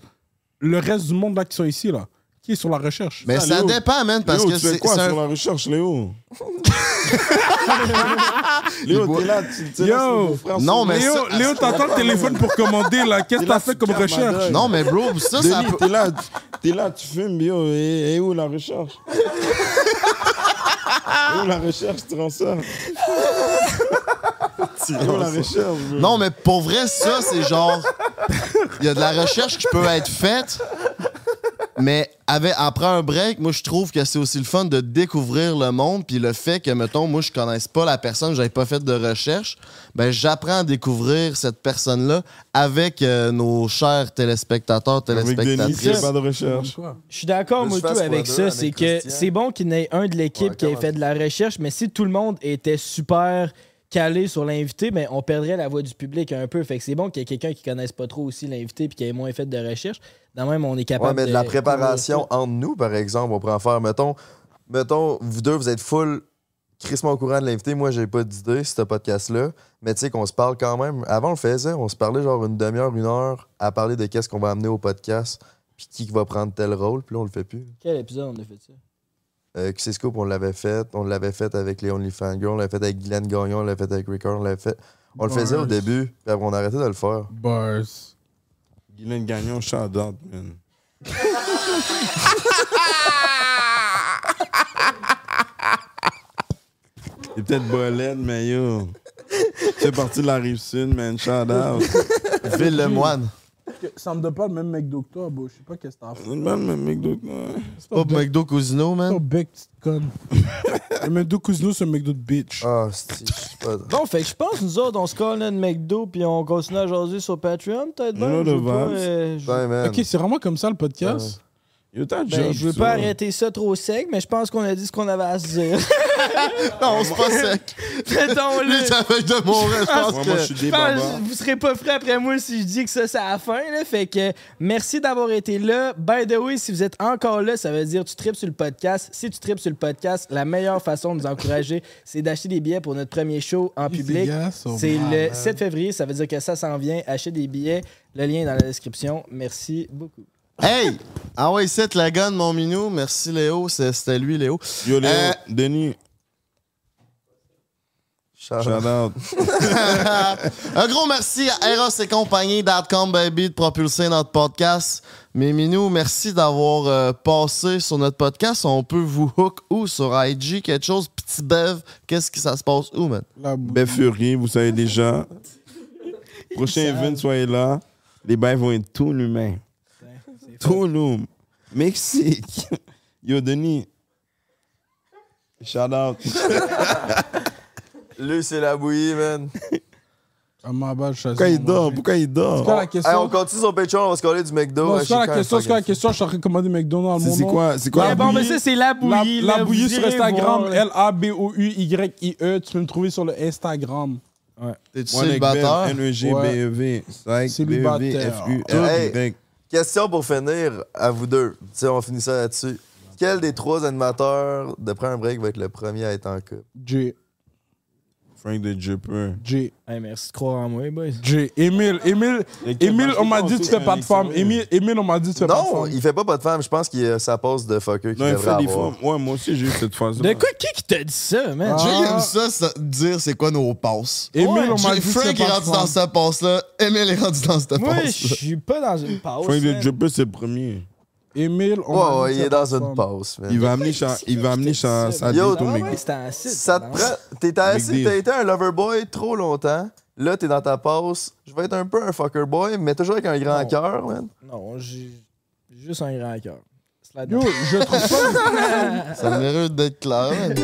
[SPEAKER 2] Le reste du monde là qui sont ici, là, qui est sur la recherche?
[SPEAKER 4] Mais
[SPEAKER 3] Ah,
[SPEAKER 4] ça
[SPEAKER 3] Léo.
[SPEAKER 4] dépend, man, parce
[SPEAKER 3] Léo,
[SPEAKER 4] que
[SPEAKER 3] tu fais
[SPEAKER 4] c'est
[SPEAKER 3] quoi
[SPEAKER 4] c'est
[SPEAKER 3] sur
[SPEAKER 4] un...
[SPEAKER 3] la recherche, Léo Léo, t'es là, tu t'es là,
[SPEAKER 2] Yo.
[SPEAKER 3] c'est mon frère,
[SPEAKER 4] Non,
[SPEAKER 3] c'est
[SPEAKER 4] mais
[SPEAKER 2] Léo,
[SPEAKER 4] ça-
[SPEAKER 2] Léo t'attends le téléphone pour commander, là. Qu'est-ce que t'as fait comme
[SPEAKER 3] Superman.
[SPEAKER 2] recherche?
[SPEAKER 4] Non, mais bro, ça, ça
[SPEAKER 3] Denis,
[SPEAKER 4] peut...
[SPEAKER 3] t'es là, tu- t'es là, tu fumes, yo, et, et où la recherche Et où la recherche, transfert Et où la recherche, bro
[SPEAKER 4] Non, mais pour vrai, ça, c'est genre... Il y a de la recherche qui peut être faite, mais avec, après un break, moi, je trouve que c'est aussi le fun de découvrir le monde, puis le fait que, mettons, moi, je connaisse pas la personne, j'avais pas fait de recherche, ben j'apprends à découvrir cette personne-là avec euh, nos chers téléspectateurs,
[SPEAKER 3] Avec Denis,
[SPEAKER 4] téléspectatrices.
[SPEAKER 3] c'est pas de recherche.
[SPEAKER 5] Je suis d'accord,
[SPEAKER 7] Je
[SPEAKER 5] Moutou,
[SPEAKER 7] fasse
[SPEAKER 5] avec
[SPEAKER 7] quoi
[SPEAKER 5] ça.
[SPEAKER 7] deux
[SPEAKER 5] C'est
[SPEAKER 7] avec
[SPEAKER 5] que
[SPEAKER 7] Christian?
[SPEAKER 5] c'est bon qu'il y en ait un de l'équipe
[SPEAKER 7] Ouais,
[SPEAKER 5] qui ait
[SPEAKER 7] comment
[SPEAKER 5] fait de la recherche, mais si tout le monde était super calé sur l'invité, ben, on perdrait la voix du public un peu. Fait que c'est bon qu'il y ait quelqu'un qui connaisse pas trop aussi l'invité puis qui ait moins fait de recherche. Dans même, on est capable
[SPEAKER 1] Ouais, mais de la préparation entre nous, par exemple, on pourrait en faire. Mettons, mettons vous deux, vous êtes full crissement au courant de l'invité. Moi, j'ai pas d'idée, ce podcast-là. Mais tu sais qu'on se parle quand même. Avant, on le faisait. On se parlait genre une demi-heure, une heure à parler de qu'est-ce qu'on va amener au podcast. Puis qui va prendre tel rôle. Puis là, on le fait plus.
[SPEAKER 5] Quel épisode on a fait ça?
[SPEAKER 1] Euh, QC Scoop, on l'avait fait. On l'avait fait avec les OnlyFans Girls. On l'avait fait avec Guylaine Gagnon. On l'avait fait avec Ricard. On l'avait fait. On le faisait au
[SPEAKER 2] Bars.
[SPEAKER 1] début. Puis après, on a arrêté de le faire.
[SPEAKER 2] Buzz.
[SPEAKER 3] Guylaine Gagnon, shout out, man. Il est peut-être bolette, mais yo. C'est parti de la rive sud, man. Shout out.
[SPEAKER 4] Ville le moine.
[SPEAKER 2] Que- Ça me donne pas le même mec d'octobre, je sais pas qu'est-ce que t'as fait.
[SPEAKER 3] C'est une bonne, mais mec d'autre. ouais.
[SPEAKER 2] C'est
[SPEAKER 4] Pas McDo Cousino, man.
[SPEAKER 1] Hein?
[SPEAKER 2] Pas bec, petite conne. Le mec de Cousino, c'est un mec d'autre bitch.
[SPEAKER 1] Ah, c'est je sais pas.
[SPEAKER 5] Bon, fait que je pense, nous autres, on se colle là, de McDo puis on continue à jaser sur Patreon, peut-être.
[SPEAKER 3] Non,
[SPEAKER 5] ben,
[SPEAKER 3] non,
[SPEAKER 5] je
[SPEAKER 3] le
[SPEAKER 5] veux pas,
[SPEAKER 3] vibes.
[SPEAKER 5] euh, je-
[SPEAKER 1] Ouais, Ben, man.
[SPEAKER 2] Ok, c'est vraiment comme ça le podcast?
[SPEAKER 3] Yo, t'as
[SPEAKER 5] ben,
[SPEAKER 3] job,
[SPEAKER 5] je veux
[SPEAKER 3] ça.
[SPEAKER 5] pas arrêter ça trop sec, mais je pense qu'on a dit ce qu'on avait à se dire.
[SPEAKER 4] Non, c'est pas sec.
[SPEAKER 5] Mettons-le.
[SPEAKER 4] Lui, ça fait de mon rêve, je pense
[SPEAKER 3] Ouais,
[SPEAKER 4] que...
[SPEAKER 3] moi, je suis des
[SPEAKER 5] Je pense
[SPEAKER 3] babas.
[SPEAKER 5] que vous serez pas frais après moi si je dis que ça, c'est à la fin. Là. Fait que merci d'avoir été là. By the way, si vous êtes encore là, ça veut dire tu tripes sur le podcast. Si tu tripes sur le podcast, la meilleure façon de nous encourager, c'est d'acheter des billets pour notre premier show en public. C'est le 7 février, ça veut dire que ça s'en vient. Achetez des billets. Le lien est dans la description. Merci beaucoup.
[SPEAKER 4] Hey! Ah ouais, c'est la gonne, mon minou. Merci, Léo. C'est- C'était lui, Léo.
[SPEAKER 3] Yo, Léo,
[SPEAKER 4] Euh,
[SPEAKER 3] Denis,
[SPEAKER 1] Shout-
[SPEAKER 3] shout out.
[SPEAKER 4] Un gros merci à Eros et compagnie.com, baby, de propulser notre podcast. Mais minou, merci d'avoir euh, passé sur notre podcast. On peut vous hook où? Sur IG, quelque chose? Petit bev, qu'est-ce que ça se passe où, man?
[SPEAKER 2] La bou-
[SPEAKER 3] Ben Fury, vous savez déjà. Prochain event, soyez là. Les bails vont être tout humains. Tout l'homme. Mexique. Yo, Denis. Shout out.
[SPEAKER 1] Lui, c'est la bouillie, man.
[SPEAKER 2] Ah, ma balle, je sais
[SPEAKER 3] Pourquoi
[SPEAKER 2] pas,
[SPEAKER 3] il dort
[SPEAKER 2] moi.
[SPEAKER 3] Pourquoi il
[SPEAKER 2] C'est quoi
[SPEAKER 3] dort
[SPEAKER 2] la
[SPEAKER 1] Hey, on
[SPEAKER 2] question?
[SPEAKER 1] continue sur Patreon, on va se coller du McDo.
[SPEAKER 2] Non,
[SPEAKER 1] à
[SPEAKER 2] C'est quoi la
[SPEAKER 1] chacun,
[SPEAKER 2] question? C'est quoi la
[SPEAKER 1] fucking-
[SPEAKER 2] question? Je t'ai recommandé McDonald's,
[SPEAKER 3] C'est
[SPEAKER 2] mon
[SPEAKER 3] c'est
[SPEAKER 2] nom.
[SPEAKER 3] quoi C'est quoi
[SPEAKER 5] Ouais,
[SPEAKER 3] la
[SPEAKER 5] bon, mais
[SPEAKER 3] bouillie?
[SPEAKER 5] ça, c'est la
[SPEAKER 2] La,
[SPEAKER 5] bouillie.
[SPEAKER 2] la
[SPEAKER 5] là.
[SPEAKER 2] bouillie
[SPEAKER 5] Vous
[SPEAKER 2] sur
[SPEAKER 5] irez
[SPEAKER 2] Instagram,
[SPEAKER 5] voir, là.
[SPEAKER 2] L-A-B-O-U-Y-I-E. E, Tu peux me trouver sur le Instagram.
[SPEAKER 4] T'es-tu
[SPEAKER 3] One
[SPEAKER 4] célibataire?
[SPEAKER 3] E N-E-G-B-E-V. E
[SPEAKER 2] Célibataire.
[SPEAKER 3] F-U-R-Y.
[SPEAKER 1] Question pour finir, à vous deux. Tu sais, on finit ça là-dessus. Quel des trois animateurs de Prends un break va être le premier à être en couple?
[SPEAKER 2] J.
[SPEAKER 3] Frank the Jumper.
[SPEAKER 2] J.
[SPEAKER 5] Hey, merci de croire en moi, boys.
[SPEAKER 2] J. Émile. Émile. Émile, on m'a dit tu fais pas de femme. Émile, Émile, on m'a dit tu fais pas de
[SPEAKER 1] Non,
[SPEAKER 2] femme.
[SPEAKER 1] il fait pas pas de femme. Je pense qu'il ça passe de fucker qu'il
[SPEAKER 3] Non, il
[SPEAKER 1] devrait
[SPEAKER 3] fait des
[SPEAKER 1] avoir.
[SPEAKER 3] femmes. Ouais, moi aussi, j'ai eu cette phase-là.
[SPEAKER 5] De quoi, qui qui t'a dit ça, man?
[SPEAKER 2] Ah.
[SPEAKER 4] Jay aime ça, ça- dire c'est quoi nos passes.
[SPEAKER 2] Émile, on m'a
[SPEAKER 4] Jay-
[SPEAKER 2] dit tu fais
[SPEAKER 4] Frank est
[SPEAKER 2] pas de
[SPEAKER 4] rendu dans
[SPEAKER 2] femme.
[SPEAKER 4] sa passe-là. Emile est rendu dans cette
[SPEAKER 5] Moi,
[SPEAKER 4] passe-là.
[SPEAKER 5] je suis pas dans une pause.
[SPEAKER 3] Frank
[SPEAKER 5] man.
[SPEAKER 3] the Jumper, c'est le premier.
[SPEAKER 2] Émile, on
[SPEAKER 1] Ouais,
[SPEAKER 2] a
[SPEAKER 1] ouais,
[SPEAKER 2] mis
[SPEAKER 1] il
[SPEAKER 2] sa
[SPEAKER 1] est dans une
[SPEAKER 2] plateforme.
[SPEAKER 1] pause, man.
[SPEAKER 3] Il va amener sa, il va amener sa, sa
[SPEAKER 1] Yo,
[SPEAKER 3] date au McDo.
[SPEAKER 5] C'était un site.
[SPEAKER 1] Ça te prend. T'es assis,
[SPEAKER 3] McDeal.
[SPEAKER 1] t'as été un lover boy trop longtemps. Là, t'es dans ta pause. Je vais être un peu un fucker boy, mais toujours avec un grand
[SPEAKER 5] Non.
[SPEAKER 1] cœur, man.
[SPEAKER 5] Non, j'ai j'ai juste un grand cœur. Slide
[SPEAKER 2] Yo,
[SPEAKER 5] down.
[SPEAKER 2] je trouve pas.
[SPEAKER 4] Ça a l'air d'être clair. man.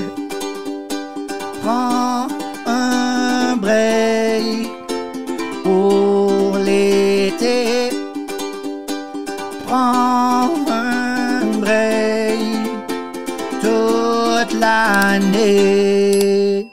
[SPEAKER 9] Prends un break pour l'été. Prends un break toute l'année.